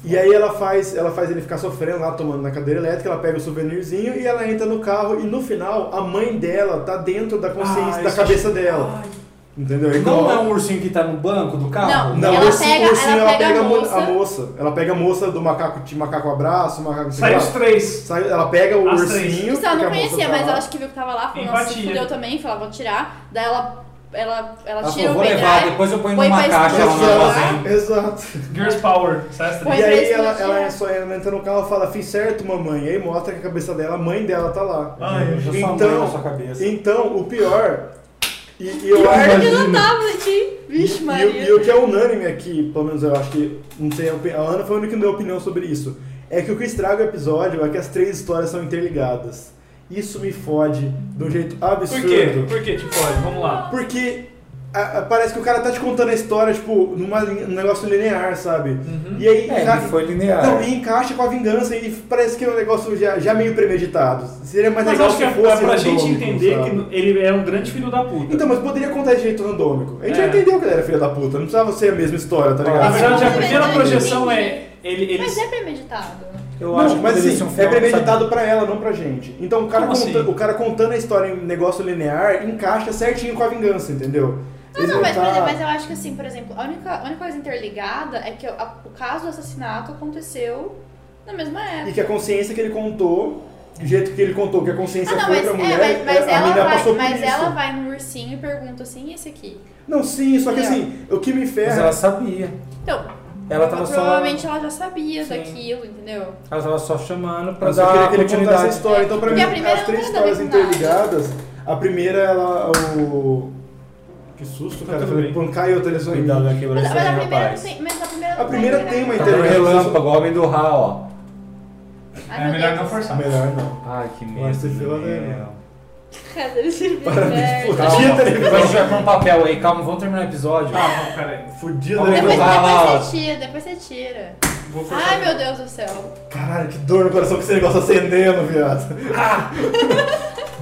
S3: E aí ela faz, ela faz ele ficar sofrendo lá, tomando na cadeira elétrica, ela pega o souvenirzinho e ela entra no carro e no final a mãe dela tá dentro da consciência,
S2: Ah,
S3: da
S2: isso-
S3: cabeça dela.
S2: Ai,
S3: Entendeu?
S5: Não é
S3: Igual-
S5: um ursinho que tá no banco do carro?
S3: Não,
S6: Ela
S3: esse
S6: pega-
S3: ursinho,
S6: ela
S3: ela
S6: pega a
S3: pega a mo-
S6: moça.
S3: a moça. Ela pega a moça do macaco, de macaco abraço, macaco
S2: Saiu os
S3: sei lá.
S2: três.
S3: Saiu- ela pega o
S2: As
S3: ursinho.
S6: Isso, ela
S3: porque a
S6: não
S3: moça
S6: conhecia,
S3: tá
S6: mas
S3: lá.
S6: ela acho que viu que tava lá, falou, nossa, se
S2: Empatia.
S6: fudeu também, falou, vou tirar. Daí ela, ela, ela,
S5: Ela
S6: tira
S5: falou,
S6: o
S5: vou levar,
S6: pendrive,
S5: depois eu ponho
S6: põe
S5: numa
S6: pra
S5: caixa lá
S6: explodir
S5: na
S6: o ar.
S5: armazém.
S3: Exato.
S2: Girls Power, sai as três.
S6: Pois
S3: e
S6: é,
S3: aí
S6: isso que
S3: ela,
S6: eu
S3: ela
S6: achei.
S3: só ela entra no carro e fala, fiz certo, mamãe. E aí mostra que a cabeça dela, a mãe dela tá lá.
S2: Ai, eu
S5: já sou a mãe da sua
S2: é
S5: cabeça.
S3: então, o pior. E, e eu
S5: Pior
S3: acho
S5: que
S6: Eu não tava de. Vixe,
S3: E, o-
S6: Maria.
S3: e o que é unânime aqui, pelo menos eu acho que, não sei, a opi- a Ana foi a única que não deu opinião sobre isso, é que o que estraga o episódio é que as três histórias são interligadas. Isso me fode de um jeito absurdo.
S2: Por quê? Por quê? Tipo, olha, vamos lá.
S3: Porque a- a- parece que o cara tá te contando a história, tipo, numa linha- num negócio linear, sabe?
S2: Uhum.
S3: E aí
S5: É,
S3: enca-
S5: ele foi linear.
S3: Não, e encaixa com a vingança e parece que é um negócio já, já meio premeditado. Seria mais
S2: Mas,
S3: legal
S2: acho que é
S3: se
S2: pra,
S3: fosse
S2: pra gente
S3: randômico,
S2: entender
S3: sabe?
S2: que ele é um grande filho da puta.
S3: Então, mas poderia contar de jeito randômico. A gente
S2: É.
S3: já entendeu que ele era filha da puta, não precisava ser a mesma história, tá ligado?
S2: Na verdade, é a
S6: Mas é
S2: primeira
S6: eu
S2: projeção
S6: entendi.
S2: é. Ele, ele,
S6: Mas é premeditado.
S5: Eu
S3: Não,
S5: acho que
S3: mas
S5: poderia
S3: assim,
S5: ser um
S3: é
S5: filme,
S3: premeditado pra ela, não pra gente. Então o cara,
S2: Como
S3: conta-
S2: assim?
S3: o cara contando a história em negócio linear encaixa certinho com a vingança, entendeu?
S6: Não, não, mas, por exemplo, mas eu acho que assim, por exemplo, a única, a única coisa interligada é que a- o caso do assassinato aconteceu na mesma época.
S3: E que a consciência que ele contou, do jeito que ele contou, que a consciência
S6: Ah, não,
S3: foi
S6: mas,
S3: pra
S6: é,
S3: mulher,
S6: mas, mas
S3: a
S6: ela,
S3: menina
S6: vai,
S3: passou por
S6: mas
S3: isso.
S6: ela vai no ursinho e pergunta assim, e esse aqui?
S3: Não, sim, só que
S6: Não.
S3: assim, o que me
S5: Mas
S3: ferra...
S5: ela sabia.
S6: Então,
S5: Ela tava só.
S6: provavelmente ela já sabia
S5: Sim.
S6: daquilo, entendeu?
S5: Ela tava só chamando pra
S3: Mas eu queria
S5: dar
S3: que ele contasse a
S5: continuidade.
S3: história. Então pra
S6: Porque
S3: mim,
S6: É, a primeira
S3: as
S6: não
S3: três
S6: tem nada a ver
S3: histórias
S6: com nada.
S3: interligadas, a primeira ela... O... Que susto, cara.
S2: tudo
S3: Falei,
S2: bem.
S3: pum, caiu o telefone.
S5: Cuidado na quebra
S6: Mas,
S5: isso
S6: mas a
S5: aí,
S6: primeira
S5: rapaz.
S6: não né? tem. Mas a primeira,
S3: A primeira tem uma
S5: Tá dando
S3: interligação.
S5: relâmpago, homem do Ra, ó.
S6: Ai,
S2: é
S6: meu
S2: melhor
S6: Deus.
S2: não forçar.
S3: Melhor não.
S5: Ai, que medo.
S3: Vai ser fila
S5: meu.
S3: dela.
S6: Cara, ele se
S3: Parabéns,
S6: merda.
S3: pô. Tinha
S5: Calma,
S3: televisão.
S5: depois a Ah, gente vai pôr um papel aí, calma, vamos terminar o episódio.
S2: Tá, não, peraí.
S3: Fudido.
S5: Homem
S3: né?
S5: do
S6: Depois,
S5: Ra lá,
S6: depois
S5: ó.
S6: você tira, depois você tira.
S2: Vou forçar.
S3: um
S6: Ai, meu Deus do céu.
S3: Caralho, que dor no coração que esse negócio tá acendendo, viado.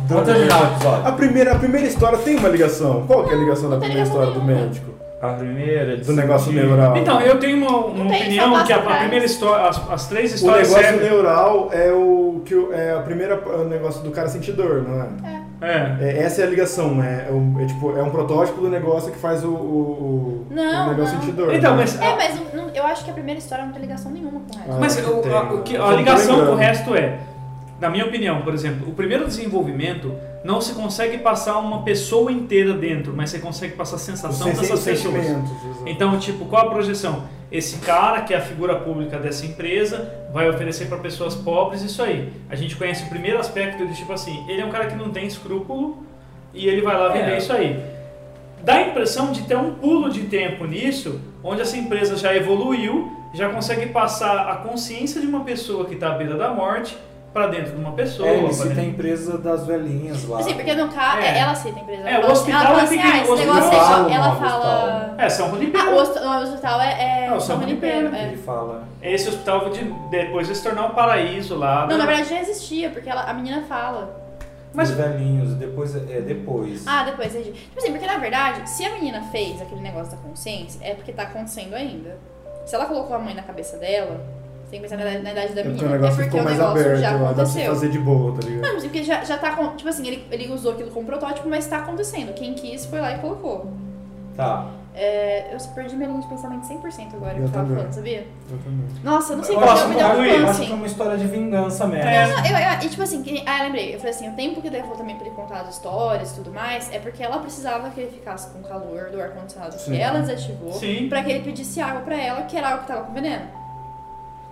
S5: Vamos terminar o episódio.
S3: A primeira, a primeira história tem uma ligação. Qual que é a ligação da
S6: tem
S3: primeira história do
S6: ligação nenhuma.
S3: médico?
S5: A primeira
S3: Do negócio
S5: discutir.
S3: neural.
S2: Então, eu tenho uma, uma
S6: tem, só
S2: opinião
S6: passa
S2: que a, a
S6: atrás.
S2: primeira história, as, as três
S3: o
S2: histórias
S3: negócio
S2: servem.
S3: neural é o que o- é a primeira o negócio do cara sentir dor, não é?
S2: É.
S3: É, essa é a ligação, né? É, um, é tipo, é um protótipo do negócio que faz o, o, o-
S6: Não,
S3: o negócio
S6: não.
S3: sentir dor.
S2: Então,
S3: né?
S2: mas,
S6: É, mas não- não- eu acho que a primeira história não tem ligação nenhuma com ela.
S3: Ah.
S2: mas o-
S3: tem.
S2: a, o que- a
S3: Só tô
S2: ligação com o
S3: lembrando.
S2: resto é, na minha opinião, por exemplo, o primeiro desenvolvimento não se consegue passar uma pessoa inteira dentro, mas você consegue passar a
S3: Os
S2: sensação
S3: sen- os
S2: dessas pessoas.
S3: sentimentos. exato.
S2: Então, tipo, qual a projeção? Esse cara, que é a figura pública dessa empresa, vai oferecer para pessoas pobres isso aí. A gente conhece o primeiro aspecto de tipo assim, ele é um cara que não tem escrúpulo e ele vai lá vender
S5: É.
S2: isso aí. Dá a impressão de ter um pulo de tempo nisso, onde essa empresa já evoluiu, já consegue passar a consciência de uma pessoa que está à beira da morte para dentro de uma pessoa.
S5: É, ele
S2: pra
S5: cita a
S2: dentro-
S5: empresa das velhinhas lá.
S6: Assim, porque no caso,
S2: É.
S6: ela aceita a empresa.
S2: É,
S6: ela
S2: o
S6: fala
S2: hospital
S6: ela
S2: é
S6: fala assim, ah,
S2: pequeno,
S6: esse
S2: o hospital-
S4: é
S6: negócio aí, ó,
S5: Ah,
S6: ela
S5: o
S6: fala...
S2: É, São
S6: Ah,
S2: Rodrigo.
S6: o hospital, o hospital é, é
S2: É, o São
S4: um
S6: São
S2: Junipero,
S6: Junipero, é.
S5: Ele fala.
S2: Esse hospital de- depois vai se tornar um paraíso lá.
S6: Não,
S2: né?
S6: na verdade já existia, porque ela- a menina fala.
S2: Mas-
S5: Os velhinhos, depois. É, depois.
S4: Ah, depois, entendi. Tipo assim, porque na verdade, se a menina fez aquele negócio da consciência, é porque tá acontecendo ainda. Se ela colocou a mãe na cabeça dela, você tem que pensar na idade, na idade
S2: um
S4: da
S3: Então o
S4: menina. É
S3: negócio
S4: porque
S3: ficou
S4: o
S3: mais
S4: negócio
S3: aberto,
S4: já
S3: lá, dá pra você
S4: aconteceu.
S3: fazer de boa, tá ligado?
S4: Não, mas porque já, já tá com. Tipo assim, ele, ele usou aquilo como protótipo, mas tá acontecendo. Quem quis foi lá e colocou.
S5: Tá.
S4: É, eu perdi minha linha de pensamento 100% agora que
S3: Eu
S4: eu tava
S3: também.
S4: falando, sabia?
S3: Eu também.
S4: Nossa, eu não sei
S2: Eu
S4: qual que
S2: acho
S4: é o melhor
S2: que é ruim,
S4: plano,
S5: acho que é
S4: assim.
S5: uma história de vingança mesmo.
S2: É.
S4: Não, eu, eu- e tipo assim, que- ah, eu lembrei, eu falei assim, o tempo que levou também pra ele contar as histórias e tudo mais, é porque ela precisava que ele ficasse com o calor do ar-condicionado que
S5: Sim.
S4: ela desativou,
S2: Sim.
S4: pra que ele pedisse água pra ela, que era água que tava com veneno.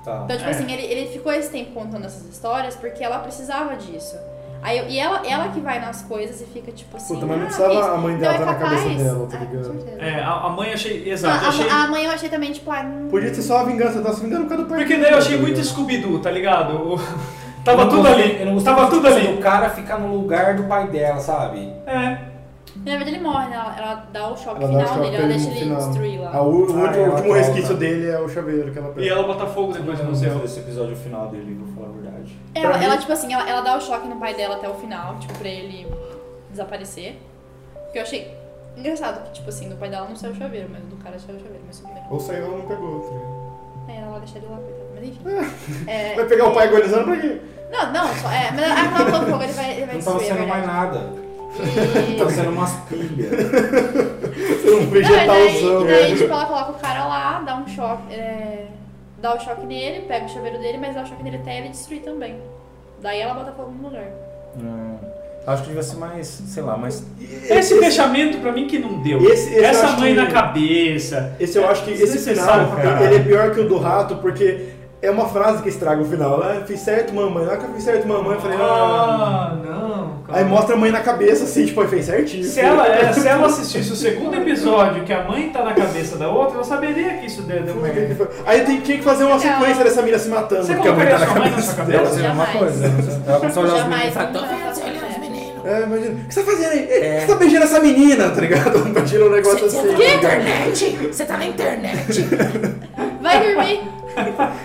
S5: Tá.
S4: Então, tipo
S2: É.
S4: assim, ele, ele ficou esse tempo contando essas histórias porque ela precisava disso. Aí, eu- e ela, ela que vai nas coisas e fica tipo assim.
S3: Puta, mas não
S4: "Ah,
S3: precisava
S4: isso-
S3: a mãe
S4: não,
S3: dela
S4: é
S3: estar na
S4: capaz."
S3: cabeça dela, tá
S4: Ah, com
S3: ligado?
S4: certeza.
S2: É, a, a mãe achei.
S4: Não,
S2: Exato,
S4: a,
S2: achei.
S4: a mãe eu achei também, tipo, ah, hum,
S3: Podia ser só a vingança, tá se vingando por causa do pai.
S2: Porque daí eu achei
S3: tá
S2: muito
S3: ligado?
S2: Scooby-Doo, tá ligado? O-
S5: Eu
S2: Tava
S5: não
S2: tudo
S5: gostei-
S2: ali.
S5: Eu não gostei
S2: Tava
S5: muito
S2: tudo ali.
S5: do cara ficar no lugar do pai dela, sabe?
S2: É.
S4: na verdade ele morre, né? Ela, ela dá o choque
S3: Ela dá o
S4: final
S3: choque
S4: nele, ela
S3: no
S4: deixa ele
S3: final.
S4: destruir lá.
S3: A
S5: Ah,
S3: u- o último,
S5: ela
S3: o último
S5: volta.
S3: resquício dele é o chaveiro que ela pega.
S2: E ela bota fogo depois
S5: um
S2: no céu.
S5: Esse episódio final dele, vou falar a verdade.
S4: Ela,
S3: Pra mim-
S4: ela, tipo assim, ela, ela dá o choque no pai dela até o final, tipo, pra ele desaparecer. Porque eu achei engraçado que, tipo assim, do pai dela não saiu o chaveiro, mas do cara saiu o chaveiro, mas tudo bem.
S3: Ou saiu ela não pegou. tá ligado?
S4: Aí ela vai deixar ele lá, coitado. Mas enfim. É,
S3: Vai pegar o pai agonizando pra quê?
S4: Não, não, só, é, mas ela ela colocou fogo, ele vai, ele vai
S3: tá
S5: Não tava
S4: destruir, é
S5: sendo mais
S4: verdade.
S5: nada.
S4: E-
S5: Tava sendo umas pilhas.
S3: Você não
S4: Não, e daí,
S3: vegetalzão, né?
S4: daí,
S3: velho.
S4: tipo, ela coloca o cara lá, dá um choque, é, dá o choque nele, pega o chaveiro dele, mas dá o choque nele até ele destruir também. Daí ela bota fogo no lugar.
S5: Hum, acho que devia ser mais, sei lá, mais.
S2: Esse fechamento pra mim que não deu.
S3: Esse- esse eu
S2: Essa
S3: acho
S2: mãe
S3: que-
S2: na cabeça.
S3: Esse eu acho que esse final,
S2: Desnecessário, cara.
S3: ele é pior que o do rato, porque é uma frase que estraga o final. Ah, fiz certo, mamãe. Na hora que eu fiz certo, mamãe, eu falei, ah.
S2: não. cara.
S3: Aí mostra a mãe na cabeça, assim, tipo, aí fez certinho.
S2: Se ela, é, se ela assistisse o segundo episódio que a mãe tá na cabeça da outra, ela saberia que isso deu, deu merda.
S3: Aí tem, tinha que fazer uma
S4: Legal.
S3: sequência dessa mina se matando,
S2: Você
S3: porque a mãe
S2: colocaria
S3: tá na
S2: sua mãe na
S3: cabeça
S2: sua
S5: Ela
S2: cabeça?
S5: fazendo
S4: Jamais.
S5: uma coisa. né? Ela começou a olhar os meninos e
S4: Jamais.
S5: falar,
S4: nunca
S5: "Tô vendo
S4: ela
S5: os
S4: faz
S5: meninos,
S4: isso.
S3: É, imagina. O que você tá fazendo aí? É. Você tá beijando essa menina, tá ligado? Imagina um negócio assim.
S7: internet? Você tá na internet?
S4: Vai dormir!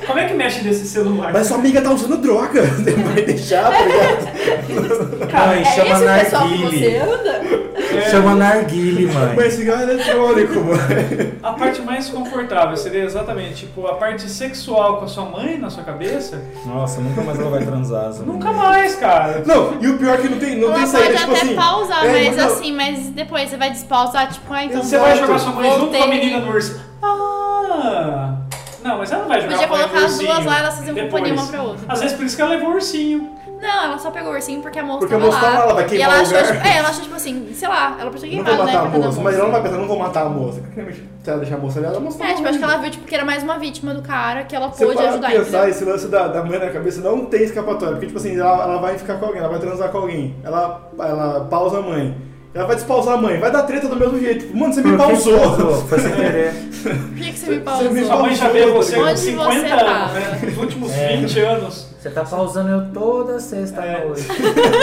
S2: Como é que mexe nesse celular?
S3: Mas sua amiga tá usando droga. Você vai deixar, tá ligado?
S5: Cara,
S4: É
S5: chama
S4: esse o pessoal que você
S5: narguile.
S4: anda?
S2: É
S5: Chama narguile, mãe.
S3: Mas cigarro eletrônico, mano.
S2: A parte mais confortável seria exatamente, tipo, a parte sexual com a sua mãe na sua cabeça?
S5: Nossa, nunca mais ela vai transar. sabe?
S2: Nunca mais, cara.
S3: Não, e o pior é que não tem, não tem
S7: Ela
S3: saída,
S7: pode
S3: tipo
S7: até
S3: assim.
S7: pausar,
S3: é,
S7: mas
S3: não,
S7: assim, mas depois você vai despausar, tipo, ah, então
S2: Você vai
S3: Exato.
S2: jogar sua mãe junto com a
S7: Voltei.
S2: menina do urso. Ah! Não, mas ela não vai jogar
S7: Podia
S2: com a mãe do
S7: colocar as
S2: ursinho.
S7: duas lá, elas faziam companhia
S2: depois.
S7: uma pra outra.
S2: Às vezes por isso que ela levou o ursinho.
S7: Não, ela só pegou o ursinho porque a moça
S3: Porque a
S7: tava
S3: moça tava lá,
S7: lá.
S3: ela vai
S7: e
S3: queimar
S7: ela
S3: o
S7: achou,
S3: lugar.
S7: tipo, é, ela achou, tipo assim, sei lá, ela pensou
S3: Não vou
S7: queimada, né?
S3: matar a
S7: pra
S4: tá
S7: dar
S3: moça, mas ela não
S7: moça.
S3: vai pensar, não vou matar a moça. Se ela deixar a moça ali, ela mostra.
S7: É, tipo, acho que ela viu, tipo, que era mais uma vítima do cara que ela
S3: Se
S7: pôde
S3: parar pra
S7: ajudar.
S3: pensar,
S7: entendeu?
S3: esse lance da, da mãe na cabeça não tem escapatória. Porque, tipo assim, ela, ela vai ficar com alguém, ela vai transar com alguém. Ela, ela pausa a mãe. Ela vai despausar a mãe. Vai dar treta do mesmo jeito. Tipo, mano, você me pausou.
S5: Foi sem querer.
S7: Por que, que você me
S3: Você me
S2: Sua
S7: pausou?
S3: falou-
S2: mãe já vê você com
S7: Onde
S2: 50
S7: você tá?
S2: anos,
S7: tava?
S2: né? Nos últimos
S5: É.
S2: 20 anos.
S5: Você tá pausando eu toda sexta
S4: É.
S5: noite.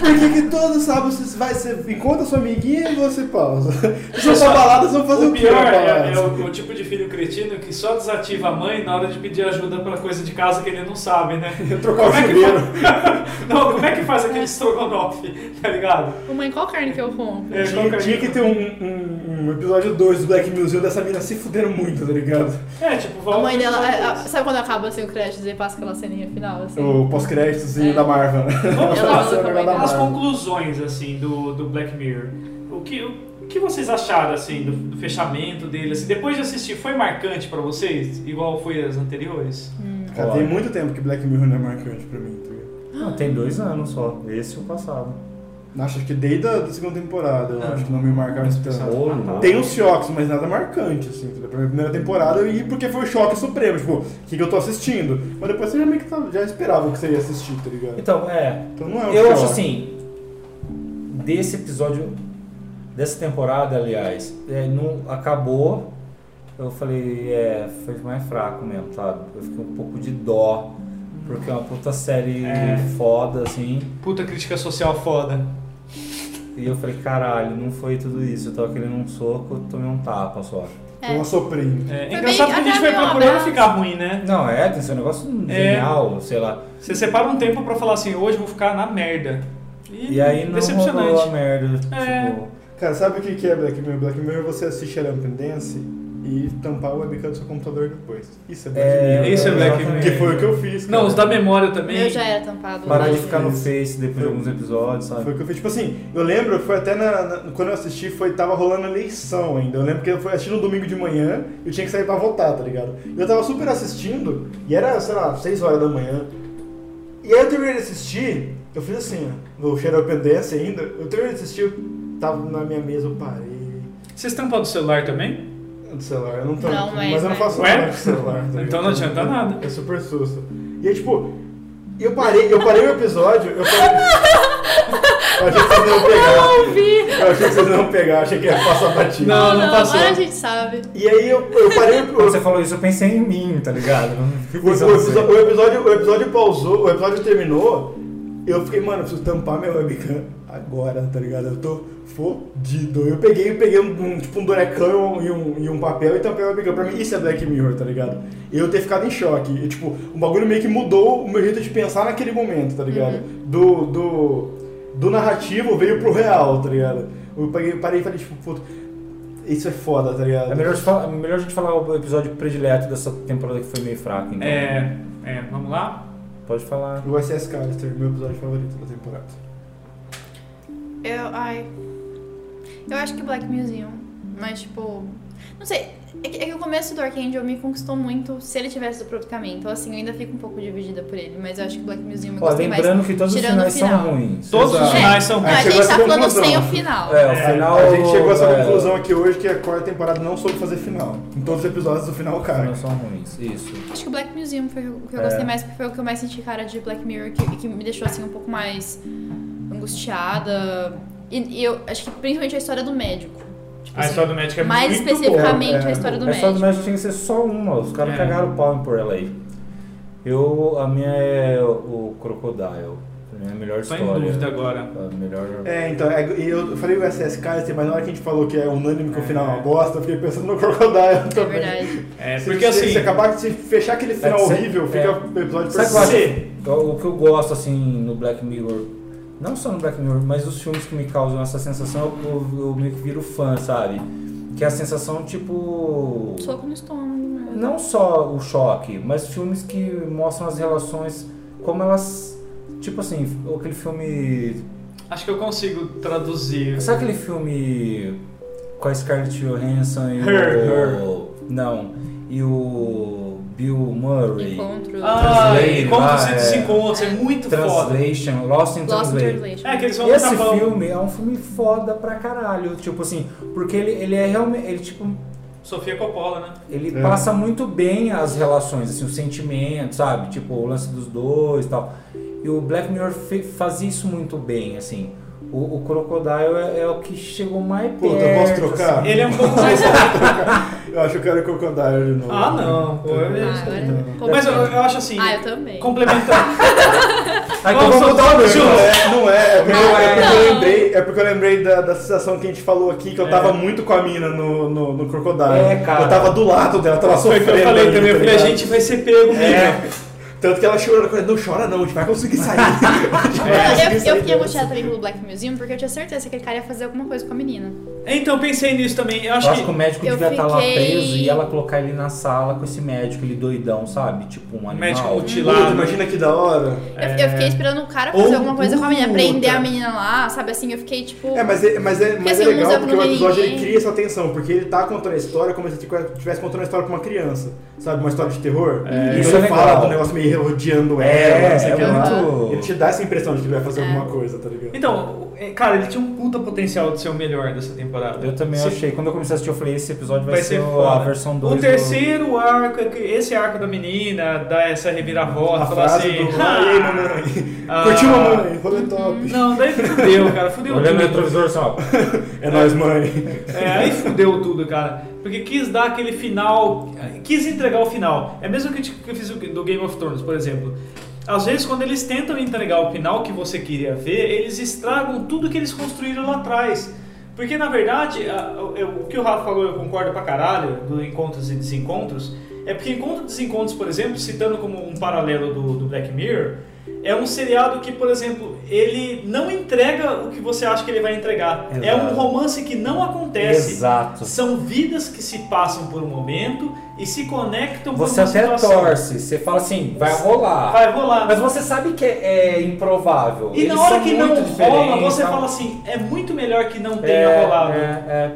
S3: Por que que todo sábado você vai, você encontra sua amiguinha e você pausa? Se você
S2: Só-
S3: tá balada, você vai fazer o,
S2: O
S3: quê
S2: pior
S3: na balada?
S2: é, é o, o tipo de filho cretino que só desativa a mãe na hora de pedir ajuda pra coisa de casa que ele não sabe, né?
S3: Trocar o
S2: Como é que
S3: chuveiro.
S2: faz- não, como é que faz aquele estrogonofe, tá ligado?
S7: Mãe, qual carne que eu compro?
S2: É,
S3: Tinha,
S2: qual que
S3: tinha
S2: é,
S3: que ter um, um- um episódio 2 do Black Museum dessa mina se fuderam muito, tá ligado?
S2: é, tipo, volta.
S7: A mãe dela,
S2: e-
S7: a- a- sabe quando acaba assim o crédito e passa aquela ceninha final, assim?
S3: O pós-créditos e da Marvel. né?
S2: Vamos
S7: Ela
S2: lá,
S7: usa
S3: Esse é o negócio
S7: É. também.
S2: as
S3: da Marvel.
S2: conclusões, assim, do, do Black Mirror. O que, o que vocês acharam, assim, do, do fechamento dele? Assim, depois de assistir, foi marcante pra vocês? Igual foi as anteriores?
S3: Cara, tem muito tempo que Black Mirror não é marcante pra mim, tá ligado?
S5: Não, tem dois anos só. Esse e o passado.
S3: Acho que desde a da segunda temporada, eu acho que não me marcaram
S2: Uhum.
S3: tanto.
S5: Ou não.
S3: Tem uns choques, mas nada marcante, assim, tá ligado? Pra minha primeira temporada eu ia porque foi o choque supremo, tipo, o que, que eu tô assistindo? Mas depois você já meio que tá- já esperava o que você ia assistir, tá ligado?
S5: Então, é.
S3: Então não é um
S5: Eu
S3: choque.
S5: acho assim. Desse episódio. Dessa temporada, aliás. é, não, acabou. Eu falei, é. Foi mais fraco mesmo, sabe? Eu fiquei um pouco de dó. Porque é uma puta série
S2: É.
S5: foda, assim.
S2: Puta crítica social foda.
S5: E eu falei, caralho, não foi tudo isso. Eu tava querendo um soco, eu tomei um tapa só.
S3: Foi um soprinho.
S2: É,
S7: Foi
S2: engraçado
S7: bem-
S2: que a gente
S7: até
S2: vai
S7: meio
S2: procurando
S7: abraço.
S2: ficar ruim, né?
S5: Não, é, tem seu negócio genial, sei lá.
S2: Você separa um tempo pra falar assim, hoje eu vou ficar na merda.
S5: E aí não rolou a
S2: decepcionante.
S5: merda.
S2: É.
S5: Tipo,
S3: Cara, sabe o que que é Black Mirror? Black Mirror é você assistir a Dance e tampar o webcam do seu computador depois. Isso é Black
S5: É,
S3: Mirror.
S2: isso é Black
S3: Exatamente.
S2: Mirror.
S3: Que foi o que eu fiz.
S2: Não,
S3: cara.
S2: os da memória também.
S8: Eu já era tampado.
S5: parar de
S8: hoje.
S5: ficar no Face depois de alguns episódios,
S3: Foi
S5: sabe?
S3: o que eu fiz. Tipo assim, eu lembro, foi até na, na- quando eu assisti, foi, tava rolando eleição ainda. Eu lembro que eu fui assistindo no domingo de manhã e eu tinha que sair pra votar, tá ligado? E eu tava super assistindo e era, sei lá, 6 horas da manhã. E aí eu terminei de assistir, eu fiz assim, ó, no Shadow Pendência ainda. Eu terminei de assistir, eu tava na minha mesa, eu parei.
S2: Vocês tampam do celular também?
S3: do celular. Eu não tô.
S4: Não,
S3: mas, é.
S4: mas-
S3: eu não faço
S2: Ué?
S3: nada com o celular. tá
S2: Então não
S3: ligado?
S2: adianta nada.
S3: É super susto. E aí, tipo, eu parei, eu parei o episódio, eu parei. Eu achei que vocês não iam pegar. Eu achei que vocês não iam pegar, achei que ia passar batido.
S2: Não, não,
S8: Não,
S2: passou.
S8: agora a gente sabe.
S3: E aí eu, eu parei o.
S5: Quando você falou isso, eu pensei em mim, tá ligado?
S3: O, o episo- o episódio, o episódio pausou, o episódio terminou. Eu fiquei, mano, eu preciso tampar meu webcam agora, tá ligado? Eu tô fodido. Eu peguei, peguei um, um- tipo um dorecão e um, e um papel e tampei o webcam. Pra mim, isso é Black Mirror, tá ligado? Eu ter ficado em choque. E, tipo, o bagulho meio que mudou o meu jeito de pensar naquele momento, tá ligado? Do, do, do narrativo veio pro real, tá ligado? Eu peguei, parei e falei, tipo, puto, isso é foda, tá ligado?
S5: É melhor, a gente falar- é melhor a gente falar o episódio predileto dessa temporada que foi meio fraco, então.
S2: É, é, vamos lá.
S5: Pode falar.
S3: O SS Callister, meu episódio favorito da temporada.
S4: Eu, ai. Eu acho que Black Museum. Mas, tipo. Não sei. É que, é que o começo do Archangel me conquistou muito se ele tivesse do próprio caminho. Então, assim, eu ainda fico um pouco dividida por ele. Mas eu acho que Black Museum eu
S5: Ó,
S4: gostei mais.
S5: lembrando que todos os
S4: tirando
S5: finais
S4: o final.
S5: são ruins.
S2: Todos os
S3: Exato.
S2: finais são
S3: É.
S4: Mas a
S3: chegou
S4: gente
S3: a
S4: tá
S3: essa
S4: falando
S3: conclusão.
S4: sem o final.
S5: É, o
S2: É,
S5: final.
S3: A gente chegou a essa
S5: é,
S3: conclusão aqui hoje que a quarta temporada não soube fazer final. Em todos os episódios o final
S5: Os
S3: cai.
S5: finais são ruins, isso.
S4: Acho que o Black Museum foi o que eu
S5: É.
S4: gostei mais, porque foi o que eu mais senti cara de Black Mirror, que, que me deixou assim um pouco mais angustiada. E, e eu acho que principalmente a história do médico. Tipo,
S2: A
S4: assim,
S2: história do médico é
S4: mais
S2: muito
S4: especificamente
S3: boa, é.
S4: a história do
S5: Essa
S4: médico.
S5: do México tinha que ser só uma, os caras
S2: É.
S5: cagaram o pau em pôr ela aí. Eu, a minha é o Crocodile. Pra mim é a melhor
S2: Tô
S5: história.
S2: em dúvida agora.
S5: A melhor.
S3: É, então, é, e eu falei o SS Callister, assim, mas na hora que a gente falou que é unânime que o final é uma bosta, eu fiquei pensando no Crocodile
S4: É
S3: também.
S4: verdade.
S2: É,
S3: Se-
S2: porque
S3: se,
S2: assim.
S3: Se acabar, se fechar aquele final
S5: É, se-
S3: horrível, fica
S5: é.
S3: o episódio
S5: Sabe
S3: perdido.
S5: o que eu
S2: Sim.
S5: acho- o que eu gosto assim no Black Mirror? Não só no Black Mirror, mas os filmes que me causam essa sensação, eu, eu meio que viro fã, sabe? Que é a sensação tipo.
S4: Um Soco no estômago. né?
S5: Não só o choque, mas filmes que mostram as relações, como elas. Tipo assim, aquele filme
S2: Acho que eu consigo traduzir.
S5: Sabe aquele filme com a Scarlett Johansson e
S2: Her,
S5: o... Não, e o Bill Murray.
S4: Encontro.
S2: Ah,
S5: Translate,
S2: encontros
S5: lá,
S2: e
S5: é.
S2: desencontros, é muito foda.
S5: Translation, Lost in
S4: Lost in
S5: Translation.
S4: Translation.
S2: É, que eles vão
S5: Esse
S2: pra-
S5: filme é um filme foda pra caralho, tipo assim, porque ele, ele é realmente, ele tipo,
S2: Sofia Coppola, né?
S5: ele
S3: É.
S5: passa muito bem as relações, assim, os sentimentos, sabe? Tipo, o lance dos dois e tal. E o Black Mirror fe- faz isso muito bem, assim. O, o Crocodile é, é o que chegou mais perto.
S3: Puta, eu posso trocar?
S5: assim.
S2: Ele é um pouco mais.
S4: Ah,
S3: Eu acho que eu quero o Crocodile de novo.
S2: ah, não.
S5: é
S2: pô, eu-
S4: Ah, agora-
S2: Mas eu, eu acho assim,
S4: Ah, eu também.
S2: complementando.
S5: Ah,
S2: Vamos
S5: então vamos
S2: soltar
S5: mudar o
S2: o
S5: meu.
S3: Não
S2: Júlio.
S3: é, não é. É porque,
S5: Não
S3: é
S5: é.
S3: porque eu lembrei, é porque eu lembrei da, da sensação que a gente falou aqui, que eu tava
S2: É.
S3: muito com a mina no, no, no Crocodile.
S5: É, cara.
S3: Eu tava do lado dela, tava
S2: Foi o
S3: sofrendo.
S2: que eu falei
S3: ali,
S2: também, eu
S3: tá
S2: falei, a
S3: ligado?
S2: gente vai ser pego mesmo.
S3: É. Tanto que ela chorou, ela não chora não, a gente vai conseguir sair. A gente
S2: É,
S3: vai
S4: Não,
S3: conseguir
S4: eu, eu
S3: sair
S4: fiquei
S3: dessa.
S4: angustiada também pelo Black Museum porque eu tinha certeza que aquele cara ia fazer alguma coisa com a menina.
S2: Então pensei nisso também. Eu
S5: Eu
S2: acho
S5: acho que o
S2: que
S5: médico
S4: eu
S5: devia estar lá
S4: fiquei-
S5: preso e ela colocar ele na sala com esse médico, ele doidão, sabe? Tipo um animal.
S2: médico
S3: Puta,
S2: mutilado.
S3: imagina que da hora.
S4: Eu, eu
S3: É.
S4: fiquei esperando o cara fazer
S2: Ou
S4: alguma coisa com a menina,
S2: puta.
S4: prender a menina lá, sabe? Assim, eu fiquei tipo.
S3: É, mas é, mas é, mas é
S4: assim, o
S3: legal
S4: museu
S3: porque o
S4: não tem
S3: episódio ele
S4: ninguém.
S3: cria essa tensão, porque ele tá contando a história como se ele estivesse contando a história pra uma criança, sabe? Uma história de terror.
S5: É,
S3: E
S5: isso
S3: ele
S5: é
S3: fala
S5: legal.
S3: do negócio meio rodeando ela,
S5: É,
S3: não sei o
S5: é
S3: que lá.
S5: muito-
S3: Ele te dá essa impressão de que ele vai fazer alguma coisa, tá ligado?
S2: Então, é, cara, ele tinha um puta potencial de ser o melhor dessa temporada.
S5: Eu também
S2: Se-
S5: achei. Quando eu comecei a assistir, eu falei, esse episódio vai,
S2: Vai ser
S5: o-
S2: foda.
S5: a versão 2.
S2: O terceiro arco, é que- esse arco da menina, dá essa reviravolta,
S3: a
S2: falar
S3: frase
S2: assim.
S3: do
S2: "Ah,
S3: "Ah, ei, mamãe,
S2: Ah.
S3: curtiu mamãe, rolê top.
S2: Não, daí fudeu, cara. Fudeu
S5: Olhando no
S2: tudo.
S5: retrovisor assim, ó.
S3: É nóis, mãe.
S2: É, aí fudeu tudo, cara. Porque quis dar aquele final. Quis entregar o final. É mesmo que eu te- que eu fiz o- do Game of Thrones, por exemplo. Às vezes, quando eles tentam entregar o final que você queria ver, eles estragam tudo que eles construíram lá atrás. Porque, na verdade, a- o- eu- o que o Rafa falou, eu concordo pra caralho, do Encontros e Desencontros, é porque Encontros e Desencontros, por exemplo, citando como um paralelo do, do Black Mirror, É um seriado que, por exemplo, ele não entrega o que você acha que ele vai entregar. É
S5: Exato.
S2: um romance que não acontece.
S5: Exato.
S2: São vidas que se passam por um momento e se conectam por
S5: Você
S2: uma
S5: até
S2: situação.
S5: torce, você fala assim, vai rolar.
S2: Vai rolar.
S5: Mas você sabe que é, é improvável.
S2: E
S5: Eles
S2: na hora
S5: são
S2: que não
S5: muito
S2: rola,
S5: diferentes,
S2: você
S5: tá?
S2: fala assim, é muito melhor que não tenha
S5: é,
S2: rolado.
S5: é,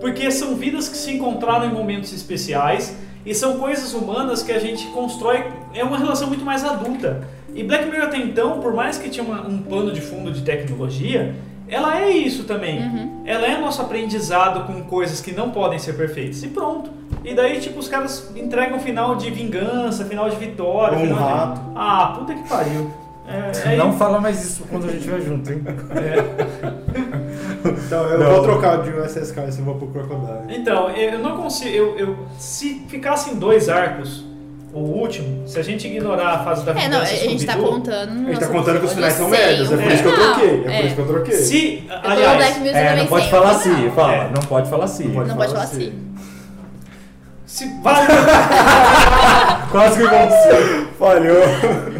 S2: Porque são vidas que se encontraram em momentos especiais e são coisas humanas que a gente constrói. É uma relação muito mais adulta. E Black Mirror até então, por mais que tinha uma- um pano de fundo de tecnologia, ela é isso também. Ela é nosso aprendizado com coisas que não podem ser perfeitas. E pronto. E daí, tipo, os caras entregam final de vingança, final de vitória.
S3: Um
S2: final de-
S3: rato.
S2: Ah, puta que pariu. É,
S5: é.
S2: é
S5: Não fala mais isso quando a gente vai junto, hein?
S3: Então eu
S5: Não.
S3: vou trocar de USS Callister e vou pro Crocodile.
S2: Então, eu não consigo. Eu, eu- se ficassem dois arcos, o último, se a gente ignorar a fase da
S4: É, não, a
S2: vingança
S4: gente tá
S2: Scooby-Doo,
S4: contando.
S3: A gente tá
S4: nossa-
S3: contando que os finais são
S4: eu sei,
S3: médios, é por
S2: é.
S3: isso que eu
S4: Não,
S3: troquei. É
S4: um é.
S3: por isso que eu troquei.
S2: Se,
S4: Eu tô no
S2: aliás,
S4: Black Mirror
S5: É,
S4: também
S5: não pode
S4: sei,
S5: falar
S4: eu vou
S5: assim, fala.
S2: É.
S5: Não pode falar assim.
S4: Não pode falar assim.
S2: se vale.
S5: Quase que aconteceu.
S3: Falhou.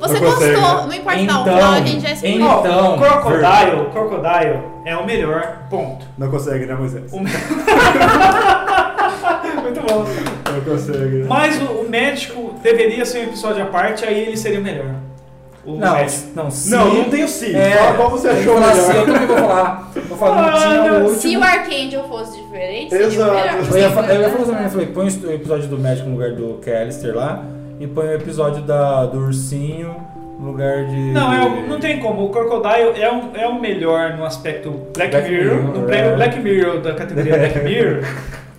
S8: Você
S3: Não consegue,
S8: gostou,
S3: né?
S8: não importa
S5: Então,
S8: não, não, a gente já explicou.
S5: então,
S2: Crocodile, Crocodile é o melhor. Ponto.
S3: Não consegue, né, Moisés?
S2: O- Muito bom.
S3: Não consegue. né?
S2: Mas o, o médico deveria ser um episódio à parte, aí ele seria o melhor. O
S5: Não,
S2: médico.
S5: não, se...
S3: Não, não tem o sim.
S5: É,
S3: Fala qual você
S5: eu vou
S3: achou
S5: falar
S3: melhor.
S5: assim, eu também vou falar. Vou
S2: Ah,
S5: falar, não tinha
S2: Olha,
S5: o
S6: Se
S5: último.
S6: o Archangel fosse diferente, seria o
S3: Exato.
S6: melhor.
S5: Eu ia, fa- eu ia falar também, eu falei, põe o episódio do médico no lugar do Callister lá e põe o episódio da, do ursinho no lugar de.
S2: Não, é o- não tem como. O Crocodile é o, é o melhor no aspecto Black,
S5: Black
S2: Mirror, no
S5: Mirror,
S2: prêmio
S5: é.
S2: Black Mirror da categoria Black Mirror,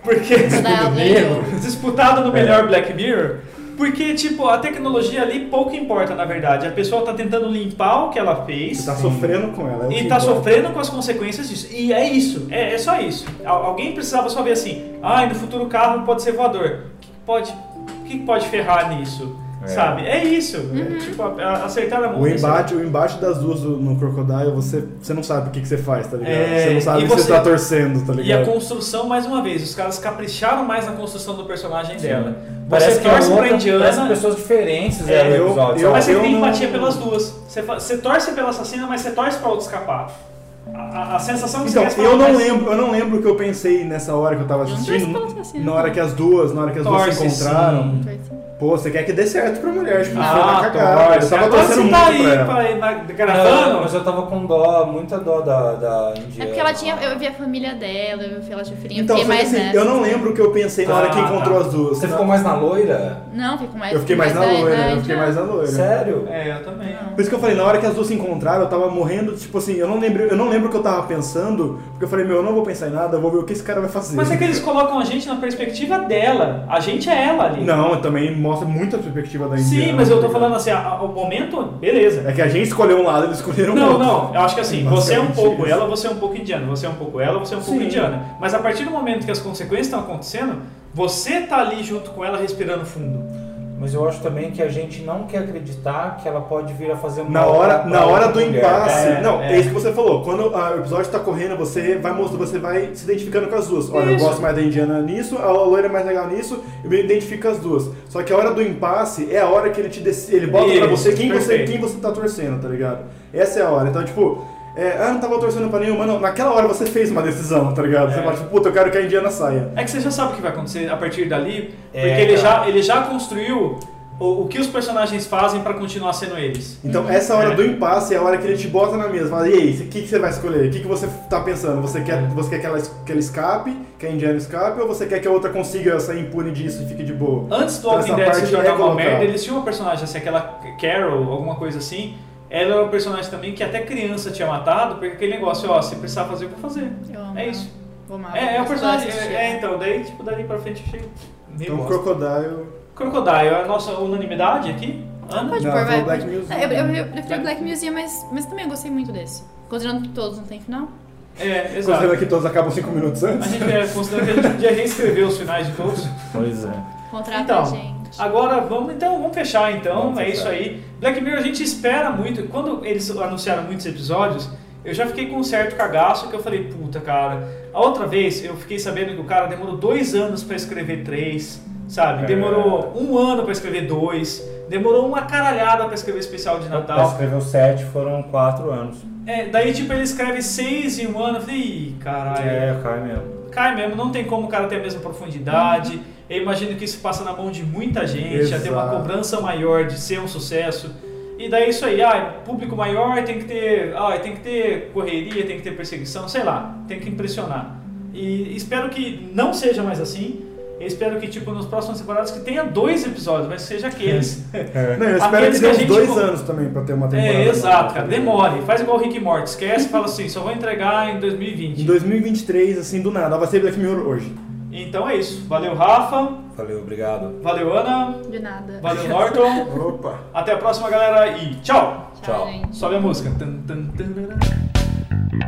S2: porque
S4: Crocodile ganhou.
S2: disputado no
S5: É.
S2: melhor Black Mirror, porque tipo a tecnologia ali pouco importa na verdade. A pessoa tá tentando limpar o que ela fez.
S3: Você tá sofrendo com ela. é o
S2: E
S3: que
S2: tá
S3: importa.
S2: sofrendo com as consequências disso. E é isso, é, é só isso. Al- alguém precisava só ver assim, ah, no futuro o carro pode ser voador. O que que pode, o que que pode ferrar nisso?
S5: É.
S2: Sabe? É isso. É, tipo, a- a- acertar a mão.
S3: O embate, o embate das duas do- no Crocodile, você, você não sabe o que, que você faz, tá ligado?
S2: É,
S3: você não sabe
S2: e
S3: o que você
S2: você-
S3: tá torcendo, tá
S2: E a
S3: ligado?
S2: construção, mais uma vez, os caras capricharam mais na construção do personagem dela.
S5: Parece
S2: Você
S5: que é
S2: torce pra
S5: outra, parece
S2: Indiana,
S5: pessoas diferentes
S2: É,
S5: é, no
S3: eu-
S5: episódio.
S3: eu-
S2: mas você
S3: eu
S2: tem
S3: não-
S2: empatia pelas duas. Você, fa- você torce pela assassina, mas você torce pra outra escapar. A, a- a sensação que
S3: Então,
S2: você é
S3: eu não lembro, eu não lembro o que eu pensei nessa hora que eu tava assistindo. Na hora que as duas, na hora que as duas se
S2: assim, né? Torce, sim.
S3: encontraram. Pô, você quer que dê certo pra mulher, tipo, você
S2: Ah,
S3: vai cagar. Eu
S2: torce.
S3: tava
S2: Agora
S3: torcendo
S2: você
S3: muito
S2: tá aí
S3: pra ela.
S2: pra ir na-
S5: Não,
S2: tá gravando.
S5: mas eu tava com dó, muita dó da, da Indiana.
S4: É porque ela tinha. Eu vi a família dela, eu vi ela tinha filhinha,
S3: Então,
S4: eu
S3: só
S4: fiquei
S3: que
S4: mais
S3: assim,
S4: nessa.
S3: eu não lembro o que eu pensei na hora que
S2: Ah,
S3: encontrou
S2: tá.
S3: as duas.
S5: Você ficou mais na loira?
S4: Não, fiquei mais.
S3: Eu fiquei mais na
S4: velha,
S3: loira,
S4: né?
S3: eu fiquei mais na loira.
S5: Sério?
S2: É, eu também.
S3: Por isso que eu falei, na hora que as duas se encontraram, eu tava morrendo, tipo assim, eu não lembro, eu não lembro o que eu tava pensando, porque eu falei, meu, eu não vou pensar em nada, eu vou ver o que esse cara vai fazer.
S2: Mas é que eles colocam a gente na perspectiva dela. A gente é ela ali.
S3: Não, também mostra muito a perspectiva da Indiana.
S2: Sim, mas eu tô
S3: tá ligado?
S2: falando assim, a- a- o momento, beleza.
S3: É que a gente escolheu um lado, eles escolheram
S2: Não,
S3: outro.
S2: não, eu acho que assim, você é um
S3: Basicamente
S2: pouco
S3: isso.
S2: ela, você é um pouco indiana, você é um pouco ela, você é um pouco
S3: Sim.
S2: indiana. Mas a partir do momento que as consequências estão acontecendo, você tá ali junto com ela respirando fundo.
S5: Mas eu acho também que a gente não quer acreditar que ela pode vir a fazer uma
S3: Na hora,
S5: obra
S3: na
S5: pra
S3: hora do
S5: outra mulher.
S3: impasse.
S2: É,
S3: não, é.
S2: é.
S3: isso que você falou. Quando ah, o episódio tá correndo, você vai mostrando, você vai se identificando com as duas. Olha,
S2: Isso.
S3: eu gosto mais da Indiana nisso, a loira é mais legal nisso, eu me identifico com as duas. Só que a hora do impasse é a hora que ele te decide, ele bota pra
S2: Isso,
S3: você quem, você
S2: perfeito.
S3: quem você tá torcendo, tá ligado? Essa é a hora. Então, tipo, é, ah, não tava torcendo pra nenhuma, não. Naquela hora você fez uma decisão, tá ligado? Você
S2: É.
S3: fala, tipo, puta, eu quero que a Indiana saia.
S2: É que você já sabe o que vai acontecer a partir dali, porque
S5: É,
S2: ele,
S5: cara.
S2: já, ele já construiu o, o que os personagens fazem pra continuar sendo eles.
S3: Então, essa hora
S2: É.
S3: do impasse é a hora que ele te bota na mesa. Fala, e aí, o que, que você vai escolher? O que, que você tá pensando? Você
S2: É.
S3: quer, você quer que, ela, es- que ela escape, que a Indiana escape, ou você quer que a outra consiga sair impune disso e fique de boa?
S2: Antes do
S3: Então,
S2: Walking
S3: essa
S2: Dead se
S3: parte
S2: tornar
S3: é
S2: uma
S3: colocada.
S2: merda, eles tinham uma personagem assim, aquela Carol, alguma coisa assim. Ela era um personagem também que até criança tinha matado, porque aquele negócio, ó, se precisar fazer, eu vou fazer.
S4: Eu amo
S2: É isso.
S4: Vou amar.
S2: É, é o
S4: Eu
S2: personagem.
S4: gosto de
S2: É,
S4: assistir.
S2: é, então, daí, tipo, dali pra frente achei.
S3: Então,
S2: Então, cro
S3: Crocodile.
S2: Crocodile, é a nossa unanimidade aqui? Ana?
S4: Pode
S3: Não,
S4: pôr,
S3: foi
S4: vai.
S3: o Black Museum.
S4: É, Eu, eu, eu prefiro Black Museum, mas, mas também eu gostei muito desse. Considerando que todos não tem final.
S2: É,
S3: Considerando
S2: exato.
S3: que todos acabam 5 minutos
S2: A
S3: antes.
S2: gente é, considera que a gente podia reescrever os finais de todos.
S5: Pois é.
S4: Contrata
S2: Então,
S4: a gente.
S2: Agora vamos então, vamos fechar então,
S5: Vamos
S2: é
S5: fechar.
S2: isso aí. Black Mirror a gente espera muito, quando eles anunciaram muitos episódios, eu já fiquei com um certo cagaço que eu falei, puta cara, a outra vez eu fiquei sabendo que o cara demorou dois anos pra escrever três, sabe?
S5: É.
S2: Demorou um ano pra escrever dois, demorou uma caralhada pra escrever especial de
S5: Ela
S2: Natal.
S5: escreveu sete, foram quatro anos.
S2: É, daí, tipo, ele escreve seis em um ano, eu falei, ih, caralho.
S5: É, cai mesmo.
S2: Cai mesmo, não tem como o cara ter a mesma profundidade. Eu imagino que isso passa na mão de muita gente, já tem uma
S3: Exato.
S2: cobrança maior de ser um sucesso. E daí isso aí, ah, público maior tem que ter, ah, tem que ter correria, tem que ter perseguição, sei lá, tem que impressionar. E espero que não seja mais assim. Eu espero que tipo nos próximos temporadas que tenha dois episódios, mas que seja aqueles.
S3: Não, eu espero
S2: Aqueles que
S3: que
S2: a
S3: dê uns
S2: gente
S3: dois
S2: com-
S3: anos também pra ter uma temporada.
S2: é,
S3: nova. né?
S2: exato, cara, demore. Faz igual o Rick e Morty, esquece, fala assim, só vou entregar em
S3: Em
S2: 2020.
S3: 2023, assim, do nada. Ela vai ser Black Mirror hoje.
S2: Então é isso. Valeu, Rafa.
S5: Valeu, obrigado.
S2: Valeu, Ana.
S4: De nada.
S2: Valeu, Norton.
S3: Opa!
S2: Até a próxima, galera, e tchau!
S5: Tchau.
S4: gente.
S2: Sobe a música. Tan, tan, tarará.